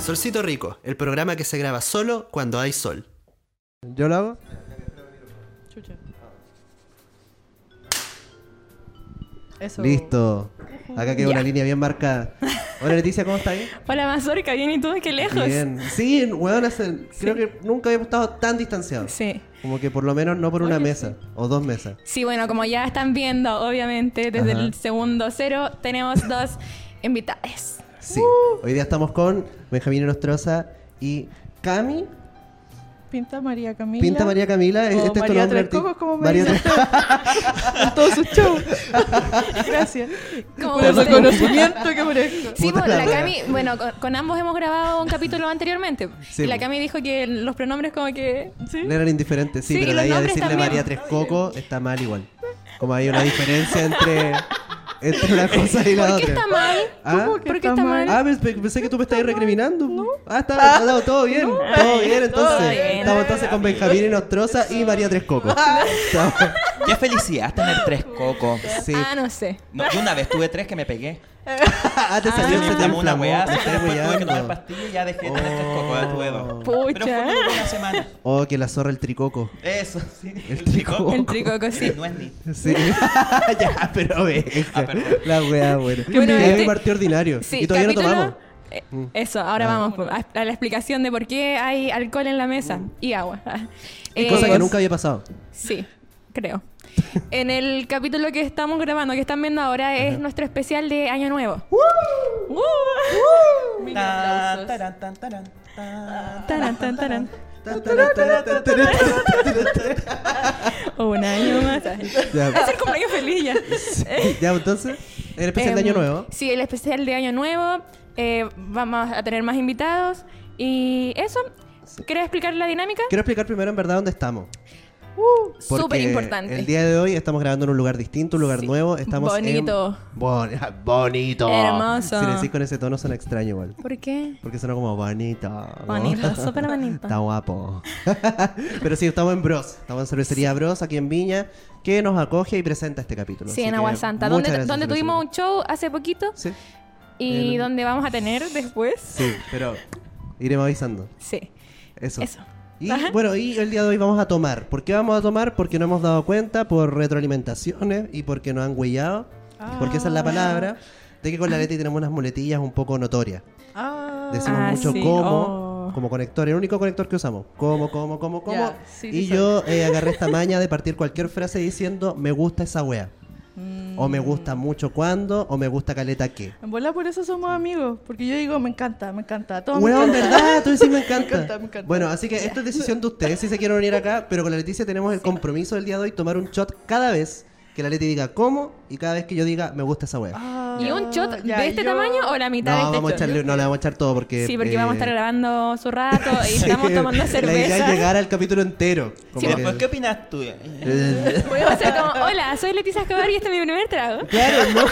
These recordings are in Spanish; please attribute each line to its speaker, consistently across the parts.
Speaker 1: Solcito Rico, el programa que se graba solo cuando hay sol.
Speaker 2: ¿Yo lo hago?
Speaker 3: Chucha. Eso.
Speaker 2: Listo. Acá quedó una línea bien marcada. Hola Leticia, ¿cómo estás?
Speaker 3: Hola, Mazorca, bien y tú, qué lejos.
Speaker 2: Bien. Sí, weón, hace- creo que nunca habíamos estado tan distanciados.
Speaker 3: Sí.
Speaker 2: Como que por lo menos no por una mesa o dos mesas.
Speaker 3: Sí, bueno, como ya están viendo, obviamente, desde
Speaker 2: Ajá.
Speaker 3: el segundo cero tenemos dos invitadas.
Speaker 2: Sí.
Speaker 4: Uh.
Speaker 2: Hoy día estamos con Benjamín Nostrosa y Cami.
Speaker 4: Pinta María Camila.
Speaker 2: Pinta María Camila. este
Speaker 4: O
Speaker 2: es tu
Speaker 4: María
Speaker 2: nombre
Speaker 4: Tres
Speaker 2: arti-
Speaker 4: Cocos, como me
Speaker 2: María
Speaker 4: dicen.
Speaker 2: Tres-
Speaker 4: En todos sus shows. Gracias.
Speaker 3: Como
Speaker 4: Por el
Speaker 3: usted.
Speaker 4: reconocimiento que merezco.
Speaker 3: Sí,
Speaker 2: Puta
Speaker 3: pues, la
Speaker 2: la wea.
Speaker 3: Cami, bueno, con, con ambos hemos grabado un capítulo anteriormente.
Speaker 2: Sí,
Speaker 3: y la
Speaker 2: pues.
Speaker 3: Cami dijo que los pronombres como que...
Speaker 4: Sí.
Speaker 2: Le eran indiferentes, sí,
Speaker 3: Sí, y
Speaker 2: pero de
Speaker 3: los
Speaker 2: ahí a
Speaker 3: nombres
Speaker 2: decirle
Speaker 3: también.
Speaker 2: María Tres Cocos está mal igual. Como hay una diferencia entre, entre una cosa y la
Speaker 3: ¿Por
Speaker 2: otra.
Speaker 3: qué está mal?
Speaker 2: ¿Ah?
Speaker 4: ¿Cómo que
Speaker 3: ¿Por qué está mal?
Speaker 2: Ah, pens- pe- pensé que tú me estabas recriminando. Ah, está, está todo, todo bien. Todo bien, entonces.
Speaker 3: Todo bien. Ah,
Speaker 2: Estamos entonces con Benjamín Nostrosa y María Tres Cocos. Estamos-
Speaker 5: Qué felicidad tener tres cocos.
Speaker 2: sí.
Speaker 3: Ah, no sé.
Speaker 5: No, yo una vez tuve tres que me pegué.
Speaker 2: Ah, te
Speaker 5: Se
Speaker 2: salió,
Speaker 5: me
Speaker 2: se te
Speaker 5: inflamó una
Speaker 2: inflamó.
Speaker 5: weá,
Speaker 2: te
Speaker 5: así que
Speaker 2: estás
Speaker 5: después tuve que tomar
Speaker 2: weyando.
Speaker 5: pastillas y ya dejé de tener tres
Speaker 2: Oh.
Speaker 5: cocos, ya tuve dos.
Speaker 3: Pucha.
Speaker 5: Pero fue como por una semana.
Speaker 2: Oh, que la zorra el tricoco.
Speaker 5: Eso, sí.
Speaker 2: El tricoco.
Speaker 3: El tricoco, sí.
Speaker 5: No es ni.
Speaker 2: Oh. Sí. ya, pero ve.
Speaker 5: Ah, perdón.
Speaker 2: la weá, bueno.
Speaker 3: Bueno,
Speaker 2: y ahí
Speaker 3: este-
Speaker 2: partió ordinario.
Speaker 3: Sí,
Speaker 2: y todavía
Speaker 3: capítulo-
Speaker 2: no tomamos. Mm. Ah.
Speaker 3: eh, Eso, ahora vamos po- a, a la explicación de por qué hay alcohol en la mesa y agua. Eh,
Speaker 2: Mm. Cosa que nunca había pasado.
Speaker 3: Sí, creo. En el capítulo que estamos grabando, que están viendo ahora, es nuestro especial de Año Nuevo. ¡Woo!
Speaker 4: Mil
Speaker 5: Tan,
Speaker 4: aplausos.
Speaker 5: taran, tan, taran, tan.
Speaker 3: Taran, tan, taran. Un año más. Es
Speaker 2: Ya,
Speaker 3: el cumpleaños feliz ya. Eh,
Speaker 2: ya, entonces, el especial de
Speaker 3: Em,
Speaker 2: Año Nuevo.
Speaker 3: Sí, el especial de Año Nuevo. eh, vamos a tener más invitados. Y eso, ¿quieres explicar la dinámica?
Speaker 2: Quiero explicar primero en verdad dónde estamos. Porque
Speaker 3: Súper importante.
Speaker 2: El día de hoy estamos grabando en un lugar distinto, un lugar
Speaker 3: Sí.
Speaker 2: nuevo. Estamos
Speaker 3: Bonito.
Speaker 2: en- Bon- bonito.
Speaker 3: Hermoso.
Speaker 2: Si le decís con ese tono suena extraño igual.
Speaker 3: ¿Por qué?
Speaker 2: Porque suena como bonito. ¿no?
Speaker 3: Bonito, súper bonito.
Speaker 2: Está guapo. Pero sí, estamos en Bros. Estamos en Cervecería Bros aquí en Viña, que nos acoge y presenta este capítulo. Así
Speaker 3: Sí, en
Speaker 2: que
Speaker 3: Agua Santa,
Speaker 2: muchas
Speaker 3: donde,
Speaker 2: gracias,
Speaker 3: donde
Speaker 2: Cervecería
Speaker 3: tuvimos un show hace poquito
Speaker 2: Bros. Sí,
Speaker 3: y
Speaker 2: el-
Speaker 3: donde vamos a tener después.
Speaker 2: sí, pero iremos avisando.
Speaker 3: Sí,
Speaker 2: Eso.
Speaker 3: eso.
Speaker 2: Y
Speaker 3: Ajá.
Speaker 2: bueno, y el día de hoy vamos a tomar. ¿Por qué vamos a tomar? Porque no hemos dado cuenta, por retroalimentaciones y porque nos han huellado. Porque esa es
Speaker 3: Ah.
Speaker 2: la palabra. De que con la Leti tenemos unas muletillas un poco notorias.
Speaker 4: Ah.
Speaker 2: Decimos
Speaker 3: Ah,
Speaker 2: mucho
Speaker 3: sí.
Speaker 2: como,
Speaker 3: Oh.
Speaker 2: como conector. El único conector que usamos. Como, como, como, como.
Speaker 4: Ya, sí, sí,
Speaker 2: y
Speaker 4: soy.
Speaker 2: yo eh, agarré esta maña de partir cualquier frase diciendo me gusta esa wea. O me
Speaker 3: Mm.
Speaker 2: gusta mucho cuando, o me gusta caleta que.
Speaker 4: En bola por eso somos amigos. Porque yo digo, me encanta, me encanta. Todo me
Speaker 2: Weón,
Speaker 4: encanta.
Speaker 2: ¿verdad? Tú decís me encanta.
Speaker 4: Me encanta, me encanta.
Speaker 2: Bueno, así que esta es decisión de ustedes si se quieren venir acá, pero con la Leticia tenemos el compromiso del día de hoy tomar un shot cada vez que la Leti diga cómo y cada vez que yo diga me gusta esa weá.
Speaker 4: Ah,
Speaker 3: ¿Y un shot
Speaker 4: ya,
Speaker 3: de este
Speaker 4: yo-
Speaker 3: tamaño o la mitad
Speaker 2: No,
Speaker 3: de este
Speaker 2: vamos a
Speaker 3: shot?
Speaker 2: echarle, no le vamos a echar todo porque.
Speaker 3: Sí, porque
Speaker 2: eh,
Speaker 3: vamos a estar grabando su rato y estamos tomando
Speaker 2: La idea es
Speaker 3: cerveza.
Speaker 2: llegar al capítulo entero. como
Speaker 5: Y
Speaker 2: que-
Speaker 5: después, pues, ¿qué opinas tú?
Speaker 2: Eh,
Speaker 3: Voy a ser como, hola, soy Leticia Escobar y este es mi primer trago.
Speaker 2: Claro, no.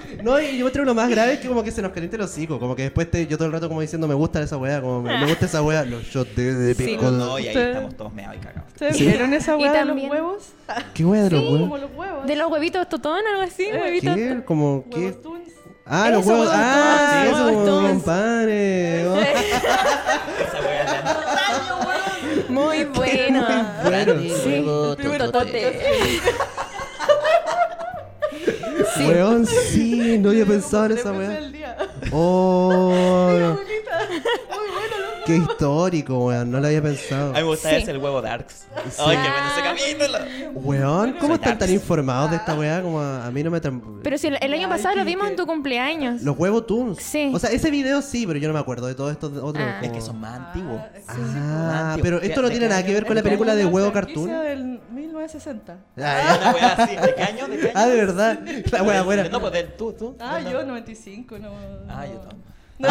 Speaker 2: No, y yo creo lo más grave es que como que se nos caliente el hocico. Como que después te- yo todo el rato como diciendo me gusta esa weá, como me, me gusta esa weá. Los shots de, de
Speaker 3: Sí.
Speaker 2: pico.
Speaker 5: No, y ahí
Speaker 4: Usted-
Speaker 5: estamos todos meados y cagados.
Speaker 4: ¿Ustedes vieron esa
Speaker 3: Y
Speaker 4: hueá de los
Speaker 3: también-
Speaker 4: huevos?
Speaker 2: ¿Qué weá de los
Speaker 4: Como
Speaker 2: weá?
Speaker 4: los huevos.
Speaker 3: De los huevitos totón, algo así,
Speaker 4: Eh,
Speaker 3: huevitos.
Speaker 2: ¿Qué? Como, ¿qué?
Speaker 4: Huevos tunes.
Speaker 2: Ah,
Speaker 3: Eso,
Speaker 2: los huevos.
Speaker 3: huevos
Speaker 2: Ah,
Speaker 3: todos,
Speaker 2: eso,
Speaker 3: huevos todos.
Speaker 2: compadre. Oh,
Speaker 3: Muy bueno.
Speaker 2: Bueno,
Speaker 3: Sí, totote. Sí.
Speaker 2: Weón, Oh, sí, no había pensado en
Speaker 4: Tres
Speaker 2: esa
Speaker 4: veces
Speaker 2: weá.
Speaker 4: al día.
Speaker 2: Oh, no.
Speaker 4: Bonita. Muy bueno, ¿no?
Speaker 2: qué histórico, weón. No lo había pensado.
Speaker 5: A mí me gusta
Speaker 3: Sí.
Speaker 5: ese el huevo Darks. Ay, qué bueno
Speaker 2: Ah.
Speaker 5: ese capítulo.
Speaker 2: Weón, ¿cómo
Speaker 5: Soy Ah.
Speaker 2: están tan
Speaker 5: Darks.
Speaker 2: informados de esta weá? Como a, a mí no me. tran-
Speaker 3: Pero si el, el año pasado lo vimos en tu cumpleaños.
Speaker 2: Los huevos Tunes.
Speaker 3: Sí.
Speaker 2: O sea, ese video sí, pero yo no me acuerdo de todo esto otro.
Speaker 3: Ah.
Speaker 5: Es que son más antiguos.
Speaker 2: Ah,
Speaker 5: Antiguos.
Speaker 2: pero esto no
Speaker 5: ¿De
Speaker 2: tiene
Speaker 5: qué
Speaker 2: nada
Speaker 5: año
Speaker 2: que ver
Speaker 5: es
Speaker 2: con la
Speaker 5: el huevo?
Speaker 2: película de huevo
Speaker 4: franquicia
Speaker 2: cartoon.
Speaker 4: del 1960.
Speaker 5: Ah, una wea así. ¿De qué año? ¿De qué año?
Speaker 2: Ah, de verdad. La weá, buena.
Speaker 5: No, pues de- tú, tú.
Speaker 4: Ah,
Speaker 5: No,
Speaker 4: yo
Speaker 5: no.
Speaker 4: 95, no.
Speaker 5: Ah,
Speaker 4: no.
Speaker 5: yo también.
Speaker 4: No,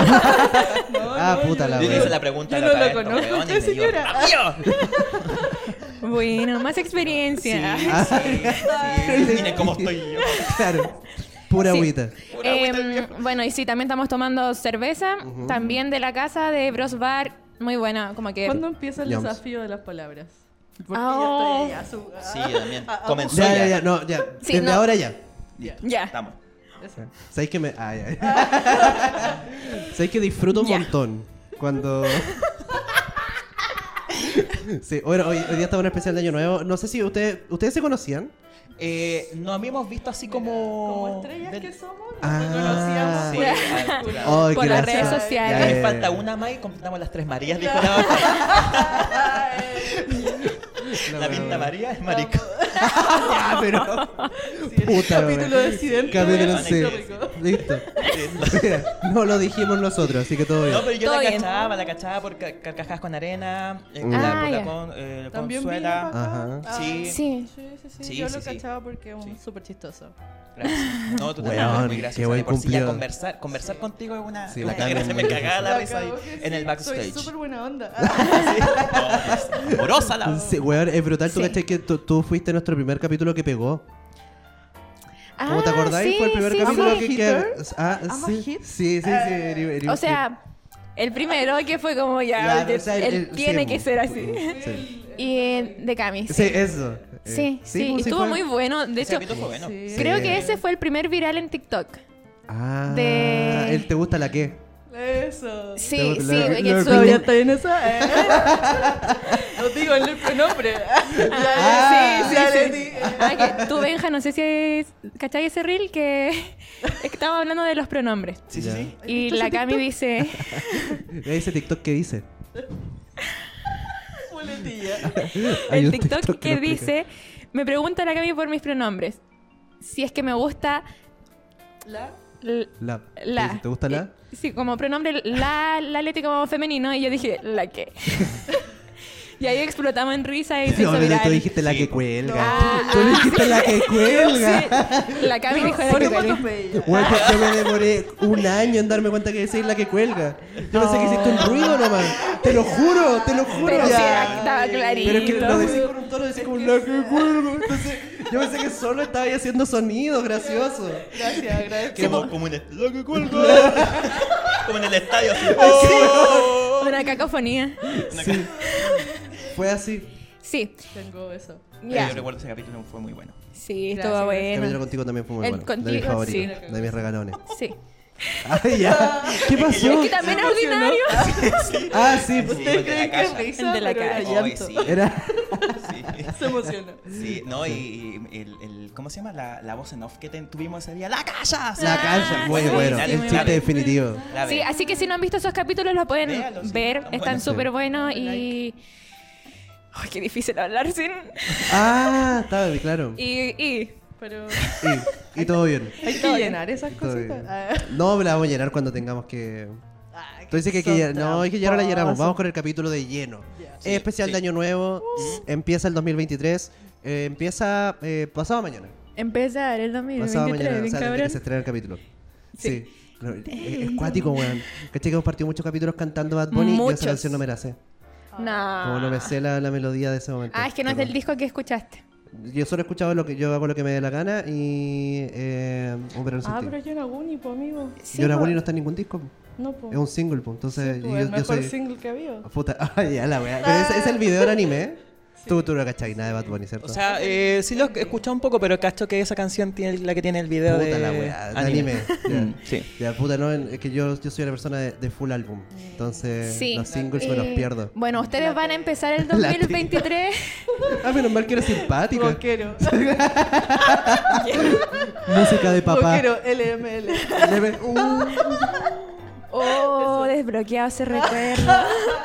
Speaker 2: Ah,
Speaker 4: no,
Speaker 2: puta
Speaker 4: yo-
Speaker 2: la
Speaker 5: Yo
Speaker 2: wea.
Speaker 5: le hice la pregunta
Speaker 4: Yo
Speaker 5: a la
Speaker 4: no
Speaker 5: otra
Speaker 4: la
Speaker 5: vez, estos
Speaker 4: conozco,
Speaker 5: weones,
Speaker 4: usted,
Speaker 5: me digo,
Speaker 4: señora.
Speaker 5: "Rápido".
Speaker 3: Bueno, más experiencia.
Speaker 5: Sí, Miren cómo estoy yo.
Speaker 2: Claro. Pura
Speaker 3: Sí.
Speaker 2: agüita.
Speaker 3: Em, bueno, y sí, también estamos tomando cerveza, también de la casa de Bros Bar, muy buena, como que...
Speaker 4: ¿Cuándo empieza el
Speaker 2: Yams.
Speaker 4: desafío de las palabras? Porque
Speaker 2: Oh.
Speaker 3: Ah,
Speaker 4: ya estoy ahí a su-
Speaker 5: Sí, yo también.
Speaker 4: a- a-
Speaker 5: Comenzó
Speaker 2: Ya,
Speaker 5: ya.
Speaker 2: ya, ya, no, ya.
Speaker 3: Sí,
Speaker 2: Desde
Speaker 3: no.
Speaker 2: ahora ya.
Speaker 5: Listo,
Speaker 3: Ya.
Speaker 5: Estamos.
Speaker 4: Eso.
Speaker 2: ¿Sabéis que me.? Ah, ya, ya. ¿Sabéis que disfruto un
Speaker 3: Ya.
Speaker 2: montón cuando. sí, bueno, hoy, hoy día estaba en un especial de Año Nuevo. No sé si ustedes. ¿Ustedes se conocían?
Speaker 5: Eh, nos habíamos visto así como.
Speaker 4: Como estrellas
Speaker 5: del-
Speaker 4: que somos, nos
Speaker 2: Ah. Oh.
Speaker 4: conocíamos.
Speaker 5: Sí,
Speaker 4: por-
Speaker 5: a la altura.
Speaker 2: Ay,
Speaker 3: Por
Speaker 2: qué
Speaker 3: las
Speaker 2: gracioso.
Speaker 3: redes sociales.
Speaker 2: Ya, ya,
Speaker 5: Le
Speaker 2: ya.
Speaker 5: falta una más y completamos las tres Marías, dijo la otra. La Pinta María es marico.
Speaker 2: Ah, pero. Puta,
Speaker 4: Capítulo
Speaker 2: weón.
Speaker 4: decidente.
Speaker 2: Capítulo
Speaker 4: weón,
Speaker 2: sí.
Speaker 4: histórico.
Speaker 2: Listo. no lo dijimos nosotros, así que todo bien.
Speaker 5: No, pero yo
Speaker 3: Todo
Speaker 5: la
Speaker 3: bien.
Speaker 5: cachaba, la cachaba por ca- carcajadas con arena, eh,
Speaker 2: Mm.
Speaker 5: la,
Speaker 3: Ah,
Speaker 5: la
Speaker 3: ya.
Speaker 5: con eh,
Speaker 4: También vino
Speaker 5: Consuela.
Speaker 4: para acá.
Speaker 2: Ajá.
Speaker 4: Ah,
Speaker 5: Sí.
Speaker 3: Sí.
Speaker 4: Sí, sí, sí.
Speaker 5: Sí,
Speaker 4: Yo
Speaker 5: sí,
Speaker 4: lo
Speaker 5: sí.
Speaker 4: cachaba porque es un
Speaker 5: Sí.
Speaker 4: súper chistoso.
Speaker 5: Gracias. No, tú también
Speaker 2: Weón,
Speaker 5: eres muy graciosa.
Speaker 2: qué buen
Speaker 5: de por sí ya
Speaker 2: cumplido.
Speaker 5: conversar, conversar contigo es una.
Speaker 2: Sí,
Speaker 5: una
Speaker 2: la Carmen
Speaker 5: gracia,
Speaker 2: es
Speaker 5: me
Speaker 2: muy
Speaker 5: cagaba la
Speaker 4: La
Speaker 5: risa ahí,
Speaker 4: cagó que
Speaker 5: en
Speaker 4: sí,
Speaker 5: el
Speaker 4: Soy
Speaker 5: backstage.
Speaker 4: súper buena onda. Ah,
Speaker 5: Sí. Amorosa la.
Speaker 2: Sí, weón, es brutal. Tú
Speaker 3: Sí.
Speaker 2: cachai que tú, tú fuiste nuestro primer capítulo que pegó. ¿Cómo te
Speaker 3: Ah,
Speaker 2: acordáis? Fue el
Speaker 3: sí,
Speaker 2: primer
Speaker 3: sí,
Speaker 2: capítulo
Speaker 3: sí.
Speaker 2: que,
Speaker 4: ¿Hitter?
Speaker 2: que- Ah,
Speaker 4: ¿Ama
Speaker 2: sí. Sí,
Speaker 4: hit?
Speaker 2: sí, sí. eri- eri-
Speaker 3: O sea, el primero que fue como ya,
Speaker 2: Ya,
Speaker 3: oye,
Speaker 2: o sea, el-
Speaker 3: él
Speaker 2: el-
Speaker 3: tiene
Speaker 2: sí,
Speaker 3: que
Speaker 2: po.
Speaker 3: ser así.
Speaker 2: Sí,
Speaker 3: Y eh, de Cami.
Speaker 2: Sí,
Speaker 3: Sí,
Speaker 2: eso. Eh,
Speaker 3: sí, sí,
Speaker 2: pues,
Speaker 3: estuvo
Speaker 2: fue-
Speaker 3: muy bueno. De hecho,
Speaker 5: Ese capítulo fue bueno.
Speaker 4: sí.
Speaker 3: creo
Speaker 2: Sí.
Speaker 3: que ese fue el primer viral en TikTok.
Speaker 2: Ah,
Speaker 3: de-
Speaker 2: él te gusta la qué.
Speaker 4: Eso.
Speaker 3: Sí,
Speaker 2: Lo-
Speaker 3: sí,
Speaker 2: lo-
Speaker 3: de que
Speaker 2: lo-
Speaker 3: su-
Speaker 4: ¿Todavía está en esa? No digo el pronombre.
Speaker 3: Ah, sí, sí,
Speaker 4: Ya
Speaker 3: sí.
Speaker 4: le di.
Speaker 3: Ah, que tú, Benja, no sé si es, ¿cachai ese reel? Que es que estábamos hablando de los pronombres.
Speaker 5: Sí, sí,
Speaker 2: Ya.
Speaker 5: sí.
Speaker 3: Y la Cami dice,
Speaker 2: Ahí dice TikTok que dice.
Speaker 4: Muletilla.
Speaker 2: Hay
Speaker 3: el
Speaker 2: un
Speaker 3: TikTok, que
Speaker 2: lo explica.
Speaker 3: dice, me pregunta la Cami por mis pronombres. Si es que me gusta
Speaker 4: La.
Speaker 3: l-
Speaker 2: La.
Speaker 3: La.
Speaker 2: ¿Te- ¿Te gusta la?
Speaker 3: Sí, como pronombre, la, la letra como femenino, y yo dije, ¿la qué? y ahí explotamos en risa y se
Speaker 2: No,
Speaker 3: hizo
Speaker 2: pero
Speaker 3: viral.
Speaker 2: tú dijiste la
Speaker 5: Sí.
Speaker 2: que cuelga.
Speaker 3: Ah,
Speaker 2: Tú dijiste la que cuelga.
Speaker 3: la Cami dijo la
Speaker 4: Por
Speaker 3: que
Speaker 4: un
Speaker 3: cuelga.
Speaker 4: onomatopeya.
Speaker 2: Güey, yo, yo me demoré un año en darme cuenta que decís la que cuelga. Yo pensé que hiciste un ruido nomás. Te lo juro, te lo juro.
Speaker 3: Pero sí,
Speaker 2: Ya.
Speaker 3: era- estaba clarito.
Speaker 2: Pero es que lo decís con un tono, decís como la que cuelga. Entonces, yo pensé que solo estaba ahí haciendo sonidos graciosos.
Speaker 4: Gracias, gracias.
Speaker 5: Como, como en el. ¡Lo que cuelga! como en el estadio. Así. ¡Oh!
Speaker 3: Una cacofonía.
Speaker 2: Sí. Fue así.
Speaker 3: Sí,
Speaker 4: Tengo eso.
Speaker 3: ya.
Speaker 5: Yo recuerdo ese capítulo, fue muy bueno.
Speaker 3: Sí,
Speaker 4: Gracias,
Speaker 3: estuvo
Speaker 2: El
Speaker 3: bueno.
Speaker 2: capítulo contigo también fue muy
Speaker 3: El
Speaker 2: bueno. de mis
Speaker 3: contigo,
Speaker 2: favoritos, de mis regalones.
Speaker 3: Sí.
Speaker 2: Ay, ya. ¿Qué pasó?
Speaker 3: Es que también es
Speaker 4: Se emocionó.
Speaker 3: ordinario.
Speaker 2: Ah, sí. Eh.
Speaker 5: Sí,
Speaker 4: ¿Ustedes
Speaker 5: el de la
Speaker 4: creen que es
Speaker 5: casa.
Speaker 4: risa?
Speaker 3: El de la
Speaker 4: Pero era
Speaker 3: calle.
Speaker 5: Ay,
Speaker 4: llanto.
Speaker 5: sí.
Speaker 2: Era.
Speaker 5: sí.
Speaker 4: Se emociona.
Speaker 5: Sí, no, y, y el, el- ¿cómo se llama? La, la voz en off que ten- tuvimos ese día. ¡La callas!
Speaker 2: La
Speaker 4: Ah,
Speaker 2: cancha. Muy bueno.
Speaker 5: sí,
Speaker 2: El
Speaker 5: muy
Speaker 2: chiste
Speaker 5: bueno.
Speaker 2: definitivo.
Speaker 5: La
Speaker 3: Sí,
Speaker 5: ve.
Speaker 3: así que si no han visto esos capítulos los pueden
Speaker 5: Véanlos, sí,
Speaker 3: ver,
Speaker 5: están
Speaker 3: están
Speaker 5: buenos,
Speaker 2: sí.
Speaker 3: súper buenos y... Ay, qué difícil hablar sin...
Speaker 2: Ah, estaba bien, claro. Y,
Speaker 3: Y... y...
Speaker 4: Pero
Speaker 2: y todo bien.
Speaker 4: hay que llenar esas
Speaker 2: Todo bien.
Speaker 4: cositas. Ah.
Speaker 2: No, me la vamos a llenar cuando tengamos que.
Speaker 4: Ah,
Speaker 2: Tú dices que, hay que
Speaker 4: son
Speaker 2: llenar- No, es que ya no la llenamos.
Speaker 4: tramposos.
Speaker 2: Vamos con el capítulo de lleno.
Speaker 5: Sí,
Speaker 2: Especial
Speaker 5: sí.
Speaker 2: de Año Nuevo.
Speaker 3: Uh.
Speaker 2: Empieza el 2023. eh, empieza eh, pasado mañana.
Speaker 3: Empezar el 2023,
Speaker 2: Pasado mañana. O sea, desde que
Speaker 3: cabrón.
Speaker 2: se estrena el capítulo. Sí.
Speaker 3: Sí.
Speaker 2: No, es- es cuático, weón. Caché que hemos partido muchos capítulos cantando Bad Bunny y yo
Speaker 3: Muchos.
Speaker 2: esa canción no me la sé.
Speaker 3: No.
Speaker 2: Como no me sé la, la melodía de ese momento.
Speaker 3: Ah, es que no es
Speaker 2: Perdón.
Speaker 3: del disco que escuchaste.
Speaker 2: Yo solo he escuchado lo que yo hago lo que me dé la gana y. Eh, un verano sin
Speaker 4: Ah,
Speaker 2: ti.
Speaker 4: pero yo no Guni, po, amigo.
Speaker 2: Y ahora Bunny no está en ningún disco.
Speaker 4: No, po.
Speaker 2: Es un single, po. entonces
Speaker 4: Sí, po,
Speaker 2: yo,
Speaker 4: el
Speaker 2: yo
Speaker 4: mejor
Speaker 2: soy. Ah,
Speaker 4: single que había.
Speaker 2: Puta, ay, ya la wea. Pero es, es el video del anime. Tú, tú no cachai nada de Bad Bunny, ¿cierto?
Speaker 5: O sea, eh, sí lo he escuchado un poco, pero cacho que esa canción tiene la que tiene el video
Speaker 2: puta
Speaker 5: de
Speaker 2: la wea, de
Speaker 5: anime.
Speaker 2: anime.
Speaker 5: Mm,
Speaker 2: Ya.
Speaker 5: sí.
Speaker 2: Ya, puta, no, es que yo, yo soy la persona de, de full álbum. Entonces,
Speaker 3: Sí.
Speaker 2: los singles me los
Speaker 3: Eh,
Speaker 2: pierdo.
Speaker 3: Bueno, ustedes van a empezar el
Speaker 2: La
Speaker 3: 2023.
Speaker 2: Ah, menos mal que eres simpática.
Speaker 4: Rockero.
Speaker 2: Música de papá.
Speaker 4: Rockero LML.
Speaker 2: Le ve- Uh,
Speaker 3: oh, desbloqueado ese recuerdo.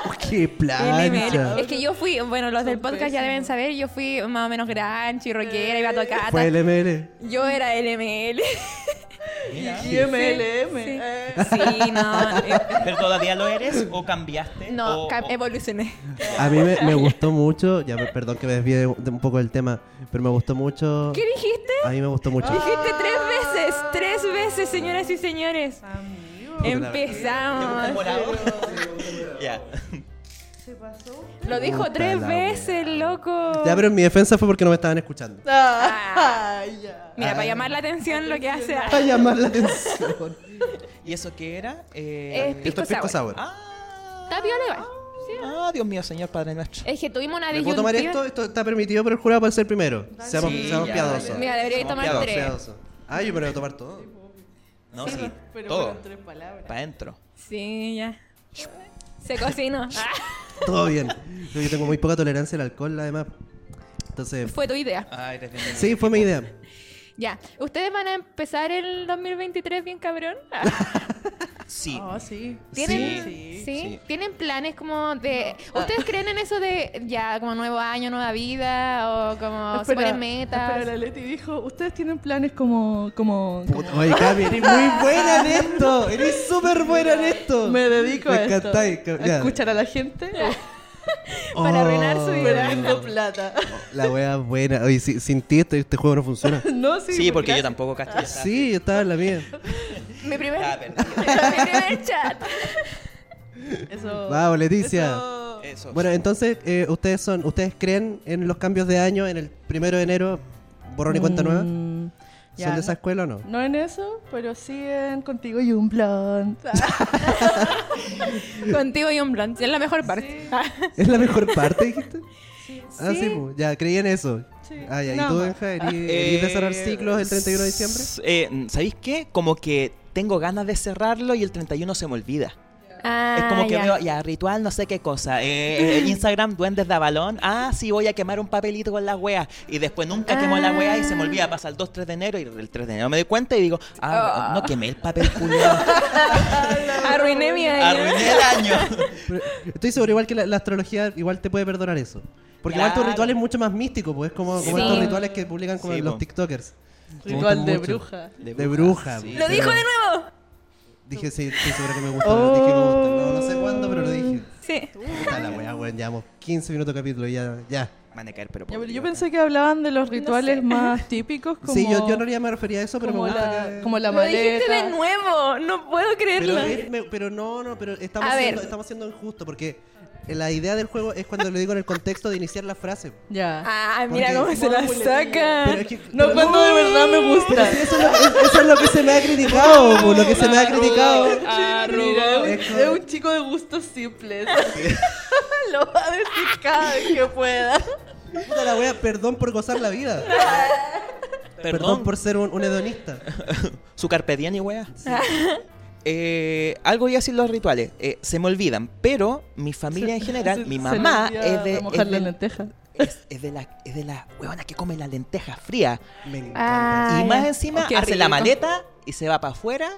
Speaker 2: Uh, ¡Qué plancha!
Speaker 3: LML. Es que yo fui, bueno, los del podcast ya deben saber, yo fui más o menos grancho y rockera, iba a tocar.
Speaker 2: Fue el ML.
Speaker 3: Yo era LML.
Speaker 4: Y MLM.
Speaker 3: Sí.
Speaker 4: Eh.
Speaker 3: Sí, no. eh,
Speaker 5: ¿Pero todavía lo eres o cambiaste?
Speaker 3: No,
Speaker 5: o-
Speaker 3: cam- eh,
Speaker 5: o-
Speaker 3: evolucioné.
Speaker 2: A mí me, me gustó mucho, ya per- perdón que me desvíe de un poco del tema, pero me gustó mucho.
Speaker 3: ¿Qué dijiste?
Speaker 2: A mí me gustó mucho.
Speaker 3: Dijiste tres veces, tres veces, señoras y señores.
Speaker 4: Amigo.
Speaker 5: ¿Te gusta el
Speaker 3: Empezamos.
Speaker 5: morado? Ya.
Speaker 4: ¿Se pasó?
Speaker 3: Lo dijo
Speaker 2: Puta
Speaker 3: tres
Speaker 2: la
Speaker 3: veces, loco.
Speaker 2: Ya, pero en mi defensa fue porque no me estaban escuchando.
Speaker 4: Ah, ya.
Speaker 3: Mira, para llamar la atención lo que hace
Speaker 2: Para llamar la atención.
Speaker 5: ¿Y eso qué era?
Speaker 3: es
Speaker 5: Eh,
Speaker 2: Esto
Speaker 3: pisco
Speaker 2: es pisco sour.
Speaker 3: sour.
Speaker 5: Ah,
Speaker 3: Está piola igual. Sí.
Speaker 5: ah, Dios mío, Señor Padre Nuestro.
Speaker 3: Es que tuvimos una
Speaker 2: ¿Me puedo tomar esto?
Speaker 3: disyuntiva.
Speaker 2: Esto está permitido por el jurado para ser primero. Seamos,
Speaker 5: Sí,
Speaker 2: seamos
Speaker 5: ya,
Speaker 2: piadosos.
Speaker 5: ya.
Speaker 3: Mira, debería
Speaker 5: Somos
Speaker 3: tomar
Speaker 5: piadosos.
Speaker 3: tres.
Speaker 2: Piadosos. Ah, yo me lo voy a tomar todo.
Speaker 5: No, sí.
Speaker 4: Pero
Speaker 5: todo.
Speaker 4: fueron tres palabras.
Speaker 5: Para adentro.
Speaker 3: Sí, ya. Ah. Se cocinó.
Speaker 2: Todo bien. Yo que tengo muy poca tolerancia al alcohol, además. Entonces.
Speaker 3: Fue tu idea.
Speaker 5: Ay, Ah, eres bien-
Speaker 2: Sí, fue mi idea.
Speaker 3: Ya. ¿Ustedes van a empezar el 2023 bien cabrón? Ah,
Speaker 5: Sí.
Speaker 4: Ah, sí.
Speaker 3: ¿Tienen,
Speaker 4: Sí.
Speaker 3: ¿sí?
Speaker 5: Sí.
Speaker 3: ¿Tienen planes como de... ¿Ustedes creen en eso de ya como nuevo año, nueva vida o como se ponen
Speaker 4: Ah, espera,
Speaker 3: metas?
Speaker 4: la Leti dijo, ustedes tienen planes como... como, como-
Speaker 2: Puta, Oye, Cami, eres muy buena en esto. Eres súper buena en esto.
Speaker 4: me dedico a
Speaker 2: Me
Speaker 4: esto.
Speaker 2: encantáis, ca-
Speaker 4: a
Speaker 2: ya. Oh.
Speaker 4: escuchar a la gente
Speaker 3: para arruinar su vida.
Speaker 4: perdiendo plata.
Speaker 2: La wea buena. Oye, si- sin ti este, este juego no funciona.
Speaker 4: no, sí.
Speaker 5: Sí, porque yo
Speaker 4: gracias.
Speaker 5: tampoco casto. ya sabes.
Speaker 2: Sí, yo estaba en la mía.
Speaker 3: Mi primer,
Speaker 5: Ah, perdón.
Speaker 3: mi primer chat.
Speaker 4: Eso.
Speaker 2: Vamos, Leticia.
Speaker 4: eso-
Speaker 5: Eso.
Speaker 2: Bueno, entonces, eh, ustedes son, ¿ustedes creen en los cambios de año en el primero de enero? ¿Borrón y cuenta nueva? ¿Son
Speaker 4: Mm, ya,
Speaker 2: de esa
Speaker 4: no-
Speaker 2: escuela o no?
Speaker 4: No en eso, pero sí en Contigo y un blond.
Speaker 3: Contigo y un blunt. Es la mejor parte.
Speaker 2: ¿Es la mejor parte, dijiste? Ah, sí,
Speaker 4: Sí.
Speaker 2: pues, ya, creí en eso.
Speaker 4: Sí.
Speaker 2: Ah, ya, ¿y
Speaker 4: Nada
Speaker 2: tú,
Speaker 4: más.
Speaker 2: Benja, erí- erí de cerrar
Speaker 5: Eh,
Speaker 2: ciclos el 31 de diciembre?
Speaker 5: s- eh, ¿Sabéis qué? Como que tengo ganas de cerrarlo y el 31 se me olvida.
Speaker 3: Ah,
Speaker 5: es como que
Speaker 3: ya.
Speaker 5: veo, ya, ritual, no sé qué cosa. eh, eh, Instagram, duendes de avalón. Ah, sí, voy a quemar un papelito con la wea. Y después nunca quemo la wea y se me
Speaker 4: Ah.
Speaker 5: olvida. Pasa el 2, 3 de enero y el 3 de enero me doy cuenta y digo, ah, no quemé el papel, culiao.
Speaker 3: Arruiné mi año.
Speaker 5: Arruiné el año.
Speaker 2: Pero Estoy seguro igual que la, la astrología igual te puede perdonar eso. Porque igual tu
Speaker 5: Claro.
Speaker 2: ritual es mucho más místico, pues es como, como
Speaker 3: Sí.
Speaker 2: estos rituales que publican como
Speaker 5: Sí,
Speaker 2: los
Speaker 5: po.
Speaker 2: TikTokers. Me
Speaker 4: Ritual
Speaker 2: gustan
Speaker 4: de
Speaker 2: mucho.
Speaker 4: bruja.
Speaker 2: De bruja.
Speaker 5: sí.
Speaker 3: Lo dijo de nuevo.
Speaker 2: Dije, sí, estoy seguro que me gusta. lo dije que me gusta. No, no sé cuándo, pero lo dije.
Speaker 3: Sí.
Speaker 2: Puta la weá, weón, llevamos 15 minutos de capítulo, ya, ya.
Speaker 5: Me han de caer, pero.
Speaker 4: Ya,
Speaker 5: por
Speaker 4: pero yo
Speaker 5: Dios.
Speaker 4: pensé que hablaban de los rituales más típicos como...
Speaker 2: sí, yo, yo en realidad me refería a eso, pero me
Speaker 4: como,
Speaker 2: gusta
Speaker 4: la,
Speaker 2: que-
Speaker 4: como la
Speaker 3: Lo dijiste
Speaker 4: maleta.
Speaker 3: de nuevo. No puedo
Speaker 2: Pero,
Speaker 3: creerlo.
Speaker 2: es- me- pero no, no, pero estamos
Speaker 3: A
Speaker 2: siendo,
Speaker 3: ver.
Speaker 2: estamos siendo injusto porque la idea del juego es cuando lo digo en el contexto de iniciar la frase.
Speaker 4: Ya.
Speaker 3: Ah, mira
Speaker 2: Porque-
Speaker 3: cómo se la saca.
Speaker 2: Pero es que-
Speaker 4: no,
Speaker 2: pero-
Speaker 4: cuando de verdad me gusta.
Speaker 2: Sí, eso, es lo, es- eso es lo que se me ha criticado, po, lo que se me ha criticado.
Speaker 4: Mira,
Speaker 2: Es
Speaker 4: es, un,
Speaker 2: como-
Speaker 4: es un chico de gustos simples. Lo va a decir cada vez que pueda.
Speaker 2: Puta la wea, perdón por gozar la vida. Perdón,
Speaker 5: Perdón,
Speaker 2: por ser un, un hedonista.
Speaker 5: su carpe diem y wea.
Speaker 4: Ah.
Speaker 5: Eh, algo ya sin los rituales. eh, se me olvidan, pero mi familia en general,
Speaker 4: Se-
Speaker 5: mi
Speaker 4: se
Speaker 5: mamá
Speaker 4: le olvida
Speaker 5: es de.
Speaker 4: remojar
Speaker 5: es
Speaker 4: la
Speaker 5: del-
Speaker 4: lenteja.
Speaker 5: es, es de la es de la huevona que come la lenteja fría
Speaker 2: Me encanta.
Speaker 3: Ah,
Speaker 5: y
Speaker 3: ya.
Speaker 5: más encima
Speaker 3: Oh, qué
Speaker 5: hace la
Speaker 3: rico.
Speaker 5: maleta y se va para afuera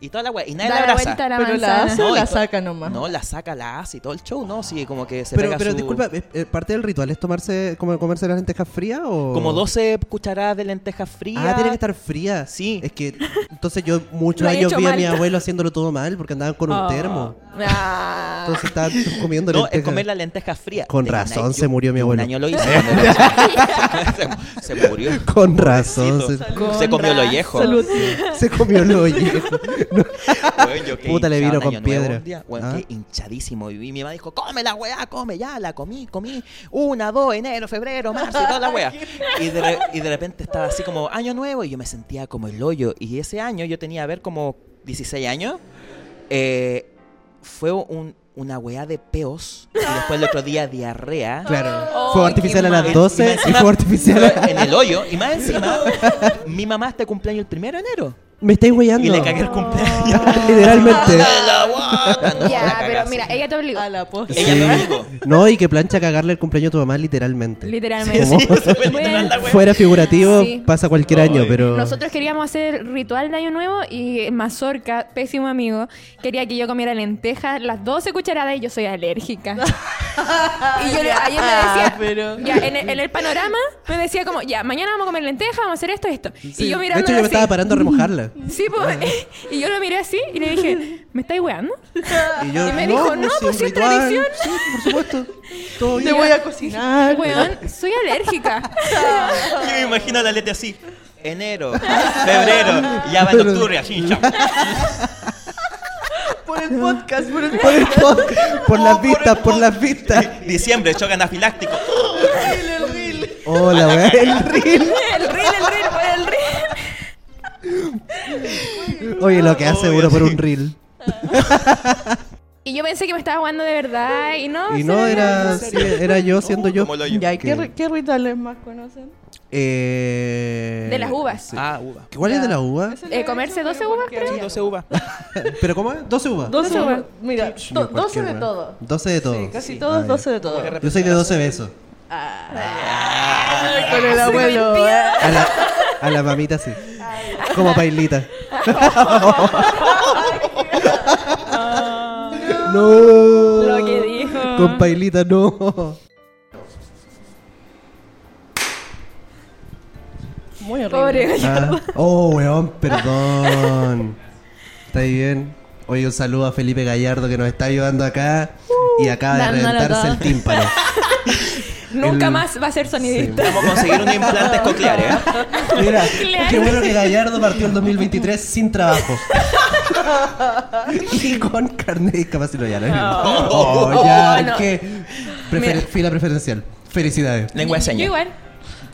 Speaker 5: y toda la hueá y nadie
Speaker 3: Da
Speaker 5: la
Speaker 3: la
Speaker 5: abraza
Speaker 3: vuelta a la
Speaker 4: Pero la
Speaker 3: manzana.
Speaker 4: hace o
Speaker 5: No,
Speaker 4: la
Speaker 5: esto-
Speaker 4: saca nomás.
Speaker 5: no la saca la hace y todo el show no sí como que se
Speaker 2: Pero,
Speaker 5: pega
Speaker 2: pero
Speaker 5: su-
Speaker 2: disculpa, ¿es- es ¿parte del ritual es tomarse, como comerse las lentejas frías o...?
Speaker 5: como 12 cucharadas de lentejas frías
Speaker 2: oh. Ah, tiene que estar fría.
Speaker 5: Sí.
Speaker 2: Es que entonces yo muchos
Speaker 3: Lo he
Speaker 2: años
Speaker 3: hecho
Speaker 2: vi a
Speaker 3: mal.
Speaker 2: mi abuelo haciéndolo todo mal porque andaban con un
Speaker 3: Ah.
Speaker 2: termo.
Speaker 3: Ah.
Speaker 2: Entonces estaban comiendo
Speaker 5: no, es
Speaker 2: lentejas.
Speaker 5: comer la lenteja fría.
Speaker 2: Con
Speaker 5: Tengo un
Speaker 2: razón
Speaker 5: año-
Speaker 2: se murió mi
Speaker 5: tengo
Speaker 2: abuelo.
Speaker 5: Un año lo hice. cuando era- se, se murió.
Speaker 2: Con razón. Se,
Speaker 5: se comió lo viejo.
Speaker 4: Salud.
Speaker 2: se comió lo viejo. No.
Speaker 5: Weón, yo quedé
Speaker 2: Puta, le
Speaker 5: hinchado
Speaker 2: vino
Speaker 5: en
Speaker 2: con
Speaker 5: Año Nuevo
Speaker 2: piedra.
Speaker 5: un día. Weón,
Speaker 2: Ah.
Speaker 5: quedé hinchadísimo. Y mi mamá dijo, come la weá, come, ya, la comí, comí. Una, dos, enero, febrero, marzo, y toda la weá. y, de re- y de repente estaba así como año nuevo y yo me sentía como el hoyo. Y ese año yo tenía, a ver, como 16 años. Eh, fue un- una weá de peos. Y después el otro día diarrea.
Speaker 2: Claro.
Speaker 3: Oh,
Speaker 2: Fuego
Speaker 3: qué
Speaker 2: artificial a las
Speaker 3: mal.
Speaker 2: 12 y fuego artificial a-
Speaker 5: En el hoyo. Y más encima, mi mamá está de cumpleaños el primero de enero.
Speaker 2: Me estáis hueando.
Speaker 5: Y le cagué el cumpleaños.
Speaker 2: Literalmente.
Speaker 5: La guata, no, la
Speaker 3: Ya, pero
Speaker 5: cagaste.
Speaker 3: mira, eh, ella te obligó.
Speaker 4: A la posta.
Speaker 5: Ella me obligó.
Speaker 2: No, y que plancha cagarle el cumpleaños a tu mamá literalmente.
Speaker 3: Literalmente.
Speaker 5: Sí, se fue
Speaker 3: Bueno,
Speaker 5: literal la wea.
Speaker 2: Fuera figurativo,
Speaker 3: Sí.
Speaker 2: pasa cualquier año,
Speaker 5: Ay.
Speaker 2: pero...
Speaker 3: Nosotros queríamos hacer ritual de Año Nuevo y Mazorca, pésimo amigo, quería que yo comiera lentejas las 12 cucharadas y yo soy alérgica. y yo le- ayer me decía,
Speaker 4: Ah, pero-
Speaker 3: ya, en, el, en el panorama me decía como, ya, mañana vamos a comer lentejas, vamos a hacer esto, esto.
Speaker 2: Sí,
Speaker 3: y yo
Speaker 2: de
Speaker 3: mirando
Speaker 2: hecho, yo me estaba parando a remojarla.
Speaker 3: Sí, pues, y yo lo miré así y le dije, ¿me estáis weando?
Speaker 2: Y, yo,
Speaker 3: Y me dijo, no,
Speaker 2: sí,
Speaker 3: pues
Speaker 2: un
Speaker 3: sí, es
Speaker 2: ritual".
Speaker 3: tradición.
Speaker 2: Sí, por supuesto. Todo
Speaker 4: Te
Speaker 2: bien.
Speaker 4: voy a cocinar.
Speaker 3: Weón, soy alérgica.
Speaker 5: Yo me imagino a la letra así. Enero, febrero, ya va en octubre, así, chao.
Speaker 4: Por el podcast, por el
Speaker 2: Por, el pod- por las vistas, por las vistas.
Speaker 5: Diciembre, choque anafiláctico.
Speaker 4: reel, el reel.
Speaker 2: Hola, weá, el reel.
Speaker 3: el reel, el reel, por el reel.
Speaker 2: Oye, lo que hace
Speaker 5: Obvio,
Speaker 2: uno por
Speaker 5: sí.
Speaker 2: un reel.
Speaker 3: Y yo pensé que me estaba jugando de verdad y no.
Speaker 2: Y
Speaker 3: se
Speaker 2: no
Speaker 3: veía-
Speaker 2: era, sí, era yo siendo yo.
Speaker 5: Como el hoyo.
Speaker 4: Ya, ¿y
Speaker 2: ¿Qué?
Speaker 4: ¿qué, ri- qué rituales más conocen?
Speaker 2: Eh,
Speaker 3: De las uvas.
Speaker 5: Ah, uva.
Speaker 2: ¿Cuál es de la uva?
Speaker 4: Eso
Speaker 3: Eh,
Speaker 4: ya había
Speaker 3: comerse
Speaker 4: hecho,
Speaker 3: 12
Speaker 4: pero
Speaker 3: uvas,
Speaker 4: ¿por qué?
Speaker 3: creo.
Speaker 5: Sí, 12 uvas.
Speaker 2: ¿Pero cómo es? 12 uvas.
Speaker 4: 12
Speaker 3: 12
Speaker 4: uvas.
Speaker 3: uvas.
Speaker 2: Yo
Speaker 4: Mira, do-
Speaker 2: cualquier
Speaker 4: 12 de
Speaker 2: hueá.
Speaker 4: todo.
Speaker 2: 12 de todo.
Speaker 4: Sí, casi
Speaker 5: Sí.
Speaker 4: todos,
Speaker 2: Ah,
Speaker 4: 12 de todo.
Speaker 5: Como que
Speaker 2: Yo soy de 12 besos.
Speaker 4: Ah, Con el abuelo.
Speaker 2: A la, a la mamita sí. Como pailita. no.
Speaker 3: Lo que dijo.
Speaker 2: Con pailita no.
Speaker 4: Muy horrible.
Speaker 3: Pobre
Speaker 2: Ah, Oh, weón, perdón. ¿Está bien? Oye, un saludo a Felipe Gallardo que nos está ayudando acá y acaba de
Speaker 4: dándolo
Speaker 2: reventarse
Speaker 4: todo.
Speaker 2: el tímpano.
Speaker 3: Nunca
Speaker 2: El-
Speaker 3: más va a ser sonidista.
Speaker 5: Vamos a conseguir un implante coclear, ¿eh?
Speaker 2: Mira,
Speaker 3: Claro.
Speaker 2: qué bueno que Gallardo partió el 2023 sin trabajo. y con carne de discapacidad ya, ¿no? Oh, ya,
Speaker 3: No.
Speaker 2: que prefer-
Speaker 3: Mira.
Speaker 2: fila preferencial. Felicidades.
Speaker 5: Lengua de
Speaker 3: Yo
Speaker 5: señas.
Speaker 3: igual.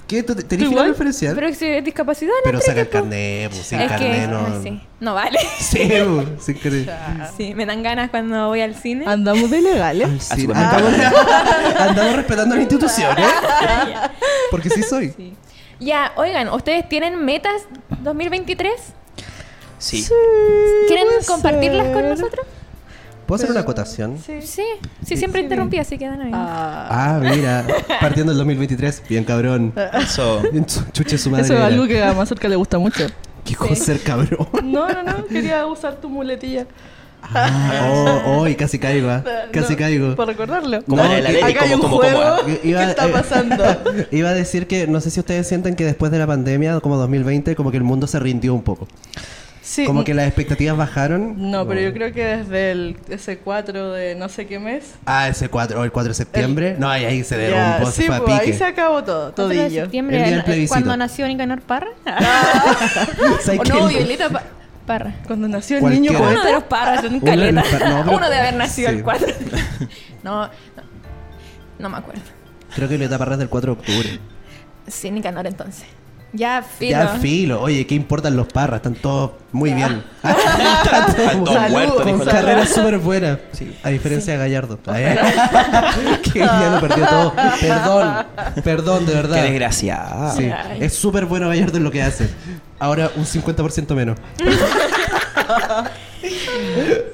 Speaker 2: ¿Qué? ¿Tú te- ¿Tenés
Speaker 4: ¿Tú
Speaker 2: fila
Speaker 4: igual?
Speaker 2: preferencial? Pero,
Speaker 3: Pero si es discapacidad, no
Speaker 2: saca el
Speaker 3: apriete, po.
Speaker 2: carnet, pues, sin
Speaker 3: Es
Speaker 2: carnet
Speaker 3: que
Speaker 2: no.
Speaker 3: no, sí, no vale.
Speaker 2: Sí, pues, sin carnet.
Speaker 3: Sí, me dan ganas cuando voy al cine.
Speaker 2: Ah.
Speaker 4: Andamos de legales.
Speaker 2: Sí,
Speaker 5: su mamá.
Speaker 2: andamos, andamos respetando la institución, ¿eh? Porque sí soy.
Speaker 3: Ya, oigan, ¿ustedes tienen metas 2023?
Speaker 5: Sí.
Speaker 3: ¿Quieren
Speaker 4: puede
Speaker 3: compartirlas con
Speaker 4: ser.
Speaker 3: nosotros?
Speaker 2: ¿Puedo hacer una acotación?
Speaker 3: Sí. Sí, siempre interrumpí, así que da lo mismo.
Speaker 4: Ah,
Speaker 2: Ah, mira. Partiendo el 2023. Bien, cabrón.
Speaker 5: Eso.
Speaker 2: Chuche su madre.
Speaker 4: eso es
Speaker 2: era.
Speaker 4: algo que a Mazorca le gusta mucho.
Speaker 2: Qué cosa ser cabrón.
Speaker 4: No, no, no. Quería usar tu muletilla.
Speaker 2: Ah, oh, oh, y casi caigo. ah. Casi
Speaker 4: No,
Speaker 2: caigo.
Speaker 4: Para recordarlo.
Speaker 5: Como
Speaker 2: No,
Speaker 5: en el
Speaker 2: que-
Speaker 5: Atlético,
Speaker 4: Acá hay
Speaker 5: como,
Speaker 4: un
Speaker 5: como,
Speaker 4: juego.
Speaker 5: como, ah.
Speaker 2: I-
Speaker 4: ¿Qué está
Speaker 2: eh,
Speaker 4: pasando?
Speaker 2: iba a decir que no sé si ustedes sienten que después de la pandemia, como 2020, como que el mundo se rindió un poco.
Speaker 4: Sí.
Speaker 2: Como que las expectativas bajaron.
Speaker 4: No, pero yo creo que desde el ese 4 de no sé qué mes.
Speaker 2: Ah, ese 4, o el 4 de septiembre. No, ahí, ahí se
Speaker 4: ya,
Speaker 2: derrumbó, se
Speaker 4: sí,
Speaker 2: fue a
Speaker 4: pues, ahí
Speaker 2: pique.
Speaker 4: se acabó todo,
Speaker 3: ¿Cuatro de
Speaker 4: todillo.
Speaker 3: septiembre,
Speaker 2: El día del
Speaker 3: eh,
Speaker 2: plebiscito.
Speaker 3: cuando nació Nicanor Parra.
Speaker 2: ¿Sabes
Speaker 3: O
Speaker 2: qué?
Speaker 3: no, Violeta Pa- Parra.
Speaker 4: Cuando nació el
Speaker 2: Cualquiera.
Speaker 4: niño
Speaker 2: Uno
Speaker 3: Uno
Speaker 4: poeta.
Speaker 3: de los Parras, un
Speaker 2: Uno de
Speaker 3: caleta.
Speaker 2: los Parra, no, pero-
Speaker 3: Uno de haber nacido
Speaker 2: Sí.
Speaker 3: el 4. No, no, no me acuerdo.
Speaker 2: Creo que Violeta Parra es del 4 de octubre.
Speaker 3: Sí, Nicanor entonces. Ya, filo.
Speaker 2: Ya filo. Oye, ¿qué importan los parras? Están todos muy bien. Están todos
Speaker 5: Están todos
Speaker 2: muy-
Speaker 5: muertos,
Speaker 2: con
Speaker 5: dijo el-
Speaker 2: carreras súper buenas. A diferencia de Gallardo. Eh. que ya lo perdió todo. Perdón. Perdón, de
Speaker 5: Qué
Speaker 2: verdad. Ah,
Speaker 5: desgraciado.
Speaker 2: Sí,
Speaker 3: Ay.
Speaker 2: es súper bueno Gallardo en lo que hace. Ahora un 50% menos.
Speaker 4: pues,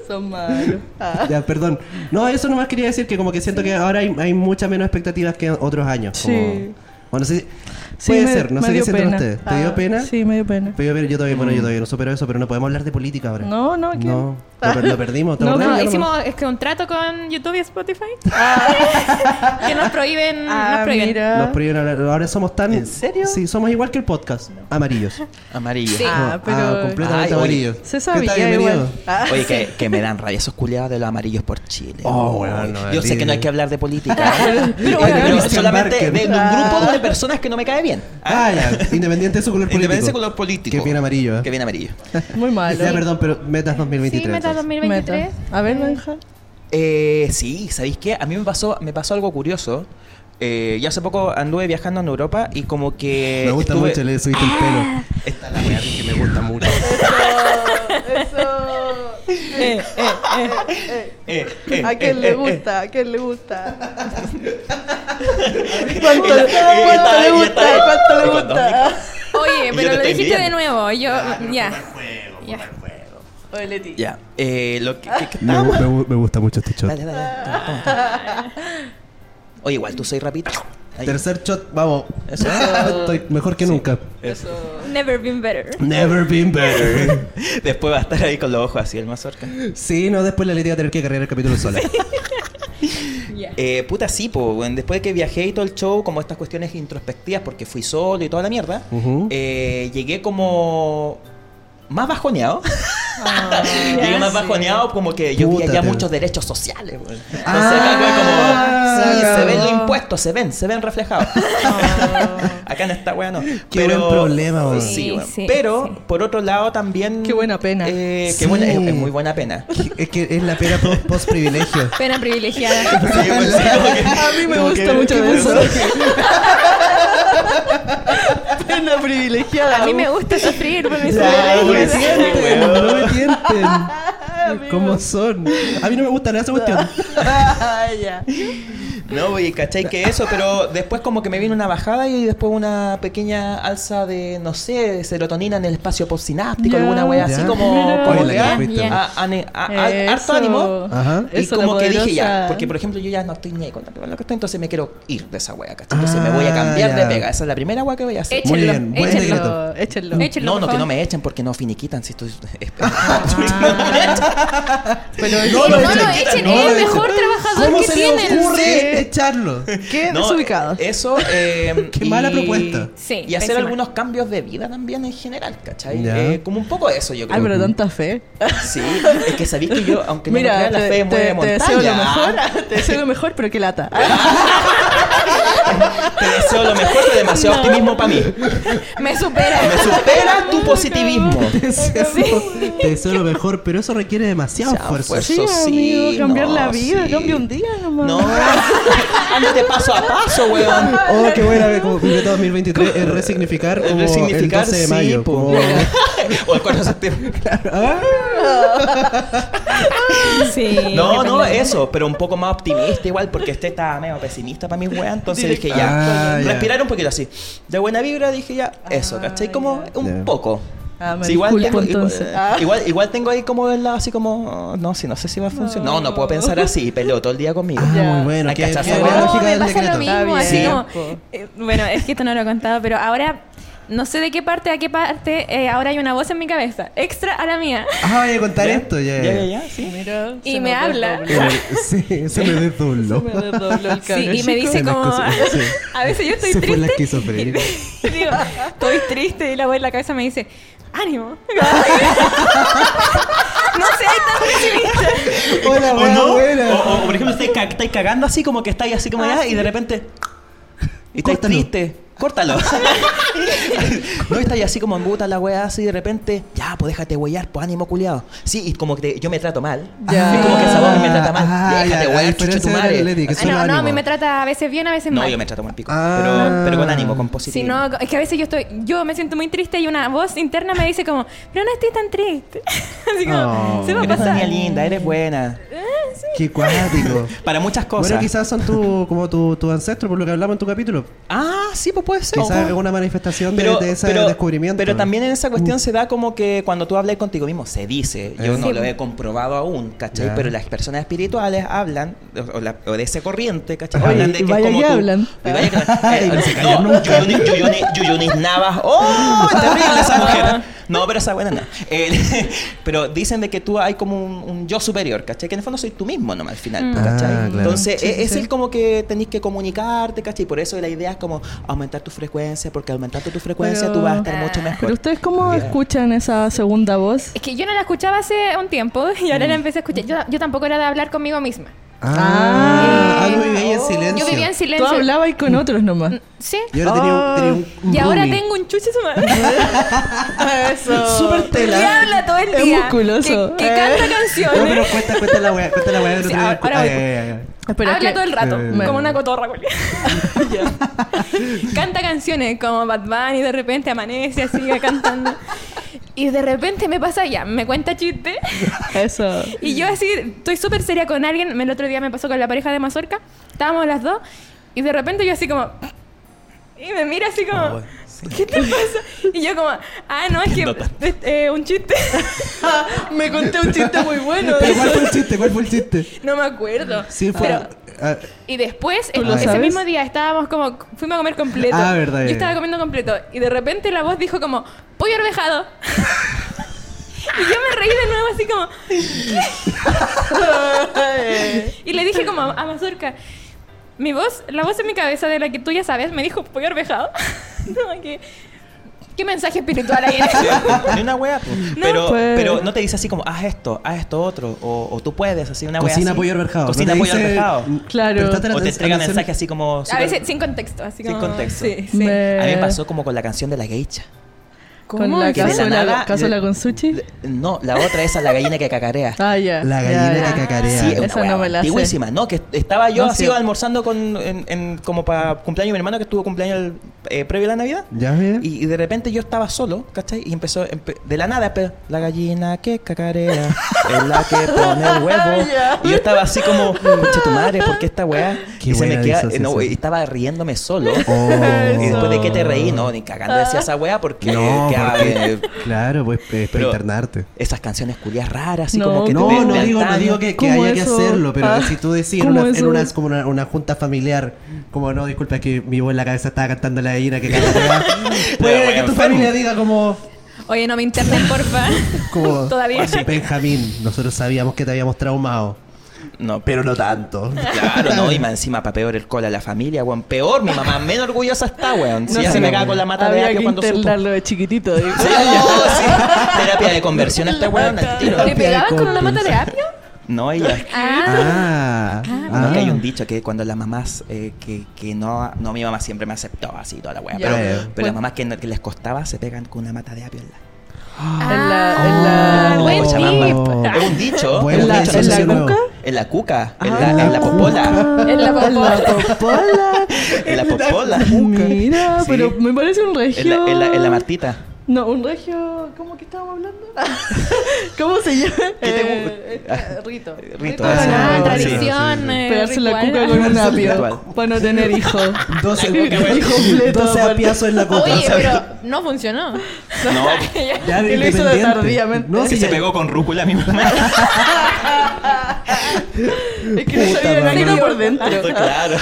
Speaker 4: Son malos. Ah.
Speaker 2: Ya, perdón. No, eso nomás quería decir que como que siento que ahora hay, hay muchas menos expectativas que otros años. como-
Speaker 4: Sí.
Speaker 2: Bueno, sí,
Speaker 4: Sí,
Speaker 2: puede
Speaker 4: me-
Speaker 2: ser. No
Speaker 4: me
Speaker 2: sé qué
Speaker 4: dio
Speaker 2: sienten
Speaker 4: pena.
Speaker 2: ustedes. ¿Te dio
Speaker 4: Ah,
Speaker 2: pena?
Speaker 4: Sí, me dio pena.
Speaker 2: Pero yo, pero yo todavía, bueno, yo todavía no supero eso, pero no podemos hablar de política ahora.
Speaker 4: No, no, ¿qué?
Speaker 2: No, lo, per- lo perdimos. ¿te
Speaker 4: No,
Speaker 2: acordás?
Speaker 3: No,
Speaker 2: Ya
Speaker 3: hicimos es que un trato con YouTube y Spotify. que nos prohíben. nos
Speaker 4: Ah,
Speaker 3: prohíben.
Speaker 4: mira.
Speaker 2: me- Los prohibieron hablar. Ahora somos tan.
Speaker 5: ¿En serio?
Speaker 2: Sí, somos igual que el podcast. Amarillos.
Speaker 5: Amarillo.
Speaker 3: Sí.
Speaker 4: Ah,
Speaker 2: No,
Speaker 4: pero-
Speaker 2: completamente
Speaker 5: Ay,
Speaker 2: amarillos.
Speaker 4: Se
Speaker 2: ¿Qué
Speaker 4: sabía
Speaker 2: tal? Bienvenido.
Speaker 4: igual. Ah.
Speaker 5: Oye, que, que me dan rabia esos culiados de los amarillos por Chile.
Speaker 2: Oh, weón, no,
Speaker 5: Yo sé que no hay que hablar de política. pero,
Speaker 2: Oye,
Speaker 5: pero
Speaker 2: Christian
Speaker 5: solamente
Speaker 2: Barker.
Speaker 5: de, de un grupo de personas que no me cae bien.
Speaker 2: Ah, ya. Independiente de su color político.
Speaker 5: Independencia color político.
Speaker 2: Que viene amarillo. ¿eh?
Speaker 5: Que viene amarillo.
Speaker 4: Muy malo.
Speaker 2: Ya, perdón, pero metas
Speaker 3: Sí,
Speaker 2: 2023.
Speaker 3: meta
Speaker 2: entonces.
Speaker 3: 2023.
Speaker 4: Meta. A ver, Benja.
Speaker 5: Eh, sí, ¿sabéis qué? A mí me pasó, me pasó algo curioso. Eh, yo hace poco anduve viajando en Europa y como que...
Speaker 2: Me gusta
Speaker 5: estuve-
Speaker 2: mucho, le subiste el
Speaker 4: Ah.
Speaker 2: pelo. Esta es la weá que me gusta mucho.
Speaker 4: Eso. Eh, eh, eh, eh.
Speaker 5: Eh, eh,
Speaker 4: ¿A
Speaker 5: eh,
Speaker 4: quién le
Speaker 5: eh,
Speaker 4: gusta? ¿A quién le gusta?
Speaker 5: eh.
Speaker 4: ¿Cuánto le
Speaker 5: Y está- y está-
Speaker 4: cuánto le
Speaker 5: y
Speaker 4: gusta?
Speaker 5: está-
Speaker 4: ¿Cuánto le
Speaker 5: y cuando-
Speaker 4: gusta?
Speaker 3: Oye,
Speaker 5: Yo te
Speaker 3: pero lo
Speaker 5: estoy
Speaker 3: dijiste de
Speaker 5: viendo.
Speaker 3: nuevo. Yo, ya. Ya.
Speaker 4: Oye, Leti.
Speaker 5: Ya. Eh, lo que, que- que-
Speaker 2: Me, gu- me gu- me gusta mucho este shot.
Speaker 5: Dale, dale. toma, toma, toma. Oye, igual tú soy rapito. Ahí.
Speaker 2: Tercer shot, vamos. Ah,
Speaker 5: Eso.
Speaker 2: Estoy mejor que nunca.
Speaker 3: Never been better.
Speaker 2: Never been better.
Speaker 5: Después va a estar ahí con los ojos así, el mazorca.
Speaker 2: Sí, no, después la Leti va a tener que cargar el capítulo sola.
Speaker 5: Eh, puta, sí, po, weón. después de que viajé y todo el show, como estas cuestiones introspectivas, porque fui solo y toda la mierda,
Speaker 2: Ujú.
Speaker 5: eh, llegué como más bajoneado. llegué más
Speaker 4: sí.
Speaker 5: bajoneado, como que yo
Speaker 2: Puta,
Speaker 5: vi allá
Speaker 2: te-
Speaker 5: muchos derechos sociales. weón. Entonces,
Speaker 2: Ah,
Speaker 5: acá fue como, sí,
Speaker 2: cagó.
Speaker 5: se ven los impuestos, se ven, se ven reflejados. acá en esta weá no.
Speaker 2: buen problema, weón.
Speaker 5: Sí,
Speaker 3: Sí,
Speaker 5: weón.
Speaker 3: sí,
Speaker 5: Pero,
Speaker 3: sí.
Speaker 5: por otro lado, también.
Speaker 4: Qué buena pena.
Speaker 5: Eh, qué
Speaker 2: Sí.
Speaker 5: buena, es, es muy buena pena.
Speaker 2: es que es la pera post, privilegio.
Speaker 3: Pena privilegiada.
Speaker 4: A mí me gusta mucho de eso. Pena privilegiada.
Speaker 3: A mí me gusta sufrir por mis
Speaker 5: Ya,
Speaker 3: privilegios.
Speaker 5: güey, sí.
Speaker 2: No me tienten.
Speaker 4: amigo.
Speaker 2: ¿Cómo son? A mí no me gusta nada esa cuestión.
Speaker 4: Ah, ya.
Speaker 5: No, y cachai que eso, pero después como que me vino una bajada y después una pequeña alza de, no sé, serotonina en el espacio postsináptico,
Speaker 4: Ya.
Speaker 5: alguna wea
Speaker 2: Ya.
Speaker 5: así como, como
Speaker 2: Oye, la
Speaker 5: que,
Speaker 2: que
Speaker 5: ah,
Speaker 2: fuiste.
Speaker 5: ah, ane- ah, ah, harto ánimo.
Speaker 2: Ajá.
Speaker 5: Y como que dije ya, porque por
Speaker 4: por
Speaker 5: ejemplo yo ya no estoy ni ahí con la- con la cuestión, entonces me quiero ir de esa wea, ¿cachai? Entonces me
Speaker 2: Ah,
Speaker 5: voy a cambiar de
Speaker 2: ya.
Speaker 5: pega, esa es la primera wea que voy a hacer.
Speaker 2: Muy
Speaker 3: Échenlo,
Speaker 2: bien, buen
Speaker 3: échenlo.
Speaker 2: decreto.
Speaker 4: échenlo, échenlo.
Speaker 3: Échenlo,
Speaker 5: No, no,
Speaker 3: por
Speaker 5: que no
Speaker 3: favor.
Speaker 5: me echen porque no finiquitan si estoy...
Speaker 4: Pero
Speaker 3: No,
Speaker 5: No, lo
Speaker 3: no,
Speaker 5: echen,
Speaker 3: echen,
Speaker 5: no,
Speaker 3: es
Speaker 5: lo
Speaker 3: el
Speaker 5: echen.
Speaker 3: mejor trabajador
Speaker 2: ¿Cómo
Speaker 3: que
Speaker 2: se le
Speaker 3: tienen.
Speaker 2: ocurre echarlo?
Speaker 4: qué
Speaker 5: No,
Speaker 4: desubicado.
Speaker 5: eh, Eso. eh,
Speaker 2: Qué mala propuesta.
Speaker 3: Sí,
Speaker 5: Y hacer
Speaker 3: pésima.
Speaker 5: algunos cambios de vida también en general, ¿cachai?
Speaker 2: Ya.
Speaker 5: Eh, como un poco de eso, yo creo.
Speaker 4: Ay, Ah, pero tanta fe.
Speaker 5: Sí, es que sabéis que yo, aunque no me
Speaker 4: Mira,
Speaker 5: crea, la
Speaker 4: te,
Speaker 5: fe
Speaker 4: te-
Speaker 5: mueve
Speaker 4: te
Speaker 5: montaña.
Speaker 4: deseo lo mejor, te deseo lo mejor, pero qué lata.
Speaker 5: Te deseo lo mejor, pero demasiado optimismo para mí.
Speaker 3: Me supera.
Speaker 5: Me supera tu positivismo.
Speaker 2: Te deseo, te deseo lo mejor, pero eso requiere demasiado
Speaker 5: Demasiado
Speaker 2: esfuerzo.
Speaker 3: pues.
Speaker 5: esfuerzo.
Speaker 4: Ah,
Speaker 5: Eso sí, no, sí.
Speaker 4: día nomás.
Speaker 5: No, ándate paso a paso, weón.
Speaker 2: Oh, qué buena, como completo 2023 es resignificar como el
Speaker 5: Resignificar,
Speaker 2: 12 de
Speaker 5: sí,
Speaker 2: mayo.
Speaker 3: pues.
Speaker 5: po.
Speaker 2: como-
Speaker 5: o el 4 de septiembre.
Speaker 2: Ah,
Speaker 3: Sí,
Speaker 5: No,
Speaker 3: qué
Speaker 5: no,
Speaker 3: pena.
Speaker 5: eso, pero un poco más optimista igual, porque este estaba medio pesimista para mi wea, entonces dije ya,
Speaker 2: Ah, ya.
Speaker 5: respirar un poquito así. De buena vibra dije ya, eso,
Speaker 4: Ah,
Speaker 5: ¿cachai? Como
Speaker 4: ya.
Speaker 5: un
Speaker 2: Ya.
Speaker 5: poco.
Speaker 4: Ah, me
Speaker 5: Sí, igual,
Speaker 4: disculpo,
Speaker 5: tengo, igual,
Speaker 4: entonces.
Speaker 5: eh,
Speaker 4: Ah.
Speaker 5: igual, igual tengo ahí como el lado así como, no, sí, no sé si va a funcionar. No, no puedo pensar así, peleo todo el día conmigo.
Speaker 2: ah,
Speaker 4: Ya.
Speaker 2: muy bueno.
Speaker 5: Hay
Speaker 2: Qué, qué
Speaker 5: cachazos. No,
Speaker 2: buena
Speaker 3: Oh,
Speaker 2: lógica
Speaker 3: me
Speaker 2: del
Speaker 3: pasa
Speaker 2: decreto.
Speaker 3: lo mismo,
Speaker 4: Está
Speaker 3: así
Speaker 4: bien,
Speaker 3: como-
Speaker 4: po.
Speaker 3: eh, bueno, es que esto no lo he contado, pero ahora no sé de qué parte a qué parte, eh, ahora hay una voz en mi cabeza, extra a la mía,
Speaker 2: Ah, voy a contar
Speaker 5: ¿Ya?
Speaker 2: esto. Ya,
Speaker 5: Ya, ya, ya, sí.
Speaker 4: Mira,
Speaker 3: Y
Speaker 4: se
Speaker 3: me habla.
Speaker 4: desdobló.
Speaker 2: Eh, sí, se me desdobló.
Speaker 4: Me desdobló el
Speaker 3: Sí,
Speaker 4: cabrón
Speaker 3: y me
Speaker 4: chico.
Speaker 3: dice
Speaker 2: Se me
Speaker 3: como,
Speaker 2: escucha, sí.
Speaker 3: a veces yo estoy
Speaker 2: Se fue la
Speaker 3: triste,
Speaker 2: esquizofrenia.
Speaker 3: y digo, estoy triste, y la voz en la cabeza me dice, ánimo, no sé,
Speaker 2: Hola,
Speaker 5: O
Speaker 2: buena,
Speaker 5: no,
Speaker 2: buena.
Speaker 5: o, o, por ejemplo, estáis, ca- estáis cagando así como que estáis así como
Speaker 3: Ah,
Speaker 5: ya y de repente... Y estáis
Speaker 2: Córtalo.
Speaker 5: triste. Córtalo. no estáis así como en puta la wea así y de repente, ya, pues déjate weyar, pues ánimo culiado. Sí, y como que te- yo me trato mal.
Speaker 4: Ya.
Speaker 5: Es como que esa voz me trata mal.
Speaker 2: Ah,
Speaker 5: déjate
Speaker 2: ya,
Speaker 5: weyar,
Speaker 2: la
Speaker 5: chucha tu
Speaker 2: diferencia
Speaker 5: madre.
Speaker 2: del Leti, que
Speaker 5: Así,
Speaker 3: Ah,
Speaker 2: Solo
Speaker 3: no, no, a mí
Speaker 2: ánimo.
Speaker 3: me trata a veces bien, a veces
Speaker 5: No,
Speaker 3: mal.
Speaker 5: yo me trato mal pico.
Speaker 2: Ah.
Speaker 5: Pero, pero con ánimo, con
Speaker 3: Si
Speaker 5: positivo.
Speaker 3: no, es que a veces yo estoy, yo me siento muy triste y una voz interna me dice como, pero no estoy tan triste. Así como,
Speaker 2: Oh.
Speaker 3: se va a
Speaker 5: Eres
Speaker 3: pasar.
Speaker 5: una niña linda, eres buena.
Speaker 2: Qué cuático.
Speaker 5: Para muchas cosas.
Speaker 2: Bueno, quizás son tu, como tu, tu ancestro, por lo que hablamos en tu capítulo.
Speaker 5: Ah, sí, pues puede ser.
Speaker 2: Quizás es
Speaker 5: Ojo.
Speaker 2: una manifestación de- de, ese descubrimiento. Mm.
Speaker 5: pero también en esa cuestión se da como que cuando tú hablas contigo mismo, se dice, yo
Speaker 2: Eh.
Speaker 5: no
Speaker 3: Sí,
Speaker 5: lo
Speaker 3: po.
Speaker 5: he comprobado aún, ¿cachai?
Speaker 2: Ya.
Speaker 5: Pero las personas espirituales hablan, o, o la- o de ese corriente, ¿cachai?
Speaker 2: Oye,
Speaker 5: hablan de
Speaker 4: y vaya que
Speaker 5: tú-
Speaker 4: hablan.
Speaker 5: y vaya que- eh,
Speaker 2: Y no se callan
Speaker 5: no, Yuyuni- Yuyuni- Yuyunis Navas, ¡oh! Terrible esa mujer. No, pero esa buena no. Eh, pero dicen de que tú hay como un, un yo superior, ¿cachai? Que en el fondo soy tú mismo nomás al final,
Speaker 3: Mm.
Speaker 5: ¿cachai?
Speaker 2: Ah, claro.
Speaker 5: Entonces,
Speaker 2: Sí,
Speaker 5: e-
Speaker 2: sí,
Speaker 5: es
Speaker 2: sí.
Speaker 5: el como que tenés que comunicarte, ¿cachai? Por eso la idea es como aumentar tu frecuencia, porque aumentando tu frecuencia
Speaker 4: Pero-
Speaker 5: tú vas a estar
Speaker 3: Ah.
Speaker 5: mucho mejor.
Speaker 4: Pero ustedes cómo escuchan esa segunda voz?
Speaker 3: Es que yo no la escuchaba hace un tiempo y ahora la
Speaker 2: Mm.
Speaker 3: empecé a escuchar. Yo, yo tampoco era de hablar conmigo misma.
Speaker 2: Ah,
Speaker 4: Ah.
Speaker 2: ah, tú vivías
Speaker 5: Oh.
Speaker 2: ahí en silencio.
Speaker 3: Yo vivía en
Speaker 4: Tú
Speaker 3: silencio.
Speaker 4: hablabas con otros nomás.
Speaker 3: Sí.
Speaker 2: Y ahora tenía un, tenía un- un
Speaker 3: Y ahora
Speaker 2: roomie.
Speaker 3: tengo un chuche su madre.
Speaker 4: Eso.
Speaker 2: Súper
Speaker 3: que
Speaker 2: tela.
Speaker 3: Mm. habla todo el
Speaker 4: Es
Speaker 3: día.
Speaker 4: musculoso.
Speaker 3: Que, que canta
Speaker 2: Eh. No,
Speaker 3: canciones.
Speaker 2: pero cuenta, cuenta la weá, cuenta la weá. del
Speaker 3: Sí,
Speaker 2: otro día.
Speaker 3: ahora
Speaker 2: Ah,
Speaker 3: voy.
Speaker 2: ya, ya, ya.
Speaker 4: Espera,
Speaker 3: habla
Speaker 4: que-
Speaker 3: todo el rato,
Speaker 2: eh,
Speaker 3: como una cotorra. güey. Canta canciones como Bad Bunny, de repente amanece, sigue cantando. Y de repente me pasa ya, me cuenta chiste.
Speaker 4: Eso.
Speaker 3: Y yo así, estoy súper seria con alguien. El otro día me pasó con la pareja de Mazorca. Estábamos las dos. Y de repente yo así como... Y me mira así
Speaker 2: Ah,
Speaker 3: como... ¿Qué te pasa? Y yo como... Ah, no, es que...
Speaker 5: Entiendo tanto.
Speaker 3: es- eh, un chiste.
Speaker 4: me conté un chiste muy bueno.
Speaker 2: Pero ¿cuál fue el chiste? ¿Cuál fue el chiste?
Speaker 3: no me acuerdo.
Speaker 2: Sí, fue.
Speaker 3: Pero-
Speaker 2: ah,
Speaker 3: Y después,
Speaker 4: ¿Tú
Speaker 3: e-
Speaker 2: lo
Speaker 3: ese
Speaker 4: sabes?
Speaker 3: mismo día, estábamos como... Fuimos a comer completo.
Speaker 2: Ah, verdad,
Speaker 3: Yo
Speaker 2: ya,
Speaker 3: estaba
Speaker 2: ya.
Speaker 3: comiendo completo. Y de repente la voz dijo como... Pollo arvejado. y yo me reí de nuevo así como... Y le dije como a Mazurka, mi voz, la voz en mi cabeza de la que tú ya sabes, me dijo pollo arvejado. no, que, ¿Qué mensaje espiritual hay en eso?
Speaker 5: Ni una wea, po. pero,
Speaker 4: pues.
Speaker 5: pero no te dice así como, haz esto, haz esto otro, o, o tú puedes, así una wea.
Speaker 2: Cocina
Speaker 5: así.
Speaker 2: pollo alberjado.
Speaker 5: Cocina pollo alberjado.
Speaker 4: Claro.
Speaker 5: O te entrega mensaje así como.
Speaker 3: A
Speaker 5: super-
Speaker 3: veces sin contexto, así
Speaker 5: Sin
Speaker 3: como...
Speaker 5: contexto.
Speaker 3: Sí, sí.
Speaker 5: A
Speaker 4: Eh.
Speaker 5: mí me pasó como con la canción de la geisha.
Speaker 4: Con la
Speaker 5: que de la
Speaker 4: cazuela,
Speaker 5: nada-
Speaker 4: cazuela con sushi.
Speaker 5: De- No, la otra es a la gallina que cacarea.
Speaker 4: Ah, ya.
Speaker 2: La
Speaker 4: Ya,
Speaker 2: gallina
Speaker 4: ya.
Speaker 2: que cacarea.
Speaker 5: Sí, es una
Speaker 4: Esa
Speaker 5: wea
Speaker 4: no me la sé.
Speaker 5: antiguísima, ¿no? Que estaba yo
Speaker 4: No,
Speaker 5: así
Speaker 4: sí.
Speaker 5: almorzando con, en- en- como para cumpleaños de mi hermano que estuvo cumpleaños el, eh, previo a la Navidad.
Speaker 2: ¿Ya ves?
Speaker 5: Y, y de repente yo estaba solo, ¿cachai? Y empezó, empe- de la nada, empe- la gallina que cacarea. en la que poner huevo.
Speaker 4: Ya.
Speaker 5: Y yo estaba así como, concha tu madre, ¿por qué esta weá?
Speaker 2: Qué
Speaker 5: y se me
Speaker 2: buena
Speaker 5: queda,
Speaker 2: disociación.
Speaker 5: no, y estaba riéndome solo.
Speaker 2: Oh.
Speaker 5: Y después de que te reí, no, ni cagando
Speaker 4: Ah.
Speaker 5: decía esa weá porque
Speaker 2: No,
Speaker 5: quedaba,
Speaker 2: porque-
Speaker 5: eh,
Speaker 2: Claro, pues eh, para
Speaker 5: Pero-
Speaker 2: internarte.
Speaker 5: esas canciones culias raras, así
Speaker 4: No,
Speaker 5: como que
Speaker 2: No,
Speaker 5: te-
Speaker 2: no
Speaker 5: te
Speaker 2: digo, no
Speaker 5: antaño.
Speaker 2: digo que, que
Speaker 4: ¿Cómo
Speaker 2: haya que
Speaker 4: eso?
Speaker 2: hacerlo, pero
Speaker 4: Ah,
Speaker 2: si tú decís en, una,
Speaker 4: ¿cómo
Speaker 2: en
Speaker 4: eso?
Speaker 2: una- como una, una junta familiar, como no, disculpa, es que mi voz en la cabeza estaba cantando la gallina que canta.
Speaker 5: Pero,
Speaker 2: Puede que
Speaker 5: bueno,
Speaker 2: tu
Speaker 5: enfermo.
Speaker 2: familia diga como,
Speaker 3: Oye, no me internen, porfa.
Speaker 2: como
Speaker 3: Todavía.
Speaker 2: Benjamín, nosotros sabíamos que te habíamos traumado,
Speaker 5: No, pero
Speaker 2: pero no tanto.
Speaker 5: Claro, no, y más encima para peor el cola a la familia, weón. Peor, mi mamá menos orgullosa está, weón. Si
Speaker 4: No
Speaker 5: ya
Speaker 4: sé,
Speaker 5: se me
Speaker 2: weón.
Speaker 5: caga con la mata de
Speaker 4: Habría
Speaker 5: apio
Speaker 4: que
Speaker 5: cuando supo.
Speaker 4: internarlo de chiquitito. digo.
Speaker 5: Sí, no, sí. Terapia de conversión a esta weón al tiro.
Speaker 3: ¿Te pegaban con una mata de apio?
Speaker 5: No, ella.
Speaker 3: Ah.
Speaker 2: Ah,
Speaker 5: No, que hay
Speaker 2: ah.
Speaker 5: un dicho que cuando las mamás eh, que, que no, no mi mamá siempre me aceptó así toda la weá,
Speaker 4: Ya.
Speaker 5: pero,
Speaker 2: Eh.
Speaker 5: pero las mamás que, no- que les costaba se pegan con una mata de apio en la-
Speaker 4: Ah. En la- en la-
Speaker 3: Ah, buen
Speaker 5: Oh,
Speaker 2: Ah.
Speaker 5: Es
Speaker 3: tip.
Speaker 5: un dicho,
Speaker 2: Bueno,
Speaker 5: es un
Speaker 2: ¿en la-
Speaker 5: dicho, no sé
Speaker 2: en
Speaker 5: si
Speaker 2: la
Speaker 5: lo-
Speaker 2: cuca?
Speaker 5: en la cuca, en
Speaker 2: Ah,
Speaker 5: la, en la
Speaker 2: la
Speaker 5: popola,
Speaker 3: En la
Speaker 4: En la
Speaker 3: popola.
Speaker 4: popola.
Speaker 5: en la popola,
Speaker 4: Mira,
Speaker 5: Sí.
Speaker 4: pero me parece un regio.
Speaker 5: en la, en la, en la martita.
Speaker 4: No, un regio. ¿Cómo que estábamos hablando? ¿Cómo se llama?
Speaker 5: ¿Qué te ah,
Speaker 4: Eh, eh, Rito.
Speaker 5: Rito,
Speaker 2: Ah,
Speaker 5: ese.
Speaker 3: Ah,
Speaker 2: sí, sí,
Speaker 3: tradición.
Speaker 2: sí.
Speaker 3: eh,
Speaker 4: Pegarse la
Speaker 3: ritual.
Speaker 4: cuca con un
Speaker 5: Ritual.
Speaker 4: apio para no tener hijo.
Speaker 2: Doce-
Speaker 4: Hijo fleto,
Speaker 2: 12
Speaker 4: aparte.
Speaker 2: apiazos Ah. en la copa.
Speaker 3: Oye, pero no funcionó.
Speaker 5: No,
Speaker 2: Ya de
Speaker 4: que lo hizo de
Speaker 2: independiente.
Speaker 4: tardíamente.
Speaker 2: No,
Speaker 5: si
Speaker 2: sí,
Speaker 5: se
Speaker 2: ya-
Speaker 5: pegó con rúcula mi mamá.
Speaker 4: Es que no
Speaker 2: Puta
Speaker 4: sabía
Speaker 2: madre.
Speaker 4: nada por dentro.
Speaker 5: Esto, claro.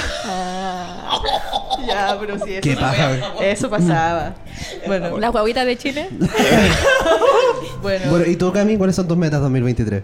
Speaker 4: Ya, pero sí, eso,
Speaker 2: Qué paja.
Speaker 4: eso pasaba.
Speaker 5: Mm.
Speaker 4: Bueno,
Speaker 3: Las guaguitas de Chile.
Speaker 4: bueno.
Speaker 2: Bueno, ¿y tú, Cami, cuáles son tus metas 2023?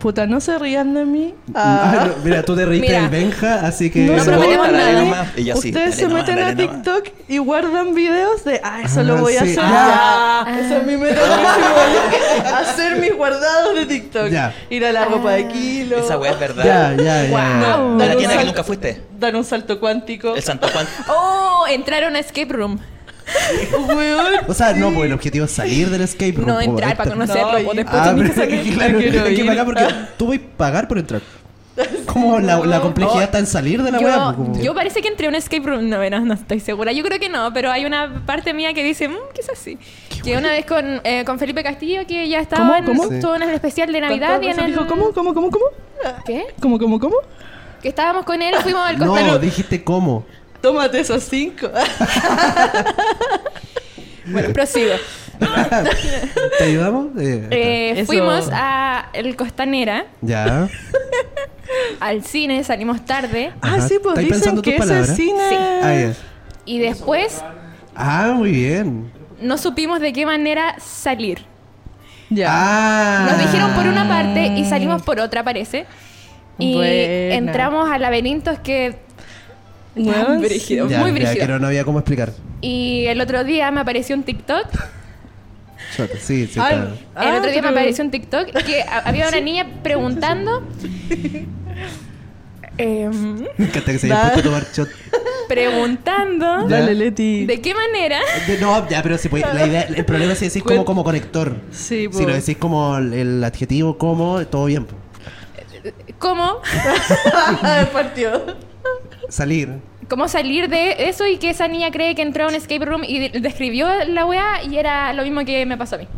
Speaker 4: Puta, no se rían de mí.
Speaker 2: Ah, no, mira, tú te reíste
Speaker 3: Mira.
Speaker 2: del Benja, así que...
Speaker 3: No prometemos
Speaker 5: Dale
Speaker 3: nada.
Speaker 5: nomás. Y yo así,
Speaker 4: Ustedes
Speaker 5: dale
Speaker 4: se
Speaker 5: nomás,
Speaker 4: meten a
Speaker 5: dale nomás.
Speaker 4: TikTok y guardan videos de, ah, eso
Speaker 2: Ah,
Speaker 4: lo voy a
Speaker 2: sí.
Speaker 4: hacer.
Speaker 2: Ah.
Speaker 4: ya. Esa es mi meta próxima. hacer mis guardados de TikTok.
Speaker 2: Ya.
Speaker 4: Ir
Speaker 3: Ah.
Speaker 4: a la ropa de kilo.
Speaker 5: Esa weá es
Speaker 2: Ya,
Speaker 5: verdad.
Speaker 2: ya, ya.
Speaker 5: A la
Speaker 4: Dar un
Speaker 5: tienda que
Speaker 4: salto-
Speaker 5: nunca fuiste.
Speaker 4: Dar un salto cuántico.
Speaker 5: El Santo Juan.
Speaker 3: Oh, entrar a una escape room.
Speaker 4: Weón.
Speaker 2: O sea, no, porque el objetivo es salir del escape room.
Speaker 3: No
Speaker 2: po,
Speaker 3: entrar para
Speaker 2: esta-
Speaker 3: conocerlo.
Speaker 4: No,
Speaker 3: pues,
Speaker 4: y-
Speaker 3: después
Speaker 2: Ah,
Speaker 3: tenés
Speaker 2: pero
Speaker 3: que salir.
Speaker 2: es que claro,
Speaker 4: No quiero
Speaker 2: es que
Speaker 4: ir.
Speaker 2: bacán porque tú vas a pagar por entrar. Como la, la complejidad está en salir de la weá. pues,
Speaker 3: Yo,
Speaker 2: como-
Speaker 3: yo parece que entré a un escape room, no, no, no estoy segura, yo creo que no, pero hay una parte mía que dice, "Mm, quizás sí. Que una vez con, eh, con Felipe Castillo, que ya estaba
Speaker 4: ¿Cómo?
Speaker 3: en
Speaker 2: ¿Cómo?
Speaker 3: estuvo en el especial de Navidad y en el...
Speaker 4: Dijo, ¿cómo, cómo, cómo, cómo?
Speaker 3: ¿Qué?
Speaker 4: ¿Cómo, cómo, cómo?
Speaker 3: Que estábamos con él, fuimos al
Speaker 2: No,
Speaker 3: Costanera.
Speaker 2: dijiste cómo.
Speaker 4: Tómate esos cinco. Ah,
Speaker 3: Bueno, prosigo.
Speaker 2: ¿Te ayudamos? Eh,
Speaker 3: Eh,
Speaker 4: Eso.
Speaker 3: Fuimos a el Costanera,
Speaker 2: Ya.
Speaker 3: al cine, salimos tarde
Speaker 4: ah,
Speaker 2: Ajá.
Speaker 4: sí, pues
Speaker 2: ¿Estáis
Speaker 4: dicen
Speaker 2: pensando
Speaker 4: que
Speaker 2: tus
Speaker 4: ese
Speaker 2: palabras?
Speaker 4: cine...
Speaker 3: Sí.
Speaker 2: Ah, ya.
Speaker 3: y después
Speaker 2: Ah, muy bien.
Speaker 3: no supimos de qué manera salir.
Speaker 4: Ya.
Speaker 2: Ah.
Speaker 3: Nos dijeron por una parte y salimos por otra, parece. Y
Speaker 4: Buena.
Speaker 3: entramos a laberintos que...
Speaker 4: Weón,
Speaker 3: Brígido.
Speaker 2: Ya,
Speaker 3: muy
Speaker 2: ya,
Speaker 3: brígido.
Speaker 2: que no, no había cómo explicar.
Speaker 3: Y el otro día me apareció un TikTok.
Speaker 2: Chota, Sí, sí.
Speaker 4: Ay,
Speaker 2: está.
Speaker 3: el
Speaker 4: ah,
Speaker 3: otro día
Speaker 4: pero-
Speaker 3: me apareció un TikTok que a- había una niña preguntando. em,
Speaker 2: Me encanta que se haya
Speaker 4: Nada.
Speaker 2: puesto a tomar shot.
Speaker 3: preguntando
Speaker 2: Ya.
Speaker 4: Ah, Dale, Leti.
Speaker 3: de qué manera.
Speaker 2: De- No, ya, pero si puede- la idea, el problema es si decís como,
Speaker 4: Cuen-
Speaker 2: como conector.
Speaker 4: Sí,
Speaker 2: Si
Speaker 4: pues.
Speaker 2: lo decís como el, el adjetivo como, todo bien. po.
Speaker 3: ¿Cómo?
Speaker 4: partió.
Speaker 2: Salir.
Speaker 3: ¿Cómo salir de eso y que esa niña cree que entró a un escape room y de- describió la weá y era lo mismo que me pasó a mí?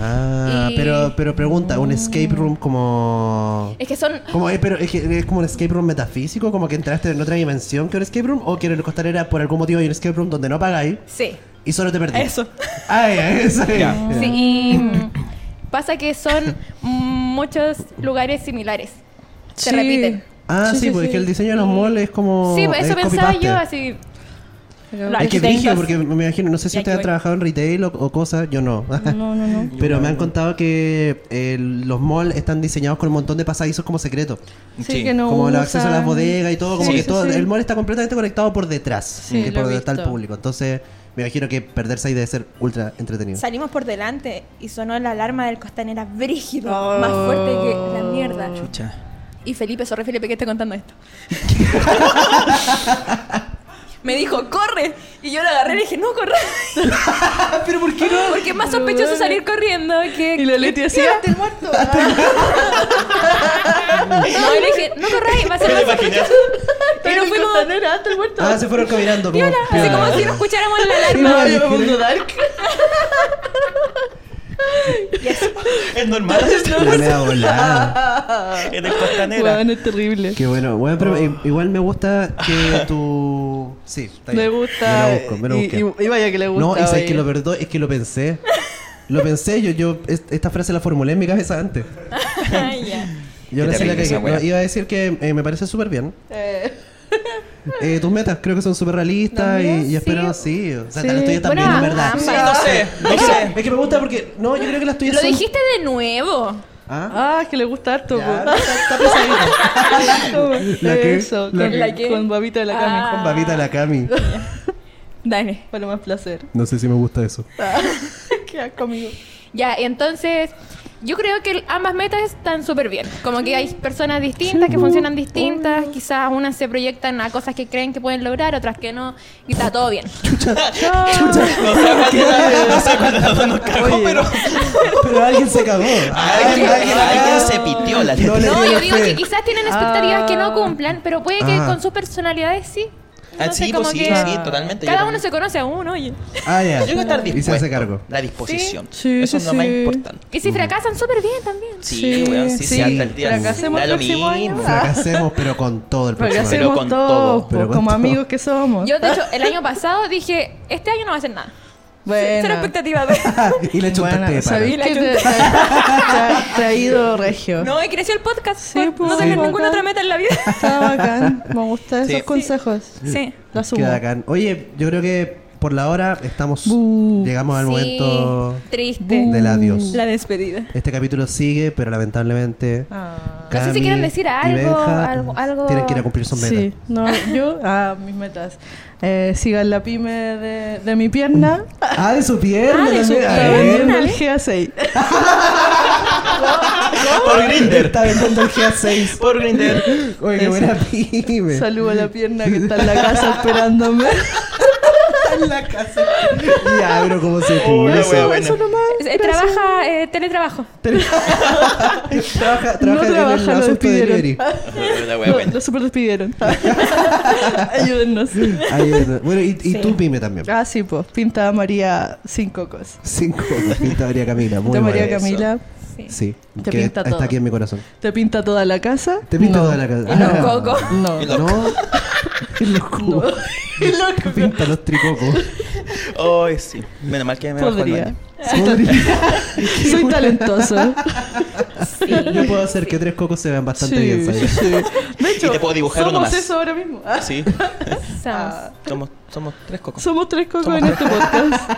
Speaker 2: Ah,
Speaker 3: Y-
Speaker 2: pero, pero pregunta, ¿un escape room como...
Speaker 3: Es que son.
Speaker 2: Como, eh, pero es, que es como un escape room metafísico, como que entraste en otra dimensión que un escape room, o que en el costanera por algún motivo hay un escape room donde no pagáis
Speaker 3: Sí.
Speaker 2: y solo te perdís.
Speaker 3: Eso.
Speaker 2: Ah, ya, eso es.
Speaker 5: Ya.
Speaker 3: Sí, y mm, pasa que son muchos lugares similares. Se
Speaker 4: Sí.
Speaker 3: repiten.
Speaker 2: Ah, sí, porque el diseño de los malls es como...
Speaker 3: Sí, pues, eso
Speaker 2: Oh, es
Speaker 3: pensaba
Speaker 2: copy-paste.
Speaker 3: yo así. Lo
Speaker 2: Es que
Speaker 3: arquitectos-
Speaker 2: brígido, porque me imagino, no sé si
Speaker 3: Ya
Speaker 2: ustedes
Speaker 3: que
Speaker 2: han
Speaker 3: voy.
Speaker 2: trabajado en retail o, o cosas, yo no.
Speaker 4: No, no, no.
Speaker 2: Pero me han contado que eh, los malls están diseñados con un montón de pasadizos como secretos.
Speaker 4: Sí,
Speaker 5: Sí.
Speaker 4: que no
Speaker 2: como el
Speaker 4: usan.
Speaker 2: acceso a las bodegas y todo, como
Speaker 5: Sí,
Speaker 2: que
Speaker 4: sí,
Speaker 2: todo,
Speaker 4: sí.
Speaker 2: el mall está completamente conectado por detrás,
Speaker 4: Sí,
Speaker 2: que
Speaker 4: lo
Speaker 2: por
Speaker 4: he
Speaker 2: donde está el
Speaker 4: visto.
Speaker 2: público. Entonces, me imagino que perderse ahí debe ser ultra entretenido.
Speaker 3: Salimos por delante y sonó la alarma del costanera brígido,
Speaker 4: Oh.
Speaker 3: más fuerte que la mierda.
Speaker 5: Chucha.
Speaker 3: Y Felipe, sorry Felipe que esté contando esto. Me dijo, corre. Y yo lo agarré y le dije, no, corre.
Speaker 2: Pero ¿por qué no?
Speaker 3: Porque es más sospechoso salir corriendo que.
Speaker 4: Y la Leti hacía...
Speaker 3: No, y le dije, no corráis, va a ser más sospechoso. Y nos fuimos.
Speaker 4: hasta el muerto.
Speaker 2: Ah, se fueron caminando. Como,
Speaker 3: Viola, así
Speaker 2: piola.
Speaker 3: como si no escucháramos la
Speaker 2: Sí, no,
Speaker 3: alarma.
Speaker 2: yo-
Speaker 4: me pongo dark.
Speaker 3: Y así.
Speaker 5: es normal.
Speaker 2: La media volada.
Speaker 5: en el costanera.
Speaker 4: Weón, es terrible.
Speaker 2: Qué bueno, bueno, pero i- igual me gusta que tú. Sí, está
Speaker 4: Me
Speaker 2: bien.
Speaker 4: gusta.
Speaker 2: Me lo busco, me lo
Speaker 4: y-
Speaker 2: busqué.
Speaker 4: y, y vaya que le gusta.
Speaker 2: No, y sabes
Speaker 4: oye.
Speaker 2: que lo perdón, es que lo pensé. Lo pensé, yo, yo es- esta frase la formulé en mi cabeza antes.
Speaker 3: Ay, ya.
Speaker 2: Yo ahora sí la
Speaker 5: terrible
Speaker 2: cagué.
Speaker 5: esa wea.
Speaker 2: No, iba a decir que eh, me parece súper bien.
Speaker 4: Eh,
Speaker 2: Eh, tus metas creo que son súper realistas
Speaker 3: Ah. Las
Speaker 2: y,
Speaker 3: mías,
Speaker 2: y espero,
Speaker 3: sí.
Speaker 2: sí. O sea,
Speaker 4: Sí.
Speaker 2: las tuyas también,
Speaker 3: Bueno,
Speaker 2: en verdad.
Speaker 3: ambas.
Speaker 5: Sí, no sé, no
Speaker 2: Es
Speaker 5: sé.
Speaker 2: que- Es que me gusta porque. No, yo creo que las tuyas
Speaker 3: Lo
Speaker 2: son.
Speaker 3: dijiste de nuevo.
Speaker 2: Ah,
Speaker 4: ah, que le gusta harto.
Speaker 2: ya,
Speaker 4: po.
Speaker 2: está- está pesadita. La que-
Speaker 4: Eso,
Speaker 2: la
Speaker 4: con,
Speaker 3: que-
Speaker 4: con babita de la cama.
Speaker 3: Ah.
Speaker 2: Con babita de la Cami.
Speaker 3: Dale.
Speaker 4: Para más placer.
Speaker 2: No sé si me gusta eso.
Speaker 4: Queda conmigo.
Speaker 3: Ya, entonces, yo creo que ambas metas están súper bien. Como que hay personas distintas que funcionan
Speaker 5: pues.
Speaker 3: distintas. Quizás unas se proyectan a cosas que creen que pueden lograr, otras que no. Y está todo bien.
Speaker 5: No sé cuánto no sé cuánto no nos cagó, pero
Speaker 2: Pero alguien se cagó.
Speaker 5: alguien, alguien,
Speaker 2: acá-
Speaker 5: alguien se pitió la
Speaker 2: No
Speaker 5: letra.
Speaker 2: le
Speaker 3: No,
Speaker 2: dio
Speaker 3: yo digo
Speaker 2: fe.
Speaker 3: que quizás tienen expectativas que no cumplan, pero puede que
Speaker 2: Ah.
Speaker 3: con sus personalidades sí.
Speaker 5: Ah,
Speaker 3: Entonces,
Speaker 5: sí,
Speaker 3: como
Speaker 5: pues sí,
Speaker 3: que
Speaker 5: sí, totalmente. yo
Speaker 3: cada uno
Speaker 5: también.
Speaker 3: se conoce a uno, oye.
Speaker 2: Ah, ya.
Speaker 5: Yo creo que estar
Speaker 2: Y se
Speaker 5: dispuesto.
Speaker 2: hace cargo.
Speaker 5: La disposición.
Speaker 4: Sí, sí,
Speaker 5: Eso es lo más
Speaker 4: sí.
Speaker 5: importante.
Speaker 3: Y si fracasan, súper bien también.
Speaker 5: Sí,
Speaker 4: Sí,
Speaker 5: weón, sí,
Speaker 4: sí.
Speaker 5: sí, hasta el día
Speaker 4: Fracasemos
Speaker 5: da
Speaker 4: el
Speaker 5: lo
Speaker 4: próximo año.
Speaker 5: mismo.
Speaker 2: Fracasemos, pero con todo el
Speaker 4: Porque
Speaker 2: próximo año.
Speaker 5: Pero
Speaker 4: hacemos
Speaker 5: con
Speaker 4: todo,
Speaker 5: todo,
Speaker 2: pero
Speaker 4: po,
Speaker 2: con
Speaker 4: como
Speaker 2: todo.
Speaker 4: amigos que somos.
Speaker 3: Yo, de hecho, el año pasado dije, este año no va a hacer nada.
Speaker 4: Buena.
Speaker 3: Cero expectativa. ¿no?
Speaker 2: y le
Speaker 4: Buena.
Speaker 2: chuntaste
Speaker 4: ¿Sabéis
Speaker 3: La
Speaker 4: que te,
Speaker 3: chunté.
Speaker 4: te- te ha traído regio?
Speaker 3: No, y creció el podcast.
Speaker 4: Sí,
Speaker 3: por
Speaker 4: pues,
Speaker 3: no
Speaker 4: sí.
Speaker 3: tener ninguna otra meta en la vida.
Speaker 4: Está bacán. Me gustan
Speaker 5: Sí.
Speaker 4: esos consejos.
Speaker 3: Sí.
Speaker 4: Lo asumo.
Speaker 2: Qué bacán. Oye, yo creo que por la hora estamos.
Speaker 4: Bu.
Speaker 2: Llegamos al
Speaker 3: Sí,
Speaker 2: momento
Speaker 3: Triste.
Speaker 2: del adiós.
Speaker 3: La despedida.
Speaker 2: Este capítulo sigue, pero lamentablemente.
Speaker 4: Ah.
Speaker 3: No sé si
Speaker 2: Cami
Speaker 3: quieren decir
Speaker 2: y
Speaker 3: algo,
Speaker 2: Benja
Speaker 3: algo- algo-
Speaker 2: Tienen que ir a cumplir sus metas.
Speaker 4: Sí, no, yo, ah, mis metas. Eh, sigan la pyme de, de mi pierna.
Speaker 2: Ah, de su pierna.
Speaker 3: Ah, de su
Speaker 2: también.
Speaker 4: Está
Speaker 2: A ver.
Speaker 4: vendiendo el GA6.
Speaker 5: Por Grinder.
Speaker 2: Está vendiendo el GA6.
Speaker 5: Por Grinder.
Speaker 2: Oye, qué
Speaker 4: Eso.
Speaker 2: buena pyme.
Speaker 4: Saludo a la pierna que está en la casa esperándome.
Speaker 2: en la casa. ya, pero cómo se
Speaker 5: Una
Speaker 2: puso.
Speaker 5: wea buena.
Speaker 3: Eh, trabaja eh, teletrabajo.
Speaker 2: Trabaja, trabaja
Speaker 4: No trabaja,
Speaker 2: en el
Speaker 4: lo
Speaker 2: asunto de
Speaker 4: despidieron.
Speaker 2: delivery.
Speaker 5: Una wea
Speaker 4: Lo,
Speaker 5: buena.
Speaker 4: lo super despidieron. Ayúdennos.
Speaker 2: Ahí, bueno, y, y tú pyme también.
Speaker 4: Ah, sí, pues. Pinta María sin cocos.
Speaker 2: Cinco. Pinta María Camila. Muy
Speaker 4: Pinta María
Speaker 2: buena.
Speaker 4: Camila.
Speaker 3: Sí.
Speaker 2: Sí.
Speaker 4: Te
Speaker 2: que
Speaker 4: pinta
Speaker 2: está
Speaker 4: todo.
Speaker 2: aquí en mi corazón.
Speaker 4: ¿Te pinta toda la casa?
Speaker 2: Te pinta
Speaker 4: No.
Speaker 2: toda la casa.
Speaker 3: Y los cocos.
Speaker 4: No.
Speaker 5: Y
Speaker 2: No.
Speaker 5: los-
Speaker 2: Qué loco. Te pinta los tricocos.
Speaker 5: Ay, sí. Menos mal que me bajó el
Speaker 4: Podría.
Speaker 5: baño.
Speaker 4: Soy talentoso.
Speaker 3: Sí.
Speaker 2: Yo puedo hacer que tres cocos se vean bastante
Speaker 4: Sí,
Speaker 2: bien, ¿sabes?
Speaker 4: sí. De hecho,
Speaker 5: Y te puedo dibujar
Speaker 4: somos
Speaker 5: uno más.
Speaker 4: eso ahora mismo. Ah,
Speaker 5: Sí.
Speaker 3: Somos.
Speaker 2: Ah,
Speaker 5: Somos, somos tres cocos.
Speaker 4: Somos tres cocos
Speaker 5: Somos
Speaker 4: en este podcast.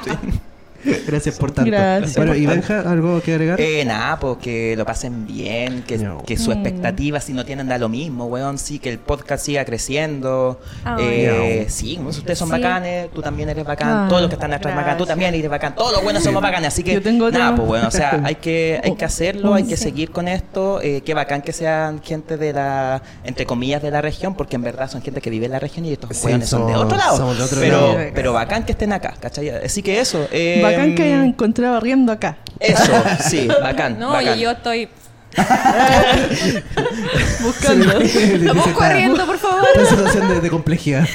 Speaker 2: Gracias por tanto.
Speaker 4: Gracias.
Speaker 2: Bueno, y Benja, ¿algo que agregar?
Speaker 5: Eh, nada, pues que lo pasen bien, que,
Speaker 2: No.
Speaker 5: que
Speaker 3: Mm.
Speaker 5: su expectativa, si no tienen, da lo mismo, weón. Sí, que el podcast siga creciendo.
Speaker 3: Ay.
Speaker 5: Eh, sí, weón, si ustedes son
Speaker 3: Ah, Sí.
Speaker 5: bacanes, tú también eres bacán,
Speaker 4: Ah,
Speaker 5: todos los que están atrás bacán, tú
Speaker 4: gracias.
Speaker 5: también eres bacán, todos los buenos somos bacanes. Así que,
Speaker 4: Yo tengo otra-
Speaker 5: nada, pues, weón, o sea, hay que, hay
Speaker 3: Oh,
Speaker 5: que hacerlo, hay que seguir con esto. Eh, qué bacán que sean gente de la, entre comillas, de la región, porque en verdad son gente que vive en la región y estos
Speaker 2: Sí,
Speaker 5: weones son de
Speaker 2: somos-
Speaker 5: otro lado.
Speaker 2: somos de otro
Speaker 5: pero,
Speaker 4: lado.
Speaker 5: pero bacán que estén acá, ¿cachai? Así que eso. eh,
Speaker 4: Bacán que hayan encontrado riendo acá.
Speaker 5: Eso, sí, bacán.
Speaker 3: No,
Speaker 5: bacán.
Speaker 3: y yo estoy.
Speaker 4: Buscando.
Speaker 3: Lo
Speaker 2: Dice,
Speaker 3: voy
Speaker 2: está-
Speaker 3: corriendo, por favor.
Speaker 2: Está en situación de, de complejidad.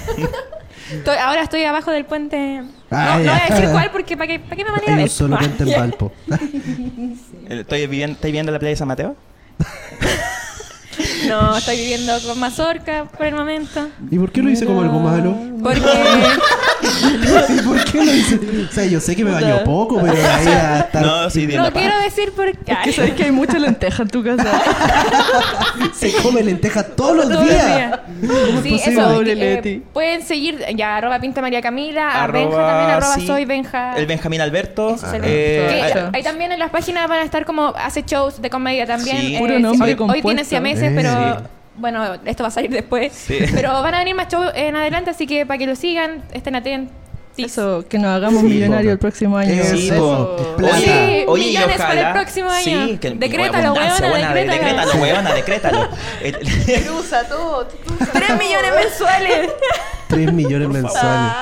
Speaker 3: Estoy- ahora estoy abajo del puente.
Speaker 2: Ah,
Speaker 3: no, no
Speaker 2: ya.
Speaker 3: voy a decir cuál porque para que, pa que me van a ir a
Speaker 2: Hay un
Speaker 3: ver.
Speaker 2: solo puente en Valpo.
Speaker 5: Eh, ¿Estoy viviendo, ¿Estáis viendo la playa de San Mateo?
Speaker 3: No, estoy viviendo con Mazorca por el momento.
Speaker 2: ¿Y por qué lo hice como algo malo?
Speaker 3: Porque.
Speaker 2: ¿Y por qué lo hice? O sea, yo sé que me baño poco, pero ahí a estar
Speaker 5: No, sí, bien
Speaker 3: No
Speaker 5: la paja.
Speaker 3: quiero decir por qué.
Speaker 4: Que sabes que hay mucha lenteja en tu casa.
Speaker 2: Se come lentejas todos los
Speaker 3: Todos los
Speaker 2: días.
Speaker 3: días.
Speaker 2: ¿Cómo es
Speaker 3: Sí,
Speaker 2: posible?
Speaker 3: eso.
Speaker 4: Pobre
Speaker 3: eh,
Speaker 4: Leti.
Speaker 3: pueden seguir ya arroba pinta María Camila, a Benja también, arroba
Speaker 5: sí,
Speaker 3: soy Benja.
Speaker 5: El Benjamín Alberto.
Speaker 3: Eso es el
Speaker 5: eh,
Speaker 3: Benja. Que
Speaker 5: ah,
Speaker 4: ah,
Speaker 3: ahí también en las páginas van a estar como hace shows de comedia también. eh,
Speaker 5: Sí.
Speaker 4: Puro
Speaker 3: sí,
Speaker 4: nombre
Speaker 3: hoy, hoy
Speaker 4: compuesto.
Speaker 3: tiene siameses,
Speaker 2: Eh.
Speaker 3: pero
Speaker 5: Sí.
Speaker 3: bueno, esto va a salir después.
Speaker 5: Sí.
Speaker 3: Pero van a venir más shows en adelante, así que para que lo sigan, estén atentos.
Speaker 4: Eso, que nos hagamos millonarios el próximo año.
Speaker 2: Eso.
Speaker 5: Sí,
Speaker 2: Eso.
Speaker 5: po.
Speaker 2: Plata.
Speaker 5: Oye,
Speaker 3: Sí,
Speaker 5: oye, y
Speaker 3: millones para el
Speaker 5: ojalá-
Speaker 3: próximo año.
Speaker 5: Sí, que-
Speaker 3: Decrétalo,
Speaker 5: abundancia,
Speaker 3: huevona,
Speaker 5: buena, de-
Speaker 3: decrétalo.
Speaker 5: decrétalo, huevona, decrétalo. El-
Speaker 4: Cruza todo.
Speaker 3: ¡Tres millones mensuales!
Speaker 2: 3 millones mensuales.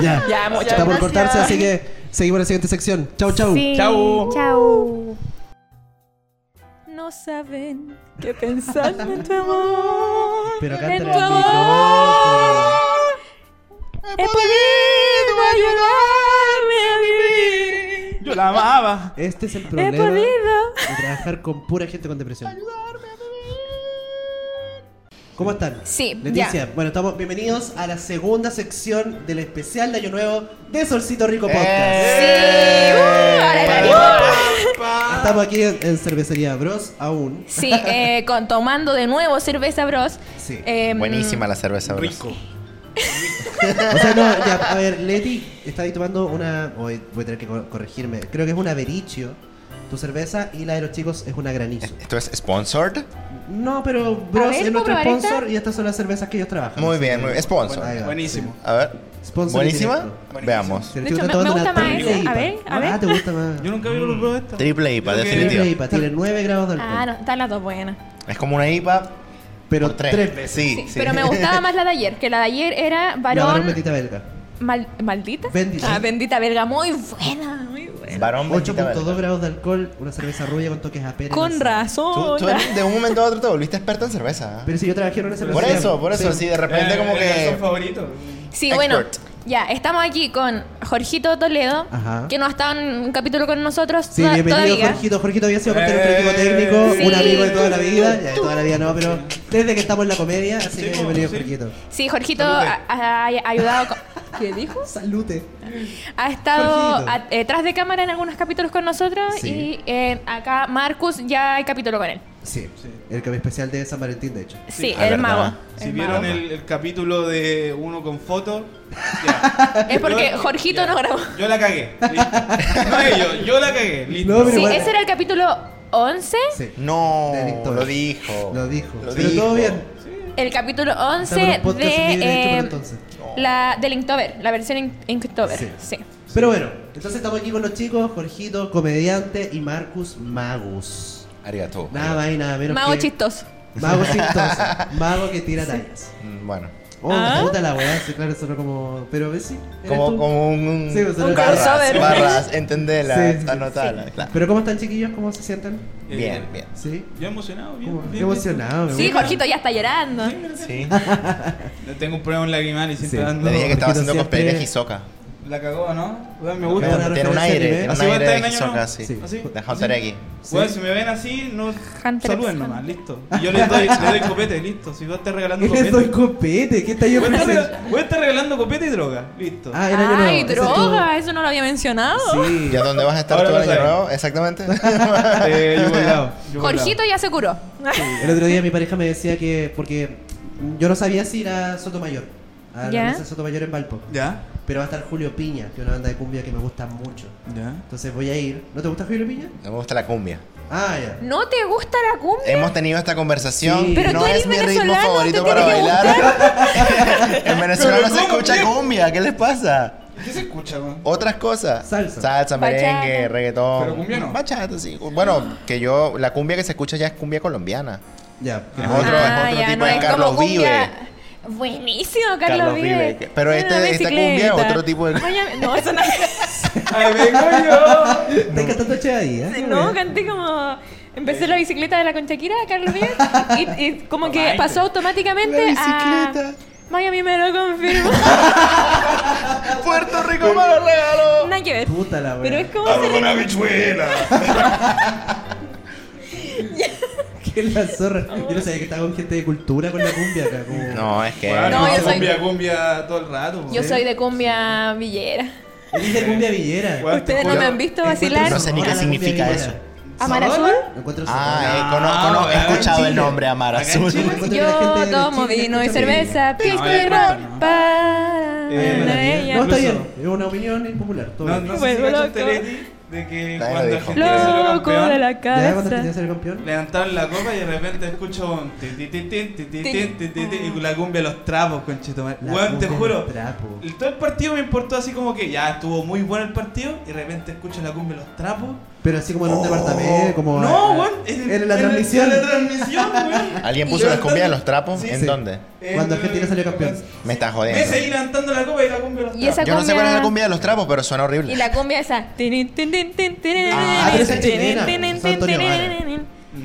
Speaker 2: Ya.
Speaker 3: Ya, muchas
Speaker 2: Está por
Speaker 4: gracias.
Speaker 2: cortarse, así que seguimos la siguiente sección. Chau, chau.
Speaker 3: Sí,
Speaker 5: Chau.
Speaker 3: Chau. No saben qué pensando en tu amor.
Speaker 2: Pero cántale
Speaker 3: en tu
Speaker 2: al
Speaker 3: amor. He podido ayudarme a vivir.
Speaker 5: Yo la amaba.
Speaker 2: Este es el
Speaker 3: He
Speaker 2: problema.
Speaker 3: podido
Speaker 2: de trabajar con pura gente con depresión. ¿Cómo están?
Speaker 3: Sí,
Speaker 2: Leticia, bueno, estamos bienvenidos a la segunda sección del especial de Año Nuevo de Solcito Rico Podcast.
Speaker 3: Eh. ¡Uh! Ahora la haría.
Speaker 2: Estamos aquí en, en Cervecería Bros aún.
Speaker 3: Sí, eh, con, tomando de nuevo cerveza bros.
Speaker 2: Sí.
Speaker 3: Eh,
Speaker 6: Buenísima la cerveza. bro.
Speaker 1: Rico.
Speaker 2: O sea, no, ya, a ver, Leti está ahí tomando una. Hoy voy a tener que co- corregirme. Creo que es una Bericio, tu cerveza, y la de los chicos es una granizo.
Speaker 6: ¿Esto es sponsored?
Speaker 2: No, pero Bros
Speaker 3: ver,
Speaker 2: es nuestro
Speaker 3: ¿puedo probar
Speaker 2: sponsor y estas son las cervezas que ellos trabajan.
Speaker 6: Muy
Speaker 2: Así
Speaker 6: bien,
Speaker 2: que-
Speaker 6: muy bien. Sponsor.
Speaker 2: Ahí va,
Speaker 7: Buenísimo.
Speaker 6: A ver.
Speaker 2: Sponsor
Speaker 6: ¿Buenísima?
Speaker 2: directo.
Speaker 6: Veamos.
Speaker 2: Sí,
Speaker 3: De
Speaker 2: tú
Speaker 3: hecho,
Speaker 2: estás
Speaker 3: me-
Speaker 2: tomando
Speaker 3: me
Speaker 2: una
Speaker 3: gusta más
Speaker 2: triple
Speaker 3: esa.
Speaker 2: IPA.
Speaker 3: A ver, a
Speaker 2: Ah,
Speaker 3: ver.
Speaker 2: te gusta más.
Speaker 7: Yo nunca había
Speaker 2: Mm.
Speaker 7: probado esta.
Speaker 6: Triple IPA,
Speaker 7: Creo que-
Speaker 6: definitiva.
Speaker 2: Triple IPA, tiene 9 grados de alcohol.
Speaker 3: Ah, no, están las dos buenas.
Speaker 6: Es como una IPA.
Speaker 2: pero
Speaker 6: por
Speaker 2: tres.
Speaker 6: veces.
Speaker 3: Sí,
Speaker 6: Sí, sí.
Speaker 3: Pero me gustaba más la de ayer, que la de ayer
Speaker 2: La
Speaker 3: era
Speaker 2: varón
Speaker 3: varón.
Speaker 2: metita belga.
Speaker 3: mal- ¿Maldita?
Speaker 2: Bendita.
Speaker 3: Ah, bendita verga, muy buena, muy buena.
Speaker 6: Varón
Speaker 2: 8.2
Speaker 6: bendita,
Speaker 2: grados de alcohol, una cerveza rubia con toques a pera.
Speaker 3: Con
Speaker 6: Tú,
Speaker 3: razón.
Speaker 6: tú de un momento a otro te volviste experta en cerveza. ¿eh?
Speaker 2: Pero si yo trabajé en una cerveza.
Speaker 6: Por eso, por eso, sí, de
Speaker 2: Eh,
Speaker 6: repente como
Speaker 7: Son
Speaker 6: que...
Speaker 7: favorito.
Speaker 3: Sí,
Speaker 6: Expert.
Speaker 3: bueno, ya, estamos aquí con Jorgito Toledo,
Speaker 2: Ajá.
Speaker 3: que no ha estado en un capítulo con nosotros
Speaker 2: Sí,
Speaker 3: to-
Speaker 2: bienvenido
Speaker 3: todavía.
Speaker 2: Jorgito. Jorgito había sido parte de
Speaker 6: Eh,
Speaker 2: nuestro equipo técnico,
Speaker 3: Sí.
Speaker 2: un amigo de toda la vida, ya de toda la vida no, pero desde que estamos en la comedia, así
Speaker 7: Sí,
Speaker 2: que
Speaker 7: po,
Speaker 2: bienvenido
Speaker 7: sí.
Speaker 2: Jorgito.
Speaker 3: Sí, Jorgito
Speaker 7: Salude.
Speaker 3: ha, ha- ha ayudado. con- ¿Qué dijo?
Speaker 2: Salute.
Speaker 3: Ha estado
Speaker 2: Jorgito.
Speaker 3: a- eh, tras de cámara en algunos capítulos con nosotros
Speaker 2: Sí.
Speaker 3: y eh, acá Marcus ya hay capítulo con él.
Speaker 2: Sí, el cambio especial de San Valentín, de hecho.
Speaker 3: Sí,
Speaker 6: Ah,
Speaker 3: el
Speaker 6: verdad.
Speaker 3: mago.
Speaker 7: Si
Speaker 3: el
Speaker 7: vieron
Speaker 3: mago.
Speaker 7: el, el capítulo de uno con foto, ya.
Speaker 3: Es porque
Speaker 7: Yo-
Speaker 3: Jorgito
Speaker 7: ya.
Speaker 3: no grabó.
Speaker 7: Yo la cagué. listo. No ellos, yo la cagué. Listo.
Speaker 2: No, pero
Speaker 3: Sí,
Speaker 2: igual-
Speaker 3: ese era el capítulo 11.
Speaker 2: Sí.
Speaker 6: No,
Speaker 2: De Víctor.
Speaker 6: lo dijo.
Speaker 2: Lo dijo.
Speaker 6: Lo
Speaker 2: pero
Speaker 6: dijo.
Speaker 2: todo bien.
Speaker 3: El capítulo
Speaker 2: Estamos en
Speaker 3: 11
Speaker 2: un podcast libre hecho
Speaker 3: de.
Speaker 2: por
Speaker 3: eh,
Speaker 2: entonces.
Speaker 3: la del Inktober, la versión in- Inktober.
Speaker 2: Sí.
Speaker 3: Sí.
Speaker 2: Pero bueno, entonces estamos aquí con los chicos, Jorgito, comediante y Marcus Magus.
Speaker 6: Arigato.
Speaker 2: Nada más y nada menos
Speaker 3: Mago
Speaker 2: que...
Speaker 3: chistoso.
Speaker 2: Mago chistoso. Mago que tira tallas.
Speaker 6: Mm, Bueno,
Speaker 2: Oh,
Speaker 3: Ah.
Speaker 2: puta la weá, sí, claro, sonó como... Pero ves, sí. eres
Speaker 6: como,
Speaker 2: tú.
Speaker 6: como un... un-
Speaker 2: Sí, o sea,
Speaker 3: Un
Speaker 6: barras,
Speaker 3: crossover.
Speaker 6: barras, entenderla,
Speaker 2: Sí, sí,
Speaker 6: anotarla. claro.
Speaker 2: Pero ¿cómo están chiquillos? ¿Cómo se sienten?
Speaker 7: Eh,
Speaker 6: Bien, bien.
Speaker 2: ¿Sí?
Speaker 7: Yo emocionado, bien.
Speaker 2: ¿Cómo?
Speaker 7: bien,
Speaker 2: Qué
Speaker 7: bien.
Speaker 2: emocionado. me
Speaker 3: Sí,
Speaker 2: gusta.
Speaker 3: Jorgito ya está llorando.
Speaker 6: Sí.
Speaker 7: No Tengo un problema en lagrimal y siempre
Speaker 2: Sí.
Speaker 7: dando.
Speaker 6: Le dije que estaba haciendo
Speaker 2: Siempre-
Speaker 6: cosplay de Hisoka.
Speaker 7: La cagó, ¿no? Weón,
Speaker 2: Una
Speaker 6: Me
Speaker 7: me gusta.
Speaker 6: tiene un
Speaker 2: referencia anime.
Speaker 6: aire, tiene un
Speaker 7: Así
Speaker 6: aire
Speaker 7: va a estar
Speaker 6: de
Speaker 7: en año
Speaker 6: Hisoka,
Speaker 7: nuevo.
Speaker 6: sí.
Speaker 2: Sí.
Speaker 7: Así.
Speaker 6: De Hunter X.
Speaker 7: Weón, si me ven así, no
Speaker 3: Hunter x
Speaker 7: saluden nomás,
Speaker 3: Hunter.
Speaker 7: listo. Y yo les doy, les doy copete, listo. Si vos estás regalando
Speaker 2: ¿Qué les
Speaker 7: copete.
Speaker 2: doy copete? ¿Qué está yo
Speaker 7: Voy a estar
Speaker 2: pensando?
Speaker 7: rega- voy a estar regalando copete y droga. Listo.
Speaker 2: Ah, era yo no.
Speaker 3: Ay,
Speaker 2: ese
Speaker 3: droga, eso no lo había mencionado.
Speaker 2: tú. Sí.
Speaker 6: ¿Y a dónde vas a estar
Speaker 7: Ahora
Speaker 6: tú
Speaker 7: lo
Speaker 6: el año
Speaker 7: sabes.
Speaker 6: nuevo? Exactamente.
Speaker 7: Eh, yo por el lado, yo por el
Speaker 3: Jorgito ya se curó.
Speaker 2: El otro día mi pareja me decía que... Porque yo no sabía si ir a Sotomayor. A
Speaker 3: Ya.
Speaker 2: la mesa Sotomayor en Valpo.
Speaker 7: lado. ¿Ya?
Speaker 2: Pero va a estar Julio Piña, que es una banda de cumbia que me gusta mucho.
Speaker 7: ¿Ya?
Speaker 2: Entonces voy a ir. ¿No te gusta Julio Piña?
Speaker 6: No me gusta la cumbia.
Speaker 2: Ah, ya.
Speaker 3: ¿No te gusta la cumbia?
Speaker 6: Hemos tenido esta conversación.
Speaker 2: Sí. Pero
Speaker 6: no
Speaker 3: tú eres
Speaker 6: es mi ritmo
Speaker 3: venezolano,
Speaker 6: favorito
Speaker 3: te
Speaker 6: para
Speaker 3: tiene que
Speaker 6: bailar. en Venezuela
Speaker 7: Pero
Speaker 6: no se
Speaker 7: ¿cómo
Speaker 6: escucha
Speaker 7: que?
Speaker 6: cumbia. ¿Qué les pasa?
Speaker 7: ¿Qué se escucha, weón?
Speaker 6: Otras cosas.
Speaker 2: Salsa.
Speaker 3: Bachata.
Speaker 6: Salsa, merengue, reggaetón.
Speaker 7: Pero cumbia no.
Speaker 6: Bachata, sí. Bueno, que yo. La cumbia que se escucha ya es cumbia colombiana.
Speaker 2: Ya.
Speaker 6: Es otro,
Speaker 3: Ah,
Speaker 6: es otro tipo de Carlos Vive.
Speaker 3: Buenísimo, Carlos,
Speaker 6: Carlos
Speaker 3: Vive.
Speaker 6: Vive. Pero este-
Speaker 3: Una
Speaker 6: esta cumbia es otro tipo de-
Speaker 3: Oye, No, eso no.
Speaker 7: ¡Ay, vengo yo!
Speaker 2: Está cantando Che ahí, ¿eh?
Speaker 3: No, canté como. Empecé la bicicleta de la Conchaquira, Carlos Vives, y, y como que pasó automáticamente a. Miami me lo confirmó.
Speaker 6: Puerto Rico me lo regaló. Ah,
Speaker 3: Nada que ver.
Speaker 2: Puta la wea.
Speaker 3: Pero es como. se le-
Speaker 6: una bichuela.
Speaker 2: Que la zorra. Yo no sabía que estaba con gente de cultura con la cumbia acá. Como...
Speaker 6: No, es que.
Speaker 7: Weón,
Speaker 3: No, yo soy-
Speaker 7: cumbia, cumbia todo el rato.
Speaker 3: Yo
Speaker 7: weón.
Speaker 3: soy de cumbia villera.
Speaker 6: Este
Speaker 2: Es de cumbia villera.
Speaker 7: Weón, te
Speaker 3: Ustedes no
Speaker 7: juro.
Speaker 3: me han visto
Speaker 2: Encuentro
Speaker 3: vacilar.
Speaker 6: No sé ni
Speaker 2: sabor
Speaker 6: qué
Speaker 2: a la cumbia
Speaker 6: significa
Speaker 2: villera.
Speaker 6: eso.
Speaker 3: Amar azul.
Speaker 7: ¿Sabora?
Speaker 2: Encuentro
Speaker 6: Ah,
Speaker 2: sabor.
Speaker 6: eh, conozco, no- he
Speaker 7: Ah,
Speaker 6: escuchado
Speaker 2: Chile.
Speaker 6: el nombre Amar
Speaker 7: Acá en
Speaker 6: Azul.
Speaker 7: Chile.
Speaker 2: Encuentro que la gente
Speaker 3: Yo
Speaker 2: de
Speaker 3: tomo
Speaker 2: Chile
Speaker 3: vino y
Speaker 2: escucha
Speaker 3: cerveza,
Speaker 7: bien.
Speaker 3: pisco
Speaker 7: No,
Speaker 3: y
Speaker 7: yo
Speaker 3: ron
Speaker 7: no.
Speaker 3: para
Speaker 2: bien.
Speaker 7: Eh,
Speaker 3: la Ah,
Speaker 7: maravilla.
Speaker 3: ella.
Speaker 2: No, está
Speaker 7: Incluso-
Speaker 2: bien. Es una opinión impopular. Todo
Speaker 7: No,
Speaker 2: bien.
Speaker 7: no sé si
Speaker 3: Vuelvo
Speaker 7: cachaste,
Speaker 3: loco.
Speaker 7: Leti, de que
Speaker 6: Nadie lo
Speaker 7: cuando
Speaker 6: dijo.
Speaker 7: Argentina salió
Speaker 3: Loco
Speaker 7: campeón,
Speaker 3: de la
Speaker 2: Ya cuando
Speaker 3: casa.
Speaker 2: quería ser campeón.
Speaker 7: levantaron la copa y de repente escucho un ti, ti, ti, ti, ti, ti, ti, ti, ti, ti, y la cumbia de los trapos, conchetumare.
Speaker 2: La
Speaker 7: Weón, te
Speaker 2: cumbia
Speaker 7: juro.
Speaker 2: del trapo.
Speaker 7: el- Todo el partido me importó así como que ya estuvo muy bueno el partido y de repente escucho la cumbia de los trapos.
Speaker 2: Pero así como en un
Speaker 7: Oh.
Speaker 2: departamento. Como
Speaker 7: No,
Speaker 2: ah,
Speaker 7: weón.
Speaker 2: En la transmisión.
Speaker 7: En la transmisión, weón.
Speaker 6: ¿Alguien puso las cumbias de los trapos?
Speaker 7: Sí,
Speaker 6: ¿En
Speaker 2: sí.
Speaker 6: dónde?
Speaker 2: Cuando Argentina salió campeón.
Speaker 6: Me estás jodiendo.
Speaker 7: Me seguí levantando la copa y la cumbia de los
Speaker 3: Y esa
Speaker 7: trapos.
Speaker 6: Yo no sé cuál es la
Speaker 3: cumbia-
Speaker 6: cumbia de los trapos, pero suena
Speaker 3: Y
Speaker 6: horrible.
Speaker 3: la cumbia esa. Tin, tin, tin, tin, tin,
Speaker 2: Ah, pero esa es
Speaker 3: tin,
Speaker 2: chilena,
Speaker 3: tin,
Speaker 2: pues,
Speaker 3: tin,
Speaker 2: Antonio
Speaker 3: tin,
Speaker 2: Vara.
Speaker 3: tin,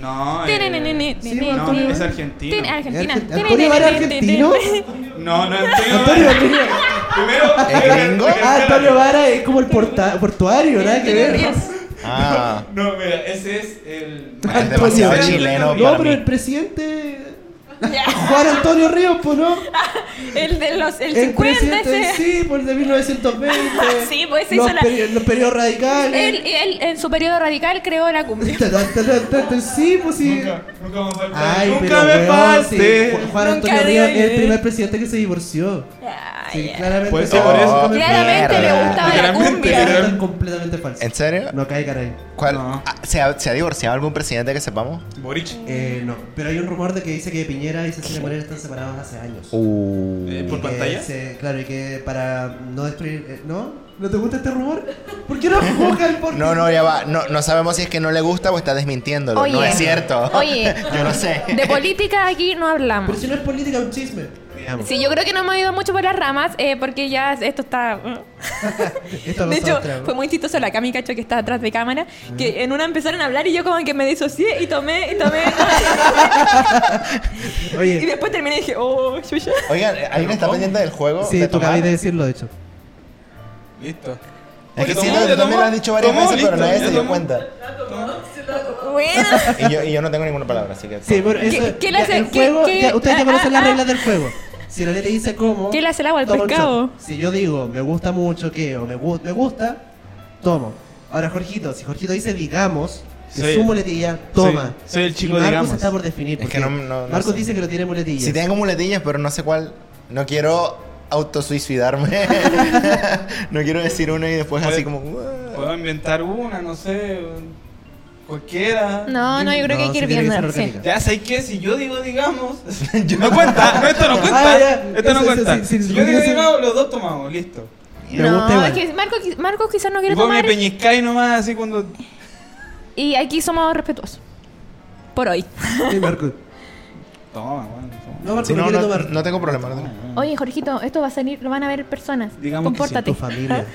Speaker 7: No,
Speaker 3: tin,
Speaker 7: eh,
Speaker 3: tin, tin, tin,
Speaker 2: Sí,
Speaker 3: tin,
Speaker 7: no,
Speaker 3: tin.
Speaker 7: es argentino.
Speaker 3: Tin, Argentina.
Speaker 2: ¿Argen-
Speaker 3: Tin,
Speaker 2: Antonio Vara
Speaker 3: tin, tin, tin, tin,
Speaker 2: argentino?
Speaker 3: tin.
Speaker 7: No, no, Antonio.
Speaker 2: Antonio, Ah,
Speaker 7: Vara.
Speaker 2: Antonio.
Speaker 7: Primero.
Speaker 6: ¿Es gringo?
Speaker 2: Ah, Antonio Vara es como el porta- portuario, nada que ver.
Speaker 3: Yes.
Speaker 6: Ah.
Speaker 7: No, mira, ese es el.
Speaker 6: Es demasiado chileno
Speaker 2: No,
Speaker 6: para
Speaker 2: pero
Speaker 6: mí.
Speaker 2: el presidente.
Speaker 3: Ya.
Speaker 2: Juan Antonio Ríos, pues no.
Speaker 3: El de los. El,
Speaker 2: El
Speaker 3: 50
Speaker 2: presidente,
Speaker 3: ese.
Speaker 2: sí, por el de 1920.
Speaker 3: Sí, pues, se
Speaker 2: los
Speaker 3: hizo la-
Speaker 2: peri- Los periodos radicales.
Speaker 3: Él, él en su periodo radical creó la cumbia.
Speaker 2: Ta, ta, ta, ta, ta, ta, Sí, pues sí.
Speaker 7: Nunca, nunca me falté.
Speaker 2: Ay,
Speaker 7: nunca
Speaker 2: pero
Speaker 7: me
Speaker 2: weón,
Speaker 7: falté.
Speaker 2: sí, Ju- Juan
Speaker 3: Nunca
Speaker 2: Antonio Ríos es el
Speaker 3: llegué.
Speaker 2: primer presidente que se divorció.
Speaker 3: Ya,
Speaker 2: Sí,
Speaker 3: ya.
Speaker 2: claramente.
Speaker 7: Pues
Speaker 2: se
Speaker 7: sí, por eso.
Speaker 3: Claramente
Speaker 6: mierda.
Speaker 3: le gustaba la
Speaker 7: Claramente,
Speaker 3: cumbia.
Speaker 7: pero-
Speaker 2: Están completamente falso.
Speaker 6: ¿En serio?
Speaker 2: No cae caray.
Speaker 6: ¿Cuál?
Speaker 7: No.
Speaker 6: Ah, ¿Se ha, ¿Se ha divorciado algún presidente que sepamos?
Speaker 7: Boric.
Speaker 2: Eh, no. Pero hay un rumor de que dice que Piñera y Cecilia Morel están separados hace años.
Speaker 6: Uh.
Speaker 7: Eh,
Speaker 2: Y
Speaker 7: ¿Por
Speaker 2: que
Speaker 7: pantalla?
Speaker 2: se- claro, y que para no destruir. eh, ¿No? ¿No te gusta este rumor? ¿Por qué no juzga el por
Speaker 6: Uh. No, no, ya va. No, no sabemos si es que no le gusta o está desmintiéndolo. no
Speaker 3: Oye.
Speaker 6: es cierto.
Speaker 3: Oye.
Speaker 6: Yo no sé.
Speaker 3: De política aquí no
Speaker 2: Pero
Speaker 3: hablamos.
Speaker 2: si no es política, es un chisme.
Speaker 3: Sí, yo creo que no hemos ido mucho por las ramas eh, porque ya esto está. mm.
Speaker 2: Esto
Speaker 3: De
Speaker 2: no
Speaker 3: hecho, fue muy chistoso la Cami Cacho que está atrás de cámara,
Speaker 2: Ah.
Speaker 3: que en una empezaron a hablar y yo como que me disocié y tomé, y tomé, y
Speaker 2: Oye,
Speaker 3: después terminé y dije, oh, chucha.
Speaker 6: Oigan, ¿alguien está pendiente del juego?
Speaker 2: sí,
Speaker 6: ¿De
Speaker 2: tú
Speaker 6: tomar?
Speaker 2: acabas de decirlo, de hecho.
Speaker 7: Listo.
Speaker 6: Es que
Speaker 7: Tomó,
Speaker 6: siento que
Speaker 7: ya
Speaker 6: tú también
Speaker 7: tomó.
Speaker 6: lo has dicho varias
Speaker 7: Tomó,
Speaker 6: veces, pero
Speaker 7: listo,
Speaker 6: nadie
Speaker 7: ya
Speaker 6: se dio
Speaker 7: tomó.
Speaker 6: cuenta.
Speaker 3: Bueno.
Speaker 6: Y yo, y yo no tengo ninguna palabra, así que.
Speaker 2: Sí, pero
Speaker 3: ¿Qué-
Speaker 2: eso.
Speaker 3: qué le
Speaker 2: ya,
Speaker 3: hace-
Speaker 2: el
Speaker 3: qué-
Speaker 2: juego,
Speaker 3: qué-
Speaker 2: ya, ustedes ya
Speaker 3: ah,
Speaker 2: conocen
Speaker 3: ah,
Speaker 2: las
Speaker 3: ah.
Speaker 2: reglas del juego. Si la ley te dice cómo.
Speaker 3: ¿Qué le hace el agua al
Speaker 2: toma un
Speaker 3: pescado?
Speaker 2: shot. Si yo digo, me gusta mucho, que o me, gu- me gusta, tomo. Ahora, Jorgito, si Jorgito dice, digamos, que
Speaker 7: Soy-
Speaker 2: su muletilla, toma.
Speaker 7: soy- soy el chico
Speaker 2: Y Marcos
Speaker 7: digamos.
Speaker 2: está por definir.
Speaker 6: Es
Speaker 2: porque
Speaker 6: que no- no- no
Speaker 2: Marcos
Speaker 6: sé.
Speaker 2: dice que lo tiene muletilla.
Speaker 6: Si tengo muletillas, pero no sé cuál. No quiero autosuicidarme. no quiero decir una y después así como. "Uah".
Speaker 7: Puedo inventar una, no sé. cualquiera.
Speaker 3: No, no, yo creo que hay
Speaker 2: No,
Speaker 3: que
Speaker 2: sí
Speaker 3: ir
Speaker 2: tiene ser
Speaker 3: viendo. sí.
Speaker 2: orgánica.
Speaker 7: Ya sé que si yo digo, digamos. no cuenta, no, esto no cuenta.
Speaker 2: Ah, ya.
Speaker 7: Esto no
Speaker 2: Eso, eso,
Speaker 7: cuenta.
Speaker 2: sí, sí,
Speaker 7: si
Speaker 2: sí,
Speaker 7: yo digo,
Speaker 2: eso.
Speaker 7: digamos, los dos tomamos, listo.
Speaker 2: Me gusta
Speaker 3: No,
Speaker 2: igual.
Speaker 3: es que Marco, qui- Marco quizás no
Speaker 7: Y
Speaker 3: quiere
Speaker 7: vos me
Speaker 3: tomar
Speaker 7: peñiscáis nomás así cuando.
Speaker 3: y aquí somos respetuosos. Por hoy.
Speaker 2: Sí, Marcos.
Speaker 7: Toma, bueno, toma.
Speaker 2: No, Marcos,
Speaker 6: Si
Speaker 2: no,
Speaker 6: no,
Speaker 2: quiere
Speaker 6: no,
Speaker 2: tomar.
Speaker 6: no tengo problema. no tengo-
Speaker 2: Mm.
Speaker 3: Oye, Jorgito, esto va a salir, lo van a ver personas.
Speaker 7: Digamos que
Speaker 3: Compórtate.
Speaker 2: Tu familia.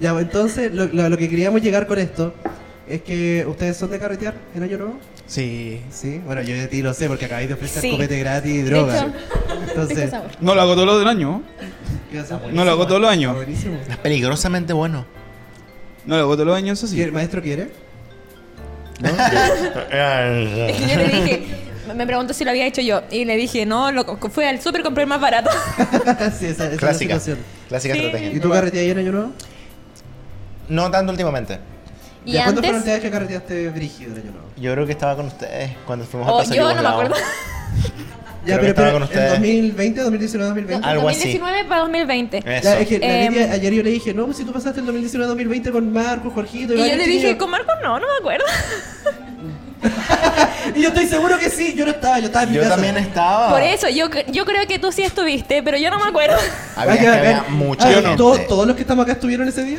Speaker 2: ya, pues, entonces, lo, lo- lo que queríamos llegar con esto es que ustedes son de carretear en Año Nuevo.
Speaker 7: Sí.
Speaker 2: Sí, bueno, yo de ti lo sé porque acabáis de ofrecer
Speaker 3: Sí.
Speaker 2: copete gratis y droga.
Speaker 3: hecho-
Speaker 2: entonces,
Speaker 3: Deja sabor.
Speaker 7: No lo hago todos los años.
Speaker 2: ¿qué vas a hacer?
Speaker 7: No lo hago todos los años.
Speaker 2: Buenísimo.
Speaker 6: Peligrosamente bueno.
Speaker 7: No lo hago todos los años, eso
Speaker 2: ¿Quiere-
Speaker 7: sí.
Speaker 2: ¿Maestro quiere?
Speaker 3: Es que yo le dije, me preguntó si lo había hecho yo y le dije, no, lo, co- fue al súper compré el más barato.
Speaker 2: sí, esa, esa es la
Speaker 6: Clásica.
Speaker 2: situación.
Speaker 6: Clásica
Speaker 3: Sí.
Speaker 2: ¿Y
Speaker 6: estrategia.
Speaker 2: tú carreteas ayer en Año Nuevo?
Speaker 6: No tanto últimamente.
Speaker 3: Y
Speaker 2: ¿Ya ¿Cuándo fue la última
Speaker 3: antes,
Speaker 2: vez que carreteaste brígido en Año Nuevo?
Speaker 6: Yo creo que estaba con ustedes cuando fuimos a
Speaker 3: o
Speaker 6: pasar
Speaker 3: Oh, yo no me acuerdo.
Speaker 2: Ya,
Speaker 6: Creo que
Speaker 2: pero,
Speaker 6: estaba
Speaker 2: pero
Speaker 6: con ustedes.
Speaker 2: ¿en 2020, 2019, 2020?
Speaker 6: Algo así.
Speaker 3: 2019 para 2020.
Speaker 6: Ah, Eso.
Speaker 2: Ya, es que la
Speaker 3: Em,
Speaker 2: Lidia- ayer yo le dije, no, pues si tú pasaste el 2019-2020 con Marcos, Jorgito
Speaker 3: Y yo
Speaker 2: varios
Speaker 3: le dije,
Speaker 2: chiquillos".
Speaker 3: con Marco no, no me acuerdo.
Speaker 2: Y yo estoy seguro que sí, yo no estaba, yo estaba en mi
Speaker 6: Yo
Speaker 2: casa.
Speaker 6: también estaba.
Speaker 3: Por eso, yo, cre- yo creo que tú sí estuviste, pero yo no me acuerdo.
Speaker 6: Había,
Speaker 2: Ah,
Speaker 6: que
Speaker 2: ya,
Speaker 6: había
Speaker 2: ya.
Speaker 6: mucha
Speaker 2: Ah,
Speaker 6: gente.
Speaker 2: ¿todos, todos los que estamos acá estuvieron ese día?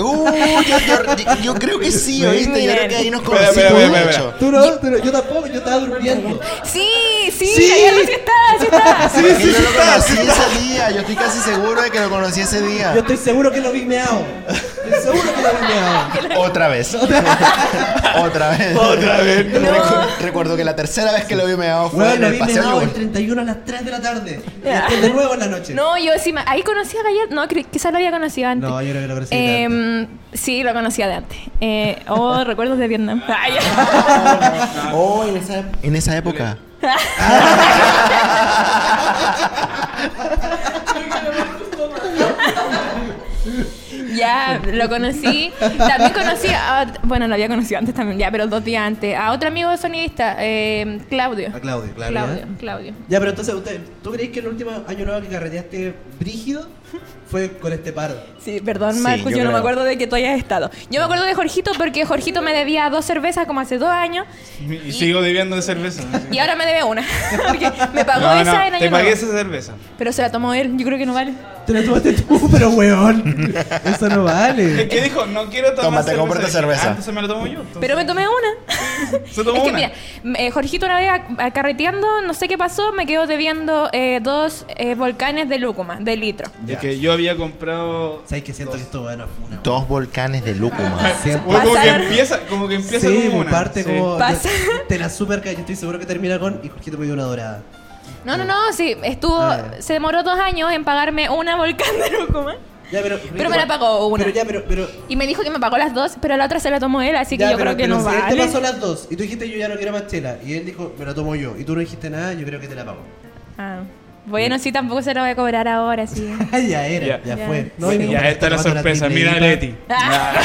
Speaker 6: Uh, yo, yo- yo creo que sí, ¿oíste? Yo creo que ahí nos
Speaker 7: Espera,
Speaker 6: conocimos,
Speaker 7: espera, espera,
Speaker 6: de
Speaker 7: espera.
Speaker 6: hecho.
Speaker 2: Tú no, tú no, yo tampoco, yo estaba durmiendo.
Speaker 3: Sí, sí,
Speaker 2: Sí.
Speaker 3: ayer sí estaba, sí estaba.
Speaker 6: Sí, sí, yo lo conocí ese día. Yo estoy casi seguro de que lo conocí ese día.
Speaker 2: Yo estoy seguro que lo vi meado. Estoy seguro que lo vi meado.
Speaker 6: Otra vez. Otra vez. Otra vez. Recuerdo que la tercera vez que lo vi meado fue
Speaker 2: Bueno,
Speaker 6: en
Speaker 2: lo
Speaker 6: el
Speaker 2: vi
Speaker 6: paseo
Speaker 2: meado el
Speaker 6: Yugol.
Speaker 2: 31 a las 3 de la tarde. Y
Speaker 3: Ya.
Speaker 2: después de nuevo en la noche.
Speaker 3: No, yo sí, me- ahí conocí a Gallet, no, cre- quizás lo había conocido antes.
Speaker 2: No, yo creo que lo conocí de antes.
Speaker 3: Em, sí, lo conocía de antes. Eh, oh, recuerdos de Vietnam. Ay,
Speaker 6: Oh, en esa, en esa época.
Speaker 3: ya, lo conocí. También conocí a, bueno, lo había conocido antes también, ya, pero dos días antes. A otro amigo sonidista, em, Claudio.
Speaker 2: A Claudio, claro.
Speaker 3: Claudio,
Speaker 2: ¿eh?
Speaker 3: Claudio.
Speaker 2: Ya, pero entonces, usted, ¿tú creéis que el último año nuevo que carreteaste brígido fue con este paro?
Speaker 3: Sí, perdón,
Speaker 6: Sí,
Speaker 3: Marcos,
Speaker 6: yo
Speaker 3: yo, no
Speaker 6: creo.
Speaker 3: me acuerdo de que tú hayas estado. Yo me acuerdo de Jorgito porque Jorgito me debía dos cervezas como hace dos años
Speaker 7: Y sigo debiendo de cerveza.
Speaker 3: y ahora me debe una. porque me pagó
Speaker 7: No,
Speaker 3: esa
Speaker 7: no,
Speaker 3: en
Speaker 7: te
Speaker 3: año
Speaker 7: pagué
Speaker 3: nuevo.
Speaker 7: esa cerveza.
Speaker 3: Pero se la tomó él, yo creo que no vale.
Speaker 2: Te lo tomaste tú, pero weón. Eso no
Speaker 7: Es
Speaker 2: vale.
Speaker 7: que dijo, no quiero tomar
Speaker 6: Toma, te
Speaker 7: cerveza.
Speaker 6: compro esta cerveza.
Speaker 7: Antes se me la tomo yo. entonces.
Speaker 3: Pero me tomé una.
Speaker 7: Se tomó
Speaker 3: es que
Speaker 7: una.
Speaker 3: mira, m- eh, Jorgito una vez a- a- carreteando, no sé qué pasó, me quedó debiendo eh, dos eh, volcanes de lúcuma, de litro.
Speaker 7: Es que yo había comprado.
Speaker 2: ¿Sabes que siento que esto va a una
Speaker 6: Dos volcanes de lúcuma.
Speaker 2: Siempre.
Speaker 7: Bueno, como que
Speaker 3: Pasaron-
Speaker 7: empieza, como que empieza
Speaker 2: Sí,
Speaker 7: como una.
Speaker 2: parte
Speaker 7: sí.
Speaker 2: como.
Speaker 3: Pasa.
Speaker 2: Te la super yo estoy seguro que termina con. Y Jorgito me dio una dorada.
Speaker 3: No, no, no, sí, estuvo,
Speaker 2: Ah, ya.
Speaker 3: se demoró dos años en pagarme una volcán de lúcuma.
Speaker 2: Ya, pero,
Speaker 3: Pero me la pagó una.
Speaker 2: Pero ya, pero. pero
Speaker 3: Y me dijo que me pagó las dos, pero la otra se la tomó él, así que
Speaker 2: ya,
Speaker 3: yo
Speaker 2: pero-
Speaker 3: creo que
Speaker 2: pero
Speaker 3: no
Speaker 2: si él
Speaker 3: vale.
Speaker 2: te este pasó las dos y tú dijiste yo ya no quiero más chela y él dijo me la tomo yo y tú no dijiste nada, yo creo que te la pago.
Speaker 3: Ah. Bueno, sí, tampoco se la voy a cobrar ahora, sí.
Speaker 2: Ah, ya era,
Speaker 8: Ya.
Speaker 2: ya,
Speaker 3: Ya.
Speaker 2: fue. No, y me
Speaker 8: ya,
Speaker 2: parece
Speaker 8: esta es
Speaker 2: que
Speaker 8: la
Speaker 2: tomando
Speaker 8: sorpresa.
Speaker 2: triple
Speaker 8: Mira a
Speaker 2: IPA.
Speaker 8: Leti.
Speaker 3: Ah,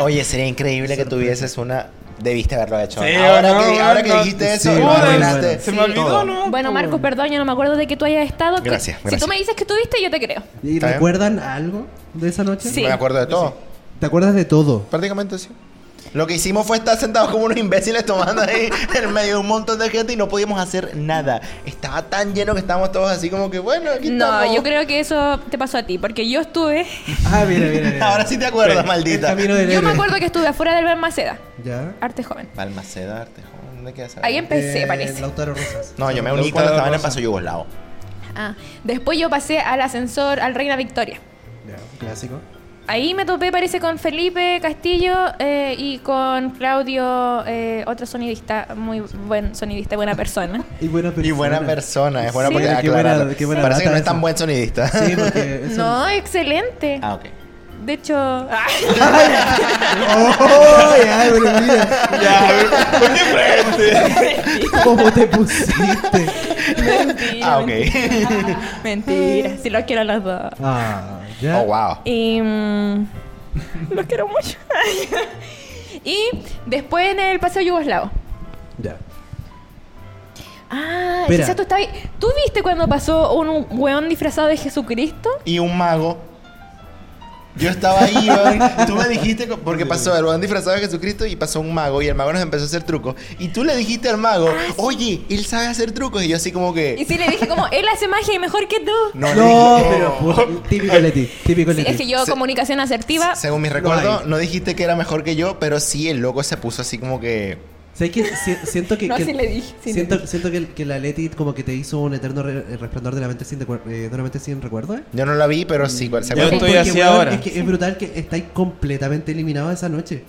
Speaker 6: Oye, sería increíble que tuvieses una. Debiste haberlo hecho.
Speaker 8: Sí,
Speaker 6: ahora
Speaker 8: no,
Speaker 6: que,
Speaker 8: bueno,
Speaker 6: ahora que
Speaker 8: no.
Speaker 6: dijiste
Speaker 2: Sí,
Speaker 6: eso, lo
Speaker 2: bueno,
Speaker 6: arruinaste.
Speaker 8: Se me olvidó,
Speaker 6: todo.
Speaker 8: ¿no?
Speaker 3: Bueno, Marcos, perdón, yo no me acuerdo de que tú hayas estado. que-
Speaker 6: Gracias,
Speaker 3: Si tú
Speaker 6: gracias.
Speaker 3: me dices que estuviste, yo te creo.
Speaker 2: ¿Y
Speaker 6: ¿Está bien?
Speaker 2: recuerdan algo de esa noche?
Speaker 3: Sí.
Speaker 6: Me acuerdo de todo.
Speaker 2: ¿Te acuerdas de todo?
Speaker 6: Prácticamente sí. Lo que hicimos fue estar sentados como unos imbéciles tomando ahí en medio de un montón de gente y no podíamos hacer nada. Estaba tan lleno que estábamos todos así como que, bueno, aquí estamos.
Speaker 3: No, yo creo que eso te pasó a ti, porque yo estuve.
Speaker 2: Ah, mira, mira, mira.
Speaker 6: Ahora sí te acuerdas, maldita.
Speaker 2: El camino del
Speaker 3: Yo me
Speaker 2: héroe.
Speaker 3: acuerdo que estuve afuera del Balmaceda,
Speaker 2: Ya.
Speaker 3: arte joven.
Speaker 6: Balmaceda, Artejón, ¿dónde quedas?
Speaker 3: Ahí em- empecé,
Speaker 2: Eh,
Speaker 3: parece.
Speaker 2: Lautaro Rosas.
Speaker 6: No, yo me
Speaker 7: Lo
Speaker 6: uní cuando
Speaker 7: cuadro
Speaker 6: estaba en el
Speaker 7: rosa.
Speaker 6: paso yugoslavo.
Speaker 3: Ah, Después yo pasé al ascensor al Reina Victoria.
Speaker 2: Ya, un clásico.
Speaker 3: Ahí me topé, parece, con Felipe Castillo eh, y con Claudio, eh, otro sonidista, muy buen sonidista, buena persona.
Speaker 2: Y buena persona.
Speaker 6: Y buena persona, es buena
Speaker 3: Sí.
Speaker 6: porque
Speaker 2: Oye, qué buena-
Speaker 6: aclararlo.
Speaker 2: qué buena
Speaker 6: Parece que
Speaker 2: data
Speaker 6: no es
Speaker 2: esa.
Speaker 6: tan buen sonidista.
Speaker 2: Sí, porque eso-
Speaker 3: No, excelente.
Speaker 6: Ah, ok.
Speaker 3: De hecho, ah,
Speaker 2: ¡Oh! Ya, pero mira. ¿Cómo te pusiste?
Speaker 3: mentira.
Speaker 6: Ah, ok.
Speaker 3: Mentira, si los quiero a los dos.
Speaker 2: Ah, ya.
Speaker 6: Oh, wow.
Speaker 3: Y. mm, los quiero mucho. y después en el Paseo Yugoslavo.
Speaker 2: Ya.
Speaker 3: Ah,
Speaker 2: Espera.
Speaker 3: quizás tú estabas. ahí. ¿Tú viste cuando pasó un weón disfrazado de Jesucristo?
Speaker 6: Y un mago. Yo estaba ahí, weón. Tú me dijiste, co- porque pasó el weón disfrazado de Jesucristo y pasó un mago y el mago nos empezó a hacer trucos. Y tú le dijiste al mago, oye, él sabe hacer trucos. Y yo así como
Speaker 3: Y
Speaker 6: que...
Speaker 3: sí le dije, como, él hace magia y mejor que tú.
Speaker 6: No, le
Speaker 2: No,
Speaker 6: dije-
Speaker 2: pero pu- típico Leti, típico
Speaker 3: Sí,
Speaker 2: Leti.
Speaker 3: es que yo,
Speaker 6: Se-
Speaker 3: comunicación asertiva.
Speaker 6: Según mis
Speaker 2: No
Speaker 6: recuerdos,
Speaker 2: hay.
Speaker 6: no dijiste que era mejor que yo, pero sí el loco se puso así como que...
Speaker 2: ¿Sabes qué? Si- siento que,
Speaker 3: No,
Speaker 2: que-
Speaker 3: sí le dije, sí le
Speaker 2: siento, siento que, que la Leti como que te hizo un eterno re- eh, resplandor de la mente sin, recuer- eh, de una mente sin recuerdo, ¿eh?
Speaker 6: Yo no la vi, pero sí, ¿se
Speaker 7: Yo
Speaker 6: acuerdan?
Speaker 7: estoy
Speaker 2: Porque,
Speaker 7: así
Speaker 2: weón,
Speaker 7: ahora.
Speaker 2: Es que es brutal que estáis completamente eliminados esa noche.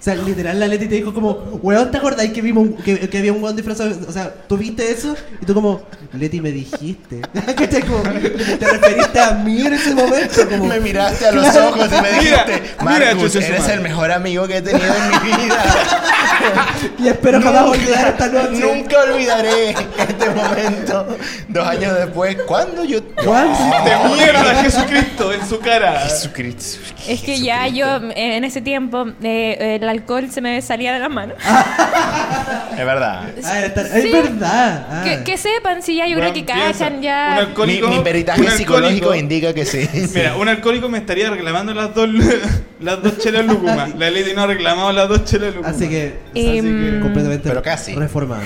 Speaker 2: O sea, literal, la Leti te dijo como, weón, ¿te acordáis que vimos un- que, que había un weón disfrazado? O sea, tú viste eso y tú como, Leti, me dijiste. ¿Cachai? Como, te referiste a mí en ese momento. Como,
Speaker 6: Me miraste a los ojos y me
Speaker 7: Mira,
Speaker 6: dijiste,
Speaker 7: mira,
Speaker 6: Marcus,
Speaker 7: chucha su
Speaker 6: eres
Speaker 7: madre".
Speaker 6: el mejor amigo que he tenido en mi vida.
Speaker 2: y espero jamás olvidar esta noche.
Speaker 6: Nunca olvidaré este momento. Dos años después, cuando yo...
Speaker 2: ¿Cuándo?
Speaker 7: ¡De mierda, Jesucristo! En su cara.
Speaker 6: Jesucristo.
Speaker 3: Es que ya yo, eh, en ese tiempo, eh, el alcohol se me salía de las manos.
Speaker 6: Es verdad.
Speaker 2: Ah, era esta-
Speaker 3: Sí.
Speaker 2: Es verdad. Ah.
Speaker 3: Que, que sepan, si ya yo creo que
Speaker 7: Piensa,
Speaker 3: cachan,
Speaker 7: Un
Speaker 3: ya.
Speaker 6: Mi,
Speaker 7: alcohólico.
Speaker 6: mi peritaje
Speaker 7: un
Speaker 6: psicológico
Speaker 7: alcohólico-
Speaker 6: indica que sí.
Speaker 7: Mira, un alcohólico me estaría reclamando las dos, las dos chelas lúcuma. La Lady no ha reclamado las dos chelas lúcuma.
Speaker 2: Así que,
Speaker 3: Em,
Speaker 2: completamente
Speaker 6: Pero casi.
Speaker 2: reformado.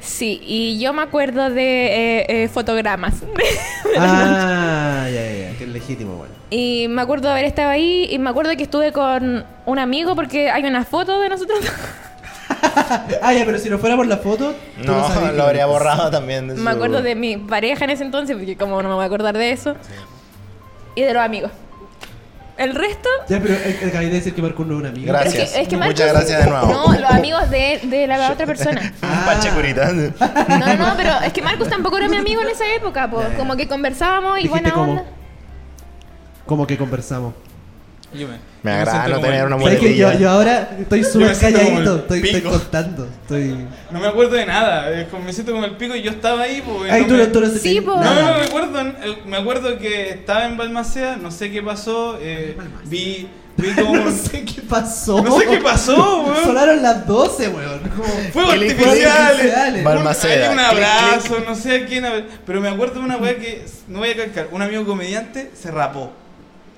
Speaker 3: Sí, y yo me acuerdo de eh, eh, fotogramas.
Speaker 2: ah, ya, ya, ya, que es legítimo, bueno.
Speaker 3: Y me acuerdo de haber estado ahí y me acuerdo que estuve con un amigo porque hay una foto de nosotros.
Speaker 2: Ah, ya, pero si no fuera por la foto, tú no, sabías
Speaker 6: No,
Speaker 2: que-
Speaker 6: lo habría borrado también. de su-
Speaker 3: me acuerdo de mi pareja en ese entonces, porque como no me voy a acordar de eso. Y de los amigos. El resto...
Speaker 2: Ya, pero eh, acabé de decir que Marco no es un amigo.
Speaker 3: pero
Speaker 6: Gracias.
Speaker 3: Es que, es que Marcos-
Speaker 6: Muchas gracias de nuevo.
Speaker 3: No, los amigos de, de la otra persona.
Speaker 2: Ah.
Speaker 6: Pache curita.
Speaker 3: No, no, pero es que Marcos tampoco era mi amigo en esa época, pues. Como que conversábamos y
Speaker 2: Dijiste
Speaker 3: buena
Speaker 2: como,
Speaker 3: onda.
Speaker 2: como que conversamos.
Speaker 7: Yo me,
Speaker 6: Me
Speaker 7: yo
Speaker 6: agrada
Speaker 7: siento
Speaker 6: no
Speaker 7: como
Speaker 6: tener
Speaker 7: el-
Speaker 6: una
Speaker 2: ¿Sabes que yo,
Speaker 6: muletilla.
Speaker 2: yo ahora estoy súper
Speaker 7: me siento como
Speaker 2: calladito?
Speaker 7: el
Speaker 2: Estoy, estoy
Speaker 7: pico.
Speaker 2: contando. Estoy...
Speaker 7: No me acuerdo de nada. eh, como Me siento como el pico y yo estaba ahí. Pues,
Speaker 2: Ay,
Speaker 7: no
Speaker 2: tú,
Speaker 7: me-
Speaker 2: no- tú no
Speaker 3: Sí,
Speaker 2: sentís
Speaker 3: po.
Speaker 7: No,
Speaker 2: nada.
Speaker 7: no, me acuerdo. eh, Me acuerdo que estaba en Balmaceda, no sé qué pasó. eh, vi, vi como.
Speaker 2: No sé qué pasó.
Speaker 7: No sé qué pasó, weón.
Speaker 2: Sonaron las 12, weón. Como-
Speaker 7: Fuegos
Speaker 6: Fuegos
Speaker 7: artificiales.
Speaker 2: artificiales.
Speaker 6: Balmaceda.
Speaker 7: Hay un
Speaker 6: Clic,
Speaker 7: abrazo, no sé a quién. abra- Pero me acuerdo de una weá que, no voy a calcar, un amigo comediante se rapó.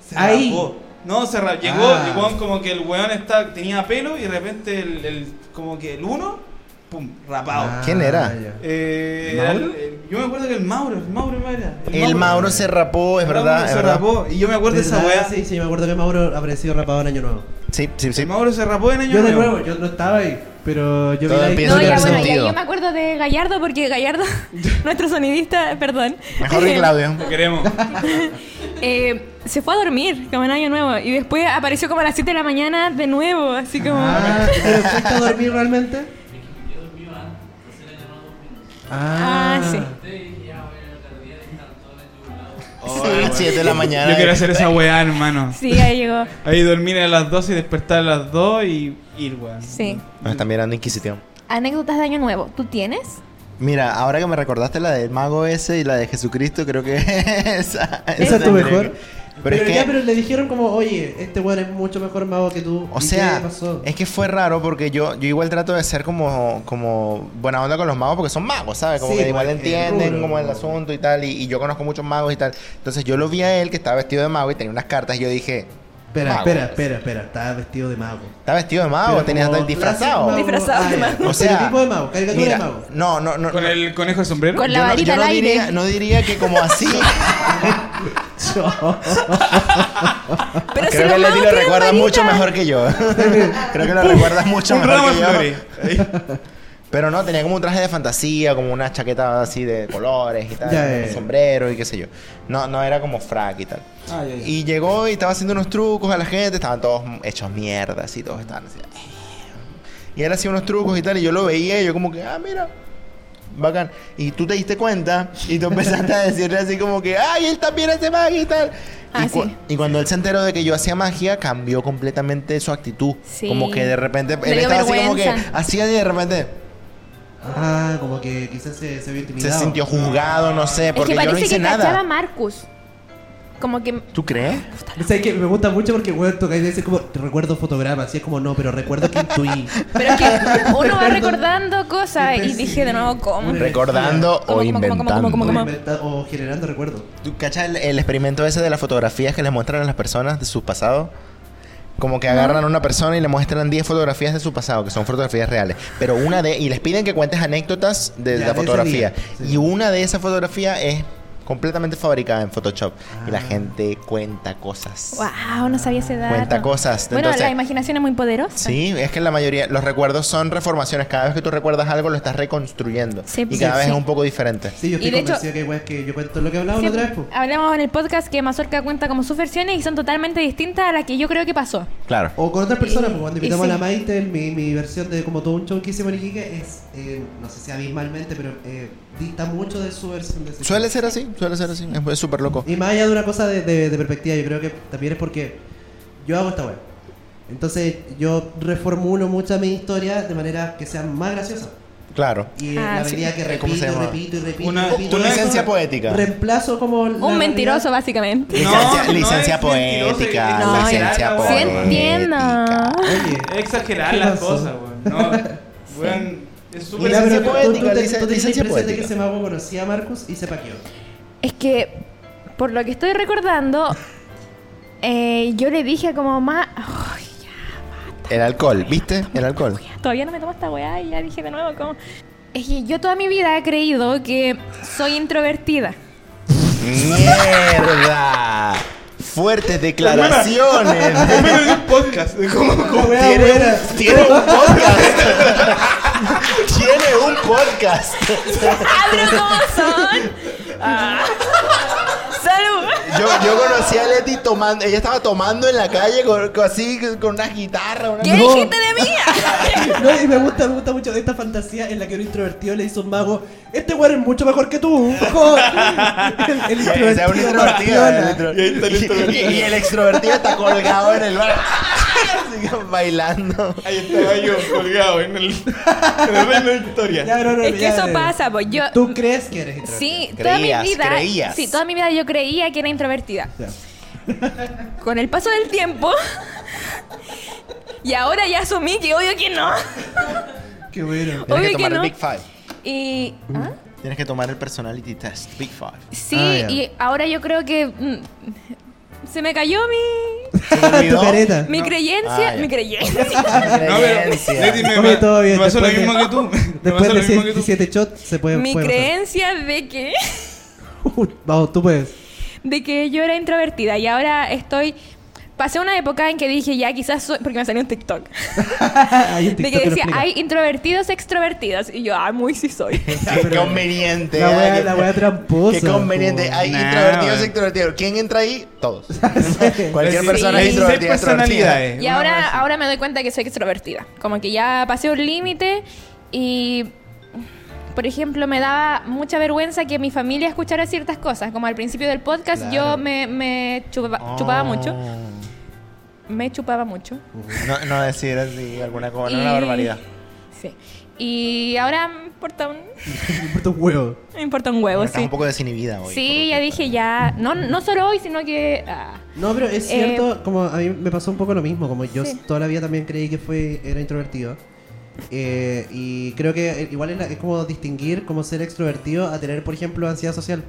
Speaker 7: Se
Speaker 2: Ahí.
Speaker 7: rapó. No, se rapó. Llegó,
Speaker 2: Ah.
Speaker 7: llegó como que el weón está, tenía pelo y de repente el, el- como que el uno, pum, rapado.
Speaker 2: Ah,
Speaker 6: ¿Quién era?
Speaker 2: ya.
Speaker 7: Eh, era
Speaker 2: ¿Mauro?
Speaker 7: el- el- yo me acuerdo que el Mauro, el Mauro era.
Speaker 6: El Mauro se rapó, es
Speaker 7: El Mauro
Speaker 6: verdad,
Speaker 7: se
Speaker 6: es verdad.
Speaker 7: rapó y yo me acuerdo de esa
Speaker 2: ¿Verdad?
Speaker 7: weá.
Speaker 2: Sí, sí, me acuerdo que Mauro habría sido rapado en Año Nuevo.
Speaker 6: Sí, sí, sí.
Speaker 7: El Mauro se rapó en año
Speaker 2: Yo de
Speaker 7: Nuevo.
Speaker 2: nuevo, yo no estaba ahí, pero yo
Speaker 6: Todo
Speaker 2: vi la
Speaker 6: empieza
Speaker 3: No,
Speaker 6: Tiene
Speaker 3: ya
Speaker 2: historia.
Speaker 3: bueno, ya
Speaker 6: sentido.
Speaker 3: yo me acuerdo de Gallardo porque Gallardo, nuestro sonidista, perdón.
Speaker 6: Mejor que Claudio.
Speaker 7: Te queremos.
Speaker 3: Eh, se fue a dormir como en año nuevo y después apareció como a las 7 de la mañana de nuevo, así como...
Speaker 2: Ah, ¿Pero fuiste a dormir realmente?
Speaker 4: Ah,
Speaker 3: Ah, sí.
Speaker 6: 7 de la mañana.
Speaker 7: Yo quiero hacer esa weá, hermano.
Speaker 3: Sí, ahí llegó.
Speaker 7: Ahí dormir a las 2 y despertar a las 2 y ir, weón.
Speaker 3: Sí.
Speaker 6: Nos está mirando Inquisición.
Speaker 3: Anécdotas de Año Nuevo. ¿Tú tienes?
Speaker 6: Mira, ahora que me recordaste la del mago ese y la de Jesucristo, creo que esa.
Speaker 2: Esa es tu
Speaker 6: creo
Speaker 2: mejor.
Speaker 6: que- Este Pero
Speaker 2: Pero,
Speaker 6: es que.
Speaker 2: ya, pero le dijeron como, oye, este weón es mucho mejor mago que tú.
Speaker 6: O
Speaker 2: ¿Y
Speaker 6: sea,
Speaker 2: ¿qué pasó?
Speaker 6: es que fue raro porque yo, yo igual trato de ser como, como buena onda con los magos porque son magos, ¿sabes? Como
Speaker 2: Sí,
Speaker 6: que igual
Speaker 2: pues, el
Speaker 6: entienden
Speaker 2: rubro.
Speaker 6: como el asunto y tal. Y, y yo conozco muchos magos y tal. Entonces yo lo vi a él que estaba vestido de mago y tenía unas cartas y yo dije,
Speaker 2: Espera,
Speaker 6: mago.
Speaker 2: espera, espera, espera. Estaba vestido de mago.
Speaker 6: está vestido de mago,
Speaker 2: Pero
Speaker 6: tenía
Speaker 2: como
Speaker 6: hasta el
Speaker 2: clásico
Speaker 6: disfrazado.
Speaker 2: mago.
Speaker 4: Disfrazado de
Speaker 2: Ah, ya.
Speaker 6: mago. O sea,
Speaker 2: Estereotipo de mago, caricatura
Speaker 6: Mira,
Speaker 2: de mago.
Speaker 6: no, no, no.
Speaker 7: ¿Con
Speaker 6: no.
Speaker 7: el conejo de sombrero?
Speaker 3: Con la
Speaker 6: Yo no-
Speaker 3: varita
Speaker 6: yo
Speaker 3: al
Speaker 6: no
Speaker 3: aire.
Speaker 6: diría, no diría que como así.
Speaker 3: Pero si
Speaker 6: Creo que
Speaker 3: los magos
Speaker 6: Leti lo
Speaker 3: tienen
Speaker 6: recuerda
Speaker 3: varita.
Speaker 6: mucho mejor que yo. Creo que lo recuerda mucho
Speaker 7: Un ramo
Speaker 6: mejor
Speaker 7: de
Speaker 6: que yo.
Speaker 7: flores. Ahí.
Speaker 6: Pero no, tenía como un traje de fantasía, como una chaqueta así de colores y tal,
Speaker 2: Ya, ya,
Speaker 6: un
Speaker 2: ya.
Speaker 6: sombrero y qué sé yo. No, no era como frac y tal.
Speaker 7: Ah, ya, ya.
Speaker 6: Y llegó y estaba haciendo unos trucos a la gente, estaban todos hechos mierda, así, todos estaban así. Y él hacía unos trucos y tal, y yo lo veía y yo como que, ah, mira, bacán. Y tú te diste cuenta y tú empezaste a decirle así como que, ay, él también hace magia y tal.
Speaker 3: Ah,
Speaker 6: y, cu-
Speaker 3: sí.
Speaker 6: y cuando él se enteró de que yo hacía magia, cambió completamente su actitud.
Speaker 3: Sí.
Speaker 6: Como que de repente,
Speaker 3: Le
Speaker 6: él
Speaker 3: dio
Speaker 6: estaba así como que,
Speaker 3: vergüenza.
Speaker 6: hacía y de repente...
Speaker 2: Ah, como que quizás se, se vio
Speaker 6: Se
Speaker 2: intimidado.
Speaker 6: sintió juzgado, no sé,
Speaker 3: Es
Speaker 6: porque
Speaker 3: que
Speaker 6: yo no
Speaker 3: parece
Speaker 6: hice
Speaker 3: que cachaba a
Speaker 6: nada.
Speaker 3: Marcus. Como que.
Speaker 6: ¿Tú crees?
Speaker 2: O sea, es que me gusta mucho porque, weón, toca y dice como, recuerdo fotogramas. Y es como, no, pero recuerdo que intuí.
Speaker 3: Pero es que uno va recordando cosas y dije de nuevo, ¿cómo?
Speaker 2: Una
Speaker 6: Recordando
Speaker 3: ¿Cómo,
Speaker 6: o
Speaker 3: cómo, cómo, cómo,
Speaker 6: inventando.
Speaker 3: cómo, cómo,
Speaker 2: O, inventa- o generando recuerdos.
Speaker 6: ¿Tú cachas el, el experimento ese de las fotografías que les muestran a las personas de su pasado? Como que agarran a una persona y le muestran 10 fotografías de su pasado, que son fotografías reales. Pero una de... Y les piden que cuentes anécdotas de
Speaker 2: Ya, de
Speaker 6: la
Speaker 2: ese
Speaker 6: fotografía.
Speaker 2: día, sí.
Speaker 6: Y una de esas fotografías es completamente fabricada en Photoshop. Y
Speaker 2: Ah.
Speaker 6: la gente cuenta cosas.
Speaker 3: Wow, no sabía ese dato.
Speaker 6: Cuenta cosas.
Speaker 3: Bueno,
Speaker 6: Entonces-
Speaker 3: la imaginación es muy poderosa.
Speaker 6: Sí, es que la mayoría, los recuerdos son reformaciones. Cada vez que tú recuerdas algo lo estás reconstruyendo.
Speaker 3: Sí, pues,
Speaker 6: y
Speaker 3: sí,
Speaker 6: cada vez
Speaker 3: sí.
Speaker 6: es un poco diferente.
Speaker 2: Sí, yo
Speaker 3: Y
Speaker 2: estoy
Speaker 3: de hecho-
Speaker 2: convencido que, weón, es que yo cuento lo que hablaba la
Speaker 3: Siempre
Speaker 2: otra vez, po.
Speaker 3: hablamos en el podcast que Mazorca cuenta como sus versiones y son totalmente distintas a las que yo creo que pasó.
Speaker 6: Claro.
Speaker 2: O con otras personas, pues cuando
Speaker 3: Y- y
Speaker 2: invitamos
Speaker 3: sí.
Speaker 2: a la Maite, mi, mi versión de como todo un show que hicimos en Iquique es, eh, no sé si abismalmente, pero eh, dicta mucho de su versión. De ese
Speaker 6: Suele
Speaker 2: show.
Speaker 6: ser así, suele ser así. Es- Es súper loco.
Speaker 2: Y más allá de una cosa de, de- de perspectiva, yo creo que también es porque yo hago esta web. Entonces yo reformulo muchas mis historias de manera que sean más graciosas.
Speaker 6: Claro.
Speaker 2: Y
Speaker 3: Ah,
Speaker 2: la
Speaker 3: sí.
Speaker 2: medida que
Speaker 6: ¿Cómo
Speaker 2: repito,
Speaker 6: se llama?
Speaker 2: repito y repito,
Speaker 7: Una-
Speaker 2: y repito,
Speaker 6: Tu
Speaker 7: una-
Speaker 2: repito,
Speaker 6: licencia poética.
Speaker 2: reemplazo como la
Speaker 3: Un
Speaker 2: realidad.
Speaker 3: mentiroso, básicamente.
Speaker 6: Licencia,
Speaker 7: No, no
Speaker 6: licencia
Speaker 7: es
Speaker 6: poética,
Speaker 7: mentiroso, es
Speaker 6: licencia
Speaker 7: exagerar,
Speaker 6: poética.
Speaker 3: Sí entiendo.
Speaker 2: Oye,
Speaker 7: Es exagerar
Speaker 2: ¿Qué
Speaker 7: las
Speaker 2: pasó?
Speaker 7: cosas, weón. No, weón, es
Speaker 2: y
Speaker 7: súper
Speaker 2: la
Speaker 6: licencia
Speaker 2: verdad,
Speaker 7: exagerado.
Speaker 2: tú, tú, tú,
Speaker 6: poética,
Speaker 2: te-
Speaker 6: lic-
Speaker 2: tú tenés
Speaker 6: licencia
Speaker 2: presente que
Speaker 6: poética.
Speaker 2: ese mago conocía a Marcus y se paqueó.
Speaker 3: Es que, por lo que estoy recordando, eh, yo le dije como más... Ay,
Speaker 6: El alcohol, ¿viste? El alcohol.
Speaker 3: ya, todavía no me tomo esta weá y ya dije de nuevo como... Es que yo toda mi vida he creído que soy introvertida.
Speaker 6: ¡Mierda! Fuertes declaraciones.
Speaker 7: Como en un podcast. Como, como-
Speaker 2: Wea
Speaker 6: Tiene un,
Speaker 2: buena.
Speaker 6: tiene un podcast. tiene un podcast.
Speaker 3: ¡Ah, pero cómo son! Ah. ¡Salud!
Speaker 6: Yo, yo conocí a Leti tomando, ella estaba tomando en la calle con, con- así, con una guitarra. Una
Speaker 3: ¿Qué
Speaker 2: No.
Speaker 3: dijiste de mí?
Speaker 2: No, y me gusta, me gusta mucho esta fantasía en la que un introvertido le dice a un mago, este weón es mucho mejor que tú. el, el
Speaker 6: Sí, o sea, un
Speaker 2: introvertido
Speaker 6: introvertido, el
Speaker 2: vaciona.
Speaker 6: intro- Y, y- y el extrovertido está colgado en el bar. Así que bailando.
Speaker 7: Ahí estaba yo colgado en el, en el reino de Victoria.
Speaker 2: Ya, no, no,
Speaker 3: Es que
Speaker 2: ya,
Speaker 3: eso
Speaker 2: ya.
Speaker 3: pasa, pues yo...
Speaker 2: ¿Tú crees que eres introvertido?
Speaker 3: Sí, toda
Speaker 6: Creías,
Speaker 3: mi vida...
Speaker 6: creías.
Speaker 3: Sí, toda mi vida yo creía que era introvertida.
Speaker 2: Ya.
Speaker 3: Con el paso del tiempo... y ahora ya asumí que obvio que no.
Speaker 2: Qué bueno.
Speaker 6: Tienes que
Speaker 3: Obvio que
Speaker 6: tomar el
Speaker 3: no.
Speaker 6: Big Five.
Speaker 3: Y... ¿ah?
Speaker 6: Mm. Tienes que tomar el personality test. Big Five.
Speaker 3: Sí,
Speaker 2: Ah, ya.
Speaker 3: y ahora yo creo que... mm, se me cayó mi...
Speaker 6: ¿Se te olvidó?
Speaker 2: tu careta.
Speaker 3: Mi
Speaker 7: No.
Speaker 3: creencia...
Speaker 6: Ah, ya.
Speaker 3: mi creencia.
Speaker 7: No, pero
Speaker 6: Creencia.
Speaker 7: Leti me,
Speaker 2: Oye, todo bien.
Speaker 7: me pasó lo
Speaker 2: después
Speaker 7: mismo
Speaker 2: de-
Speaker 7: que tú. Me
Speaker 2: Después
Speaker 7: pasó
Speaker 2: de
Speaker 7: lo mismo que tú.
Speaker 2: 17 shots se puede...
Speaker 3: mi
Speaker 2: puede pasar.
Speaker 3: creencia de que...
Speaker 2: Vamos, tú puedes.
Speaker 3: de que yo era introvertida y ahora estoy... Pasé una época en que dije, ya quizás soy... Porque me salió un TikTok.
Speaker 2: Hay un
Speaker 3: De
Speaker 2: TikTok
Speaker 3: que
Speaker 2: lo
Speaker 3: decía,
Speaker 2: explica.
Speaker 3: hay introvertidos, extrovertidos. Y yo, ah, muy sí soy.
Speaker 6: Qué conveniente.
Speaker 2: La
Speaker 6: ¿eh?
Speaker 2: wea-
Speaker 6: Qué-
Speaker 2: la wea tramposa,
Speaker 6: Qué conveniente. Hay
Speaker 7: Nah,
Speaker 6: introvertidos
Speaker 7: wea.
Speaker 6: e introvertidos. ¿Quién entra ahí? Todos. Cualquier
Speaker 7: Sí,
Speaker 6: persona
Speaker 7: hay
Speaker 6: es introvertida.
Speaker 7: seis
Speaker 6: extrovertida.
Speaker 7: personalidades.
Speaker 3: y
Speaker 7: una wea
Speaker 3: ahora,
Speaker 7: así.
Speaker 3: ahora me doy cuenta que soy extrovertida. Como que ya pasé un límite y... por ejemplo, me daba mucha vergüenza que mi familia escuchara ciertas cosas. Como al principio del podcast yo me, me chupa-
Speaker 6: Oh.
Speaker 3: chupaba mucho. Me chupaba mucho.
Speaker 6: No, no decir así alguna cosa,
Speaker 3: Y-
Speaker 6: una barbaridad.
Speaker 3: Sí. Y ahora me importa un,
Speaker 2: Me importa un huevo.
Speaker 3: me importa un huevo,
Speaker 6: Estás
Speaker 3: sí.
Speaker 6: un poco desinhibida hoy.
Speaker 3: Sí, ya dije ya. No, no solo hoy, sino que. ah,
Speaker 2: No, pero es
Speaker 3: Eh,
Speaker 2: cierto, como a mí me pasó un poco lo mismo, como yo
Speaker 3: Sí.
Speaker 2: toda la vida también creí que fue, era introvertido. Eh, y creo que eh, igual es, la- es como distinguir como ser extrovertido a tener, por ejemplo, ansiedad social.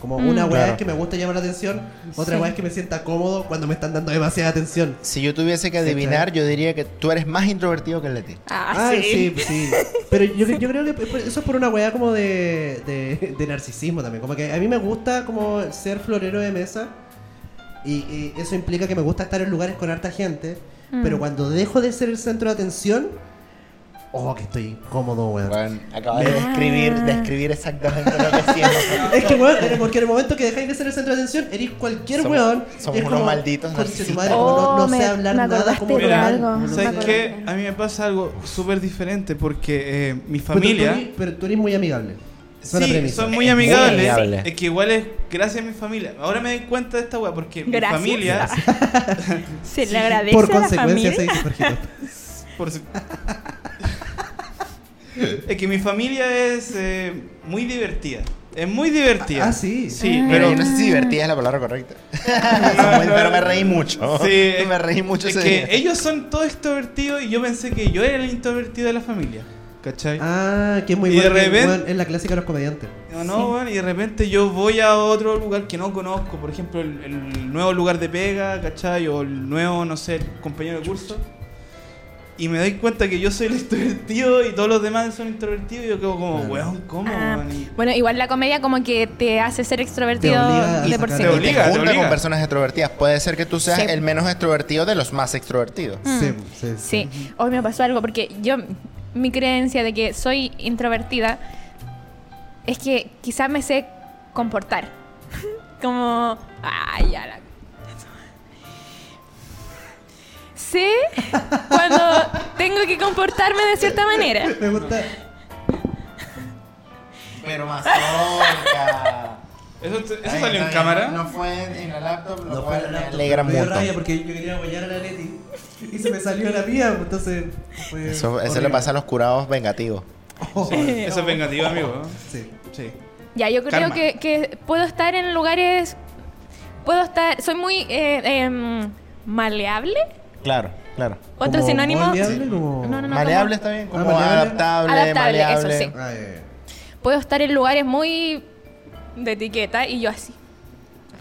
Speaker 2: Como
Speaker 3: Mm.
Speaker 2: una weá
Speaker 6: Claro.
Speaker 2: es que me gusta llamar la atención, otra
Speaker 3: Sí.
Speaker 2: weá es que me sienta cómodo cuando me están dando demasiada atención.
Speaker 6: Si yo tuviese que adivinar, yo diría que tú eres más introvertido que el Leti.
Speaker 3: ah,
Speaker 2: Ay,
Speaker 3: sí.
Speaker 2: sí, sí. Pero yo, yo creo que es por- eso es por una weá como de, de, de narcisismo también. Como que a mí me gusta como ser florero de mesa. Y, y eso implica que me gusta estar en lugares con harta gente.
Speaker 3: Mm.
Speaker 2: Pero cuando dejo de ser el centro de atención, oh, que estoy incómodo, weón.
Speaker 6: Bueno, acabas de describir, describir exactamente lo que siento.
Speaker 2: Es que, weón, en cualquier momento que dejáis de ser el centro de atención, eres cualquier
Speaker 6: Somos-
Speaker 2: weón.
Speaker 6: somos
Speaker 2: y es
Speaker 6: unos
Speaker 2: como,
Speaker 6: malditos
Speaker 2: "Conche tu
Speaker 6: narcisistas".
Speaker 2: madre, como no, no
Speaker 3: Oh, me-
Speaker 2: sé hablar
Speaker 3: me
Speaker 2: nada.
Speaker 3: acordaste
Speaker 2: Como
Speaker 3: de
Speaker 2: weón.
Speaker 3: algo. me
Speaker 7: ¿sabes
Speaker 3: acuerdo de
Speaker 7: qué?
Speaker 3: algo.
Speaker 7: A mí me pasa algo súper diferente porque eh, mi
Speaker 2: Pero tú
Speaker 7: familia...
Speaker 2: eres- Pero tú eres muy amigable. Esa es la
Speaker 7: Sí,
Speaker 2: premisa. Eh,
Speaker 7: son muy
Speaker 6: Es muy
Speaker 7: amigables.
Speaker 6: amigable.
Speaker 7: Es que igual es gracias a mi familia. Ahora me doy cuenta de esta weá porque
Speaker 3: Gracias.
Speaker 7: mi familia,
Speaker 3: Se le agradece
Speaker 2: Por
Speaker 3: a la
Speaker 2: consecuencia,
Speaker 3: familia.
Speaker 2: se dice Jorgito.
Speaker 7: por su- es que mi familia es eh, muy divertida. Es muy divertida.
Speaker 2: Ah, sí.
Speaker 7: Sí,
Speaker 6: Pero
Speaker 7: pero
Speaker 6: yo no sé si divertida es la palabra correcta. Samuel, pero me reí mucho.
Speaker 7: Sí,
Speaker 6: me reí mucho.
Speaker 7: es
Speaker 6: ese
Speaker 7: que
Speaker 6: día.
Speaker 7: ellos son todos extrovertidos y yo pensé que yo era el introvertido de la familia. ¿Cachai?
Speaker 2: Ah, que es muy
Speaker 7: Y de
Speaker 2: bueno. que,
Speaker 7: repente-
Speaker 2: weón, es la clásica de los comediantes.
Speaker 7: No, no, weón, y de repente yo voy a otro lugar que no conozco, por ejemplo, el, el nuevo lugar de pega, ¿cachai? O el nuevo, no sé, el compañero de curso. Y me doy cuenta que yo soy el extrovertido y todos los demás son introvertidos. Y yo quedo como, weón, ¿cómo,
Speaker 3: Ah,
Speaker 7: weón? Y-
Speaker 3: bueno, igual la comedia como que te hace ser
Speaker 2: Te
Speaker 3: extrovertido
Speaker 2: obliga a
Speaker 3: de por
Speaker 2: sacar-
Speaker 3: sí.
Speaker 7: Te obliga,
Speaker 6: te junta
Speaker 7: te
Speaker 6: con
Speaker 7: obliga.
Speaker 6: personas extrovertidas. Puede ser que tú seas
Speaker 3: Sí.
Speaker 6: el menos extrovertido de los más extrovertidos.
Speaker 2: Sí, sí, sí.
Speaker 3: Sí, hoy me pasó algo porque yo, mi creencia de que soy introvertida es que quizás me sé comportar. Como, ay, ya la. Sé cuando tengo que comportarme de cierta manera.
Speaker 2: Me gusta.
Speaker 6: Pero más cerca.
Speaker 7: ¿Eso, te- eso salió en cámara?
Speaker 6: fue en la laptop,
Speaker 2: No fue la laptop,
Speaker 6: me alegra
Speaker 2: me dio
Speaker 6: mucho.
Speaker 2: rabia porque yo quería apoyar a la Leti y se me salió la mía, entonces. fue
Speaker 6: Eso, eso le
Speaker 2: horrible.
Speaker 6: pasa a los curados vengativos.
Speaker 2: Oh,
Speaker 7: Sí, eso es vengativo, amigo. ¿no?
Speaker 2: sí.
Speaker 7: Sí.
Speaker 3: Ya, yo creo
Speaker 7: Karma.
Speaker 3: que, que puedo estar en lugares. Puedo estar. Soy muy eh, em, maleable.
Speaker 6: Claro, claro.
Speaker 3: Otro
Speaker 2: Como
Speaker 3: sinónimo.
Speaker 2: moldeable, como-
Speaker 3: No, no, no,
Speaker 6: maleable
Speaker 3: como-
Speaker 6: está bien,
Speaker 2: Ah,
Speaker 6: como
Speaker 2: maleable.
Speaker 6: adaptable,
Speaker 3: Adaptable, eso
Speaker 6: maleable.
Speaker 3: sí.
Speaker 2: Ah, ya, ya.
Speaker 3: puedo estar en lugares muy de etiqueta y yo así.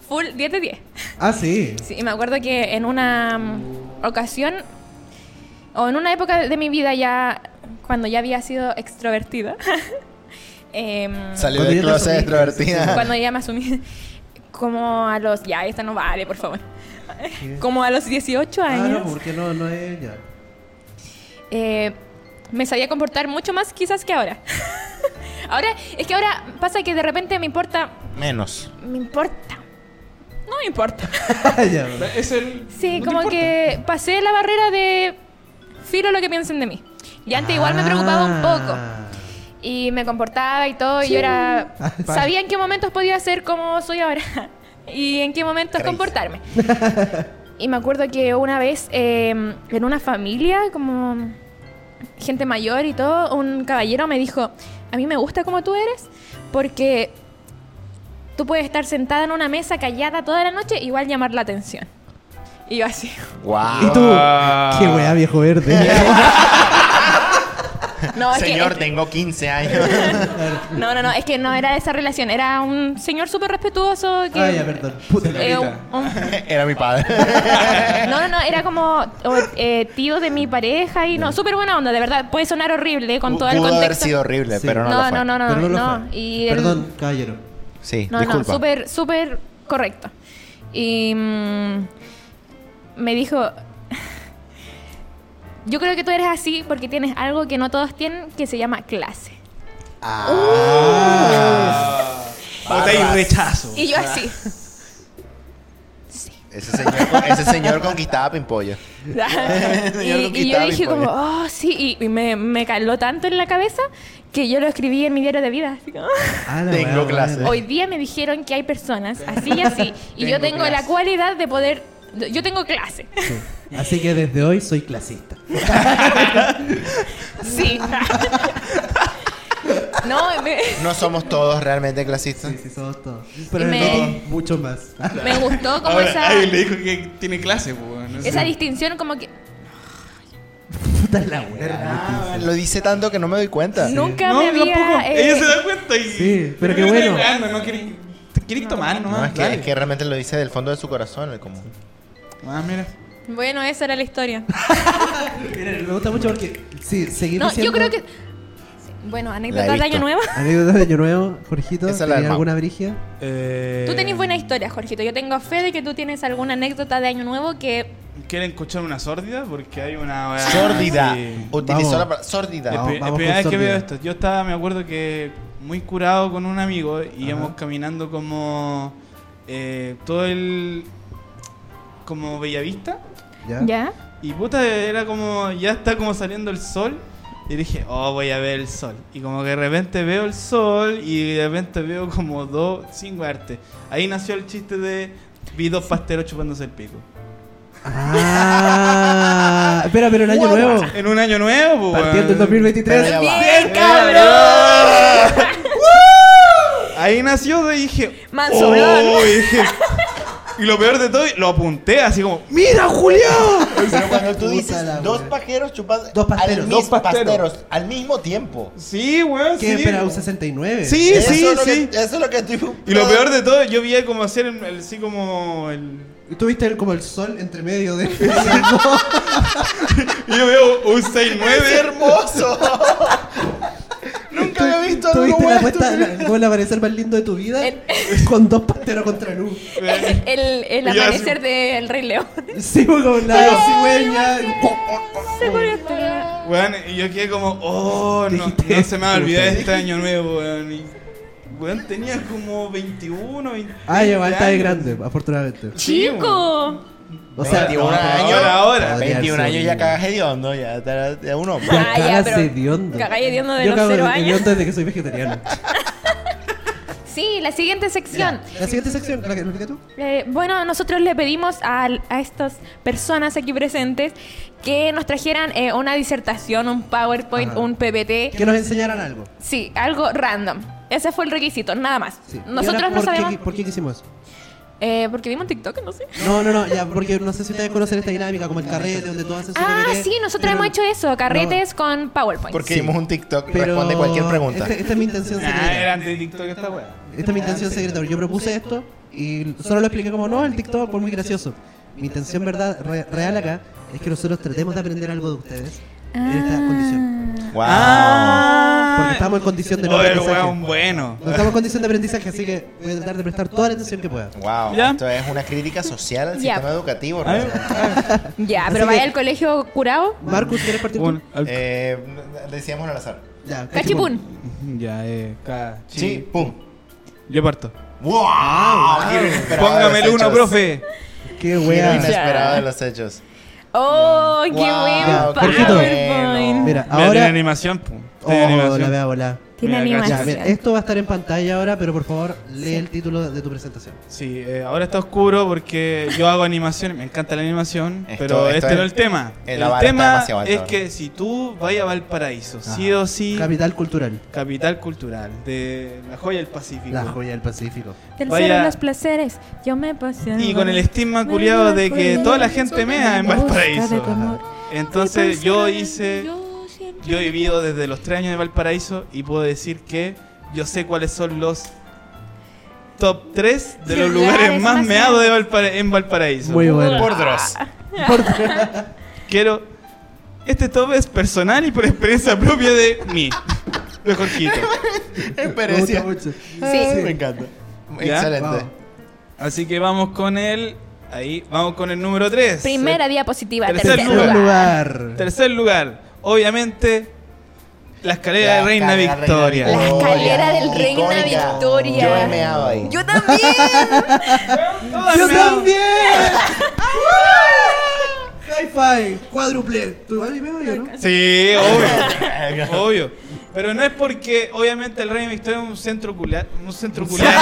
Speaker 3: Full 10 de 10.
Speaker 2: Ah, sí.
Speaker 3: Sí, y me acuerdo que en una mm, ocasión, o en una época de mi vida ya, cuando ya había sido extrovertida, em,
Speaker 6: Salió
Speaker 2: Cuando yo
Speaker 6: del
Speaker 2: te
Speaker 6: closet
Speaker 2: asumí,
Speaker 6: extrovertida.
Speaker 3: cuando ya me asumí, como a los, ya, esta no vale, por favor. Como a los 18
Speaker 2: Ah,
Speaker 3: años,
Speaker 2: no, porque no, no es ya.
Speaker 3: eh, me sabía comportar mucho más quizás que ahora. ahora, es que ahora pasa que de repente me importa
Speaker 6: Menos.
Speaker 3: Me importa. No me importa.
Speaker 2: ya, bueno.
Speaker 7: Es el-
Speaker 3: Sí,
Speaker 7: ¿no te
Speaker 3: como
Speaker 7: importa?
Speaker 3: que pasé la barrera de filo lo que piensen de mí. Y antes igual me preocupaba un poco.
Speaker 2: Ah.
Speaker 3: Y me comportaba y todo, y yo era... Sabía en qué momentos podía ser como soy ahora. Y en qué momentos
Speaker 6: Crazy.
Speaker 3: comportarme. Y me acuerdo que una vez eh, en una familia, como gente mayor y todo, un caballero me dijo, a mí me gusta como tú eres porque tú puedes estar sentada en una mesa callada toda la noche, igual llamar la atención. Y yo así,
Speaker 2: Ah. ¿Y
Speaker 6: Wow.
Speaker 2: tú?
Speaker 7: Ah.
Speaker 2: Qué weá, viejo verde.
Speaker 3: no, es que-
Speaker 6: Señor,
Speaker 3: es-
Speaker 6: tengo 15 años.
Speaker 3: no, no, no, es que no era esa relación, era un señor súper respetuoso que...
Speaker 2: Ah, ya, perdón. Puta la-
Speaker 3: eh,
Speaker 7: Señorita.
Speaker 3: un-
Speaker 6: Era mi padre.
Speaker 3: No, no, no, era como o, eh, tío de mi pareja y no, súper buena onda, de verdad. Puede sonar horrible con todo el
Speaker 6: Pudo
Speaker 3: contexto.
Speaker 6: haber sido horrible,
Speaker 2: Sí.
Speaker 6: pero no, lo
Speaker 3: no,
Speaker 6: fue.
Speaker 3: no, no, no,
Speaker 2: Pero no lo
Speaker 3: no,
Speaker 2: fue.
Speaker 3: y el-
Speaker 2: Perdón, caballero.
Speaker 6: Sí,
Speaker 3: no, no,
Speaker 6: disculpa.
Speaker 3: súper, súper correcto. Y mm, me dijo, yo creo que tú eres así porque tienes algo que no todos tienen que se llama clase.
Speaker 6: Ah.
Speaker 3: Uh.
Speaker 7: Bota y rechazo.
Speaker 3: Y yo así. Sí.
Speaker 6: Ese señor, ese señor conquistaba Pimpollo.
Speaker 3: y,
Speaker 6: Señor
Speaker 3: y yo
Speaker 6: Conquistador,
Speaker 3: dije como,
Speaker 6: imponía.
Speaker 3: oh, sí, y, y me, me caló tanto en la cabeza que yo lo escribí en mi diario de vida. así como,
Speaker 2: Ah, la
Speaker 6: Tengo
Speaker 2: weá,
Speaker 6: clase.
Speaker 2: weá.
Speaker 3: Hoy día me dijeron que hay personas así y así, y yo
Speaker 6: Tengo
Speaker 3: tengo la
Speaker 6: clase.
Speaker 3: cualidad de poder, yo tengo clase.
Speaker 2: Así que desde hoy soy clasista.
Speaker 3: Sí. no, me,
Speaker 6: No somos todos realmente clasistas.
Speaker 2: Pues Sí, sí, somos todos. Pero
Speaker 3: Y
Speaker 2: en
Speaker 3: me-
Speaker 2: el otro, mucho más. Ah,
Speaker 3: me gustó como
Speaker 7: Ahora,
Speaker 3: esa,
Speaker 7: alguien le dijo que tiene clase, po, weón.
Speaker 3: esa distinción como que
Speaker 2: Puta la weá.
Speaker 6: Ah, lo dice tanto que no me doy cuenta.
Speaker 3: nunca
Speaker 7: No,
Speaker 3: me
Speaker 7: tampoco.
Speaker 3: había... eh,
Speaker 7: Ella se da cuenta y.
Speaker 2: Sí, pero qué
Speaker 7: No,
Speaker 2: bueno.
Speaker 7: No, no queréis te queréis tomar nomás.
Speaker 6: No, es que,
Speaker 7: dale.
Speaker 6: es que realmente lo dice del fondo de su corazón, el común.
Speaker 7: Ah, mira.
Speaker 3: bueno, esa era la historia.
Speaker 2: Mira, me gusta mucho porque. Sí, seguimos
Speaker 3: No, yo
Speaker 2: siendo-
Speaker 3: creo que... Bueno,
Speaker 6: La
Speaker 3: anécdotas
Speaker 6: he
Speaker 3: de
Speaker 6: visto.
Speaker 3: Año Nuevo.
Speaker 2: Anécdota de Año Nuevo, Jorgito.
Speaker 6: Esa es la
Speaker 2: ¿tenía
Speaker 6: del Mau.
Speaker 2: alguna brigia?
Speaker 7: Eh,
Speaker 3: Tú tenés buena historia, Jorgito. Yo tengo fe de que tú tienes alguna anécdota de Año Nuevo que...
Speaker 7: ¿Quieren escuchar una sórdida? Porque hay una. weá
Speaker 6: Sórdida.
Speaker 7: así.
Speaker 6: Utilizó
Speaker 2: Ah, Vamos.
Speaker 6: la palabra sórdida.
Speaker 7: Es
Speaker 2: Vamos,
Speaker 7: pri- es
Speaker 2: vamos
Speaker 7: primera
Speaker 2: con
Speaker 7: vez que veo
Speaker 2: sórdida.
Speaker 7: esto. Yo estaba, me acuerdo que muy curado con un amigo y íbamos caminando como eh, todo el como Bellavista
Speaker 2: ¿Ya?
Speaker 3: ¿Ya?
Speaker 7: y puta era como ya está como saliendo el sol y dije oh voy a ver el sol y como que de repente veo el sol y de repente veo como dos sin arte. Ahí nació el chiste de vi dos pasteros chupándose el pico.
Speaker 2: Ah, espera, pero en Año Nuevo.
Speaker 7: En un año nuevo, pues,
Speaker 2: Partiendo el
Speaker 7: weón.
Speaker 2: 2023.
Speaker 6: Pero ya va.
Speaker 3: ¡Bien, cabrón!
Speaker 7: Ahí nació y dije.
Speaker 3: Manso
Speaker 7: "Oh",
Speaker 3: blon.
Speaker 7: y dije- y lo peor de todo, lo apunté así como.
Speaker 2: ¡Mira, Julián!
Speaker 6: Pero cuando tú
Speaker 2: Puta
Speaker 6: dices
Speaker 2: la
Speaker 6: dos
Speaker 2: wea.
Speaker 6: pajeros chupados
Speaker 2: Dos pasteros,
Speaker 6: al,
Speaker 2: dos
Speaker 6: mis-
Speaker 7: pasteros.
Speaker 6: pasteros, al mismo tiempo.
Speaker 7: Sí, weón,
Speaker 2: ¿Qué?
Speaker 7: sí.
Speaker 2: Espera, un 69.
Speaker 7: Sí,
Speaker 6: Eso
Speaker 7: sí,
Speaker 6: es lo
Speaker 7: sí.
Speaker 6: que- eso es lo que estoy
Speaker 7: Y lo peor de todo, yo vi como hacer el, el- así como el.
Speaker 2: Tuviste el- como el sol entre medio de.
Speaker 7: y yo veo un 6-9
Speaker 6: ¡Qué hermoso! Nunca había visto algo
Speaker 2: Tuviste la
Speaker 6: bueno.
Speaker 2: puesta, la- como el aparecer más lindo de tu vida con dos pasteros contra luz.
Speaker 7: weón.
Speaker 3: El, el
Speaker 7: Ya,
Speaker 3: amanecer del Rey León.
Speaker 2: Sí, pues, con la cigüeña.
Speaker 3: Se murió este weón.
Speaker 7: Weón, y yo quedé como, oh, no,
Speaker 2: Dijiste,
Speaker 7: no se me va a olvidar
Speaker 2: puta.
Speaker 7: este año nuevo, weón. Y, weón, tenía como 21, 20.
Speaker 2: Ah, ya, va, está de
Speaker 7: años.
Speaker 2: grande, afortunadamente.
Speaker 7: Sí, weón.
Speaker 3: ¡Chico!
Speaker 2: O sea, no,
Speaker 6: 21 años.
Speaker 7: Ahora, ahora.
Speaker 2: Podría
Speaker 6: 21 años ya
Speaker 2: ser.
Speaker 6: cagas hediondo, ya estarás- ya un hombre.
Speaker 3: Ah, ya,
Speaker 2: cagas
Speaker 3: pero
Speaker 2: hediondo.
Speaker 3: cagas hediondo de
Speaker 2: Yo
Speaker 3: los
Speaker 2: cago
Speaker 3: cero
Speaker 2: de-
Speaker 3: años.
Speaker 2: hediondo desde que soy vegetariano.
Speaker 3: Sí, la siguiente sección.
Speaker 2: La siguiente sección, la que la que tú.
Speaker 3: Eh, bueno, nosotros le pedimos a, a estas personas aquí presentes que nos trajeran eh, una disertación, un PowerPoint,
Speaker 2: Ajá.
Speaker 3: un PPT.
Speaker 2: Que nos enseñaran algo.
Speaker 3: Sí, algo random. Ese fue el requisito, nada más.
Speaker 2: Sí. ¿Y ahora
Speaker 3: Nosotros no
Speaker 2: por qué-
Speaker 3: sabemos.
Speaker 2: ¿Por qué hicimos eso?
Speaker 3: Eh, porque vimos TikTok, no sé.
Speaker 2: No, no, no, ya, porque no sé si ustedes conocen esta dinámica, como el carrete, donde todos hacen su
Speaker 3: Ah,
Speaker 2: PPT,
Speaker 3: sí, nosotros
Speaker 2: pero-
Speaker 3: hemos hecho eso, carretes con PowerPoint.
Speaker 6: Porque
Speaker 2: Sí.
Speaker 6: vimos un TikTok
Speaker 2: pero-
Speaker 6: responde cualquier pregunta.
Speaker 2: Esta, esta es mi intención
Speaker 7: Nah,
Speaker 2: secreta.
Speaker 7: Ah, era antes de TikTok esta weá.
Speaker 2: Esta es mi intención secreta. porque Yo propuse esto y solo lo expliqué como, no, el TikTok fue muy gracioso. Mi intención verdad re- real acá es que nosotros tratemos de aprender algo de ustedes en esta condición.
Speaker 6: ¡Wow!
Speaker 2: Ah.
Speaker 7: Ah.
Speaker 2: Porque estamos en condición de no
Speaker 7: Oh, el weón
Speaker 2: aprendizaje.
Speaker 7: bueno.
Speaker 2: No estamos en condición de aprendizaje, así que voy a tratar de prestar toda la atención que pueda.
Speaker 6: ¡Wow!
Speaker 7: Ya.
Speaker 6: Esto es una crítica social al
Speaker 3: Ya.
Speaker 6: sistema educativo.
Speaker 7: A ver,
Speaker 6: realmente.
Speaker 3: Ya,
Speaker 2: Así
Speaker 3: pero vaya
Speaker 2: que-
Speaker 3: al colegio curado.
Speaker 2: Marcus, ¿quieres partir tú?
Speaker 7: Bueno, al-
Speaker 6: Eh, decíamos al azar.
Speaker 2: Ya,
Speaker 3: Cachipún.
Speaker 7: Ya, eh. ca-
Speaker 6: Sí, pum.
Speaker 7: Yo parto.
Speaker 6: ¡Wow! Giro inesperado
Speaker 7: Póngame
Speaker 6: de
Speaker 7: el
Speaker 6: los
Speaker 7: uno,
Speaker 6: hechos.
Speaker 7: profe.
Speaker 2: Ah, Qué
Speaker 6: Giro
Speaker 2: wea.
Speaker 6: inesperado de los hechos.
Speaker 3: ¡Oh, qué
Speaker 6: Wow,
Speaker 3: buen
Speaker 2: qué Jorgito.
Speaker 3: PowerPoint!
Speaker 6: bueno.
Speaker 2: Mira,
Speaker 7: Mira, tiene
Speaker 2: ahora.
Speaker 7: animación, pum.
Speaker 2: Oh,
Speaker 7: Tiene
Speaker 2: la
Speaker 7: animación.
Speaker 2: vea volar.
Speaker 3: Tiene
Speaker 7: Mira,
Speaker 2: Ya,
Speaker 3: animación.
Speaker 2: mira, esto va a estar en pantalla ahora, pero por favor, lee el título de tu presentación.
Speaker 7: Sí, eh, ahora está oscuro porque yo hago animación, me encanta la animación,
Speaker 6: Esto-
Speaker 7: pero
Speaker 6: esto
Speaker 7: este
Speaker 6: es-
Speaker 7: no es el tema.
Speaker 6: eh,
Speaker 7: El,
Speaker 6: la vara está
Speaker 7: tema
Speaker 6: demasiado alta
Speaker 7: es
Speaker 6: ahora.
Speaker 7: que si tú vayas a Valparaíso, sí o sí,
Speaker 2: Capital cultural.
Speaker 7: capital cultural de la joya del Pacífico.
Speaker 2: La joya del Pacífico.
Speaker 3: Del
Speaker 7: Vaya-
Speaker 3: cielo los placeres, yo me paseo.
Speaker 7: Y con el estigma culiado de que toda la gente mea en
Speaker 3: Me gusta de
Speaker 7: Valparaíso.
Speaker 3: tu amor.
Speaker 7: Entonces yo hice,
Speaker 3: Yo siempre-
Speaker 7: yo he vivido desde los tres años de Valparaíso y puedo decir que yo sé cuáles son los top 3 de los lugares
Speaker 3: Lugares
Speaker 7: más
Speaker 3: más
Speaker 7: meados de Valpara- en Valparaíso.
Speaker 2: Muy bueno.
Speaker 6: Por Dross.
Speaker 7: Ah. Quiero. Este top es personal y por experiencia propia de mí. De Jorgito.
Speaker 2: Me gusta
Speaker 6: Experiencia.
Speaker 2: mucho.
Speaker 6: Sí. Me encanta.
Speaker 7: Ya.
Speaker 6: Excelente.
Speaker 2: Vamos.
Speaker 7: Así que vamos con el. Ahí, vamos con el número 3.
Speaker 3: Primera diapositiva,
Speaker 7: Tercer
Speaker 3: tercer
Speaker 2: Tercer
Speaker 3: lugar.
Speaker 2: lugar.
Speaker 7: Tercer lugar. Obviamente, La escalera de Eh, Reina
Speaker 6: escalera de
Speaker 7: Victoria.
Speaker 6: Reina
Speaker 3: La escalera
Speaker 6: Victoria,
Speaker 3: del Reina
Speaker 6: icónica.
Speaker 3: Victoria.
Speaker 6: Yo me meaba ahí.
Speaker 3: Yo también.
Speaker 7: Todas
Speaker 2: ¡Yo
Speaker 7: me dan-
Speaker 2: también! High five, cuádruple. ¿Tú igual y medio yo, no?
Speaker 7: Sí, obvio. obvio. Pero no es porque, obviamente, el Reina Victoria es un centro culiar. Un centro culiar.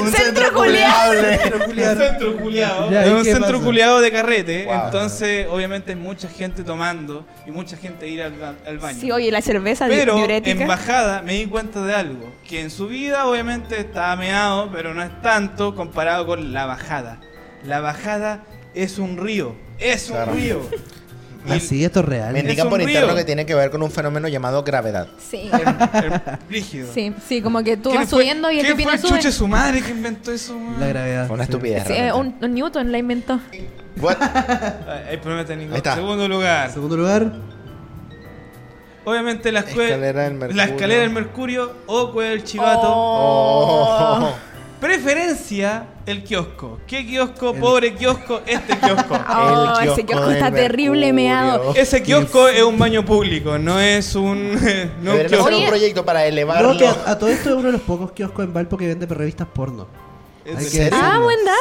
Speaker 6: Un
Speaker 3: Centro
Speaker 6: culiable.
Speaker 7: un centro culiado.
Speaker 2: Ya, ¿y
Speaker 7: Es un
Speaker 2: qué
Speaker 7: centro
Speaker 2: pasa?
Speaker 7: culiado de carrete.
Speaker 6: Wow.
Speaker 7: Entonces, obviamente, hay mucha gente tomando y mucha gente ir al, ba- al baño.
Speaker 3: Sí, oye, la cerveza di-
Speaker 7: Pero
Speaker 3: diurética.
Speaker 7: en bajada me di cuenta de algo, que en subida obviamente está meado, pero no es tanto comparado con la bajada. La bajada es un río, es un
Speaker 6: Claro.
Speaker 7: río. Y
Speaker 2: Ah, sí, esto es real.
Speaker 6: Me indican
Speaker 7: un
Speaker 6: por interno
Speaker 7: río.
Speaker 6: que tiene que ver con un fenómeno llamado gravedad.
Speaker 3: Sí.
Speaker 7: el- el rígido.
Speaker 3: Sí, sí, como que tú
Speaker 7: ¿Quién
Speaker 3: vas
Speaker 7: fue-
Speaker 3: subiendo y el
Speaker 7: ¿Quién
Speaker 3: pipí
Speaker 7: fue
Speaker 3: no
Speaker 7: el
Speaker 3: sube.
Speaker 7: chuche su madre que inventó eso? weón?
Speaker 2: eh, La gravedad.
Speaker 6: Fue una
Speaker 2: sí.
Speaker 6: estupidez.
Speaker 3: Sí, eh,
Speaker 6: realmente.
Speaker 3: un, un Newton la inventó.
Speaker 6: What?
Speaker 7: Ah, Hay problema técnico.
Speaker 6: Ahí está.
Speaker 7: Segundo lugar.
Speaker 2: En segundo lugar,
Speaker 7: Obviamente la, escue-
Speaker 6: Escalera del
Speaker 7: la
Speaker 6: Mercurio.
Speaker 7: escalera del Mercurio o cueva del Chivato.
Speaker 6: Oh.
Speaker 7: Preferencia el kiosco. ¿Qué kiosco? Pobre kiosco, este kiosco.
Speaker 3: Oh, ese
Speaker 6: El kiosco
Speaker 3: kiosco
Speaker 6: del
Speaker 3: está terrible
Speaker 6: Mercurio.
Speaker 3: meado.
Speaker 7: Ese kiosco es un baño público, no es un, no un
Speaker 6: Deberían hacer
Speaker 7: kiosco.
Speaker 6: un proyecto para elevarlo.
Speaker 2: creo que a, a todo esto es uno de los pocos kioscos en Valpo que vende revistas porno.
Speaker 7: Es-
Speaker 2: Hay que
Speaker 6: serio?
Speaker 2: decirlo.
Speaker 3: Ah, buen dato.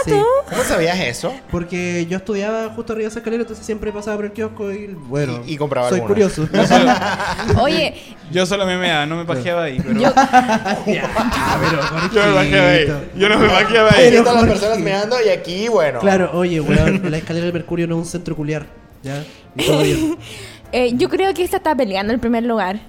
Speaker 2: Sí,
Speaker 6: ¿Cómo sabías eso?
Speaker 2: porque yo estudiaba justo arriba de esa escalera, entonces siempre pasaba por el kiosco y bueno.
Speaker 6: Y- y compraba
Speaker 2: Soy
Speaker 6: algunas.
Speaker 2: curioso.
Speaker 3: Oye,
Speaker 7: Yo solo me meaba, no me pajeaba ahí. Pero... Yo,
Speaker 6: Ah,
Speaker 7: me pajeaba ahí.
Speaker 2: Jorgito.
Speaker 7: Yo no me pajeaba ahí.
Speaker 6: Aquí están las
Speaker 2: Jorge.
Speaker 6: personas mirando y aquí, bueno.
Speaker 2: Claro, oye, weón, la escalera del Mercurio no es un centro culiar. Ya, todo bien.
Speaker 3: eh, yo creo que esta está peleando el primer lugar.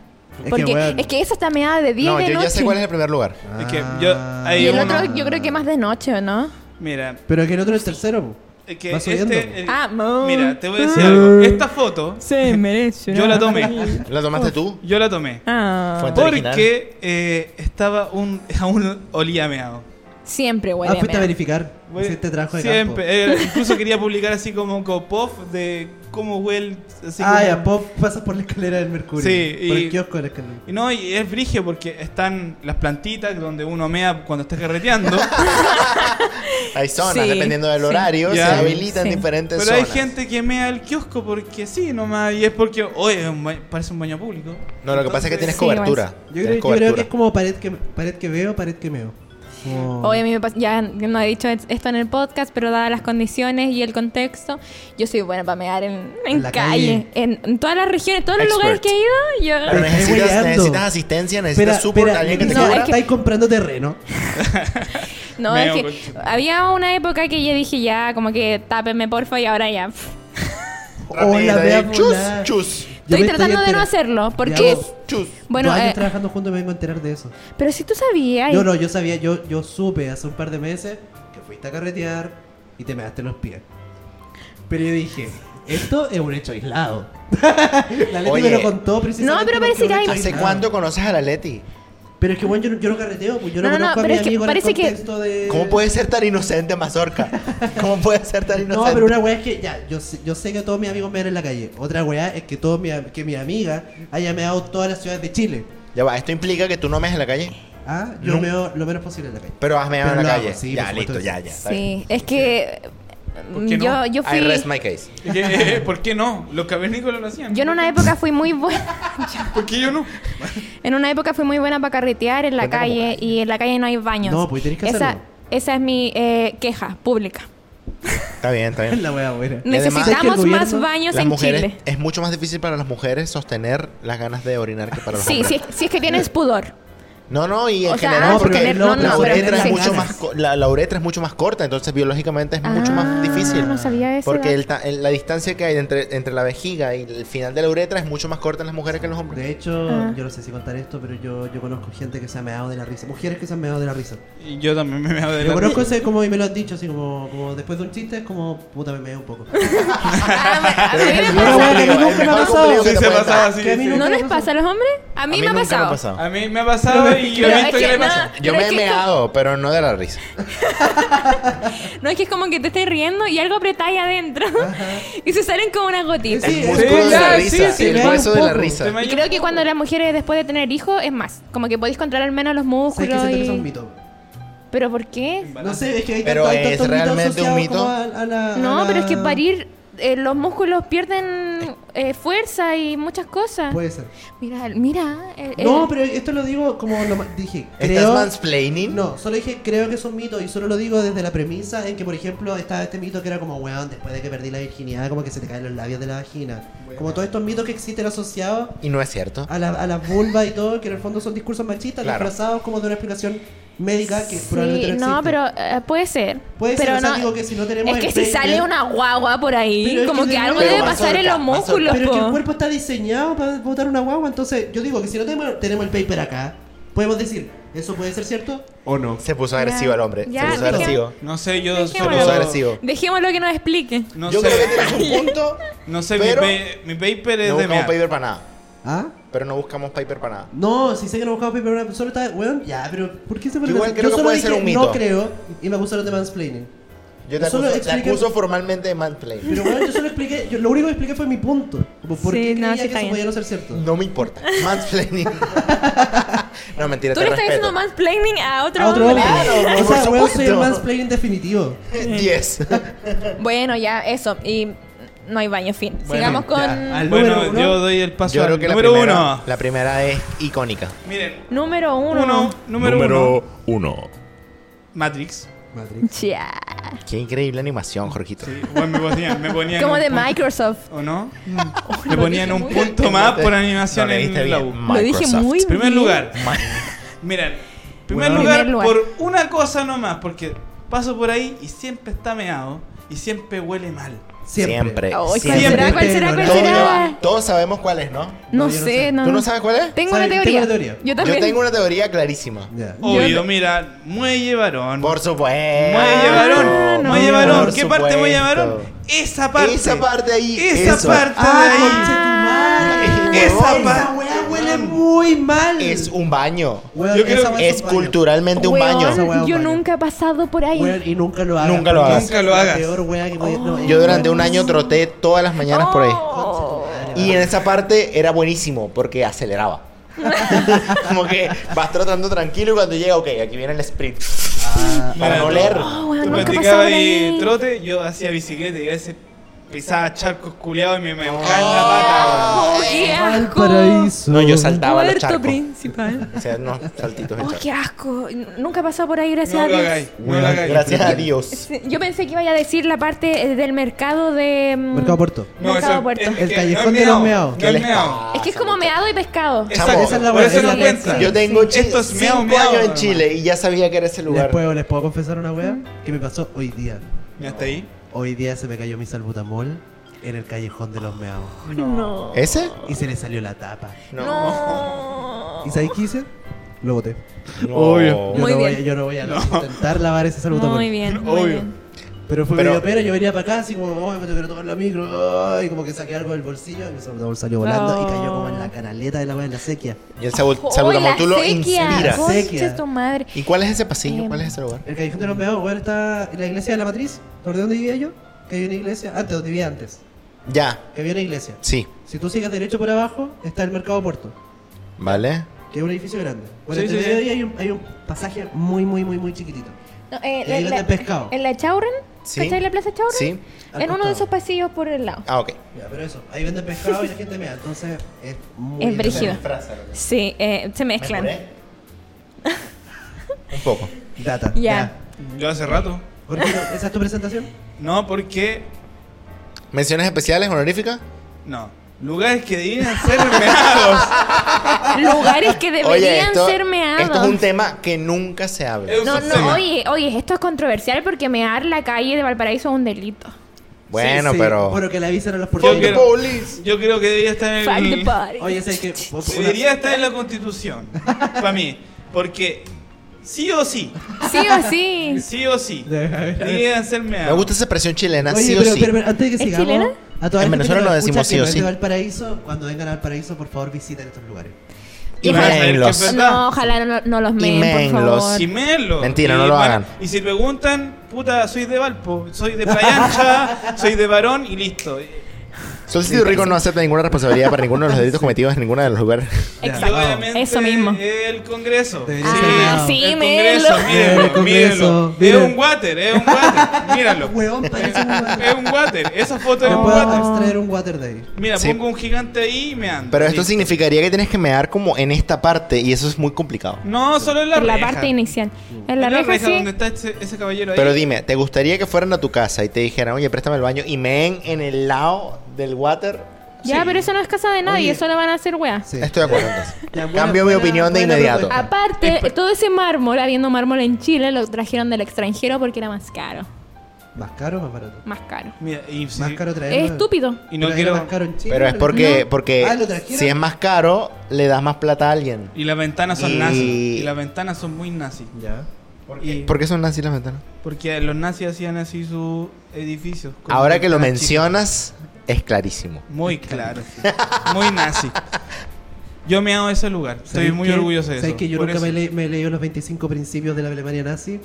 Speaker 2: que,
Speaker 3: Porque es que,
Speaker 2: weón.
Speaker 3: esa está meada de día
Speaker 6: No,
Speaker 3: y de
Speaker 6: yo ya
Speaker 3: noche.
Speaker 6: sé cuál es el primer lugar.
Speaker 7: Es que yo, ahí
Speaker 3: y el
Speaker 7: uno-
Speaker 3: otro yo creo que más de noche, ¿o no?
Speaker 7: Mira,
Speaker 2: Pero que el otro es el tercero. po.
Speaker 7: es que
Speaker 2: Va subiendo.
Speaker 7: este... el-
Speaker 3: Ah, mo.
Speaker 2: mmm.
Speaker 7: Mira, te voy a decir algo. Esta foto,
Speaker 3: Se merece.
Speaker 7: yo la tomé.
Speaker 6: ¿La tomaste tú?
Speaker 7: Yo la tomé.
Speaker 3: Ah,
Speaker 6: Fuente original.
Speaker 7: Porque eh, estaba un... aún olía meado.
Speaker 3: siempre
Speaker 2: Ah,
Speaker 3: huele a
Speaker 2: fuiste a
Speaker 3: meado.
Speaker 2: verificar.
Speaker 7: Voy-
Speaker 2: Hiciste trabajo de
Speaker 7: Siempre.
Speaker 2: campo.
Speaker 7: eh, incluso quería publicar así como Copov de cómo huele. así
Speaker 2: ah,
Speaker 7: como-
Speaker 2: ya, pop, pasas por la escalera del Mercurio.
Speaker 7: Sí,
Speaker 2: Por
Speaker 7: y-
Speaker 2: el kiosco de la escalera.
Speaker 7: Y no, y es brigio porque están las plantitas donde uno mea cuando está carreteando.
Speaker 6: Hay zonas,
Speaker 3: Sí,
Speaker 6: dependiendo del
Speaker 3: sí.
Speaker 6: horario, se
Speaker 7: Ya.
Speaker 6: habilitan
Speaker 3: Sí.
Speaker 6: diferentes
Speaker 7: pero hay
Speaker 6: zonas.
Speaker 7: gente que mea el kiosco porque sí, nomás. Y es porque, oye, es un ba- parece un baño público.
Speaker 6: No, lo que pasa es que tienes
Speaker 7: Entonces,
Speaker 3: Sí,
Speaker 6: cobertura.
Speaker 2: Yo creo, yo
Speaker 6: Tienes
Speaker 2: creo que
Speaker 6: cobertura.
Speaker 2: es como pared que, pared que veo, pared que meo. Como-
Speaker 3: Hoy a mí me pasa, ya no he dicho es- esto en el podcast, pero dadas las condiciones y el contexto, yo soy buena para mear en, en
Speaker 2: En la
Speaker 3: calle,
Speaker 2: calle.
Speaker 3: En, en todas las regiones, todos los lugares
Speaker 6: Expert.
Speaker 3: que he ido, yo...
Speaker 6: Pero
Speaker 2: Te estoy
Speaker 6: necesitas,
Speaker 2: hueleando.
Speaker 6: necesitas asistencia, necesitas
Speaker 2: Espera,
Speaker 6: support,
Speaker 2: espera,
Speaker 6: alguien que te
Speaker 2: no,
Speaker 3: no,
Speaker 6: cubra.
Speaker 3: es que-
Speaker 2: estáis comprando terreno.
Speaker 3: No,
Speaker 7: Meo
Speaker 3: es que
Speaker 7: conchita.
Speaker 3: había una época que yo dije ya, como que tápenme porfa y ahora ya. pff.
Speaker 2: O la
Speaker 6: Rapidito,
Speaker 2: vea
Speaker 6: ahí, chus,
Speaker 2: volar.
Speaker 6: chus,
Speaker 2: Yo
Speaker 3: Estoy
Speaker 2: me
Speaker 3: tratando de no
Speaker 2: entera-
Speaker 3: hacerlo,
Speaker 2: Ya,
Speaker 3: porque...
Speaker 2: vos.
Speaker 6: chus.
Speaker 3: Bueno,
Speaker 2: Dos años
Speaker 3: eh,
Speaker 2: trabajando juntos me vengo a enterar de eso.
Speaker 3: pero si tú sabías...
Speaker 2: Yo no, yo sabía, yo, yo supe hace un par de meses que fuiste a carretear y te measte los pies. Pero yo dije, esto es un hecho aislado. la Leti
Speaker 6: Oye.
Speaker 2: me lo contó precisamente.
Speaker 3: No, pero
Speaker 2: porque
Speaker 3: parece
Speaker 2: es un
Speaker 3: que
Speaker 2: hecho
Speaker 3: hay-
Speaker 6: ¿Hace
Speaker 2: aislado.
Speaker 6: cuánto conoces a la Leti?
Speaker 2: Pero es que bueno, yo no, yo no carreteo, pues yo no,
Speaker 3: No, no, no,
Speaker 2: conozco
Speaker 3: pero
Speaker 2: a
Speaker 3: es
Speaker 2: mis
Speaker 3: que
Speaker 2: amigos en el
Speaker 3: parece que-
Speaker 2: contexto de...
Speaker 6: ¿Cómo puede ser tan inocente Mazorca? ¿Cómo puede ser tan
Speaker 2: No,
Speaker 6: inocente?
Speaker 2: pero una weá es que, ya, yo sé, yo sé que todos mis amigos me dan en la calle. Otra weá es que todos mi, que mi amiga haya meado todas las ciudades de Chile.
Speaker 6: Ya va, esto implica que tú no meas en la calle,
Speaker 2: Ah, yo
Speaker 6: No.
Speaker 2: meo lo menos posible en la calle.
Speaker 6: pero has meado
Speaker 2: Pero
Speaker 6: en la
Speaker 2: lo hago,
Speaker 6: calle.
Speaker 2: sí,
Speaker 6: ya,
Speaker 2: por supuesto
Speaker 6: listo,
Speaker 2: que
Speaker 6: ya, ya. está bien.
Speaker 3: Sí, es que... mm,
Speaker 7: ¿Por qué
Speaker 3: Yo,
Speaker 7: no?
Speaker 3: yo fui...
Speaker 6: I rest my case.
Speaker 7: Es que, eh, ¿Por qué no? Los cavernícolas lo hacían.
Speaker 3: Yo en una época fui muy buena...
Speaker 7: ¿Por qué yo no?
Speaker 3: En una época fui muy buena para carretear en la
Speaker 6: Cuenta como
Speaker 3: calle y en la calle no hay baños.
Speaker 2: No, pues tenés que
Speaker 3: esa,
Speaker 2: hacerlo.
Speaker 3: Esa es mi eh, queja pública.
Speaker 6: Está bien, está bien.
Speaker 2: la weá buena.
Speaker 6: Y además-
Speaker 3: Necesitamos
Speaker 2: ¿Sabes que el
Speaker 3: más
Speaker 2: gobierno-
Speaker 3: baños
Speaker 6: Las
Speaker 3: en
Speaker 6: mujeres,
Speaker 3: Chile.
Speaker 6: Es mucho más difícil para las mujeres sostener las ganas de orinar que para los
Speaker 3: Sí,
Speaker 6: hombres.
Speaker 3: si es, si es que tienes pudor.
Speaker 6: No, no, y en
Speaker 3: O sea, ah,
Speaker 6: general
Speaker 2: no, pero
Speaker 6: porque
Speaker 2: tener- no,
Speaker 6: la,
Speaker 2: no, pero
Speaker 6: uretra es
Speaker 2: tener
Speaker 6: mucho
Speaker 2: ganas.
Speaker 6: más, co- la, la uretra es mucho más corta, entonces biológicamente es mucho
Speaker 3: Ah,
Speaker 6: más difícil.
Speaker 3: no sabía ese
Speaker 6: Porque
Speaker 3: dato.
Speaker 6: el ta- el- la distancia que hay entre, entre la vejiga y el final de la uretra es mucho más corta en las mujeres que en los hombres.
Speaker 2: De hecho,
Speaker 3: Ah.
Speaker 2: yo no sé si contar esto, pero yo, yo conozco gente que se ha meado de la risa. Mujeres que se han meado de la risa.
Speaker 7: Y Yo también me meaba de
Speaker 2: Yo
Speaker 7: la
Speaker 2: conozco ese como y me lo han dicho, así como, como después de un chiste, es como, puta, me meo un poco.
Speaker 3: Ah, a mí me
Speaker 6: El
Speaker 2: Pero
Speaker 6: mejor
Speaker 2: bueno,
Speaker 3: pasa.
Speaker 2: que a mí
Speaker 6: cumplido,
Speaker 2: nunca
Speaker 6: el
Speaker 2: me ha
Speaker 6: mejor
Speaker 2: pasado.
Speaker 6: cumplido que
Speaker 7: Sí,
Speaker 6: te
Speaker 7: se
Speaker 6: pueden
Speaker 7: pasaba
Speaker 6: dar.
Speaker 7: así.
Speaker 2: Que a mí
Speaker 7: sí.
Speaker 2: nunca
Speaker 3: ¿No les
Speaker 2: me
Speaker 3: pasa a los hombres? A mí,
Speaker 6: A
Speaker 3: me ha
Speaker 6: nunca
Speaker 3: pasado.
Speaker 7: A mí me ha pasado
Speaker 2: Pero-
Speaker 7: y yo
Speaker 3: pero
Speaker 7: he visto
Speaker 3: es
Speaker 7: que,
Speaker 3: que
Speaker 7: le
Speaker 3: no.
Speaker 7: pasa.
Speaker 6: Yo
Speaker 3: Pero
Speaker 6: me
Speaker 3: es
Speaker 6: he
Speaker 3: que-
Speaker 6: meado, pero no de la risa.
Speaker 3: No es que es como que te estés riendo y algo apretáis adentro y se salen como unas gotitas.
Speaker 2: Sí,
Speaker 6: El músculo de la
Speaker 7: ya,
Speaker 6: risa,
Speaker 7: sí, sí,
Speaker 2: me
Speaker 6: el
Speaker 2: da
Speaker 6: hueso
Speaker 2: un
Speaker 6: de la
Speaker 2: poco.
Speaker 6: risa.
Speaker 7: Se me ha
Speaker 3: Y creo que cuando las mujeres después de tener hijos es más. Como que podéis controlar menos los
Speaker 2: ¿Sabes que
Speaker 3: músculos.
Speaker 2: siento que es un
Speaker 3: y...
Speaker 2: mito?
Speaker 3: ¿Pero por qué?
Speaker 2: No sé, es que hay
Speaker 6: Pero
Speaker 2: tanto- hay
Speaker 6: es
Speaker 2: tantos mitos
Speaker 6: realmente un
Speaker 2: asociados
Speaker 6: mito.
Speaker 2: como A, a la, a
Speaker 3: No,
Speaker 2: la-
Speaker 3: pero es que parir, eh, los músculos pierden eh, fuerza y muchas cosas.
Speaker 2: Puede ser.
Speaker 3: Mira, mira. el-
Speaker 2: No,
Speaker 3: el-
Speaker 2: pero esto lo digo como lo ma- dije.
Speaker 6: ¿Estás
Speaker 2: Creo,
Speaker 6: mansplaining?
Speaker 2: no, solo dije creo que es un mito y solo lo digo desde la premisa en que, por ejemplo, estaba este mito que era como, weón, después de que perdí la virginidad, como que se te caen los labios de la vagina. Como todos estos mitos que existen asociados
Speaker 6: Y no es cierto.
Speaker 2: a la, a la vulva y todo, que en el fondo son discursos machistas
Speaker 6: Claro.
Speaker 2: disfrazados como de una explicación médica que
Speaker 3: sí,
Speaker 2: probablemente no existe.
Speaker 3: no, pero eh, puede ser.
Speaker 2: Puede ser,
Speaker 3: pero
Speaker 2: o sea,
Speaker 3: no-
Speaker 2: digo que si no tenemos
Speaker 3: es que
Speaker 2: el
Speaker 3: si
Speaker 2: paper-
Speaker 3: sale una guagua por ahí,
Speaker 2: Pero es
Speaker 3: como
Speaker 2: que
Speaker 3: que,
Speaker 2: de
Speaker 3: algo
Speaker 2: nuevo-
Speaker 3: debe pasar en los
Speaker 6: Pero mazorca,
Speaker 3: músculos,
Speaker 2: Pero es que el
Speaker 3: po.
Speaker 2: cuerpo está diseñado para botar una guagua, entonces yo digo que si no tenemos, tenemos el paper acá, podemos decir, ¿eso puede ser cierto?
Speaker 7: ¿O no?
Speaker 6: Se puso
Speaker 3: Ya.
Speaker 6: agresivo el hombre.
Speaker 3: Ya,
Speaker 6: se puso
Speaker 3: dije-
Speaker 6: agresivo.
Speaker 7: No sé, yo
Speaker 3: Dejémoslo.
Speaker 7: solo...
Speaker 6: Se puso agresivo.
Speaker 3: Dejémoslo que nos explique.
Speaker 7: No
Speaker 6: Yo
Speaker 7: sé,
Speaker 6: creo que tienes un punto.
Speaker 7: no sé
Speaker 6: pero-
Speaker 7: mi, pa- mi paper es
Speaker 6: No
Speaker 7: de
Speaker 6: buscamos
Speaker 7: mea.
Speaker 6: paper para nada.
Speaker 2: ¿Ah?
Speaker 6: Pero no buscamos paper para nada.
Speaker 2: No, si sé que no buscamos paper, pero solo está, weón, ya, pero ¿por qué se pone
Speaker 6: Yo igual
Speaker 2: la-
Speaker 6: creo que
Speaker 2: solo
Speaker 6: puede ser
Speaker 2: dije,
Speaker 6: un mito.
Speaker 2: No creo, y me acusaron de mansplaining.
Speaker 6: Yo te
Speaker 2: Solo
Speaker 6: acuso, te
Speaker 2: explica-
Speaker 6: acuso formalmente de mansplaining.
Speaker 2: Pero bueno, yo solo expliqué, yo, lo único que expliqué fue mi punto. Como, ¿Por
Speaker 3: Sí,
Speaker 2: qué
Speaker 3: no,
Speaker 2: creía
Speaker 3: sí
Speaker 2: que
Speaker 3: está
Speaker 2: eso
Speaker 3: bien.
Speaker 2: podía no ser cierto?
Speaker 6: No me importa. Mansplaining. no, mentira,
Speaker 3: Tú
Speaker 6: te
Speaker 3: le estás
Speaker 6: respeto.
Speaker 3: haciendo mansplaining a otro,
Speaker 2: A otro hombre.
Speaker 6: Claro,
Speaker 2: o
Speaker 6: por
Speaker 2: sea, weón, soy el
Speaker 6: supuesto.
Speaker 2: mansplaining definitivo.
Speaker 6: 10.
Speaker 3: Bueno, ya, eso. Y no hay baño, fin.
Speaker 7: Bueno,
Speaker 3: Sigamos con.
Speaker 6: ya.
Speaker 2: Al
Speaker 7: Bueno,
Speaker 2: número uno.
Speaker 7: yo doy el paso
Speaker 6: Yo creo
Speaker 7: al
Speaker 6: que la
Speaker 7: número
Speaker 6: primera,
Speaker 7: uno.
Speaker 6: la primera es icónica.
Speaker 7: Miren,
Speaker 3: Número uno.
Speaker 7: uno, número, uno. Matrix.
Speaker 2: Matrix.
Speaker 3: Ya.
Speaker 6: Qué increíble animación, Jorgito.
Speaker 7: Sí, bueno, me ponían, me ponían
Speaker 3: Como
Speaker 7: un
Speaker 3: de
Speaker 7: punto-
Speaker 3: Microsoft.
Speaker 7: ¿O no?
Speaker 3: lo
Speaker 7: me ponían
Speaker 3: dije
Speaker 7: un
Speaker 3: muy
Speaker 7: punto más por animación
Speaker 6: No, le diste
Speaker 7: en la
Speaker 6: Este bien.
Speaker 7: U.
Speaker 3: Lo dije
Speaker 6: Microsoft.
Speaker 3: muy bien.
Speaker 7: Primer lugar. Miren, primer,
Speaker 3: Bueno.
Speaker 7: lugar,
Speaker 3: Primer lugar.
Speaker 7: por una cosa nomás, porque paso por ahí y siempre está meado y siempre huele mal.
Speaker 6: Siempre.
Speaker 3: Ay, ¿cuál
Speaker 6: siempre.
Speaker 3: será? ¿Cuál será? ¿Cuál
Speaker 6: Todos,
Speaker 3: será?
Speaker 6: todos sabemos cuál es,
Speaker 3: No,
Speaker 6: ¿no?
Speaker 2: No, yo no
Speaker 3: sé,
Speaker 2: sé.
Speaker 3: no.
Speaker 6: ¿Tú no sabes cuál es?
Speaker 3: Tengo
Speaker 2: ¿Sabes?
Speaker 3: una
Speaker 2: Tengo
Speaker 3: teoría.
Speaker 2: una teoría.
Speaker 3: Yo
Speaker 6: Yo
Speaker 3: también.
Speaker 6: tengo una teoría clarísima.
Speaker 2: Ya.
Speaker 7: Obvio, mira, muelle varón.
Speaker 6: Por supuesto.
Speaker 7: Muelle varón,
Speaker 3: Ah, no.
Speaker 7: muelle varón.
Speaker 6: Por
Speaker 7: ¿Qué parte muelle varón?
Speaker 6: supuesto.
Speaker 7: Esa parte.
Speaker 6: Esa parte ahí.
Speaker 7: Esa
Speaker 6: eso.
Speaker 7: parte
Speaker 2: ¡Ah,
Speaker 6: Ay,
Speaker 2: concha tu madre!
Speaker 6: huevón.
Speaker 2: Esa weá huele muy mal.
Speaker 6: Es un baño.
Speaker 2: Weón,
Speaker 7: Yo creo
Speaker 2: esa weá
Speaker 6: Es
Speaker 2: un baño.
Speaker 6: culturalmente un
Speaker 3: Weón,
Speaker 6: baño.
Speaker 2: Esa weá es un
Speaker 3: Yo
Speaker 2: baño.
Speaker 3: nunca he pasado por ahí.
Speaker 2: Weón, y nunca lo hagas. Oh,
Speaker 6: Nunca lo
Speaker 2: porque
Speaker 6: hagas.
Speaker 2: es
Speaker 7: Nunca lo
Speaker 2: la
Speaker 7: hagas.
Speaker 2: peor weá que puede- no,
Speaker 6: Yo
Speaker 2: es-
Speaker 6: durante un año troté todas las mañanas por ahí.
Speaker 3: Oh.
Speaker 6: Y en esa parte era buenísimo porque aceleraba. Como que vas tratando tranquilo y cuando llega, ok, aquí viene el sprint. para
Speaker 2: Ah,
Speaker 7: Mira,
Speaker 6: no leer.
Speaker 3: Oh, weón, nunca he
Speaker 7: Tú
Speaker 3: pasado
Speaker 7: practicabas
Speaker 3: por
Speaker 7: ahí
Speaker 3: ahí.
Speaker 7: trote, yo hacía bicicleta y a veces pisaba charcos culiados y me me mojaba en la pata.
Speaker 3: Oh, qué
Speaker 2: Al
Speaker 3: asco.
Speaker 2: paraíso.
Speaker 6: No, yo saltaba los
Speaker 3: Puerto
Speaker 6: charcos.
Speaker 3: principal.
Speaker 6: O sea, no, saltitos de
Speaker 3: Oh,
Speaker 6: charco.
Speaker 3: qué asco. N- Nunca he pasado por ahí, gracias
Speaker 7: No
Speaker 3: a
Speaker 7: lo
Speaker 3: Dios.
Speaker 7: hagáis, no lo hagáis.
Speaker 6: Gracias a Dios.
Speaker 3: Sí, Yo pensé que iba a decir la parte eh, del mercado de. mm,
Speaker 2: Mercado Puerto.
Speaker 7: No,
Speaker 3: Mercado
Speaker 7: eso-
Speaker 3: Puerto.
Speaker 7: es que
Speaker 2: El
Speaker 7: no
Speaker 2: callejón
Speaker 7: es
Speaker 2: de los
Speaker 7: meao,
Speaker 2: meaos.
Speaker 7: no
Speaker 6: ¿Qué
Speaker 7: es
Speaker 6: les
Speaker 7: meao.
Speaker 6: pasa?
Speaker 3: Es que es como meado y pescado.
Speaker 2: Eh,
Speaker 7: Esa,
Speaker 6: Chamo,
Speaker 7: esa es la
Speaker 2: por
Speaker 7: buena.
Speaker 2: eso
Speaker 7: Eso
Speaker 2: no
Speaker 7: no cuenta.
Speaker 6: Yo tengo
Speaker 7: Sí.
Speaker 6: chi-
Speaker 7: Esto es meao,
Speaker 6: cinco
Speaker 7: meao,
Speaker 6: años en
Speaker 7: hermano.
Speaker 6: Chile y ya sabía que era ese lugar.
Speaker 2: Después les puedo confesar una weá que me pasó hoy día.
Speaker 7: Ya está ahí.
Speaker 2: Hoy día se me cayó mi salbutamol en el callejón de los meados.
Speaker 6: Oh,
Speaker 3: No.
Speaker 6: ¿Ese?
Speaker 2: Y se le salió la tapa.
Speaker 3: No.
Speaker 2: ¿Y sabéis qué hice? Lo boté.
Speaker 6: Obvio.
Speaker 2: Yo,
Speaker 3: Muy
Speaker 2: no, Voy,
Speaker 3: bien.
Speaker 2: yo no voy a intentar lavar ese salbutamol.
Speaker 3: Muy bien, muy
Speaker 7: Obvio.
Speaker 3: bien.
Speaker 2: Pero fue
Speaker 6: Pero-
Speaker 2: medio pena, yo venía para acá así como, oh, me tengo que tomar la micro, ay, y como que saqué algo del bolsillo y mi salbutamol salió volando y
Speaker 3: No.
Speaker 2: cayó como en la canaleta de la weá en la sequía.
Speaker 6: Y el sabut-
Speaker 3: Oh,
Speaker 6: sabutamol, tú
Speaker 3: la
Speaker 6: lo
Speaker 3: sequía.
Speaker 6: inspiras.
Speaker 3: Concha
Speaker 2: Sequia.
Speaker 3: tu madre.
Speaker 6: ¿Y cuál es ese pasillo?
Speaker 3: Em.
Speaker 6: ¿Cuál es ese lugar?
Speaker 2: El callejón de los meados, weón, está en la iglesia de la matriz, ¿por dónde vivía yo? Que había una iglesia, antes, donde vivía antes,
Speaker 6: Ya,
Speaker 2: que había una iglesia.
Speaker 6: sí.
Speaker 2: Si tú sigues derecho por abajo, está el mercado puerto,
Speaker 6: ¿Vale?
Speaker 2: que es un edificio grande. Bueno,
Speaker 7: Sí,
Speaker 2: entre
Speaker 7: sí, sí.
Speaker 2: medio ahí hay un, hay un pasaje muy, muy, muy, muy chiquitito.
Speaker 3: No, eh,
Speaker 2: Y ahí
Speaker 3: la-
Speaker 2: venden
Speaker 3: la-
Speaker 2: pescado.
Speaker 3: En la Chauren,
Speaker 6: Sí.
Speaker 3: ¿cachai la plaza Chauren?
Speaker 6: Sí.
Speaker 2: Al
Speaker 3: En uno de
Speaker 2: costado.
Speaker 3: esos pasillos por el lado.
Speaker 6: Ah, ok.
Speaker 2: Ya, pero eso, ahí venden pescado y la gente mea, entonces es muy...
Speaker 3: Es brígido.
Speaker 6: Frázalo.
Speaker 3: Sí, eh, se
Speaker 6: ¿Me
Speaker 3: mezclan.
Speaker 6: curé? Un poco.
Speaker 2: Data.
Speaker 3: Ya.
Speaker 7: Yo hace rato.
Speaker 2: Jorge, ¿esa es tu presentación?
Speaker 7: No, porque.
Speaker 6: ¿Menciones especiales, honoríficas?
Speaker 7: No. Lugares que debían ser meados.
Speaker 3: Lugares que deberían
Speaker 6: esto,
Speaker 3: ser meados.
Speaker 6: esto es un tema que nunca se habla.
Speaker 2: Eh,
Speaker 7: Es un
Speaker 3: No,
Speaker 7: tema.
Speaker 3: no, oye, oye, esto es controversial porque mear la calle de Valparaíso es un delito.
Speaker 6: Bueno,
Speaker 2: Sí, sí,
Speaker 6: pero...
Speaker 2: Bueno, que le avisen a los
Speaker 7: Yo
Speaker 2: porteros.
Speaker 7: creo, yo creo que debería estar
Speaker 3: Fuck
Speaker 7: en
Speaker 3: the
Speaker 7: el.
Speaker 3: party.
Speaker 2: Oye, sé que...
Speaker 7: Debería estar en la constitución. Para mí. Porque. Sí o sí.
Speaker 3: Sí o sí.
Speaker 7: Sí o sí. Deberían ser meados.
Speaker 6: Me gusta esa expresión chilena,
Speaker 2: Oye,
Speaker 6: sí
Speaker 2: pero,
Speaker 6: o sí.
Speaker 2: pero- pero antes de que
Speaker 3: ¿Es
Speaker 2: sigamos,
Speaker 3: chilena?
Speaker 2: a toda la
Speaker 6: En
Speaker 2: gente
Speaker 6: Venezuela
Speaker 2: que
Speaker 6: no
Speaker 2: nos escucha
Speaker 6: decimos sí o
Speaker 2: que no es
Speaker 6: sí.
Speaker 2: de Valparaíso, cuando vengan a Valparaíso, por favor visiten estos lugares.
Speaker 7: Y
Speaker 6: Y
Speaker 7: van a saber que
Speaker 6: menlos.
Speaker 7: es verdad.
Speaker 3: No, ojalá no, no los meen, por
Speaker 6: menlos.
Speaker 3: favor.
Speaker 7: Y meenlo.
Speaker 6: Mentira,
Speaker 7: Y
Speaker 6: no lo
Speaker 7: van-
Speaker 6: hagan.
Speaker 7: Y si preguntan, puta, soy de Valpo, soy de Playa Ancha, soy de Varón y listo.
Speaker 6: Solcito y Rico no acepta ninguna responsabilidad para ninguno de los delitos cometidos en ninguno de los lugares.
Speaker 7: Y
Speaker 3: Exacto.
Speaker 7: obviamente
Speaker 3: Eso mismo.
Speaker 7: El Congreso.
Speaker 2: Debería ser legal.
Speaker 3: sí,
Speaker 7: el Congreso,
Speaker 3: míralo.
Speaker 2: El
Speaker 7: mírenlo,
Speaker 2: Congreso,
Speaker 7: mírenlo.
Speaker 2: miren.
Speaker 7: Es un water, es un water. Míralo.
Speaker 2: Weón, parece un water.
Speaker 7: Es un water. Esa foto es
Speaker 2: Yo
Speaker 7: un
Speaker 2: puedo
Speaker 7: water.
Speaker 2: abstraer un water de ahí.
Speaker 7: Mira,
Speaker 6: Sí.
Speaker 7: pongo un gigante ahí y me ando.
Speaker 6: Pero esto
Speaker 7: Listo.
Speaker 6: significaría que tienes que mear como en esta parte y eso es muy complicado.
Speaker 7: No, solo en la
Speaker 3: Por la
Speaker 7: reja.
Speaker 3: parte inicial. En
Speaker 7: En
Speaker 3: la reja sí.
Speaker 7: donde está ese, ese caballero ahí.
Speaker 6: Pero dime, ¿te gustaría que fueran a tu casa y te dijeran, oye, préstame el baño y meen en el lado del water?
Speaker 3: Ya, pero eso no es casa de nadie,
Speaker 2: Oye.
Speaker 3: eso lo van a hacer weas.
Speaker 2: Sí.
Speaker 6: Estoy de acuerdo. entonces.
Speaker 2: Ya, buena-
Speaker 6: Cambio mi
Speaker 2: buena-
Speaker 6: opinión de
Speaker 2: buena
Speaker 6: inmediato.
Speaker 2: propuesta.
Speaker 3: Aparte, todo ese mármol, habiendo mármol en Chile, lo trajeron del extranjero porque era más caro.
Speaker 2: ¿Más caro o más barato?
Speaker 3: Más caro.
Speaker 7: Mira, y si-
Speaker 2: Más caro traerlo.
Speaker 3: Es estúpido.
Speaker 7: Y no
Speaker 2: Traerlo
Speaker 7: quiero-
Speaker 2: más caro en Chile,
Speaker 6: Pero es porque, porque
Speaker 2: Ah, ¿lo trajeron?
Speaker 6: si es más caro, le das más plata a alguien.
Speaker 7: Y las ventanas son
Speaker 6: Y-
Speaker 7: nazis. Y las ventanas son muy nazis.
Speaker 2: Ya.
Speaker 7: Y-
Speaker 6: ¿Por qué son así las ventanas?
Speaker 7: Porque los nazis hacían así sus edificios. con
Speaker 6: Ahora que lo
Speaker 7: ventanas chicas.
Speaker 6: mencionas, es clarísimo.
Speaker 7: Muy claro. Muy nazi. Yo me hago ese lugar. Estoy
Speaker 2: ¿Sabéis
Speaker 7: muy
Speaker 2: qué?
Speaker 7: orgulloso de eso.
Speaker 2: ¿Sabéis que yo
Speaker 7: Por
Speaker 2: nunca
Speaker 7: eso.
Speaker 2: me, le- me he leído los 25 principios de la Alemania nazi?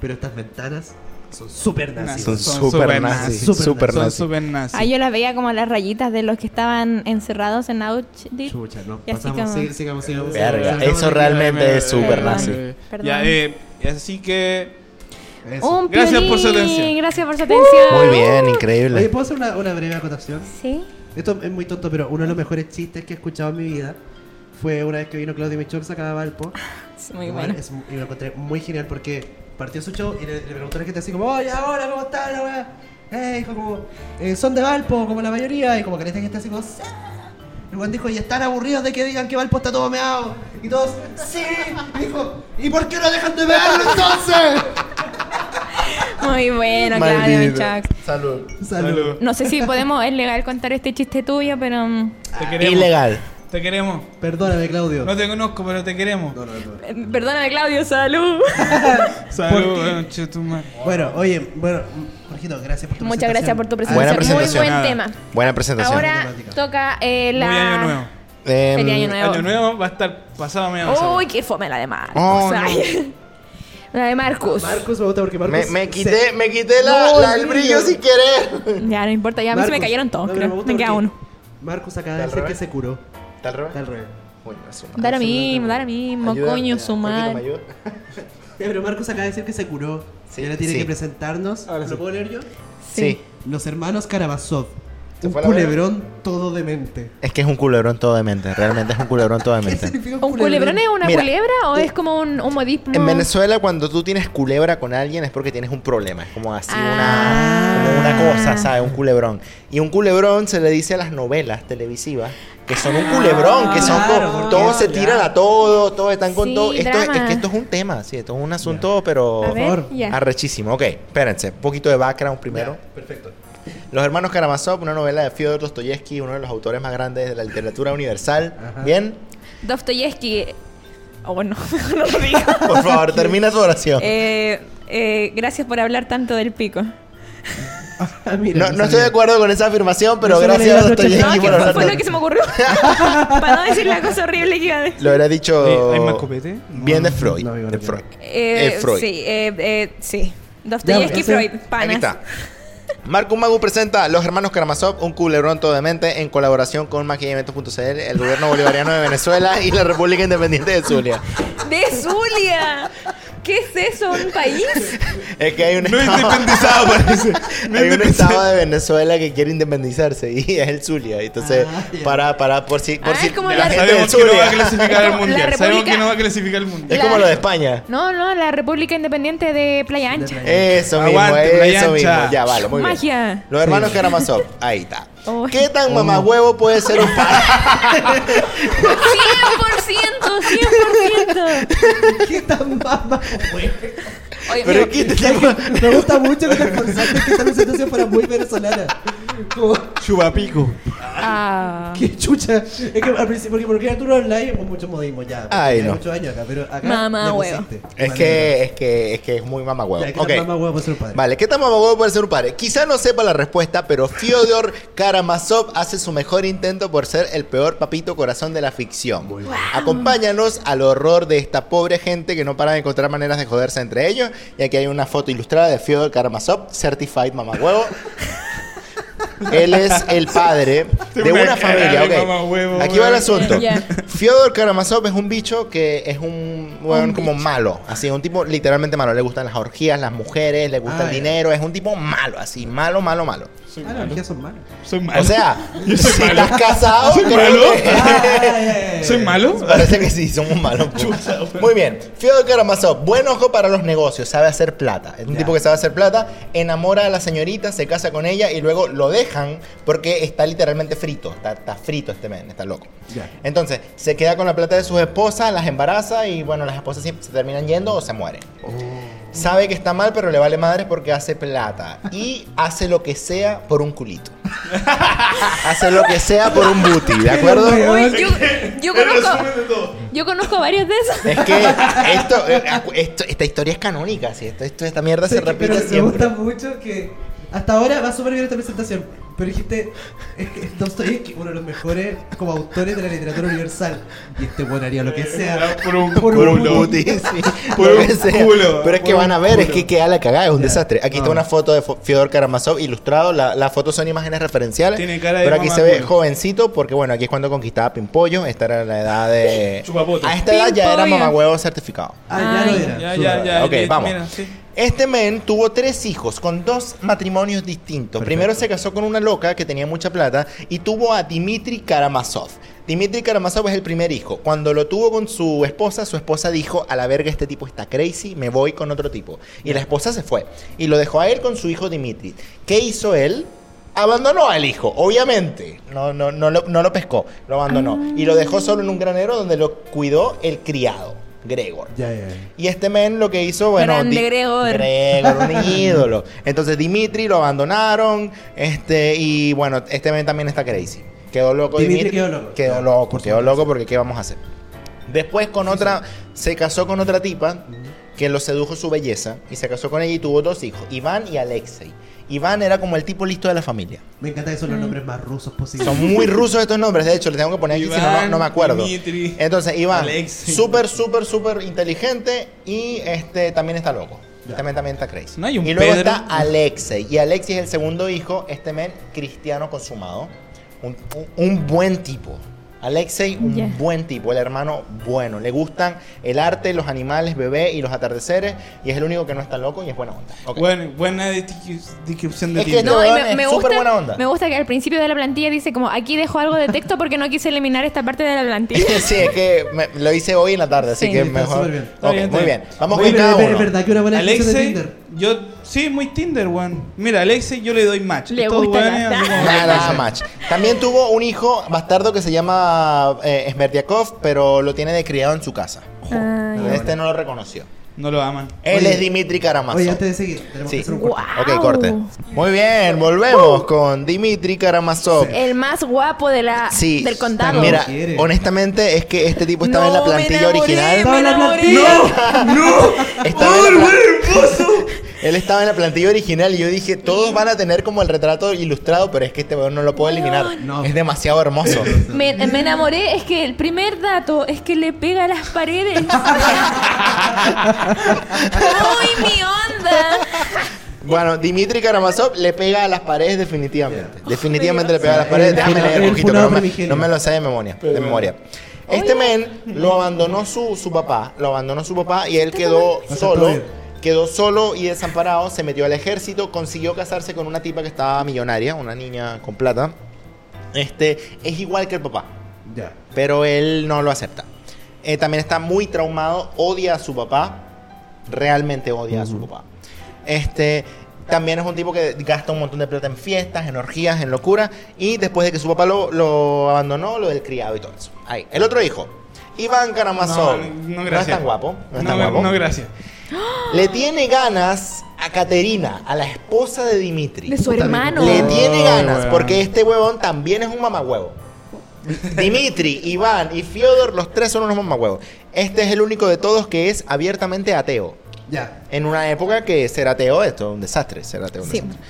Speaker 2: Pero estas ventanas son súper nazis.
Speaker 7: Son
Speaker 6: Son
Speaker 7: super
Speaker 6: súper nazis.
Speaker 2: nazis.
Speaker 6: Súper
Speaker 7: Son
Speaker 6: nazis.
Speaker 7: súper nazis.
Speaker 3: Ah, yo las veía como las rayitas de los que estaban encerrados en Auschwitz.
Speaker 2: Chucha, no.
Speaker 3: Y así
Speaker 2: Pasamos,
Speaker 3: como-
Speaker 2: sig- sigamos, sigamos.
Speaker 6: Verga,
Speaker 2: sigamos.
Speaker 6: eso
Speaker 2: Sigamos.
Speaker 6: realmente es súper
Speaker 3: Perdón.
Speaker 6: nazi.
Speaker 3: Perdón.
Speaker 7: Ya, eh, así que.
Speaker 2: Eso.
Speaker 3: Un
Speaker 7: Gracias por su
Speaker 3: piolín,
Speaker 7: atención.
Speaker 3: Gracias por su atención.
Speaker 6: Muy bien,
Speaker 2: Oye,
Speaker 6: increíble.
Speaker 2: ¿puedo hacer una, una breve acotación?
Speaker 3: Sí.
Speaker 2: Esto es muy tonto, pero uno de los mejores chistes que he escuchado en mi vida fue una vez que vino Claudio Michorza acá a Valpo.
Speaker 3: Es muy
Speaker 2: Igual
Speaker 3: bueno.
Speaker 2: es- y lo encontré muy genial porque partió su show y le, le preguntó a la gente así como, oye, ahora, ¿cómo están? la weá? Eh, dijo como, "Eh, son de Valpo, como la mayoría, y como que la gente así como, "Sí". El weón dijo, y están aburridos de que digan que Valpo está todo meado. Y todos, sí. Y dijo, ¿y por qué no dejan de mearlo entonces?
Speaker 3: Muy bueno, Claudio Michak.
Speaker 6: Salud.
Speaker 2: Salud.
Speaker 3: No sé si podemos, es legal contar este chiste tuyo, pero. mm,
Speaker 7: Te queremos.
Speaker 6: Ilegal.
Speaker 7: Te queremos.
Speaker 2: Perdóname, Claudio.
Speaker 7: No te conozco, pero te queremos.
Speaker 3: eh, Perdóname, Claudio, salud.
Speaker 2: ¿Por
Speaker 7: Salud,
Speaker 2: qué?
Speaker 7: weón, chetumare.
Speaker 2: Bueno, oye, bueno, Jorgito, gracias por tu Ah,
Speaker 3: Muchas gracias por tu
Speaker 6: Buena
Speaker 3: presentación. Muy
Speaker 6: presentación.
Speaker 3: buen tema.
Speaker 6: Buena presentación.
Speaker 3: Ahora toca eh, la.
Speaker 7: Muy año nuevo.
Speaker 6: Em,
Speaker 3: Feliz año nuevo.
Speaker 7: Año nuevo va a estar pasado mañana.
Speaker 3: Uy, qué fome la de Marcos.
Speaker 6: Oh, no.
Speaker 3: ay. La de Marcos.
Speaker 2: Marcos me gusta porque Marcos...
Speaker 6: me, me
Speaker 2: se-
Speaker 6: quité, me quité la,
Speaker 2: No,
Speaker 6: la- el
Speaker 2: brillo.
Speaker 6: brillo si querer.
Speaker 3: Ya, no importa, ya a mí se me
Speaker 2: Marcos.
Speaker 3: cayeron todos,
Speaker 2: No, pero
Speaker 3: creo.
Speaker 2: me
Speaker 3: Me,
Speaker 2: gusta
Speaker 3: queda
Speaker 2: porque
Speaker 3: uno.
Speaker 2: Marcos acaba
Speaker 6: ¿Está
Speaker 2: de
Speaker 6: al
Speaker 2: decir que
Speaker 6: revés?
Speaker 2: se curó.
Speaker 6: ¿Está al revés?
Speaker 2: Está al revés.
Speaker 6: Bueno, eso, madre.
Speaker 3: Dar a mí, dar a mí,
Speaker 6: Ayuda, eh,
Speaker 3: mocoño,
Speaker 6: ya,
Speaker 3: sumar.
Speaker 6: Jorgito, ¿me ayuda?
Speaker 2: Ya, pero Marcos acaba de decir que se curó.
Speaker 6: Sí,
Speaker 2: y ahora tiene
Speaker 6: sí.
Speaker 2: que presentarnos. ¿Lo puedo leer yo?
Speaker 6: Sí.
Speaker 2: Los hermanos Karamazov.
Speaker 6: ¿Se
Speaker 2: Un
Speaker 6: fue a la verga?
Speaker 2: culebrón todo demente.
Speaker 6: Es que es un culebrón todo demente. Realmente es un culebrón todo demente.
Speaker 3: ¿Un culebrón es una
Speaker 6: Mira,
Speaker 3: culebra o es como un, un modismo?
Speaker 6: En Venezuela, cuando tú tienes culebra con alguien es porque tienes un problema. Es como así
Speaker 3: Ah.
Speaker 6: una, como una cosa, ¿sabes? Un culebrón. Y un culebrón se le dice a las novelas televisivas que son un culebrón, que
Speaker 3: Ah,
Speaker 6: son
Speaker 2: claro,
Speaker 6: como-
Speaker 2: porque-
Speaker 6: todos se tiran a todo, todos están con
Speaker 3: Sí,
Speaker 6: todo. Esto es, es
Speaker 3: drama.
Speaker 6: que esto es un tema, sí, esto es un asunto, pero
Speaker 3: A ver,
Speaker 2: favor.
Speaker 3: ya.
Speaker 6: arrechísimo. Ok, espérense, un poquito de background primero.
Speaker 2: Perfecto.
Speaker 6: Los hermanos Karamazov, una novela de Fyodor Dostoyevsky, uno de los autores más grandes de la literatura universal.
Speaker 2: Ajá.
Speaker 6: Bien,
Speaker 3: Dostoyevsky. Oh, no, mejor no lo digo.
Speaker 6: por favor, termina tu oración.
Speaker 3: Eh, eh, gracias por hablar tanto del pico.
Speaker 6: No, no estoy de acuerdo con esa afirmación, pero
Speaker 2: No se lo leí
Speaker 6: gracias
Speaker 2: a
Speaker 6: a
Speaker 2: los ochenta.
Speaker 3: No,
Speaker 6: Dostoyevsky
Speaker 3: que
Speaker 6: por
Speaker 3: fue, fue
Speaker 6: hablar.
Speaker 3: lo que se me ocurrió. Para no decir la cosa horrible que iba a decir.
Speaker 6: Lo hubiera dicho
Speaker 7: Eh, ¿Hay más copete?
Speaker 6: bien de Freud.
Speaker 2: No, amigo, no
Speaker 6: de
Speaker 2: quiero.
Speaker 6: Freud.
Speaker 3: Eh,
Speaker 6: Eh, Freud.
Speaker 3: Sí, eh, eh, sí. Dostoyevsky,
Speaker 2: Ya, bueno,
Speaker 3: Freud,
Speaker 2: ese-
Speaker 6: Aquí
Speaker 3: panas.
Speaker 6: está. Marco Magu presenta Los Hermanos Karamazov, un culebrón todo demente, en colaboración con maquillamiento.cl, el gobierno bolivariano de Venezuela y la República Independiente de Zulia.
Speaker 3: ¡De Zulia! ¿Qué es eso? ¿Un país?
Speaker 6: Es que hay un
Speaker 7: No
Speaker 6: estado,
Speaker 7: independizado, parece. No
Speaker 6: hay un
Speaker 7: independizado.
Speaker 6: estado de Venezuela que quiere independizarse y es el Zulia. Entonces,
Speaker 2: Ah, ya.
Speaker 6: para, para, por si, por
Speaker 3: Ah,
Speaker 6: si
Speaker 3: es como
Speaker 6: la
Speaker 3: la-
Speaker 6: gente de
Speaker 7: Sabemos que no va a
Speaker 6: Zulia.
Speaker 7: clasificar
Speaker 3: Es
Speaker 7: al
Speaker 3: como la
Speaker 7: mundial. Sabemos
Speaker 3: República-
Speaker 7: que no va a clasificar al mundial.
Speaker 6: Es como lo de España.
Speaker 3: No, no, la República Independiente de Playa Ancha.
Speaker 6: Eso mismo,
Speaker 7: Aguante,
Speaker 6: eso
Speaker 7: Playa Ancha.
Speaker 6: mismo. Ya, vale, muy
Speaker 3: Magia.
Speaker 6: bien. Los hermanos Karamazov, ahí está.
Speaker 3: Oh.
Speaker 6: ¿Qué tan mamagüevo puede ser un padre?
Speaker 3: ¡100%! ¡100%!
Speaker 2: ¿Qué tan mamá?
Speaker 3: Oye,
Speaker 6: Pero es
Speaker 3: amigo,
Speaker 6: que este tipo...
Speaker 2: Me gusta mucho que te esforzaste que esta presentación fuera muy venezolana. Como,
Speaker 7: Chubapico.
Speaker 3: ah,
Speaker 2: qué chucha. Es que al principio, porque porque Arturo online es mucho modismo ya. porque
Speaker 6: Ay,
Speaker 2: ya hay
Speaker 6: no.
Speaker 2: muchos años acá, pero acá.
Speaker 3: Mamá,
Speaker 2: le
Speaker 3: huevo.
Speaker 2: pusiste.
Speaker 6: Es
Speaker 2: Vale,
Speaker 6: que, es que, es que es muy mamagüevo.
Speaker 2: Ya, ¿qué tan
Speaker 6: Ok.
Speaker 2: mamá huevo puede ser un padre?
Speaker 6: Vale, ¿qué tan mamagüevo puede ser un padre? Quizá no sepa la respuesta, pero Fyodor Karamazov hace su mejor intento por ser el peor papito corazón de la ficción. Acompáñanos al horror de esta pobre gente que no para de encontrar maneras de joderse entre ellos. Y aquí hay una foto ilustrada de Fyodor Karamazov, Certified Mamagüevo. Él es el padre de una familia,
Speaker 7: de
Speaker 6: ok.
Speaker 7: mamá huevo,
Speaker 6: Aquí va el
Speaker 7: weón.
Speaker 6: asunto.
Speaker 3: Ya.
Speaker 6: Fyodor Karamazov es un bicho que es un weón como malo. Así, un tipo literalmente malo. Le gustan las orgías, las mujeres, le gusta
Speaker 2: Ah,
Speaker 6: el
Speaker 2: ya.
Speaker 6: dinero. Es un tipo malo, así, malo, malo, malo.
Speaker 7: Soy
Speaker 2: Ah, las
Speaker 7: malo.
Speaker 2: orgías son malas.
Speaker 7: Soy malo.
Speaker 6: O sea,
Speaker 7: Yo soy
Speaker 6: si
Speaker 7: malo.
Speaker 6: estás casado,
Speaker 7: ¿Soy
Speaker 6: creo
Speaker 7: malo?
Speaker 2: Ah,
Speaker 6: que-
Speaker 7: ¿Soy malo?
Speaker 6: Parece que sí, somos malos. pues. Muy bien. Fyodor Karamazov, buen ojo para los negocios, sabe hacer plata. Es un tipo que sabe hacer plata, enamora a la señorita, se casa con ella y luego lo dejan porque está literalmente frito. Está, está frito este men, está loco.
Speaker 2: Ya.
Speaker 6: Entonces, se queda con la plata de sus esposas, las embaraza y bueno, las esposas siempre se terminan yendo o se mueren.
Speaker 2: Oh.
Speaker 6: Sabe que está mal, pero le vale madre porque hace plata. Y hace lo que sea por un culito. hace lo que sea por un booty, ¿de acuerdo?
Speaker 3: Uy, yo, yo
Speaker 7: El
Speaker 3: conozco,
Speaker 7: resumen de todo.
Speaker 3: yo conozco varios de esos.
Speaker 6: Es que esto, eh, acu- esto- esta historia es canónica, sí, esto, esto- esta mierda
Speaker 2: Sí,
Speaker 6: se
Speaker 2: que-
Speaker 6: repite
Speaker 2: pero me gusta
Speaker 6: siempre.
Speaker 2: mucho que hasta ahora va súper bien esta presentación. Pero dijiste, es que Dostoyevsky, uno de los mejores como autores de la literatura universal. Y este bueno haría lo que sea.
Speaker 7: Eh, Por un
Speaker 2: Por
Speaker 6: Por
Speaker 2: un
Speaker 6: un
Speaker 2: culo.
Speaker 6: booty, sí,
Speaker 7: Por
Speaker 6: lo
Speaker 7: un
Speaker 6: que sea.
Speaker 7: culo,
Speaker 6: Pero es que
Speaker 7: por
Speaker 6: van a
Speaker 7: un
Speaker 6: ver, es
Speaker 7: culo.
Speaker 6: que queda la cagada, es un
Speaker 2: Ya.
Speaker 6: desastre. Aquí está
Speaker 2: Ah.
Speaker 6: una foto de Fo- Fyodor Karamazov ilustrado, la- las fotos son imágenes referenciales.
Speaker 7: Tiene cara de
Speaker 6: pero aquí
Speaker 7: mamá
Speaker 6: se ve
Speaker 7: culo.
Speaker 6: jovencito, porque bueno, aquí es cuando conquistaba Pimpollo, esta era la edad de...
Speaker 7: Chupapoto.
Speaker 6: A esta edad ya era
Speaker 3: Pimpollo.
Speaker 6: mamagüevo certificado.
Speaker 2: Ah, ya lo
Speaker 3: Ay.
Speaker 2: era.
Speaker 7: Ya, ya, ya.
Speaker 6: Ok,
Speaker 7: ya,
Speaker 6: vamos.
Speaker 7: mira, sí.
Speaker 6: Este men tuvo tres hijos con dos matrimonios distintos. Primero se casó con una loca que tenía mucha plata y tuvo a Dmitry Karamazov. Dmitry Karamazov es el primer hijo. Cuando lo tuvo con su esposa, su esposa dijo, a la verga este tipo está crazy, me voy con otro tipo. Y la esposa se fue y lo dejó a él con su hijo Dmitry. ¿Qué hizo él? Abandonó al hijo, obviamente. No, no, no, lo, no lo pescó, lo abandonó. Y lo dejó solo en un granero donde lo cuidó el criado, Gregor.
Speaker 2: Ya, ya, ya.
Speaker 6: Y este men lo que hizo, bueno.
Speaker 3: Grande
Speaker 6: Di-
Speaker 3: Gregor.
Speaker 6: Gregor, un ídolo. Entonces Dimitri lo abandonaron. Este, y bueno, este men también está crazy. Quedó loco.
Speaker 2: Dimitri quedó loco.
Speaker 6: Quedó
Speaker 2: Ya,
Speaker 6: loco,
Speaker 2: por
Speaker 6: quedó
Speaker 2: supuesto.
Speaker 6: loco porque ¿qué vamos a hacer? Después con otra, se casó con otra tipa que lo sedujo su belleza y se casó con ella y tuvo dos hijos, Iván y Alexei. Iván era como el tipo listo de la familia.
Speaker 2: Me encanta que son los nombres más rusos posibles.
Speaker 6: Son muy rusos estos nombres, de hecho, les tengo que poner aquí si no, no,
Speaker 7: Iván,
Speaker 6: no me acuerdo.
Speaker 7: Dimitri,
Speaker 6: Entonces, Iván,
Speaker 7: Alexis.
Speaker 6: súper, súper, súper inteligente y este también está loco. También, también está crazy.
Speaker 7: No hay un
Speaker 6: y luego
Speaker 7: Pedro.
Speaker 6: está Alexei. Y Alexei es el segundo hijo, este men cristiano consumado. Un, un- un buen tipo. Alexei, un
Speaker 3: Ya.
Speaker 6: buen tipo, el hermano bueno. Le gustan el arte, los animales, bebé y los atardeceres. Y es el único que no está loco y es buena onda. Ok.
Speaker 7: Bueno, buena descri- descripción de
Speaker 6: Es que
Speaker 7: Tinder.
Speaker 6: no-
Speaker 3: No, y
Speaker 6: weón,
Speaker 3: me,
Speaker 6: es
Speaker 3: me
Speaker 6: súper
Speaker 3: gusta,
Speaker 6: buena onda.
Speaker 3: me gusta que al principio de la plantilla dice como aquí dejo algo de texto porque no quise eliminar esta parte de la plantilla.
Speaker 6: sí, es que me- lo hice hoy en la tarde, así
Speaker 3: Sí.
Speaker 6: que
Speaker 2: Está
Speaker 6: mejor.
Speaker 2: súper bien.
Speaker 6: Ok,
Speaker 7: bien, está
Speaker 6: muy
Speaker 7: bien.
Speaker 6: bien. Vamos
Speaker 2: Oye,
Speaker 6: con
Speaker 2: pero-
Speaker 6: cada
Speaker 2: pero
Speaker 6: uno.
Speaker 2: Es verdad que una buena descripción de
Speaker 7: Alexei,
Speaker 2: Tinder.
Speaker 7: yo sí, muy Tinder, weón. Mira, Alexei, yo le doy match.
Speaker 3: Le
Speaker 7: Estos
Speaker 3: gusta la-
Speaker 7: weones, así como-
Speaker 6: Nada más. También tuvo un hijo bastardo que se llama eh, Smerdiakov, pero lo tiene de criado en su casa.
Speaker 3: Ah, ya.
Speaker 6: Este no lo reconoció.
Speaker 7: No lo aman.
Speaker 6: Él
Speaker 2: Oye.
Speaker 6: es Dimitri Karamazov.
Speaker 2: Oye, antes de seguir, tenemos
Speaker 6: Sí.
Speaker 2: que hacer un corte. Uh.
Speaker 6: Ok, corte. Muy bien, volvemos con Dimitri Karamazov.
Speaker 3: El más guapo de la,
Speaker 6: Sí,
Speaker 3: del condado.
Speaker 6: mira,
Speaker 2: Lo quiere.
Speaker 6: honestamente es que este tipo estaba en la
Speaker 4: No, me
Speaker 6: plantilla
Speaker 4: enamoré.
Speaker 6: original.
Speaker 2: Estaba en la plantilla.
Speaker 6: Estaba en la pla- Él estaba en la plantilla original y yo dije, todos van a tener como el retrato ilustrado, pero es que este weón no lo puedo eliminar.
Speaker 2: No.
Speaker 6: Es demasiado hermoso.
Speaker 3: Me, me enamoré, es que el primer dato es que le pega a las paredes. ¡Uy, mi onda!
Speaker 6: Bueno, Dimitri Karamazov le pega a las paredes definitivamente. Definitivamente le pega a las paredes.
Speaker 2: El
Speaker 6: Déjame
Speaker 2: funa-
Speaker 6: leer un
Speaker 2: el
Speaker 6: poquito,
Speaker 2: funado
Speaker 6: no me,
Speaker 2: primigenio.
Speaker 6: no me lo sé de memoria. De memoria. Este men lo abandonó su, su papá, lo abandonó su papá y él quedó
Speaker 2: bien.
Speaker 6: solo.
Speaker 2: Está bien.
Speaker 6: Quedó solo y desamparado, se metió al ejército, consiguió casarse con una tipa que estaba millonaria, una niña con plata. Este es igual que el papá
Speaker 2: Ya.
Speaker 6: pero él no lo acepta. Eh, también está muy traumado, odia a su papá, realmente odia a su papá. Este, también es un tipo que gasta un montón de plata en fiestas, en orgías, en locura, y después de que su papá lo, lo abandonó, lo del criado y todo eso. Ahí, el otro hijo. Iván Karamazov.
Speaker 7: No, no, gracias.
Speaker 6: es tan guapo. No es tan
Speaker 7: no,
Speaker 6: guapo.
Speaker 7: no, gracias.
Speaker 6: Le tiene ganas a Caterina, a la esposa de Dimitri.
Speaker 3: De su hermano.
Speaker 6: Le tiene
Speaker 7: Ay,
Speaker 6: ganas,
Speaker 7: weón.
Speaker 6: porque este huevón también es un mamahuevo. Dimitri, Iván y Fyodor, los tres son unos mamahuevos. Este es el único de todos que es abiertamente ateo.
Speaker 2: Ya.
Speaker 6: En una época que ser ateo, esto es un desastre, ser ateo es un
Speaker 3: Sí.
Speaker 6: desastre.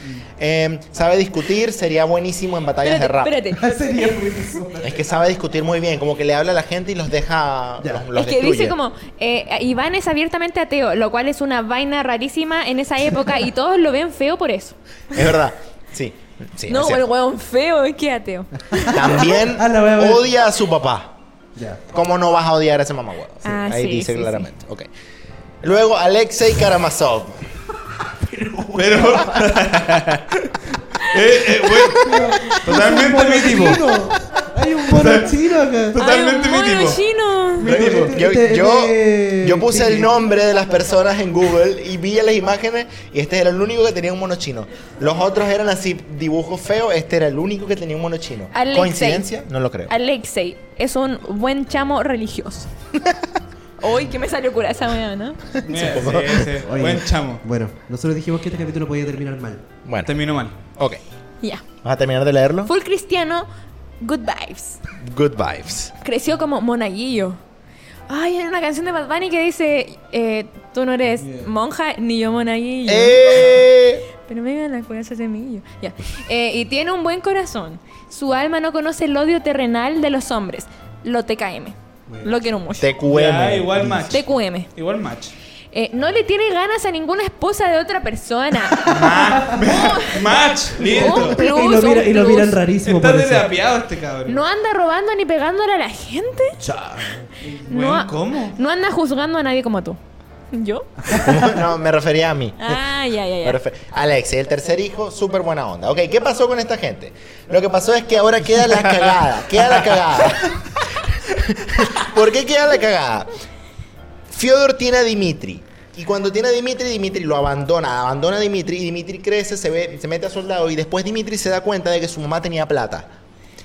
Speaker 6: Eh, sabe discutir, sería buenísimo en batallas de rap.
Speaker 3: Espérate, espérate.
Speaker 2: Sería buenísimo.
Speaker 6: Es que sabe discutir muy bien, como que le habla a la gente y los deja,
Speaker 2: Ya.
Speaker 6: los, los
Speaker 3: es que
Speaker 6: destruye.
Speaker 3: dice como, eh, Iván es abiertamente ateo, lo cual es una vaina rarísima en esa época y todos lo ven feo por eso.
Speaker 6: Es verdad, sí. Sí,
Speaker 4: no,
Speaker 6: es
Speaker 4: el
Speaker 6: cierto.
Speaker 4: hueón feo,
Speaker 3: Qué ateo.
Speaker 6: También
Speaker 2: Ah, la voy a ver.
Speaker 6: odia a su papá.
Speaker 2: Ya.
Speaker 6: ¿Cómo no vas a odiar a ese mamá huevo?
Speaker 3: Ah,
Speaker 6: Ahí
Speaker 3: sí,
Speaker 6: dice
Speaker 3: sí,
Speaker 6: claramente. Ok. Luego, Alexei Karamazov.
Speaker 7: Pero. eh, eh, güey. Totalmente mi tipo.
Speaker 2: Hay un mono chino acá.
Speaker 7: Totalmente
Speaker 3: Ay, un
Speaker 7: mi tipo.
Speaker 3: mono chino.
Speaker 7: tipo.
Speaker 6: Yo,
Speaker 2: Este-
Speaker 6: yo,
Speaker 2: este-
Speaker 6: yo puse
Speaker 2: sí.
Speaker 6: el nombre de las personas en Google y vi las imágenes y este era el único que tenía un mono chino. Los otros eran así dibujos feos, este era el único que tenía un mono chino.
Speaker 3: Alexei.
Speaker 6: ¿Coincidencia? No lo creo.
Speaker 3: Alexei es un buen chamo religioso. Uy, que me salió cura esa weá, ¿no?
Speaker 7: Mira, sí, sí.
Speaker 2: Oye,
Speaker 7: Buen chamo.
Speaker 2: Bueno, nosotros dijimos que este capítulo podía terminar mal.
Speaker 6: Bueno,
Speaker 7: Terminó mal.
Speaker 6: ok.
Speaker 3: Ya.
Speaker 6: ¿Vas a terminar de leerlo?
Speaker 3: Full cristiano, good vibes.
Speaker 6: Good vibes.
Speaker 3: Creció como monaguillo. Ay, hay una canción de Bad Bunny que dice: eh, Tú no eres monja ni yo monaguillo.
Speaker 6: ¡Eh!
Speaker 3: Pero me digan las cosas de mí. Ya. Eh, y tiene un buen corazón. Su alma no conoce el odio terrenal de los hombres. Lo TKM. Lo quiero mucho.
Speaker 6: TQM.
Speaker 7: Ya, igual match.
Speaker 3: TQM.
Speaker 7: Igual match.
Speaker 3: Eh, no le tiene ganas a ninguna esposa de otra persona.
Speaker 7: Match.
Speaker 3: Un
Speaker 7: Listo.
Speaker 3: plus,
Speaker 2: y, lo mira-
Speaker 3: un
Speaker 2: y lo
Speaker 3: plus.
Speaker 2: miran rarísimo.
Speaker 7: Está
Speaker 2: por eso.
Speaker 7: terapiado este cabrón.
Speaker 3: No anda robando ni pegándole a la gente.
Speaker 7: Weón,
Speaker 3: No, a-
Speaker 7: ¿Cómo?
Speaker 3: no anda juzgando a nadie como tú. ¿Yo?
Speaker 6: no, me refería a mí.
Speaker 3: Ah, ya, ya,
Speaker 6: Me
Speaker 3: ya.
Speaker 6: refer- Alexei, el tercer hijo, súper buena onda. Ok, ¿qué pasó con esta gente? Lo que pasó es que ahora queda la cagada. Queda la cagada. ¿Por qué queda la cagada? Fyodor tiene a Dimitri. Y cuando tiene a Dimitri, Dimitri lo abandona, abandona a Dimitri, y Dimitri crece, se, ve, se mete a soldado, y después Dimitri se da cuenta de que su mamá tenía plata.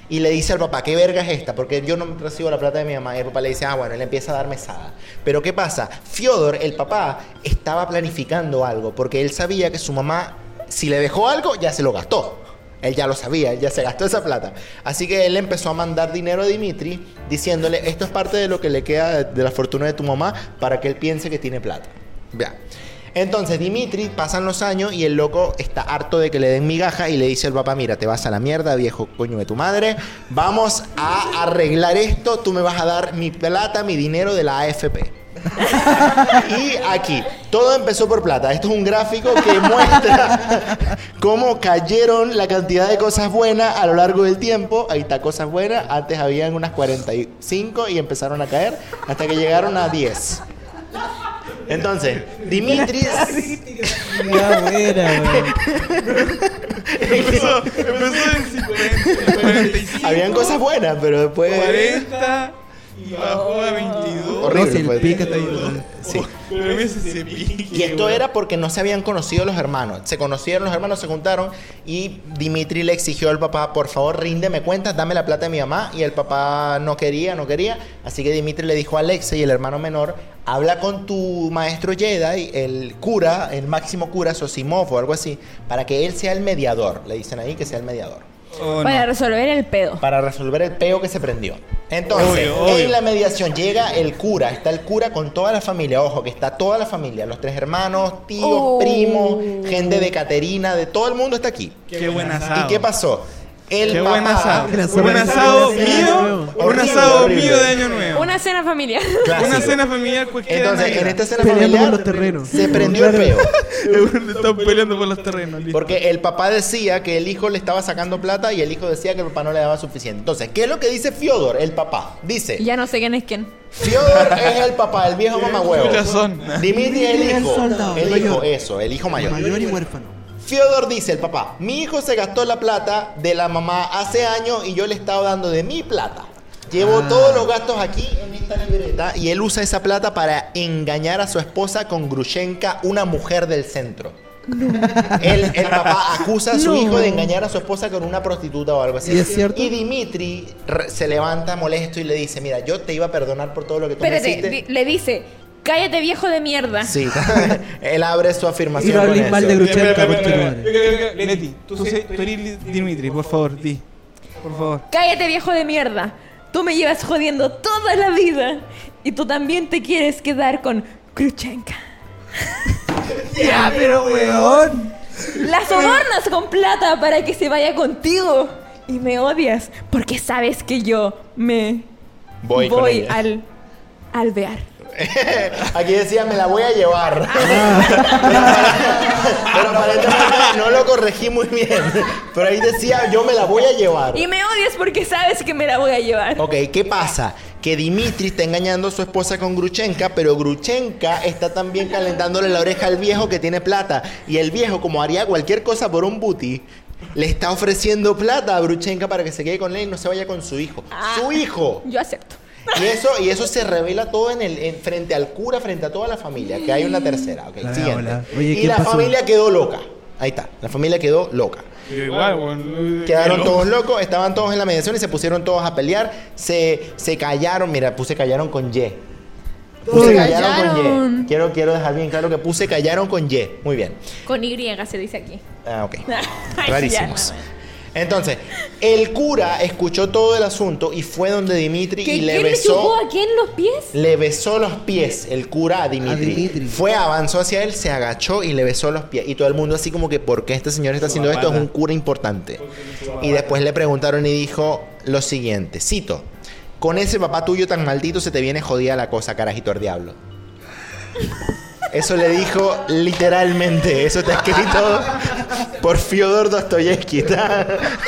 Speaker 6: Y le dice al papá, ¿qué verga es esta? Porque yo no recibo la plata de mi mamá. Y el papá le dice, ah, bueno, y le empieza a dar mesada. Pero ¿qué pasa? Fyodor, el papá, estaba planificando algo, porque él sabía que su mamá, si le dejó algo, ya se lo gastó. Él ya lo sabía, él ya se gastó esa plata. Así que él empezó a mandar dinero a Dimitri, diciéndole, esto es parte de lo que le queda de, de la fortuna de tu mamá, para que él piense que tiene plata. Vea. Entonces Dimitri pasan los años y el loco está harto de que le den migaja y le dice al papá, mira, te vas a la mierda, viejo coño de tu madre, vamos a arreglar esto, tú me vas a dar mi plata, mi dinero de la AFP. Y aquí, todo empezó por plata. Esto es un gráfico que muestra cómo cayeron la cantidad de cosas buenas a lo largo del tiempo. Ahí está, cosas buenas. Antes habían unas 45 y empezaron a caer hasta que llegaron a 10. Entonces, Dimitri...
Speaker 2: Ya, buena, weón.
Speaker 7: Empezó, empezó en 50, 45,
Speaker 6: habían cosas buenas, pero después...
Speaker 7: 40 y bajó a 22.
Speaker 6: Horrible,
Speaker 2: No, si el
Speaker 6: pues.
Speaker 2: pica está ahí.
Speaker 6: Sí.
Speaker 7: Pero me hace ese pique,
Speaker 6: Y esto
Speaker 7: weón.
Speaker 6: era porque no se habían conocido los hermanos. Se conocieron los hermanos, se juntaron y Dimitri le exigió al papá, por favor, ríndeme cuentas, dame la plata de mi mamá. Y el papá no quería, no quería. Así que Dimitri le dijo a Alexei, el hermano menor, habla con tu maestro Jedi, el cura, el máximo cura, Sosimov o algo así, para que él sea el mediador. Le dicen ahí que sea el mediador
Speaker 7: Oh,
Speaker 3: Para
Speaker 7: no.
Speaker 3: resolver el pedo.
Speaker 6: para resolver el peo que se prendió. Entonces,
Speaker 7: Obvio, obvio.
Speaker 6: en la mediación llega el cura, está el cura con toda la familia, ojo, que está toda la familia, los tres hermanos, tíos,
Speaker 3: Oh.
Speaker 6: primos, gente de Caterina, de todo el mundo está aquí.
Speaker 7: Qué buen asado.
Speaker 6: ¿Y qué pasó? El
Speaker 7: Qué
Speaker 6: papá,
Speaker 7: buen
Speaker 2: Era
Speaker 7: asado. Un
Speaker 2: súper
Speaker 7: asado
Speaker 2: rico.
Speaker 7: mío. Un
Speaker 6: Horrible,
Speaker 7: asado
Speaker 6: horrible.
Speaker 7: mío de año nuevo.
Speaker 3: Una cena familiar.
Speaker 6: clásico.
Speaker 7: Una cena familiar cualquiera.
Speaker 6: Entonces,
Speaker 7: Navidad.
Speaker 6: en esta cena
Speaker 2: Peleando por los
Speaker 6: familiar
Speaker 2: terrenos.
Speaker 6: se prendió el peo.
Speaker 7: Están peleando por los terrenos. listo.
Speaker 6: Porque el papá decía que el hijo le estaba sacando plata y el hijo decía que el papá no le daba suficiente. Entonces, ¿qué es lo que dice Fiodor, el papá? Dice,
Speaker 3: Ya no sé quién es quién.
Speaker 6: Fiodor es el papá, el viejo mamagüevo.
Speaker 7: Muchas son.
Speaker 6: Dimitri es el
Speaker 2: El
Speaker 6: hijo.
Speaker 2: soldado,
Speaker 6: El
Speaker 2: mayor.
Speaker 6: hijo, eso, el hijo mayor.
Speaker 2: Mayor y huérfano.
Speaker 6: Fiodor dice el papá, mi hijo se gastó la plata de la mamá hace años y yo le estaba dando de mi plata. Llevo
Speaker 2: Ah.
Speaker 6: todos los gastos aquí en esta libreta y él usa esa plata para engañar a su esposa con Grushenka, una mujer del centro. El, el papá acusa a su hijo de engañar a su esposa con una prostituta o algo así.
Speaker 2: ¿Y es cierto?
Speaker 6: Y Dimitri re- se levanta molesto y le dice, mira, yo te iba a perdonar por todo lo que tú me
Speaker 3: Espérate,
Speaker 6: hiciste.
Speaker 3: di- le dice: Cállate, viejo de mierda.
Speaker 6: Sí, él abre su
Speaker 2: Y
Speaker 6: afirmación.
Speaker 2: no habléis
Speaker 6: con
Speaker 2: mal
Speaker 6: eso.
Speaker 2: de
Speaker 7: Espera,
Speaker 2: Gruchenka,
Speaker 7: espera,
Speaker 2: porque
Speaker 7: espera,
Speaker 2: madre.
Speaker 7: espera. Leti, tú sé- tú eres Li- Dimitri, por favor, di. Por favor.
Speaker 3: Cállate, viejo de mierda. Tú me llevas jodiendo toda la vida. Y tú también te quieres quedar con Kruchenka.
Speaker 2: Ya, pero weón.
Speaker 3: La sobornas con plata para que se vaya contigo. Y me odias porque sabes que yo me
Speaker 6: Voy, con
Speaker 3: voy
Speaker 6: ella.
Speaker 3: al alvear.
Speaker 6: Aquí decía, me la voy a llevar. Pero aparentemente no lo corregí muy bien. Pero ahí decía, yo me la voy a llevar.
Speaker 3: Y me odias porque sabes que me la voy a llevar.
Speaker 6: Ok, ¿qué pasa? Que Dimitri está engañando a su esposa con Gruchenka, pero Gruchenka está también calentándole la oreja al viejo que tiene plata. Y el viejo, como haría cualquier cosa por un booty, le está ofreciendo plata a Gruchenka para que se quede con él y no se vaya con su hijo. ¡Su hijo!
Speaker 3: Yo acepto.
Speaker 6: Y eso, y eso se revela todo en el, en- frente al cura, frente a toda la familia, que hay una tercera. Ok,
Speaker 2: La
Speaker 6: siguiente.
Speaker 2: hola. Oye,
Speaker 6: y
Speaker 2: ¿qué
Speaker 6: la
Speaker 2: pasó?
Speaker 6: familia quedó loca. Ahí está, la familia quedó loca.
Speaker 7: Yo igual, weón.
Speaker 6: Quedaron todos locos, estaban todos en la mediación y se pusieron todos a pelear. Se, se callaron, mira, puse callaron con Y. Puse
Speaker 4: Uy.
Speaker 6: callaron, con
Speaker 4: Callaron.
Speaker 6: Y. Quiero, quiero dejar bien claro que puse callaron con Y. Muy bien.
Speaker 3: Con Y se dice aquí.
Speaker 6: Ah, ok.
Speaker 3: Ay,
Speaker 6: Rarísimos.
Speaker 3: ya,
Speaker 6: Entonces, el cura escuchó todo el asunto y fue donde Dimitri
Speaker 3: ¿Que
Speaker 6: y le
Speaker 3: ¿Quién le
Speaker 6: besó.
Speaker 3: chupó a quién los pies?
Speaker 6: Le besó los pies el cura a Dimitri.
Speaker 2: Dimitri.
Speaker 6: Fue, avanzó hacia él, se agachó y le besó los pies. Y todo el mundo así como que, ¿por qué este señor está haciendo esto? Es un cura importante. Y después le preguntaron y dijo lo siguiente, cito, con ese papá tuyo tan maldito se te viene jodida la cosa, carajito al diablo. Eso le dijo literalmente, eso está escrito por Fyodor Dostoyevsky. ¿tá?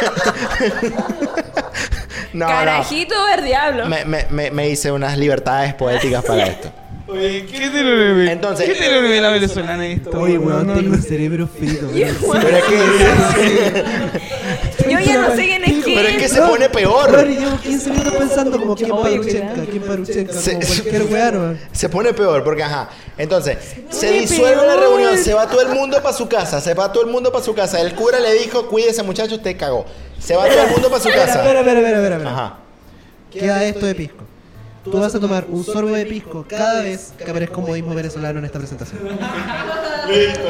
Speaker 6: No, no.
Speaker 3: Carajito del diablo.
Speaker 6: Me, me- me- me hice unas libertades poéticas para esto.
Speaker 7: Oye, ¿qué tiene bebé?
Speaker 6: Entonces-
Speaker 7: ¿Qué tiene bebé la venezolana en esto?
Speaker 2: Oye,
Speaker 7: weón?
Speaker 2: weón,
Speaker 7: No,
Speaker 2: tengo
Speaker 7: no.
Speaker 2: el cerebro frito. weón.
Speaker 6: Pero es que,
Speaker 3: Yo ya no sé quién es quién.
Speaker 6: pero es que se pone
Speaker 2: Weón,
Speaker 6: peor.
Speaker 2: y llevo 15 minutos pensando como quién
Speaker 4: Oye,
Speaker 2: paruchenca,
Speaker 4: cuidado.
Speaker 2: quién paruchenca,
Speaker 6: Se-
Speaker 2: como cualquier weón. weón.
Speaker 6: Se pone peor porque, ajá. Entonces, se disuelve la reunión, se va todo el mundo para su casa, se va todo el mundo para su casa. El cura le dijo, cuídese muchacho, usted cagó. Se va todo el mundo para su
Speaker 2: Espera, espera,
Speaker 6: casa.
Speaker 2: espera, espera, espera.
Speaker 6: Ajá.
Speaker 2: Queda esto de pisco. Tú vas a tomar un sorbo de pisco cada vez que aparezca un modismo venezolano en esta presentación.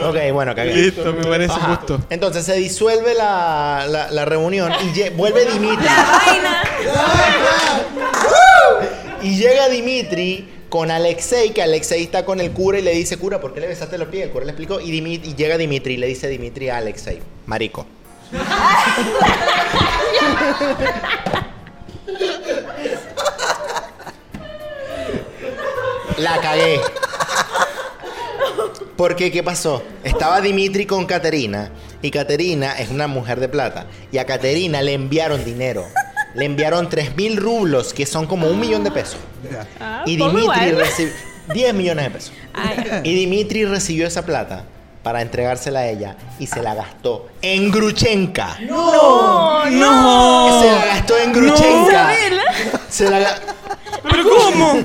Speaker 6: Ok, bueno, cagué.
Speaker 7: Listo, me parece
Speaker 6: Ajá.
Speaker 7: justo.
Speaker 6: Entonces se disuelve la, la- la reunión y lle- vuelve Dimitri.
Speaker 3: Vaina.
Speaker 6: Y llega Dimitri con Alexei, que Alexei está con el cura y le dice, cura, ¿por qué le besaste los pies? El cura le explicó. Y, Dimit- y llega Dimitri y le dice Dimitri a Alexei, marico. La cagué. Porque, ¿qué pasó? Estaba Dimitri con Caterina. Y Caterina es una mujer de plata. Y a Caterina le enviaron dinero. Le enviaron 3 mil rublos, que son como un millón de pesos. Y
Speaker 3: poco
Speaker 6: Dimitri
Speaker 3: igual.
Speaker 6: recibió 10 millones de pesos.
Speaker 3: Ay,
Speaker 6: Y Dimitri recibió esa plata para entregársela a ella y se la gastó en Gruchenka. Oh,
Speaker 7: ¡No!
Speaker 6: Se la gastó en Gruchenka.
Speaker 3: Isabel.
Speaker 6: Se la ga-
Speaker 7: ¿Pero cómo?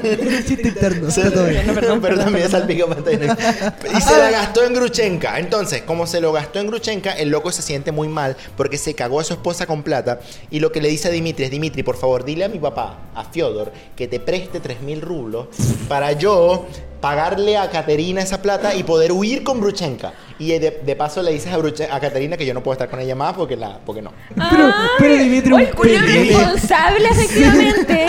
Speaker 2: Chiste interno,
Speaker 6: se-
Speaker 2: está todo bien.
Speaker 6: Pero también salpica pantalla. Y se la gastó en Gruchenka. Entonces, como se lo gastó en Gruchenka, el loco se siente muy mal porque se cagó a su esposa con plata. Y lo que le dice a Dimitri es: Dimitri, por favor, dile a mi papá, a Fiodor, que te preste 3.000 rublos para yo pagarle a Caterina esa plata y poder huir con Gruchenka. Y de, de paso le dices a, Bruche- a Caterina que yo no puedo estar con ella más porque, la, porque no.
Speaker 2: Pero- pero Dimitri,
Speaker 3: Ah. Oye,
Speaker 2: un
Speaker 3: culiao
Speaker 2: pendejo.
Speaker 3: irresponsable, efectivamente.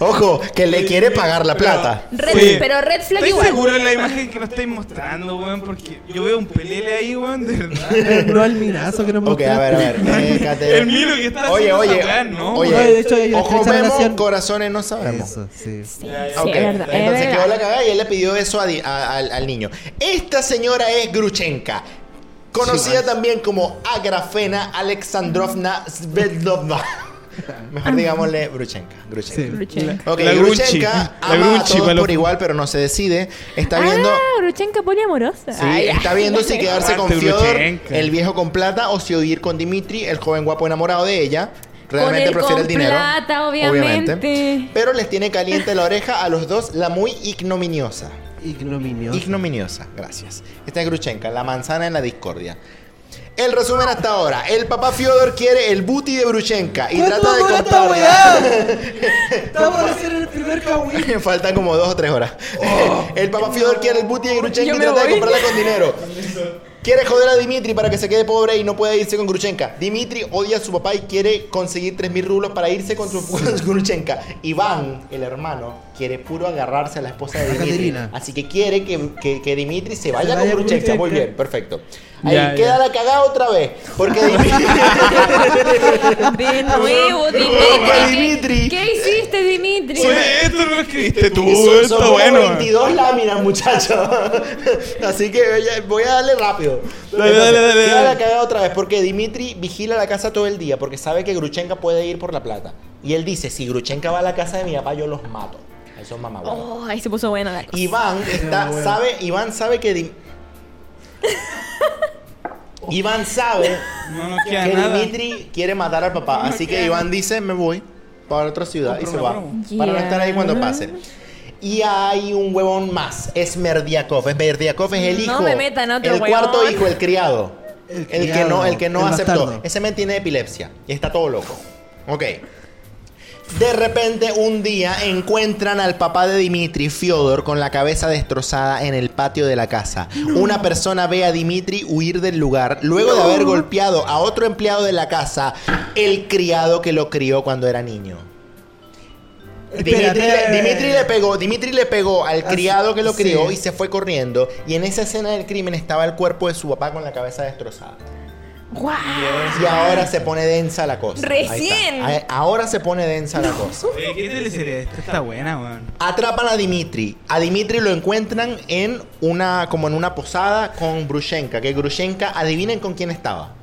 Speaker 6: Ojo, que le quiere pagar la plata.
Speaker 3: Red-
Speaker 7: Oye,
Speaker 3: pero red flag
Speaker 7: ¿Estáis
Speaker 3: igual.
Speaker 7: seguro de la imagen que nos estáis mostrando, weón? Porque yo veo un pelele ahí, weón, de verdad.
Speaker 2: No al minazo que no me
Speaker 6: Ok, a ver, a ver. Eh, Caterina.
Speaker 7: El miro que está
Speaker 6: Oye,
Speaker 7: haciendo
Speaker 6: oye,
Speaker 7: esa weá, ¿no?
Speaker 6: oye,
Speaker 2: No, de hecho, hay una
Speaker 6: ojos
Speaker 2: estrecha
Speaker 6: vemos,
Speaker 2: relación.
Speaker 6: corazones no sabemos. Ah,
Speaker 2: Eso, sí.
Speaker 3: Sí, sí, es
Speaker 6: Ok,
Speaker 3: verdad. es
Speaker 6: Entonces
Speaker 3: verdad.
Speaker 6: quedó la cagada y él le pidió eso a di- a- al, al niño. Esta señora es Gruchenka, conocida también como Agrafena Alexandrovna Svedlovna. Mejor digámosle Gruchenka. Gruchenka.
Speaker 2: Sí.
Speaker 3: Gruchenka.
Speaker 6: Ok,
Speaker 7: La Gruchi.
Speaker 6: Gruchenka
Speaker 7: La
Speaker 6: ama a
Speaker 7: Gruchi,
Speaker 6: todos
Speaker 7: palo.
Speaker 6: por igual, pero no se decide. Está viendo.
Speaker 3: Ah, Gruchenka poliamorosa.
Speaker 6: Sí, está viendo si quedarse con
Speaker 7: Aparte,
Speaker 6: Fiodor,
Speaker 7: Gruchenka.
Speaker 6: el viejo con plata, o si huir con Dimitri, el joven guapo enamorado de ella. Realmente
Speaker 3: él
Speaker 6: prefiere
Speaker 3: con
Speaker 6: el dinero.
Speaker 3: plata, obviamente.
Speaker 6: Pero les tiene caliente la oreja a los dos, la muy ignominiosa.
Speaker 2: Ignominioso.
Speaker 6: Ignominiosa, gracias. Esta es Gruchenka, la manzana en la discordia. El resumen hasta ahora. El papá Fiodor quiere el booty de Bruchenka
Speaker 3: Pues
Speaker 6: y trata de
Speaker 2: dura esta
Speaker 6: cortarla.
Speaker 2: Estamos a hacer el primer kawin.
Speaker 6: Faltan como dos o tres horas. El papá Fiodor quiere el booty de Gruchenka
Speaker 3: Oh. Yo
Speaker 6: y
Speaker 3: me
Speaker 6: trata de
Speaker 3: voy.
Speaker 6: comprarla con dinero. Quiere joder a Dimitri para que se quede pobre y no puede irse con Gruchenka. Dimitri odia a su papá y quiere conseguir 3.000 rublos para irse con, su, con Gruchenka. Iván, el hermano, quiere puro agarrarse a la esposa de
Speaker 2: A
Speaker 6: Dimitri.
Speaker 2: Caterina.
Speaker 6: Así que quiere que, que- que Dimitri se vaya,
Speaker 2: vaya
Speaker 6: con Bruchevka.
Speaker 2: Bruchevka.
Speaker 6: Muy bien, perfecto. Ahí
Speaker 8: Ya, ya.
Speaker 6: queda la cagada otra vez. Porque Dimitri.
Speaker 3: De nuevo,
Speaker 6: Opa,
Speaker 3: Dimitri. ¿Qué,
Speaker 6: Dimitri.
Speaker 3: qué hiciste, Dimitri?
Speaker 7: esto lo escribiste tú,
Speaker 6: Son,
Speaker 7: está
Speaker 6: son como
Speaker 7: bueno.
Speaker 6: 22 láminas, muchachos. Así que voy a- voy a darle rápido.
Speaker 7: Dale, dale, dale,
Speaker 6: Queda
Speaker 7: dale.
Speaker 6: la cagada otra vez porque Dimitri vigila la casa todo el día porque sabe que Gruchenka puede ir por la plata. Y él dice, si Gruchenka va a la casa de mi papá, yo los mato. Eso es mamá.
Speaker 3: Oh, ahí se puso buena la cosa.
Speaker 6: Iván está, sabe, Iván sabe que Dim- Iván sabe
Speaker 7: No nos queda
Speaker 6: que
Speaker 7: nada.
Speaker 6: Dimitri quiere matar al papá, así que Iván dice, me voy para otra ciudad y se va,
Speaker 3: promo.
Speaker 6: para no estar ahí cuando
Speaker 3: Ya.
Speaker 6: pase. Y hay un huevón más, es Merdiakov. Es Merdiakov es el
Speaker 3: No
Speaker 6: hijo,
Speaker 3: me metan a otro
Speaker 6: el cuarto
Speaker 3: huevón.
Speaker 6: hijo, el criado,
Speaker 2: El
Speaker 6: el, que
Speaker 2: criado,
Speaker 6: no, el que no
Speaker 2: el
Speaker 6: aceptó.
Speaker 2: bastardo.
Speaker 6: Ese men tiene epilepsia y está todo loco. Ok. De repente, un día encuentran al papá de Dimitri, Fiodor, con la cabeza destrozada en el patio de la casa. Una persona ve a Dimitri huir del lugar luego de haber golpeado a otro empleado de la casa, el criado que lo crió cuando era niño. Dimitri le,
Speaker 2: Espérate. Ah,
Speaker 6: Dimitri le pegó, Dimitri le pegó al criado que lo
Speaker 2: sí.
Speaker 6: crió y se fue corriendo. Y en esa escena del crimen estaba el cuerpo de su papá con la cabeza destrozada.
Speaker 3: ¡Guau!
Speaker 6: Y ahora se pone densa la cosa. Ahí está.
Speaker 3: Recién.
Speaker 6: Ahí- Ahora se pone densa la cosa.
Speaker 7: Oye, Eh, ¿Qué teleserie es esta? Está buena, weón.
Speaker 6: Atrapan a Dimitri. A Dimitri lo encuentran en una como en una posada con Grushenka. Que Grushenka, adivinen con quién estaba.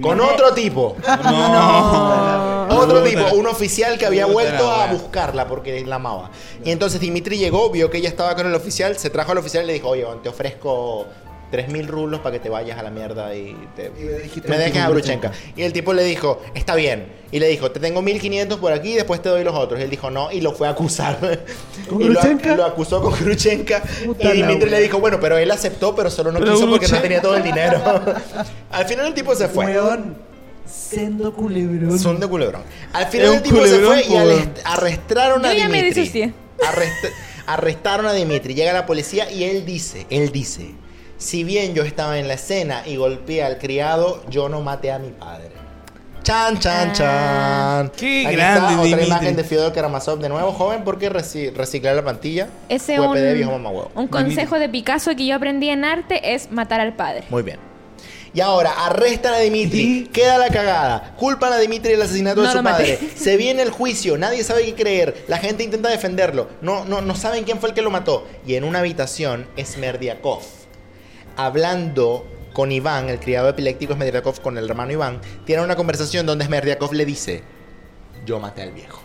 Speaker 6: Con otro tipo.
Speaker 7: No.
Speaker 6: Otro
Speaker 7: Puta.
Speaker 6: tipo, un oficial que había
Speaker 7: Puta
Speaker 6: vuelto
Speaker 7: la
Speaker 6: a
Speaker 7: wea.
Speaker 6: buscarla porque la amaba. Y entonces Dimitri llegó, vio que ella estaba con el oficial, se trajo al oficial y le dijo, oye, Iván, te ofrezco 3.000 rublos para que te vayas a la mierda y te-
Speaker 2: le dijiste
Speaker 6: me
Speaker 2: al
Speaker 6: dejes
Speaker 2: tipo
Speaker 6: a Bruchenka.
Speaker 2: Bruchenka.
Speaker 6: Y el tipo le dijo, está bien. Y le dijo, te tengo 1.500 por aquí y después te doy los otros. Y él dijo, no, y lo fue a acusar.
Speaker 2: ¿Con
Speaker 6: Y lo-
Speaker 2: Grushenka?
Speaker 6: Lo, acusó con Gruchenka.
Speaker 2: Puta
Speaker 6: y Dimitri
Speaker 2: la
Speaker 6: le dijo, bueno, pero él aceptó, pero solo no
Speaker 7: Pero
Speaker 6: quiso porque no
Speaker 7: Grushenka.
Speaker 6: tenía todo el dinero. al final el tipo se fue.
Speaker 2: Weón, sendo culebrón.
Speaker 6: Son de culebrón. Al final
Speaker 7: Es
Speaker 6: el
Speaker 7: un
Speaker 6: tipo se
Speaker 7: culebrón,
Speaker 6: fue y
Speaker 7: po,
Speaker 6: al-
Speaker 7: weón.
Speaker 6: arrestaron a
Speaker 3: Yo ya me
Speaker 6: Dimitri.
Speaker 3: disocié.
Speaker 6: Arrest- arrestaron a Dimitri. Llega la policía y él dice, él dice, si bien yo estaba en la escena y golpeé al criado, yo no maté a mi padre. Chan, chan,
Speaker 3: Ah.
Speaker 6: chan.
Speaker 7: Qué
Speaker 6: Aquí
Speaker 7: grande,
Speaker 6: está otra
Speaker 7: Dimitri.
Speaker 6: imagen de Fiodor Karamazov de nuevo, joven, porque reci- reciclar la plantilla.
Speaker 3: Ese es
Speaker 6: UPD,
Speaker 3: un,
Speaker 6: viejo mamahuevo.
Speaker 3: un consejo de Picasso que yo aprendí en arte es matar al padre.
Speaker 6: Muy bien. Y ahora arrestan a Dimitri, queda la cagada, culpan a Dimitri del
Speaker 3: No
Speaker 6: asesinato de su
Speaker 3: lo maté.
Speaker 6: padre, se viene el juicio, nadie sabe qué creer, la gente intenta defenderlo, no, no, no saben quién fue el que lo mató. Y en una habitación es Merdiakov, hablando con Iván, el criado epiléptico es Merdiakov con el hermano Iván, tiene una conversación donde Smerdiakov le dice, yo maté al viejo.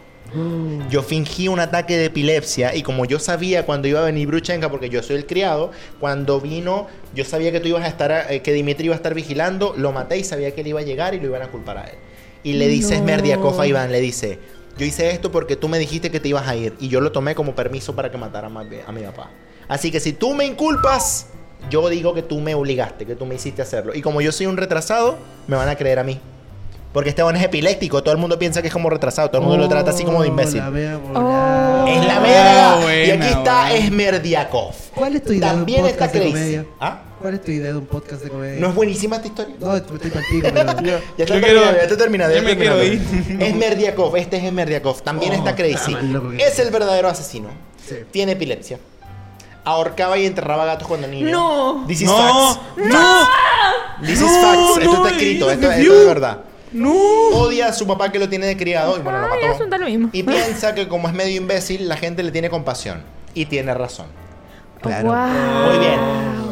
Speaker 6: Yo fingí un ataque de epilepsia y como yo sabía cuando iba a venir Bruchenka, porque yo soy el criado, cuando vino, yo sabía que tú ibas a estar, eh, que Dimitri iba a estar vigilando, lo maté y sabía que él iba a llegar y lo iban a culpar a él. Y le dice
Speaker 3: No.
Speaker 6: Smerdiakov a Iván, le dice, yo hice esto porque tú me dijiste que te ibas a ir y yo lo tomé como permiso para que matara a ma- a mi papá. Así que si tú me inculpas, yo digo que tú me obligaste, que tú me hiciste hacerlo. Y como yo soy un retrasado, me van a creer a mí. Porque este hombre es epiléptico, todo el mundo piensa que es como retrasado, todo el mundo lo trata así como de imbécil.
Speaker 2: La mea volada.
Speaker 6: Es la
Speaker 7: Oh,
Speaker 6: verga. y
Speaker 7: buena,
Speaker 6: aquí está
Speaker 7: buena.
Speaker 6: Esmerdiakov.
Speaker 2: ¿Cuál es tu idea
Speaker 6: También
Speaker 2: de un
Speaker 6: está
Speaker 2: podcast de
Speaker 6: Crazy.
Speaker 2: comedia?
Speaker 6: ¿Ah?
Speaker 2: ¿Cuál es tu idea de un podcast de comedia?
Speaker 6: ¿No es buenísima esta historia?
Speaker 2: No, estoy contigo, pero...
Speaker 6: Ya está
Speaker 7: Yo
Speaker 6: terminado,
Speaker 7: quiero-
Speaker 6: ya está terminado. ya
Speaker 7: yo
Speaker 6: está
Speaker 7: me quiero
Speaker 6: terminado.
Speaker 7: ir.
Speaker 6: Esmerdiakov, este es Esmerdiakov. También
Speaker 2: Oh,
Speaker 6: está Crazy.
Speaker 2: está más loco que-
Speaker 6: Es el verdadero asesino.
Speaker 2: Sí.
Speaker 6: Tiene epilepsia. Ahorcaba y enterraba gatos cuando niño.
Speaker 3: No.
Speaker 6: This is
Speaker 7: No,
Speaker 6: facts.
Speaker 7: no,
Speaker 6: This is
Speaker 7: No,
Speaker 6: facts. Esto
Speaker 7: no,
Speaker 6: está escrito,
Speaker 7: y-
Speaker 6: esto,
Speaker 7: y-
Speaker 6: esto es de verdad.
Speaker 7: no.
Speaker 6: Odia a su papá que lo tiene de criado y bueno, lo
Speaker 3: Ay,
Speaker 6: mató.
Speaker 3: eso da lo mismo.
Speaker 6: Y piensa que como es medio imbécil, la gente le tiene compasión. Y tiene razón.
Speaker 2: Claro.
Speaker 3: Guau.
Speaker 6: Muy bien.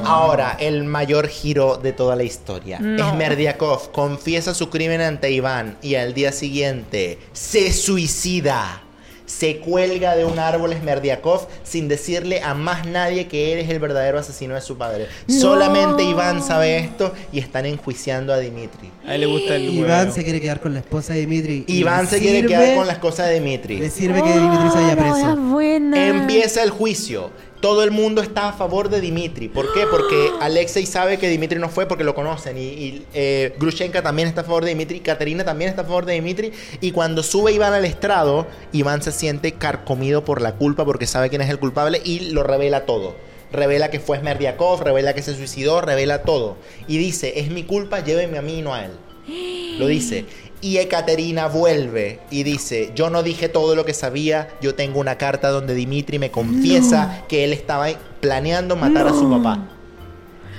Speaker 6: Ahora, el mayor giro de toda la historia.
Speaker 3: No.
Speaker 6: Smerdiakov confiesa su crimen ante Iván y al día siguiente se suicida. Se cuelga de un árbol Smerdiakov sin decirle a más nadie que él es el verdadero asesino de su padre.
Speaker 3: No.
Speaker 6: Solamente Iván sabe esto y están enjuiciando a Dimitri.
Speaker 7: A él le gusta el
Speaker 2: Iván
Speaker 7: huevo.
Speaker 2: se quiere quedar con la esposa de Dimitri. y
Speaker 6: Iván
Speaker 2: le
Speaker 6: se quiere
Speaker 2: sirve-
Speaker 6: quedar con las cosas de Dimitri.
Speaker 2: Le sirve que Dimitri se haya
Speaker 3: Ah,
Speaker 2: preso.
Speaker 3: buena.
Speaker 6: Empieza el juicio. Todo el mundo está a favor de Dimitri. ¿Por qué? Porque Alexei sabe que Dimitri no fue porque lo conocen. Y, y, eh, Grushenka también está a favor de Dimitri. Katerina también está a favor de Dimitri. Y cuando sube Iván al estrado, Iván se siente carcomido por la culpa porque sabe quién es el culpable y lo revela todo. Revela que fue Smerdiakov, revela que se suicidó, revela todo. Y dice, es mi culpa, llévenme a mí y no a él. Lo dice. Y Ekaterina vuelve y dice, yo no dije todo lo que sabía, yo tengo una carta donde Dimitri me confiesa que él estaba planeando matar a su papá.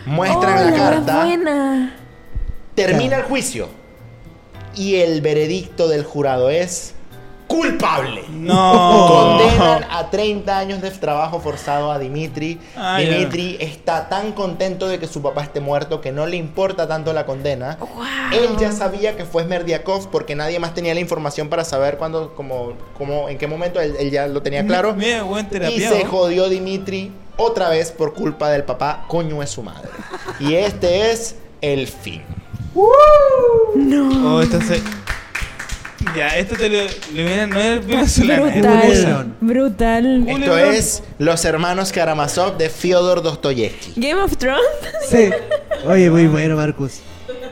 Speaker 6: Muestran
Speaker 3: Oh,
Speaker 6: la
Speaker 3: la
Speaker 6: carta,
Speaker 3: buena.
Speaker 6: termina el juicio y el veredicto del jurado es culpable.
Speaker 7: Oh.
Speaker 6: Condenan a 30 años de trabajo forzado a Dimitri.
Speaker 7: Ay,
Speaker 6: Dimitri está tan contento de que su papá esté muerto que no le importa tanto la condena. Él ya sabía que fue Smerdiakov porque nadie más tenía la información para saber cuándo, como, como, en qué momento él, él ya lo tenía claro.
Speaker 7: Mira, buen
Speaker 6: Y
Speaker 7: terapia.
Speaker 6: se jodió Dimitri otra vez por culpa del papá, coño es su madre. Y este es el fin.
Speaker 7: Oh, esta se... Ya, esto te lo... lo viene- no es venezolano.
Speaker 3: Brutal.
Speaker 2: Evolución.
Speaker 3: Brutal.
Speaker 6: Esto es Los Hermanos Karamazov de Fyodor Dostoyevsky.
Speaker 3: Game of Thrones.
Speaker 2: Sí. Oye, muy bueno, Marcus.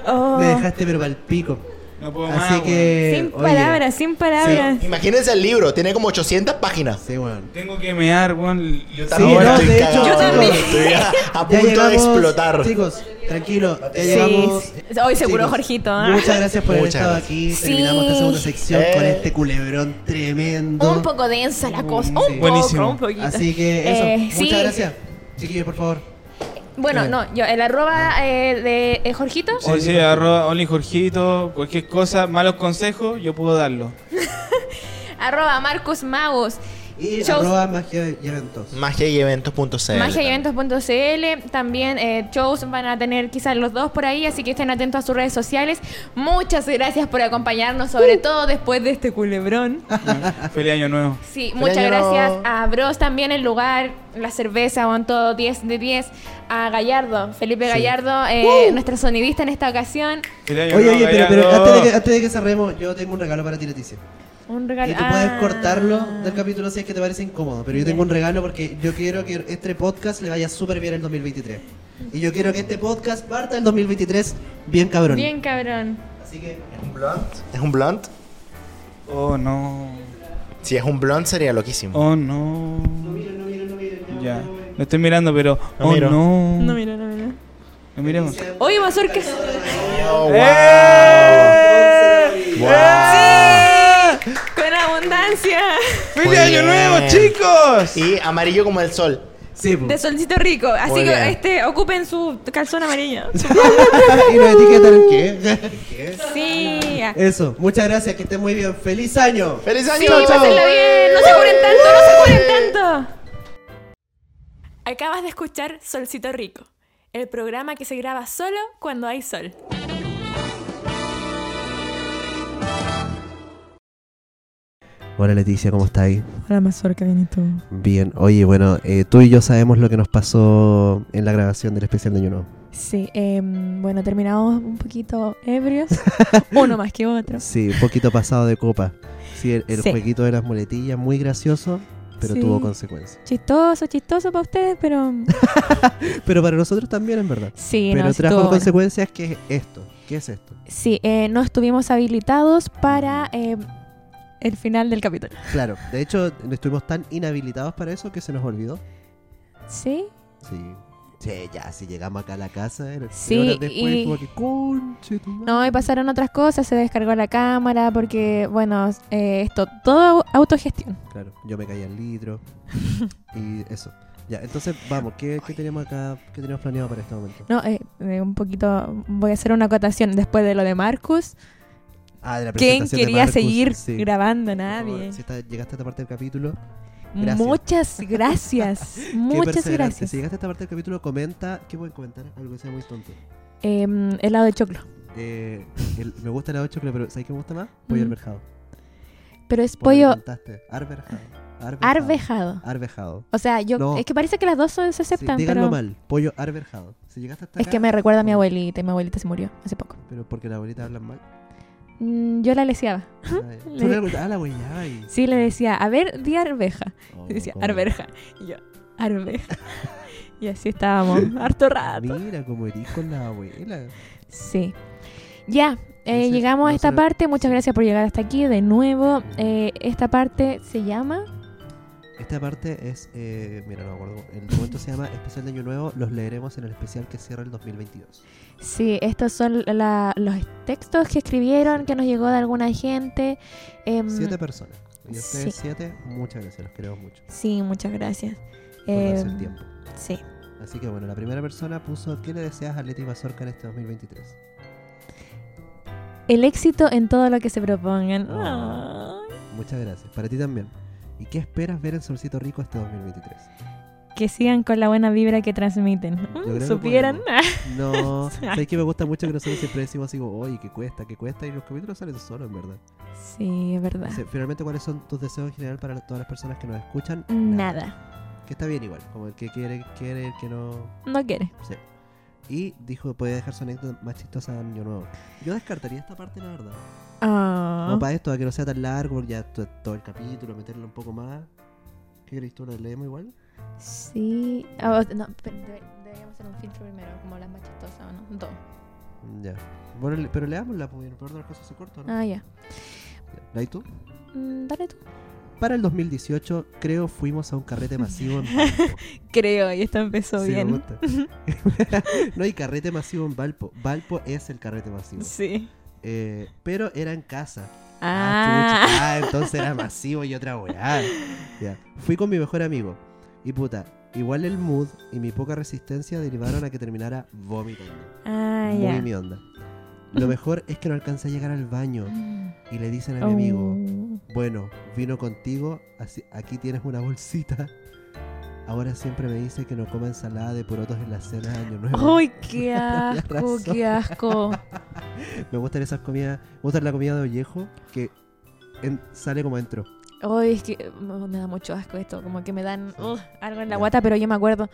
Speaker 3: Oh.
Speaker 2: Me dejaste pero pa'l pico.
Speaker 7: No
Speaker 6: Oh,
Speaker 7: puedo más.
Speaker 6: ah,
Speaker 2: Así
Speaker 7: weón.
Speaker 2: que.
Speaker 3: Sin
Speaker 2: oye,
Speaker 3: palabras, sin palabras.
Speaker 6: Imagínense el libro, tiene como 800 páginas.
Speaker 2: Sí, weón.
Speaker 7: Tengo que mear, weón. Yo
Speaker 2: Sí,
Speaker 6: Ahora
Speaker 2: no,
Speaker 6: estoy
Speaker 2: de hecho,
Speaker 6: cagado,
Speaker 3: Yo también.
Speaker 6: Estoy a, a
Speaker 2: Ya
Speaker 6: punto de
Speaker 2: llegamos,
Speaker 6: explotar.
Speaker 2: Chicos, tranquilo. Ya
Speaker 3: Sí.
Speaker 2: llegamos.
Speaker 3: Hoy seguro,
Speaker 2: Chicos,
Speaker 3: Jorgito. ¿ah?
Speaker 2: Muchas gracias por haber
Speaker 6: Muchas
Speaker 2: estado
Speaker 6: gracias.
Speaker 2: aquí.
Speaker 3: Sí.
Speaker 2: Terminamos esta segunda sección
Speaker 6: Eh.
Speaker 2: con este culebrón tremendo.
Speaker 4: Un poco densa la cosa.
Speaker 2: Sí.
Speaker 4: Un
Speaker 7: Buenísimo.
Speaker 4: poco, un poquito.
Speaker 2: Así que eso.
Speaker 3: Eh,
Speaker 2: muchas
Speaker 3: sí.
Speaker 2: gracias. Chiquillos, por favor.
Speaker 3: Bueno, no, yo, el
Speaker 2: Ah.
Speaker 3: arroba eh, de eh, Jorgito.
Speaker 7: Sí, sí, arroba Only Jorgito, cualquier cosa, malos consejos, yo puedo darlo.
Speaker 3: Arroba Marcus Magos.
Speaker 2: Y
Speaker 3: Shows.
Speaker 2: arroba magia y eventos.
Speaker 6: Magia y eventos.cl.
Speaker 3: Magiaeventos.cl también eh, shows van a tener quizás los dos por ahí, así que estén atentos a sus redes sociales. Muchas gracias por acompañarnos, sobre
Speaker 2: Uh.
Speaker 3: todo después de este culebrón.
Speaker 2: Ah,
Speaker 7: Feliz año nuevo.
Speaker 3: Sí,
Speaker 6: Feliz
Speaker 3: muchas
Speaker 6: año
Speaker 3: gracias
Speaker 6: nuevo.
Speaker 3: a Bros también el lugar, la cerveza, en todo 10 de 10, a Gallardo, Felipe Gallardo, eh, nuestro sonidista en esta ocasión.
Speaker 7: Feliz año
Speaker 2: Oye,
Speaker 7: nuevo,
Speaker 2: oye, pero, pero
Speaker 7: Gallardo.
Speaker 2: antes, de que, antes de que cerremos, yo tengo un regalo para ti, Leticia.
Speaker 3: Un regalo.
Speaker 2: Y tú puedes
Speaker 3: Ah.
Speaker 2: cortarlo del capítulo si es que te parece incómodo. Pero yo tengo un regalo porque yo quiero que este podcast le vaya súper bien el 2023. Y yo quiero que este podcast parta el 2023 bien cabrón.
Speaker 3: Bien cabrón.
Speaker 2: Así que,
Speaker 6: ¿Es un blunt?
Speaker 7: Oh, no.
Speaker 6: Si es un blunt sería loquísimo.
Speaker 7: Oh, no. Ya. Lo estoy mirando, pero.
Speaker 6: No
Speaker 7: oh,
Speaker 6: miro.
Speaker 7: no.
Speaker 3: No, mira, no, mira.
Speaker 7: Lo miremos.
Speaker 3: Oye, Mazorca.
Speaker 6: Oh, wow.
Speaker 7: ¡Eh!
Speaker 6: Wow.
Speaker 2: ¡Eh!
Speaker 3: Con abundancia.
Speaker 6: Muy
Speaker 7: ¡Feliz año
Speaker 6: bien.
Speaker 7: nuevo, chicos!
Speaker 6: Y amarillo como el sol.
Speaker 2: sí, po.
Speaker 3: De solcito rico. Así
Speaker 6: Muy
Speaker 3: que
Speaker 6: bien.
Speaker 3: este, ocupen su calzón amarillo.
Speaker 2: y nos etiquetan en qué.
Speaker 3: Sí.
Speaker 2: Eso, muchas gracias, que estén muy bien. ¡Feliz año!
Speaker 6: ¡Feliz año!
Speaker 3: Sí,
Speaker 6: chao!
Speaker 3: pásenla bien. No se curen tanto, no se curen tanto. Acabas de escuchar Solcito Rico, el programa que se graba solo cuando hay sol.
Speaker 2: Hola Leticia, ¿cómo estás ahí?
Speaker 8: Hola, Mazorca, bien y tú.
Speaker 2: Bien, oye, bueno, eh, tú y yo sabemos lo que nos pasó en la grabación del especial de Año Nuevo.
Speaker 8: Sí, em, bueno, terminamos un poquito ebrios, uno más que otro.
Speaker 2: Sí, un poquito pasado de copa. Sí, el, el
Speaker 8: Sí.
Speaker 2: jueguito de las muletillas, muy gracioso, pero
Speaker 8: Sí.
Speaker 2: tuvo consecuencias.
Speaker 8: Chistoso, chistoso para ustedes, pero mm,
Speaker 2: Pero para nosotros también, en verdad.
Speaker 8: sí,
Speaker 2: pero
Speaker 8: no, sí,
Speaker 2: trajo
Speaker 8: estuvo bueno.
Speaker 2: consecuencias que es esto. ¿Qué es esto?
Speaker 8: Sí, eh, no estuvimos habilitados para em, el final del capítulo.
Speaker 2: Claro, de hecho, estuvimos tan inhabilitados para eso que se nos olvidó.
Speaker 8: Sí,
Speaker 2: Sí. Sí, ya, si llegamos acá a la casa, era tres
Speaker 8: Sí,
Speaker 2: horas después,
Speaker 8: y-
Speaker 2: como que, "Conche tu madre".
Speaker 8: no, y pasaron otras cosas, se descargó la cámara, porque, bueno, eh, esto, todo autogestión.
Speaker 2: Claro, yo me caía al litro. y eso. Ya, entonces, vamos, ¿qué, qué tenemos acá? ¿Qué tenemos planeado para este momento?
Speaker 8: No, eh, eh, un poquito, voy a hacer una acotación después de lo de Marcus.
Speaker 2: Ah, de la
Speaker 8: ¿Quién
Speaker 2: presentación de
Speaker 8: quería
Speaker 2: Marcus,
Speaker 8: seguir
Speaker 2: sí.
Speaker 8: grabando?
Speaker 2: Por favor,
Speaker 8: Nadie.
Speaker 2: Si está- llegaste a esta parte del capítulo, Gracias.
Speaker 8: Muchas gracias.
Speaker 2: qué
Speaker 8: Muchas
Speaker 2: perseverante.
Speaker 8: gracias.
Speaker 2: Si llegaste a esta parte del capítulo, comenta, ¿qué pueden comentar? Algo que sea muy tonto.
Speaker 8: Em, helado de choclo.
Speaker 2: Eh, el- me gusta la 8, pero ¿sabes qué me gusta más? Pollo
Speaker 8: Mm.
Speaker 2: arvejado.
Speaker 8: Pero es
Speaker 2: Porque
Speaker 8: pollo
Speaker 2: comentaste. Arvejado.
Speaker 8: arvejado.
Speaker 2: Arvejado.
Speaker 8: O sea, yo.
Speaker 2: No.
Speaker 8: Es que parece que las dos son- se
Speaker 2: Sí,
Speaker 8: aceptan,
Speaker 2: díganlo
Speaker 8: pero.
Speaker 2: mal, pollo arvejado. Si llegaste hasta
Speaker 8: Es
Speaker 2: acá,
Speaker 8: que me recuerda a mi abuelita y mi abuelita se murió hace poco.
Speaker 2: Pero porque la abuelita habla mal.
Speaker 8: Mm, yo la leseaba.
Speaker 2: Ah, ya. Tú
Speaker 8: Le-
Speaker 2: le preguntabas a la abuela y...
Speaker 8: Sí, le decía, a ver, di arveja.
Speaker 2: Oh,
Speaker 8: Y decía,
Speaker 2: cómo-
Speaker 8: arveja. Y yo, arveja. y así estábamos, harto rato.
Speaker 2: Mira cómo erís con la abuela.
Speaker 8: Sí. Ya, eh,
Speaker 2: Entonces,
Speaker 8: llegamos a esta
Speaker 2: nosotros-
Speaker 8: parte. Muchas gracias por llegar hasta aquí de nuevo. Eh, esta parte se llama.
Speaker 2: Esta parte es... eh, mira, no me acuerdo. El momento esto se llama Especial de Año Nuevo, los leeremos en el especial que cierra el 2022.
Speaker 3: Sí, estos son la- los textos que escribieron, que nos llegó de alguna gente.
Speaker 8: Mm.
Speaker 3: Em,
Speaker 2: Siete personas. Y a ustedes
Speaker 3: sí.
Speaker 2: siete, muchas gracias, los queremos mucho.
Speaker 3: sí, muchas gracias.
Speaker 8: Eh,
Speaker 2: Por darse
Speaker 3: Em,
Speaker 2: el tiempo.
Speaker 3: sí.
Speaker 2: Así que bueno, la primera persona puso ¿Qué le deseas a Leti Mazorca en este 2023?
Speaker 3: El éxito en todo lo que se propongan.
Speaker 2: Ah.
Speaker 3: Ay,
Speaker 2: Muchas gracias. Para ti también. ¿Y qué esperas ver en Solcito Rico este 2023?
Speaker 3: que sigan con la buena vibra que transmiten. Mm,
Speaker 2: creo que
Speaker 3: Supieran.
Speaker 2: No, sabes que me gusta mucho que nosotros siempre decimos así como, oye, que cuesta, que cuesta, y los capítulos salen solos, en verdad.
Speaker 3: sí, es verdad.
Speaker 2: O sea, finalmente, ¿cuáles son tus deseos en general para todas las personas que nos escuchan?
Speaker 3: Nada.
Speaker 2: Que está bien igual, como el que quiere, quiere, el que no...
Speaker 3: No quiere.
Speaker 2: Sí. Y dijo, puede dejar su anécdota más chistosa de Año Nuevo. Yo descartaría esta parte, la verdad.
Speaker 3: Ah.
Speaker 2: Como para esto, para que no sea tan largo, porque ya to- todo el capítulo, meterlo un poco más. ¿Qué crees tú? ¿Lo leemos igual?
Speaker 3: Sí. Ah, no, pero debe- deberíamos hacer un filtro primero, como las más chistosas, ¿o no? Dos.
Speaker 2: Ya. Bueno, le- pero leámosla, porque en el peor de las cosas se corta, ¿no?
Speaker 3: Ah, ya.
Speaker 2: ¿La y tú?
Speaker 3: Mm, dale tú.
Speaker 2: Para el 2018, creo fuimos a un carrete masivo en Valpo.
Speaker 3: Creo, y esto empezó
Speaker 2: Sí, me
Speaker 3: bien.
Speaker 2: gusta. no hay carrete masivo en Valpo. Valpo es el carrete masivo.
Speaker 3: Sí.
Speaker 2: Eh, pero era en casa.
Speaker 3: Ah.
Speaker 2: chucha. Ah, entonces era masivo y otra weá. Ya. Fui con mi mejor amigo. Y puta, igual el mood y mi poca resistencia derivaron a que terminara vomitando.
Speaker 3: Ah,
Speaker 2: Muy
Speaker 3: ya.
Speaker 2: mi onda. Lo mejor es que no alcancé a llegar al baño. Y le dicen a mi amigo,
Speaker 3: Oh.
Speaker 2: bueno, vino contigo, así, aquí tienes una bolsita. Ahora siempre me dice que no coma ensalada de porotos en la cena de Año Nuevo.
Speaker 3: ¡Ay, qué asco,
Speaker 2: razón.
Speaker 3: qué asco!
Speaker 2: Me gustan esas comidas, me gusta la comida de Ollejo que en- sale como entró.
Speaker 3: Ay, es que eh, me da mucho asco esto, como que me dan
Speaker 2: Sí.
Speaker 3: ugh, algo en la
Speaker 2: Ya.
Speaker 3: guata, pero yo me acuerdo.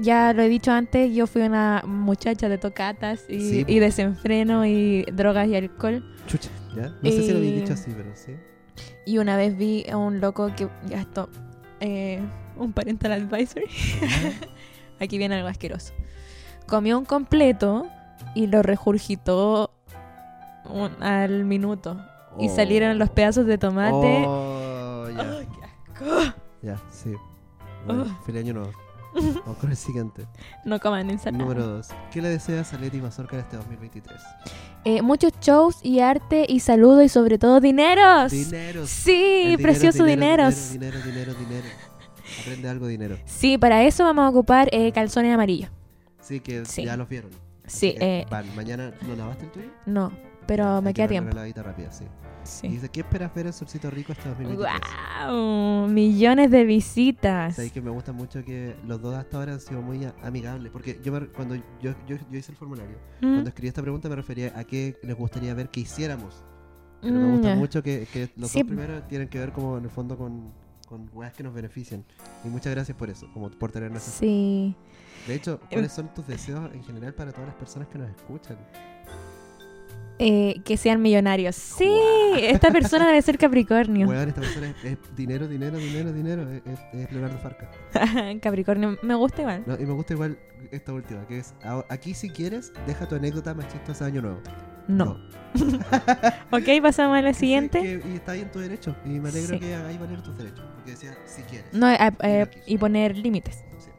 Speaker 3: Ya lo he dicho antes, yo fui una muchacha de tocatas y,
Speaker 2: Sí,
Speaker 3: y
Speaker 2: po.
Speaker 3: desenfreno y drogas y alcohol.
Speaker 2: Chucha, ¿ya? No sé si lo había
Speaker 3: Eh,
Speaker 2: dicho así, pero sí.
Speaker 3: Y una vez vi a un loco que gastó eh, un parental advisory. Aquí viene algo asqueroso. Comió un completo y lo regurgitó un- al minuto. Y
Speaker 2: Oh.
Speaker 3: salieron los pedazos de tomate.
Speaker 2: Oh, ya,
Speaker 3: Ay, Oh. qué asco.
Speaker 2: ya, sí. Bueno, Feliz año nuevo. Vamos con el siguiente.
Speaker 3: No coman ensalada.
Speaker 2: Número 2. ¿Qué le deseas a Leti Mazorca en este 2023?
Speaker 3: Eh, muchos shows y arte y saludos y sobre todo dineros.
Speaker 2: Dineros. El
Speaker 3: Ah, Sí,
Speaker 2: dinero,
Speaker 3: precioso
Speaker 2: dinero,
Speaker 3: dineros.
Speaker 2: Dinero, dinero, dinero, dinero. Aprende algo, dinero.
Speaker 3: Sí, para eso vamos a ocupar eh, calzones amarillos.
Speaker 2: Sí, que
Speaker 3: Sí.
Speaker 2: ya los vieron.
Speaker 3: Sí,
Speaker 2: Eh,
Speaker 3: eh,
Speaker 2: van, mañana no lavaste el tuyo.
Speaker 3: no, pero
Speaker 2: Hay
Speaker 3: me
Speaker 2: que
Speaker 3: queda
Speaker 2: darle
Speaker 3: tiempo.
Speaker 2: Una lavadita rápida, sí. Y
Speaker 3: Sí.
Speaker 2: dice, ¿qué esperas ver en Solcito Rico este 2023?
Speaker 3: ¡Wow! Millones de visitas.
Speaker 2: Sabéis que me gusta mucho que los dos hasta ahora han sido muy a- amigables. Porque yo me- cuando yo, yo, yo hice el formulario,
Speaker 3: Mm,
Speaker 2: cuando escribí esta pregunta me refería a qué les gustaría ver que hiciéramos. Pero me
Speaker 3: mm,
Speaker 2: gusta
Speaker 3: ya.
Speaker 2: mucho que, que los
Speaker 3: Sí.
Speaker 2: dos primeros tienen que ver como en el fondo con, con weas que nos benefician. Y muchas gracias por eso, como por tenernos así.
Speaker 3: Sí. Em.
Speaker 2: De hecho, ¿cuáles son tus deseos en general para todas las personas que nos escuchan?
Speaker 3: Eh, que sean millonarios. Sí, esta persona debe ser Capricornio.
Speaker 2: Weón, esta persona es, es dinero, dinero, dinero, dinero. Es, es- es Leonardo Farca.
Speaker 3: Capricornio, me gusta igual.
Speaker 2: No, y me gusta igual esta última, que es, "Ah, aquí si quieres, deja tu anécdota más chistosa de Año Nuevo.
Speaker 3: No. Ok, pasamos a la
Speaker 2: Que se-
Speaker 3: siguiente.
Speaker 2: que- y está ahí en tu derecho. Y me alegro
Speaker 3: Sí.
Speaker 2: que hagáis valer tus derechos. Porque decía, si quieres.
Speaker 3: No, eh, eh,
Speaker 2: no quiso.
Speaker 3: y poner límites.
Speaker 2: Sí.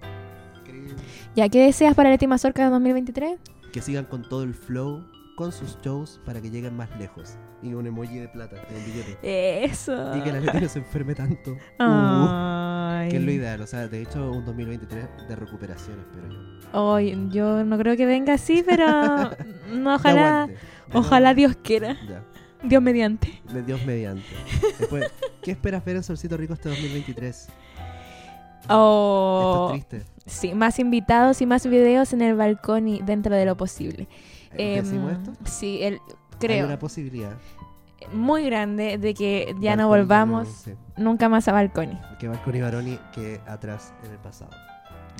Speaker 2: Increíble.
Speaker 3: ¿Ya qué deseas para Leti Mazorca 2023?
Speaker 2: Que sigan con todo el flow, con sus shows, para que lleguen más lejos. Y un emoji de plata, de un billete.
Speaker 3: Eso.
Speaker 2: Y que la gente no se enferme tanto. Uh,
Speaker 3: Ay.
Speaker 2: que es lo ideal. O sea, de hecho, un 2023 de recuperación, espero yo.
Speaker 3: Ay, yo no creo que venga así, pero no,
Speaker 2: Que
Speaker 3: ojalá,
Speaker 2: aguante. De
Speaker 3: ojalá
Speaker 2: nuevo.
Speaker 3: Dios quiera,
Speaker 2: Ya.
Speaker 3: Dios mediante.
Speaker 2: De Dios mediante. Después, ¿qué esperas ver en Solcito Rico este 2023?
Speaker 3: Oh,
Speaker 2: Esto es triste.
Speaker 3: sí, más invitados y más videos en el balcón y dentro de lo posible. Em,
Speaker 2: ¿Decimos esto?
Speaker 3: Sí, el,
Speaker 2: Hay
Speaker 3: creo eh,
Speaker 2: una posibilidad.
Speaker 3: muy grande de que ya no
Speaker 2: Balcón,
Speaker 3: volvamos
Speaker 2: sí.
Speaker 3: nunca más a balcones.
Speaker 2: Que Balcón y Baroni que atrás en el pasado.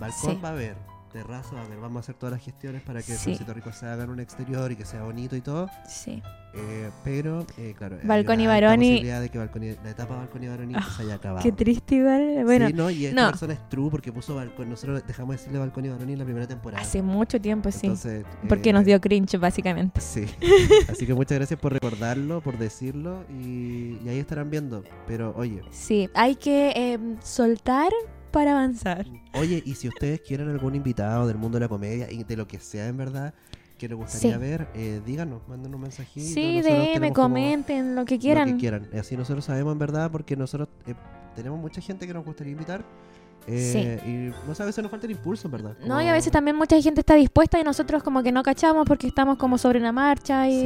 Speaker 2: Balcón
Speaker 3: Sí.
Speaker 2: va a haber, terraza va a haber, vamos a hacer todas las gestiones para que
Speaker 3: Sí.
Speaker 2: Solcito Rico se haga en un exterior y que sea bonito y todo.
Speaker 3: Sí.
Speaker 2: eh, pero, eh, claro, hay
Speaker 3: Balcón y
Speaker 2: una alta
Speaker 3: Baroni- Ah,
Speaker 2: posibilidad de que Balcón y- la etapa Balcón y Baroni se haya acabado.
Speaker 3: Qué triste igual. Bueno,
Speaker 2: Sí, no, y esta
Speaker 3: no.
Speaker 2: persona es true porque puso Balcón. Nosotros dejamos de decirle Balcón y Baroni en la primera temporada.
Speaker 3: hace mucho tiempo, sí.
Speaker 2: Entonces,
Speaker 3: porque
Speaker 2: eh,
Speaker 3: nos dio cringe, básicamente.
Speaker 2: Sí. Así que muchas gracias por recordarlo, por decirlo y, y ahí estarán viendo. Pero oye,
Speaker 3: Sí, hay que eh, em, soltar para avanzar.
Speaker 2: Oye, y si ustedes quieren algún invitado del mundo de la comedia y de lo que sea en verdad que les gustaría
Speaker 3: Sí.
Speaker 2: ver, eh, díganos, manden un mensajito.
Speaker 3: Sí,
Speaker 2: nosotros
Speaker 3: DM,
Speaker 2: tenemos como
Speaker 3: comenten, lo que
Speaker 2: Lo
Speaker 3: quieran.
Speaker 2: que quieran. Y Así nosotros sabemos en verdad porque nosotros eh, tenemos mucha gente que nos gustaría invitar. eh, Y no sé, a veces nos falta el impulso, en verdad.
Speaker 3: No, y
Speaker 2: Como-
Speaker 3: a veces también mucha gente está dispuesta y nosotros como que no cachamos porque estamos como sobre una marcha y,
Speaker 2: Sí.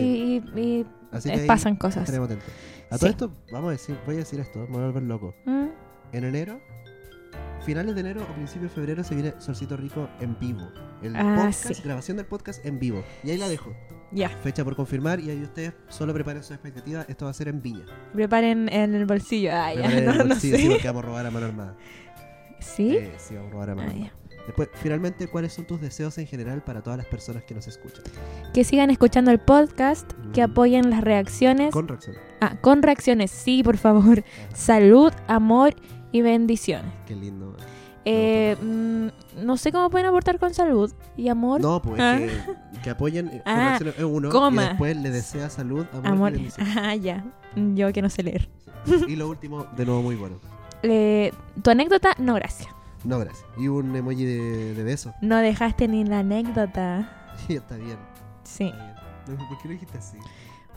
Speaker 3: y- y-
Speaker 2: Así
Speaker 3: eh,
Speaker 2: que ahí
Speaker 3: pasan cosas.
Speaker 2: estaremos atentos. A
Speaker 3: Sí.
Speaker 2: todo esto, vamos a decir, voy a decir esto, me voy a volver loco.
Speaker 3: ¿Mm?
Speaker 2: En enero, finales de enero o principios de febrero se viene Solcito Rico en vivo. El
Speaker 3: Ah,
Speaker 2: podcast,
Speaker 3: sí.
Speaker 2: grabación del podcast en vivo. Y ahí la dejo.
Speaker 3: Ya.
Speaker 2: Fecha por confirmar y ahí ustedes solo preparen sus expectativas. Esto va a ser en Viña.
Speaker 3: Preparen en el bolsillo. Ah, ya,
Speaker 2: Preparen
Speaker 3: no,
Speaker 2: el
Speaker 3: no
Speaker 2: bolsillo,
Speaker 3: sé.
Speaker 2: sí, porque vamos a robar a mano armada.
Speaker 3: ¿Sí?
Speaker 2: Eh, sí, vamos a robar a mano
Speaker 3: Ah,
Speaker 2: armada. Después, finalmente, ¿cuáles son tus deseos en general para todas las personas que nos escuchan?
Speaker 3: Que sigan escuchando el podcast, que
Speaker 2: Ujú.
Speaker 3: apoyen las reacciones.
Speaker 2: Con reacción.
Speaker 3: Ah, con reacciones, sí, por favor.
Speaker 2: Ajá.
Speaker 3: Salud, amor y bendiciones.
Speaker 2: Qué lindo.
Speaker 3: Eh,
Speaker 2: pues
Speaker 3: mm, no sé cómo pueden aportar con salud y amor.
Speaker 2: No, pues
Speaker 3: Ah.
Speaker 2: que, que apoyen eh, con
Speaker 3: Ah,
Speaker 2: reacciones, eh, uno
Speaker 3: coma.
Speaker 2: y después le desea salud, amor,
Speaker 3: amor.
Speaker 2: y bendición.
Speaker 3: Ah, ya. Yo que no sé leer.
Speaker 2: Y lo último, de nuevo muy bueno.
Speaker 3: Eh, tu anécdota, no, gracias.
Speaker 2: No, gracias. Y un emoji de, de beso.
Speaker 3: No dejaste ni la anécdota.
Speaker 2: Y está bien.
Speaker 3: Sí,
Speaker 2: está bien. No, ¿Por qué lo dijiste así?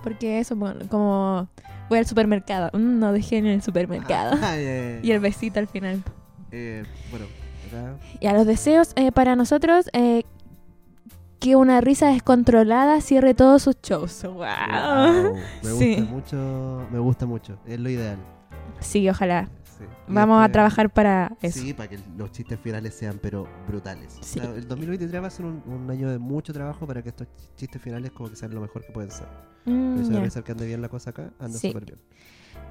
Speaker 3: porque eso, bueno, como voy al supermercado. Mm, no dejé en el supermercado.
Speaker 2: Ah, eh,
Speaker 3: Y el besito al final.
Speaker 2: eh, bueno, acá.
Speaker 3: Y a los deseos eh, para nosotros, eh, que una risa descontrolada cierre todos sus shows. ¡Wow!
Speaker 2: Wow, Eh, Me gusta
Speaker 3: Ah. Sí.
Speaker 2: mucho. Me gusta mucho. Es lo ideal.
Speaker 3: Sí, ojalá.
Speaker 2: Sí. Y
Speaker 3: Ah. Vamos a
Speaker 2: después-
Speaker 3: trabajar para eso.
Speaker 2: Sí, para que los chistes finales sean, pero brutales.
Speaker 3: Sí.
Speaker 2: O sea, el 2023 va a ser un, un año de mucho trabajo para que estos ch- chistes finales como que sean lo mejor que pueden ser.
Speaker 3: Mm,
Speaker 2: Por eso
Speaker 3: ya.
Speaker 2: parece que ande bien la cosa acá, anda
Speaker 3: Sí.
Speaker 2: súper bien.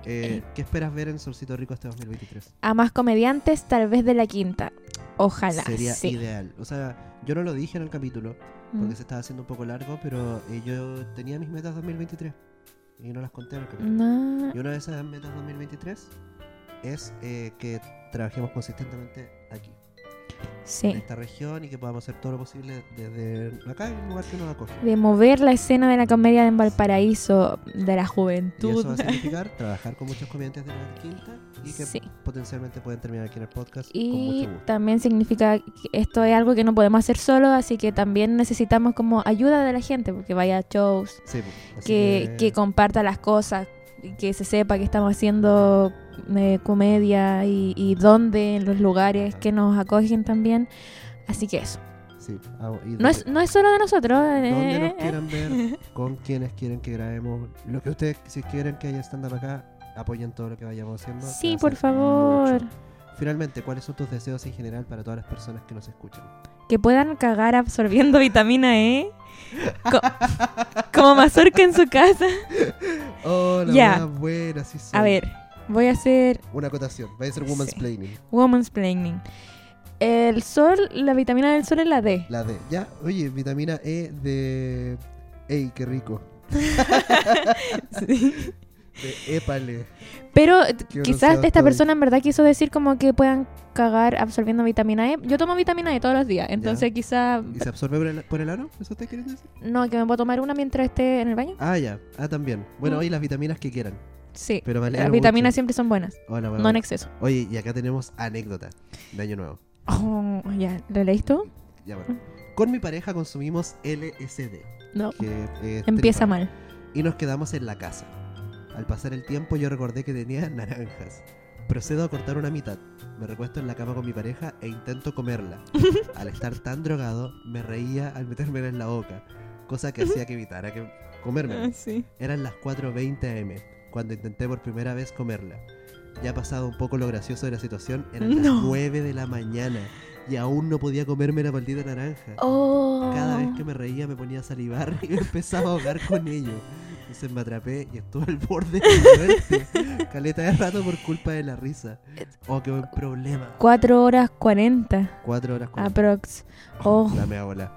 Speaker 2: Eh, ¿Qué esperas ver en Solcito Rico este 2023?
Speaker 3: A más comediantes, tal vez de la quinta. Ojalá.
Speaker 2: Sería
Speaker 3: sí.
Speaker 2: ideal. O sea, yo no lo dije en el capítulo
Speaker 3: Mm.
Speaker 2: porque se estaba haciendo un poco largo, pero eh, yo tenía mis metas 2023 y no las conté en el capítulo.
Speaker 3: No.
Speaker 2: Y una de esas metas 2023 es eh, que trabajemos consistentemente aquí. en
Speaker 3: Sí.
Speaker 2: esta región y que podamos hacer todo lo posible desde acá, en un lugar que nos acoge.
Speaker 3: De mover la escena de la comedia en Valparaíso, de la
Speaker 2: Y
Speaker 3: juventud.
Speaker 2: eso va a significar trabajar con muchos comediantes de la quinta y que
Speaker 3: Sí.
Speaker 2: potencialmente pueden terminar aquí en el podcast con
Speaker 3: Y
Speaker 2: mucho gusto.
Speaker 3: también significa que esto es algo que no podemos hacer solo, así que también necesitamos como ayuda de la gente, porque vaya a shows,
Speaker 2: Sí, pues, así
Speaker 3: que, que comparta las cosas, y que se sepa que estamos haciendo eh, comedia y, y dónde, en los lugares
Speaker 2: Ajá.
Speaker 3: que nos acogen también. Así que eso.
Speaker 2: sí, ah, y
Speaker 3: No es, no es solo de nosotros.
Speaker 2: donde nos
Speaker 3: eh,
Speaker 2: quieran ver, con quienes quieren que grabemos, lo que ustedes si quieren que haya stand-up acá, apoyen todo lo que vayamos haciendo.
Speaker 3: Sí,
Speaker 2: que va a
Speaker 3: por
Speaker 2: ser
Speaker 3: favor.
Speaker 2: mucho. Finalmente, ¿cuáles son tus deseos en general para todas las personas que nos escuchan?
Speaker 3: Que puedan cagar absorbiendo vitamina E. co- como mazorca en su casa.
Speaker 2: Oh, la
Speaker 3: Ya.
Speaker 2: wea buena, sí soy.
Speaker 3: A ver, voy a hacer
Speaker 2: Una acotación, va a ser woman's planning.
Speaker 3: woman's planning. El sol, la vitamina del sol es la D.
Speaker 2: La D. Ya, oye, vitamina E de. ¡Ey, qué rico!
Speaker 3: Sí.
Speaker 2: De épale.
Speaker 3: Pero eh,
Speaker 2: Qué
Speaker 3: quizás
Speaker 2: bronceado
Speaker 3: esta
Speaker 2: estoy.
Speaker 3: persona en verdad quiso decir como que puedan cagar absorbiendo vitamina E. Yo tomo vitamina E todos los días, entonces quizás
Speaker 2: ¿Y se absorbe por el, por el ano? ¿Eso te quieren decir?
Speaker 3: no, que me puedo tomar una mientras esté en el baño.
Speaker 2: Ah, ya. Ah, también. Bueno,
Speaker 3: Mm.
Speaker 2: oye, las vitaminas que quieran.
Speaker 3: Sí.
Speaker 2: Pero vale.
Speaker 3: Las vitaminas siempre son buenas,
Speaker 2: Hola,
Speaker 3: no en exceso.
Speaker 2: Oye, y acá tenemos anécdota de Año Nuevo.
Speaker 3: Oh, ya, ¿lo leíste tú?
Speaker 2: Ya, bueno. Con mi pareja consumimos LSD.
Speaker 3: No.
Speaker 2: Que, eh, es
Speaker 3: Empieza
Speaker 2: tripano.
Speaker 3: mal.
Speaker 2: y nos quedamos en la casa. Al pasar el tiempo yo recordé que tenía naranjas. Procedo a cortar una mitad. Me recuesto en la cama con mi pareja e intento comerla. Al estar tan drogado, me reía al metérmela en la boca, cosa que hacía que evitara que comérmela.
Speaker 3: sí.
Speaker 2: Eran las 4.20 am, cuando intenté por primera vez comerla. Ya ha pasado un poco lo gracioso de la situación, eran
Speaker 3: No.
Speaker 2: las 9 de la mañana y aún no podía comerme la maldita naranja.
Speaker 3: Oh.
Speaker 2: Cada vez que me reía me ponía a salivar y me empezaba a ahogar con ello. Entonces me atrapé y estuve al borde de la muerte. Caleta de rato por culpa de la risa. Oh, qué buen problema.
Speaker 3: 4 horas 40
Speaker 2: Cuatro horas con
Speaker 3: aprox. Ah, Oh,
Speaker 2: la mea bola.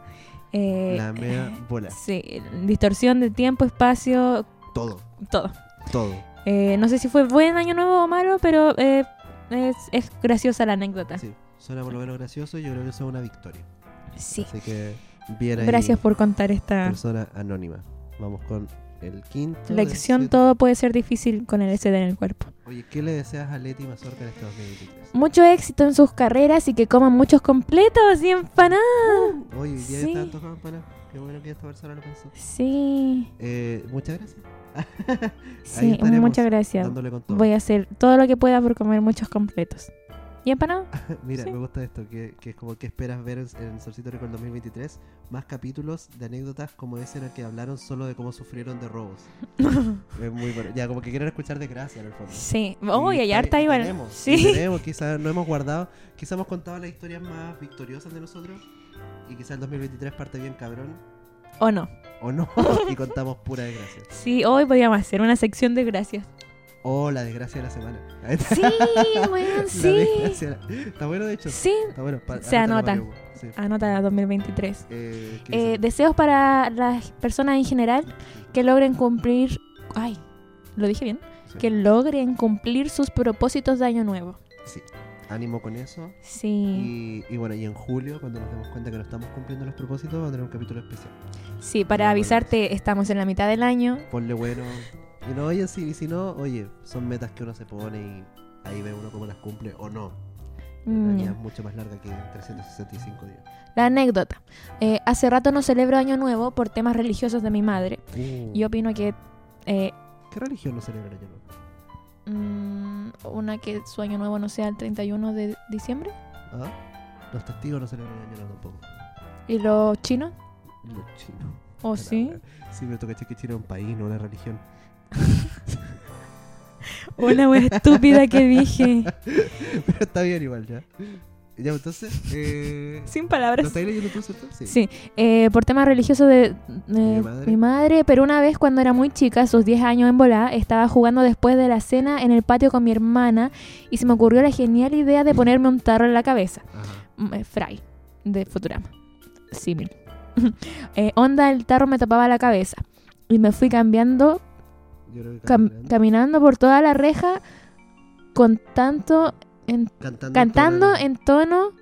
Speaker 3: eh,
Speaker 2: La mea bola.
Speaker 3: Sí, distorsión de tiempo, espacio,
Speaker 2: Todo,
Speaker 3: todo.
Speaker 2: todo.
Speaker 3: Eh, no sé si fue buen año nuevo o malo, pero eh, es, es graciosa la anécdota. Sí.
Speaker 2: Sí, suena por lo menos gracioso y yo creo que eso es una victoria. Así que bien ahí,
Speaker 3: Gracias por contar esta.
Speaker 2: persona anónima. Vamos con El quinto.
Speaker 3: Lección,
Speaker 2: del
Speaker 3: todo puede ser difícil con el SD en el cuerpo.
Speaker 2: siete. Oye, ¿qué le deseas a Leti Mazorca en este 2023?
Speaker 3: Mucho éxito en sus carreras y que coman muchos completos y empanadas.
Speaker 2: Oye, hoy día
Speaker 3: Mm, sí.
Speaker 2: están tocando para. Qué bueno que esta persona lo pensó.
Speaker 3: Sí,
Speaker 2: Eh, muchas gracias. Ahí
Speaker 3: sí,
Speaker 2: estaremos,
Speaker 3: muchas gracias.
Speaker 2: Dándole con todo.
Speaker 3: Voy a hacer todo lo que pueda por comer muchos completos. ¿Y empanadas?
Speaker 2: Mira,
Speaker 3: sí.
Speaker 2: me gusta esto, que, que es como que esperas ver en, en Solcito Record 2023 más capítulos de anécdotas como ese en el que hablaron solo de cómo sufrieron de robos. es muy bueno. Ya, como que quieren escuchar desgracia en el fondo.
Speaker 3: Sí.
Speaker 2: Y
Speaker 3: Uy, hay
Speaker 2: está-
Speaker 3: harta
Speaker 2: y
Speaker 3: igual.
Speaker 2: Tenemos, y
Speaker 3: Sí.
Speaker 2: tenemos, quizás no hemos guardado, quizás hemos contado las historias más victoriosas de nosotros y quizás el 2023 parte bien cabrón
Speaker 3: ¿O no?
Speaker 2: o no y contamos pura desgracia.
Speaker 3: Sí, hoy podríamos hacer una sección de gracias.
Speaker 2: O la desgracia de la semana. Ahí está.
Speaker 3: Sí, weón,
Speaker 2: La
Speaker 3: sí.
Speaker 2: desgracia de la- Está bueno, de hecho.
Speaker 3: Sí,
Speaker 2: Está bueno. pa-
Speaker 3: Se
Speaker 2: anótalo,
Speaker 3: anota.
Speaker 2: Mario. Sí.
Speaker 3: anota 2023.
Speaker 2: Eh, ¿qué
Speaker 3: Eh,
Speaker 2: dice?
Speaker 3: deseos para las personas en general que logren cumplir. Ay, lo dije bien.
Speaker 2: Sí.
Speaker 3: Que logren cumplir sus propósitos de año nuevo.
Speaker 2: Sí. Ánimo con eso.
Speaker 3: Sí,
Speaker 2: Y, y bueno, y en julio, cuando nos demos cuenta que no estamos cumpliendo los propósitos, vamos a tener un capítulo especial.
Speaker 3: sí, para avisarte, estamos en la mitad del año.
Speaker 2: Ponle bueno. Y no, oye, si, y si no, oye, son metas que uno se pone y ahí ve uno cómo las cumple o no. La
Speaker 3: Mm,
Speaker 2: vida
Speaker 3: ya.
Speaker 2: es mucho más larga que 365 días.
Speaker 3: La anécdota. Eh, hace rato no celebro año nuevo por temas religiosos de mi madre.
Speaker 2: Uh,
Speaker 3: Yo opino que eh,
Speaker 2: ¿Qué religión no celebra yo no?
Speaker 3: mm, una que su año nuevo no sea el 31 de diciembre.
Speaker 2: ¿Ah? Los testigos no celebran el año nuevo tampoco.
Speaker 3: Y los chinos.
Speaker 2: Los chinos.
Speaker 3: ¿O
Speaker 2: A la
Speaker 3: ¿Oh, sí?
Speaker 2: wea. Sí, pero toca que China es un país, no una religión.
Speaker 3: Una wea estúpida que dije.
Speaker 2: Pero está bien igual ya. Ya, entonces, eh,
Speaker 3: Sin
Speaker 2: ¿lo
Speaker 3: palabras.
Speaker 2: estáis leyendo tú, cierto?
Speaker 3: Sí, eh, por temas religiosos de, eh,
Speaker 2: madre?
Speaker 3: mi madre, pero una vez cuando era muy chica, a sus 10 años en volá, estaba jugando después de la cena en el patio con mi hermana y se me ocurrió la genial idea de ponerme un tarro en la cabeza.
Speaker 2: Ajá.
Speaker 3: Mm, eh, Fry, de Futurama. Símil. Eh, onda, el tarro me tapaba la cabeza y me fui cambiando,
Speaker 2: Yo creo que
Speaker 3: cam-
Speaker 2: caminando-
Speaker 3: caminando por toda la reja con tanto, en-
Speaker 2: Cantando,
Speaker 3: cantando
Speaker 2: en tono de-
Speaker 3: en tono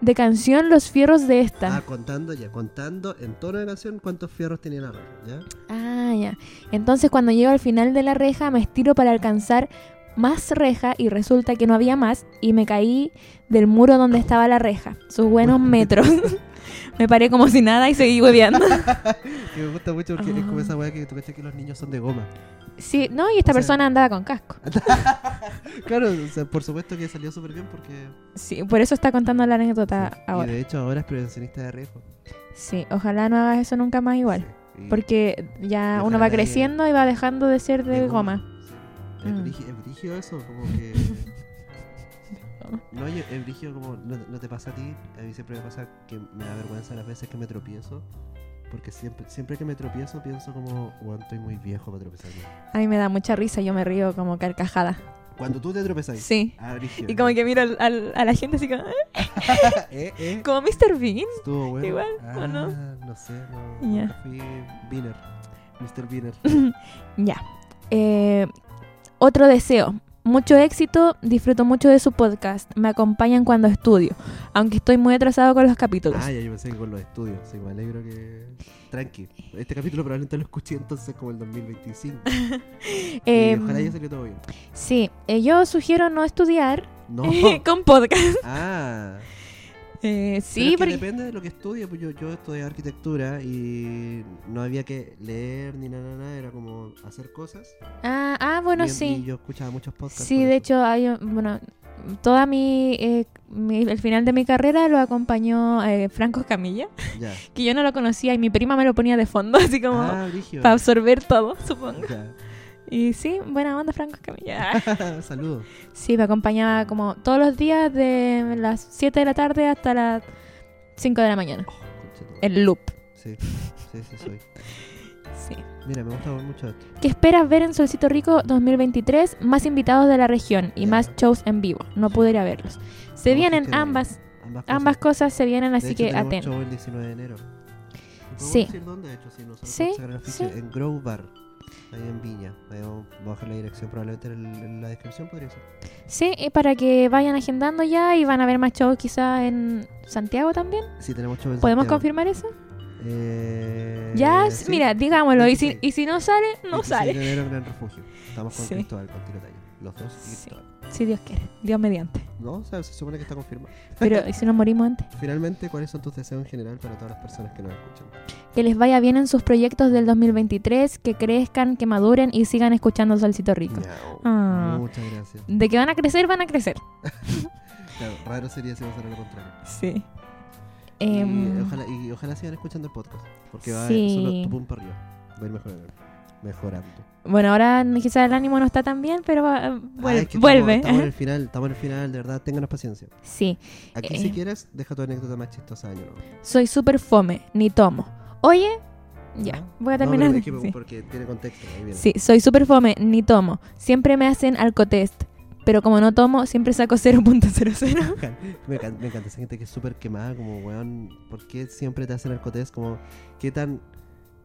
Speaker 3: de canción Los Fierros de esta.
Speaker 2: Ah, contando ya, contando en tono de canción cuántos fierros tenía la red, ¿ya?
Speaker 3: Ah, ya. Entonces cuando llego al final de la reja me estiro para alcanzar más reja y resulta que no había más y me caí del muro donde estaba la reja, sus buenos metros. me paré como si nada y seguí hueveando.
Speaker 2: Que me gusta mucho porque es como
Speaker 3: Ah.
Speaker 2: esa weá que tú cachas que los niños son de goma.
Speaker 3: Sí, no, y esta
Speaker 2: O sea-
Speaker 3: persona andaba con casco.
Speaker 2: Claro, o sea, por supuesto que salió súper bien porque...
Speaker 3: Sí, por eso está contando la anécdota
Speaker 2: sí. Y
Speaker 3: ahora.
Speaker 2: de hecho ahora es prevencionista de riesgo.
Speaker 3: Sí, ojalá no hagas eso nunca más igual.
Speaker 2: Sí, y-
Speaker 3: Porque
Speaker 2: Y
Speaker 3: ya uno
Speaker 2: ojalá
Speaker 3: va
Speaker 2: nadie-
Speaker 3: creciendo y va dejando de ser de goma.
Speaker 2: Sí.
Speaker 3: Mm.
Speaker 2: Es brígido, es brígido eso, como que...
Speaker 3: goma.
Speaker 2: No, oye, es brígido como... No, no te pasa a ti, a mí siempre me pasa que me da vergüenza las veces que me tropiezo. Porque siempre, siempre que me tropiezo pienso como, weón, estoy muy viejo para tropezarme.
Speaker 3: A mí me da mucha risa, yo me río como carcajada.
Speaker 2: Cuando tú te tropezas.
Speaker 3: Sí.
Speaker 2: Ah, brígido,
Speaker 3: Y como
Speaker 2: ya.
Speaker 3: que miro al- al- a la gente así como...
Speaker 2: Eh, eh.
Speaker 3: Como Mr. Bean.
Speaker 2: Estuvo bueno.
Speaker 3: Igual, ¿o no?
Speaker 2: Ah, No sé, no.
Speaker 3: Ya.
Speaker 2: nunca Fui Biner. Mr. Biner.
Speaker 3: Ya. Eh, otro deseo. Mucho éxito, disfruto mucho de su podcast. Me acompañan cuando estudio, aunque estoy muy atrasado con los capítulos.
Speaker 2: Ah, ya yo pensé que con los estudios. Sí, me alegro que. Tranqui. Este capítulo probablemente lo escuché entonces como el 2025.
Speaker 3: Eh,
Speaker 2: y ojalá haya salido todo bien.
Speaker 3: Sí, eh, yo sugiero no estudiar
Speaker 2: No.
Speaker 3: con podcast.
Speaker 2: Ah.
Speaker 3: Eh, sí,
Speaker 2: Oh. pero es que
Speaker 3: porque...
Speaker 2: depende de lo que estudie. Pues yo, yo estudié arquitectura y no había que leer ni nada, nada. Era como hacer cosas.
Speaker 3: Ah, ah, bueno,
Speaker 2: Y-
Speaker 3: sí.
Speaker 2: Y yo escuchaba muchos podcasts.
Speaker 3: Sí,
Speaker 2: por
Speaker 3: de
Speaker 2: eso.
Speaker 3: hecho, hay, un- bueno, toda mi, eh, mi- El final de mi carrera lo acompañó eh, Franco Camilla,
Speaker 2: Ya.
Speaker 3: que yo no lo conocía y mi prima me lo ponía de fondo, así como
Speaker 2: Ah, brígido.
Speaker 3: para absorber todo, supongo.
Speaker 2: Ya.
Speaker 3: Y sí, buena onda, Franco Escamilla.
Speaker 2: Saludos.
Speaker 3: Sí, me acompañaba como todos los días de las 7 de la tarde hasta las 5 de la mañana.
Speaker 2: Oh, conchetumare.
Speaker 3: El loop.
Speaker 2: Sí, sí, sí, soy.
Speaker 3: Sí.
Speaker 2: Mira, me gusta mucho esto.
Speaker 3: ¿Qué esperas ver en Solcito Rico 2023? Más invitados de la región
Speaker 2: Ya.
Speaker 3: y más shows en vivo. No pude ir a verlos. Se
Speaker 2: No,
Speaker 3: vienen
Speaker 2: fuiste de-
Speaker 3: ambas,
Speaker 2: Ambas cosas.
Speaker 3: ambas cosas se vienen,
Speaker 2: De
Speaker 3: así
Speaker 2: hecho,
Speaker 3: que
Speaker 2: tenemos
Speaker 3: atentos.
Speaker 2: show el 19 de enero. ¿Podemos
Speaker 3: Sí.
Speaker 2: decir dónde, de hecho? Sí, nosotros
Speaker 3: Sí,
Speaker 2: vamos a sacar el afiche
Speaker 3: sí.
Speaker 2: En Grow Bar, ahí en Viña. Ahí vamos vamos a dejar la dirección probablemente en, el- en la descripción, podría ser.
Speaker 3: Sí, y para que vayan agendando ya y van a ver más shows quizás en Santiago también.
Speaker 2: Sí, tenemos show en
Speaker 3: ¿Podemos
Speaker 2: Santiago.
Speaker 3: confirmar eso?
Speaker 2: Eh,
Speaker 3: Ya,
Speaker 2: sí.
Speaker 3: mira, digámoslo. Y si,
Speaker 2: 26.
Speaker 3: y si no sale, no
Speaker 2: 26
Speaker 3: sale.
Speaker 2: de enero, Gran Refugio. Estamos con
Speaker 3: Sí.
Speaker 2: Cristóbal, con tirotayo. Los dos y
Speaker 3: Sí.
Speaker 2: Cristóbal.
Speaker 3: Si Dios quiere. Dios mediante.
Speaker 2: No, o sea, se supone que está confirmado.
Speaker 3: Pero, ¿y si nos morimos antes?
Speaker 2: Finalmente, ¿cuáles son tus deseos en general para todas las personas que nos escuchan?
Speaker 3: Que les vaya bien en sus proyectos del 2023, que crezcan, que maduren y sigan escuchando Solcito Rico.
Speaker 2: Miau.
Speaker 3: Ah.
Speaker 2: Muchas gracias.
Speaker 3: De que van a crecer, van a crecer.
Speaker 2: Claro, raro sería si pasara lo contrario.
Speaker 3: Sí.
Speaker 2: y,
Speaker 3: Em,
Speaker 2: eh, ojalá, y ojalá sigan escuchando el podcast. Porque va
Speaker 3: sí.
Speaker 2: a solo tu pum para arriba. Va a ir mejorando. Mejorando.
Speaker 3: Bueno, ahora quizás el ánimo no está tan bien, pero va- vuelve.
Speaker 2: Ay, es que Estamos,
Speaker 3: vuelve.
Speaker 2: estamos en
Speaker 3: Ajá.
Speaker 2: el final, estamos en el final, de verdad, ténganos paciencia.
Speaker 3: Sí.
Speaker 2: Aquí,
Speaker 3: Eh.
Speaker 2: si quieres, deja tu anécdota más chistosa de año nuevo.
Speaker 3: Soy súper fome, ni tomo. Oye, ya, voy a
Speaker 2: No,
Speaker 3: terminar.
Speaker 2: pero es que
Speaker 3: sí.
Speaker 2: Porque tiene contexto. Ahí viene.
Speaker 3: Sí, soy súper fome, ni tomo. Siempre me hacen alcotest, pero como no tomo, siempre saco 0.00.
Speaker 2: Me, encanta, me encanta esa gente que es súper quemada, como, weón, ¿por qué siempre te hacen narcotés? Como, ¿qué tan,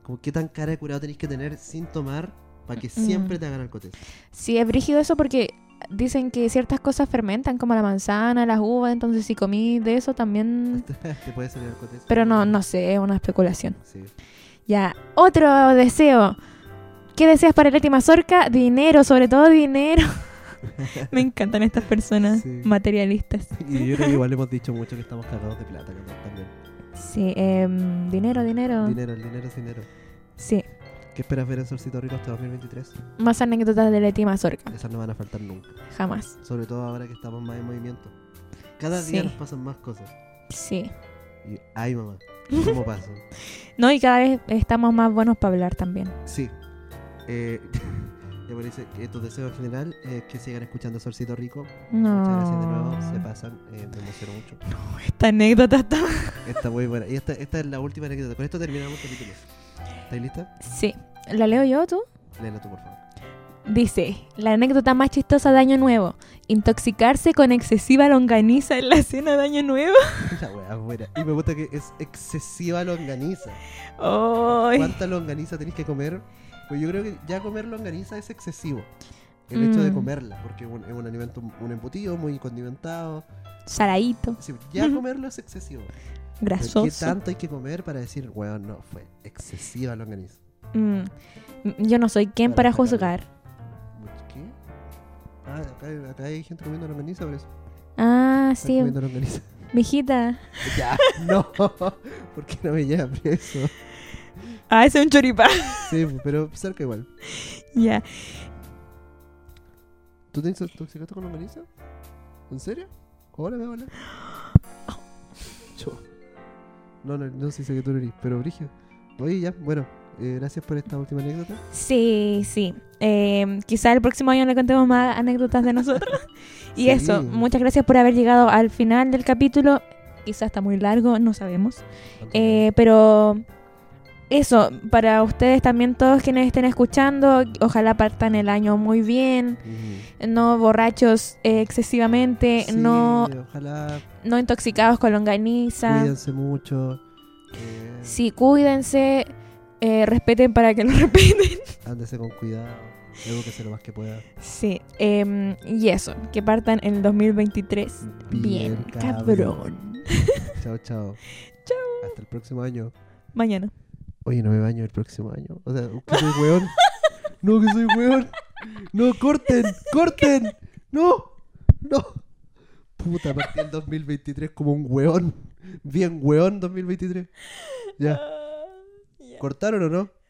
Speaker 2: como, ¿qué tan cara de curado tenés que tener sin tomar para
Speaker 3: Mm.
Speaker 2: que siempre te hagan narcotés?
Speaker 3: Sí, es brígido eso porque dicen que ciertas cosas fermentan, como la manzana, las uvas, entonces si comí de eso también...
Speaker 2: te puede salir narcotés.
Speaker 3: Mm. Pero no, no sé, es una especulación.
Speaker 2: Sí.
Speaker 3: Ya, otro deseo. ¿Qué deseas para Leti Mazorca? Dinero, sobre todo dinero. me encantan estas personas
Speaker 2: Sí.
Speaker 3: materialistas.
Speaker 2: Y yo creo que igual hemos dicho mucho que estamos cagados de plata ¿no? también.
Speaker 3: Sí, em, dinero, dinero.
Speaker 2: Dinero, el dinero es dinero.
Speaker 3: Sí,
Speaker 2: ¿Qué esperas ver en Solcito Rico hasta 2023?
Speaker 3: más anécdotas de Leti Mazorca,
Speaker 2: Esas no van a faltar nunca.
Speaker 3: jamás.
Speaker 2: Sobre todo ahora que estamos más en movimiento. Cada día
Speaker 3: Sí.
Speaker 2: nos pasan más cosas.
Speaker 3: Sí.
Speaker 2: Y, ay, mamá, ¿cómo pasa?
Speaker 3: No, y cada vez estamos más buenos para hablar también.
Speaker 2: Sí. Eh, ya me dice que tus deseos en general eh, que sigan escuchando Solcito Rico. Muchas gracias de nuevo, se
Speaker 3: No.
Speaker 2: pasan, eh, me emociono mucho.
Speaker 3: Esta anécdota está...
Speaker 2: Está muy buena. Y esta, esta es la última anécdota. Con esto terminamos el capítulo. ¿Estás lista?
Speaker 3: Sí, ¿la leo yo o tú?
Speaker 2: Léela tú, por favor.
Speaker 3: Dice, la anécdota más chistosa de Año Nuevo. Intoxicarse con excesiva longaniza en la cena de Año Nuevo.
Speaker 2: La wea es buena. Y me gusta que es excesiva longaniza.
Speaker 3: Ay.
Speaker 2: ¿Cuánta longaniza tenés que comer? Pues yo creo que ya comer longaniza es excesivo. El hecho de
Speaker 3: Mm.
Speaker 2: comerla, porque es un, es un alimento, un embutido muy condimentado.
Speaker 3: Saladito,
Speaker 2: Sí, ya comerlo es excesivo. Pero ¿Qué
Speaker 3: grasoso.
Speaker 2: tanto hay que comer para decir, weón, no, fue excesiva longaniza?
Speaker 3: Mm. Yo no soy quien para
Speaker 2: Para sacarlo.
Speaker 3: juzgar.
Speaker 2: ¿Qué? Ah, acá, hay- acá hay gente comiendo longaniza, parece.
Speaker 3: Ah,
Speaker 2: Están
Speaker 3: sí,
Speaker 2: comiendo longaniza.
Speaker 3: mijita.
Speaker 2: ya, no. ¿Por qué no me lleva preso?
Speaker 3: Ah, ese es un choripán.
Speaker 2: Sí, pero cerca igual.
Speaker 3: Ya.
Speaker 2: ¿Tú te intoxicaste con longaniza? ¿En serio? Hola, me hola. Yo. No, no, no sí sé que tú no eres, pero Brigio. Oye, ya, bueno, eh, gracias por esta última anécdota.
Speaker 3: Sí, sí. Eh, quizá el próximo año le contemos más anécdotas de nosotros. y
Speaker 2: Sí.
Speaker 3: eso, muchas gracias por haber llegado al final del capítulo. Quizá está muy largo, no sabemos. Eh, pero eso, para ustedes también, todos quienes estén escuchando, ojalá partan el año muy bien,
Speaker 2: Ujú.
Speaker 3: no borrachos eh, excesivamente,
Speaker 2: Eh, Sí,
Speaker 3: eh, no,
Speaker 2: Ojalá
Speaker 3: no intoxicados con longaniza.
Speaker 2: cuídense mucho. Eh,
Speaker 3: Sí, cuídense, eh, respeten para que lo respeten.
Speaker 2: Ándese con cuidado. Edúquese lo más que pueda.
Speaker 3: Sí, em, y eso, que partan el 2023 bien, cabrón.
Speaker 2: Chao, chao.
Speaker 3: Chao.
Speaker 2: Hasta el próximo año.
Speaker 3: Mañana.
Speaker 2: Oye, no me baño el próximo año. O sea, que soy weón. No, que soy weón. No, corten, corten. No, no. Puta, partí el 2023 como un weón. Bien weón 2023. Ya. ¿Cortaron o no?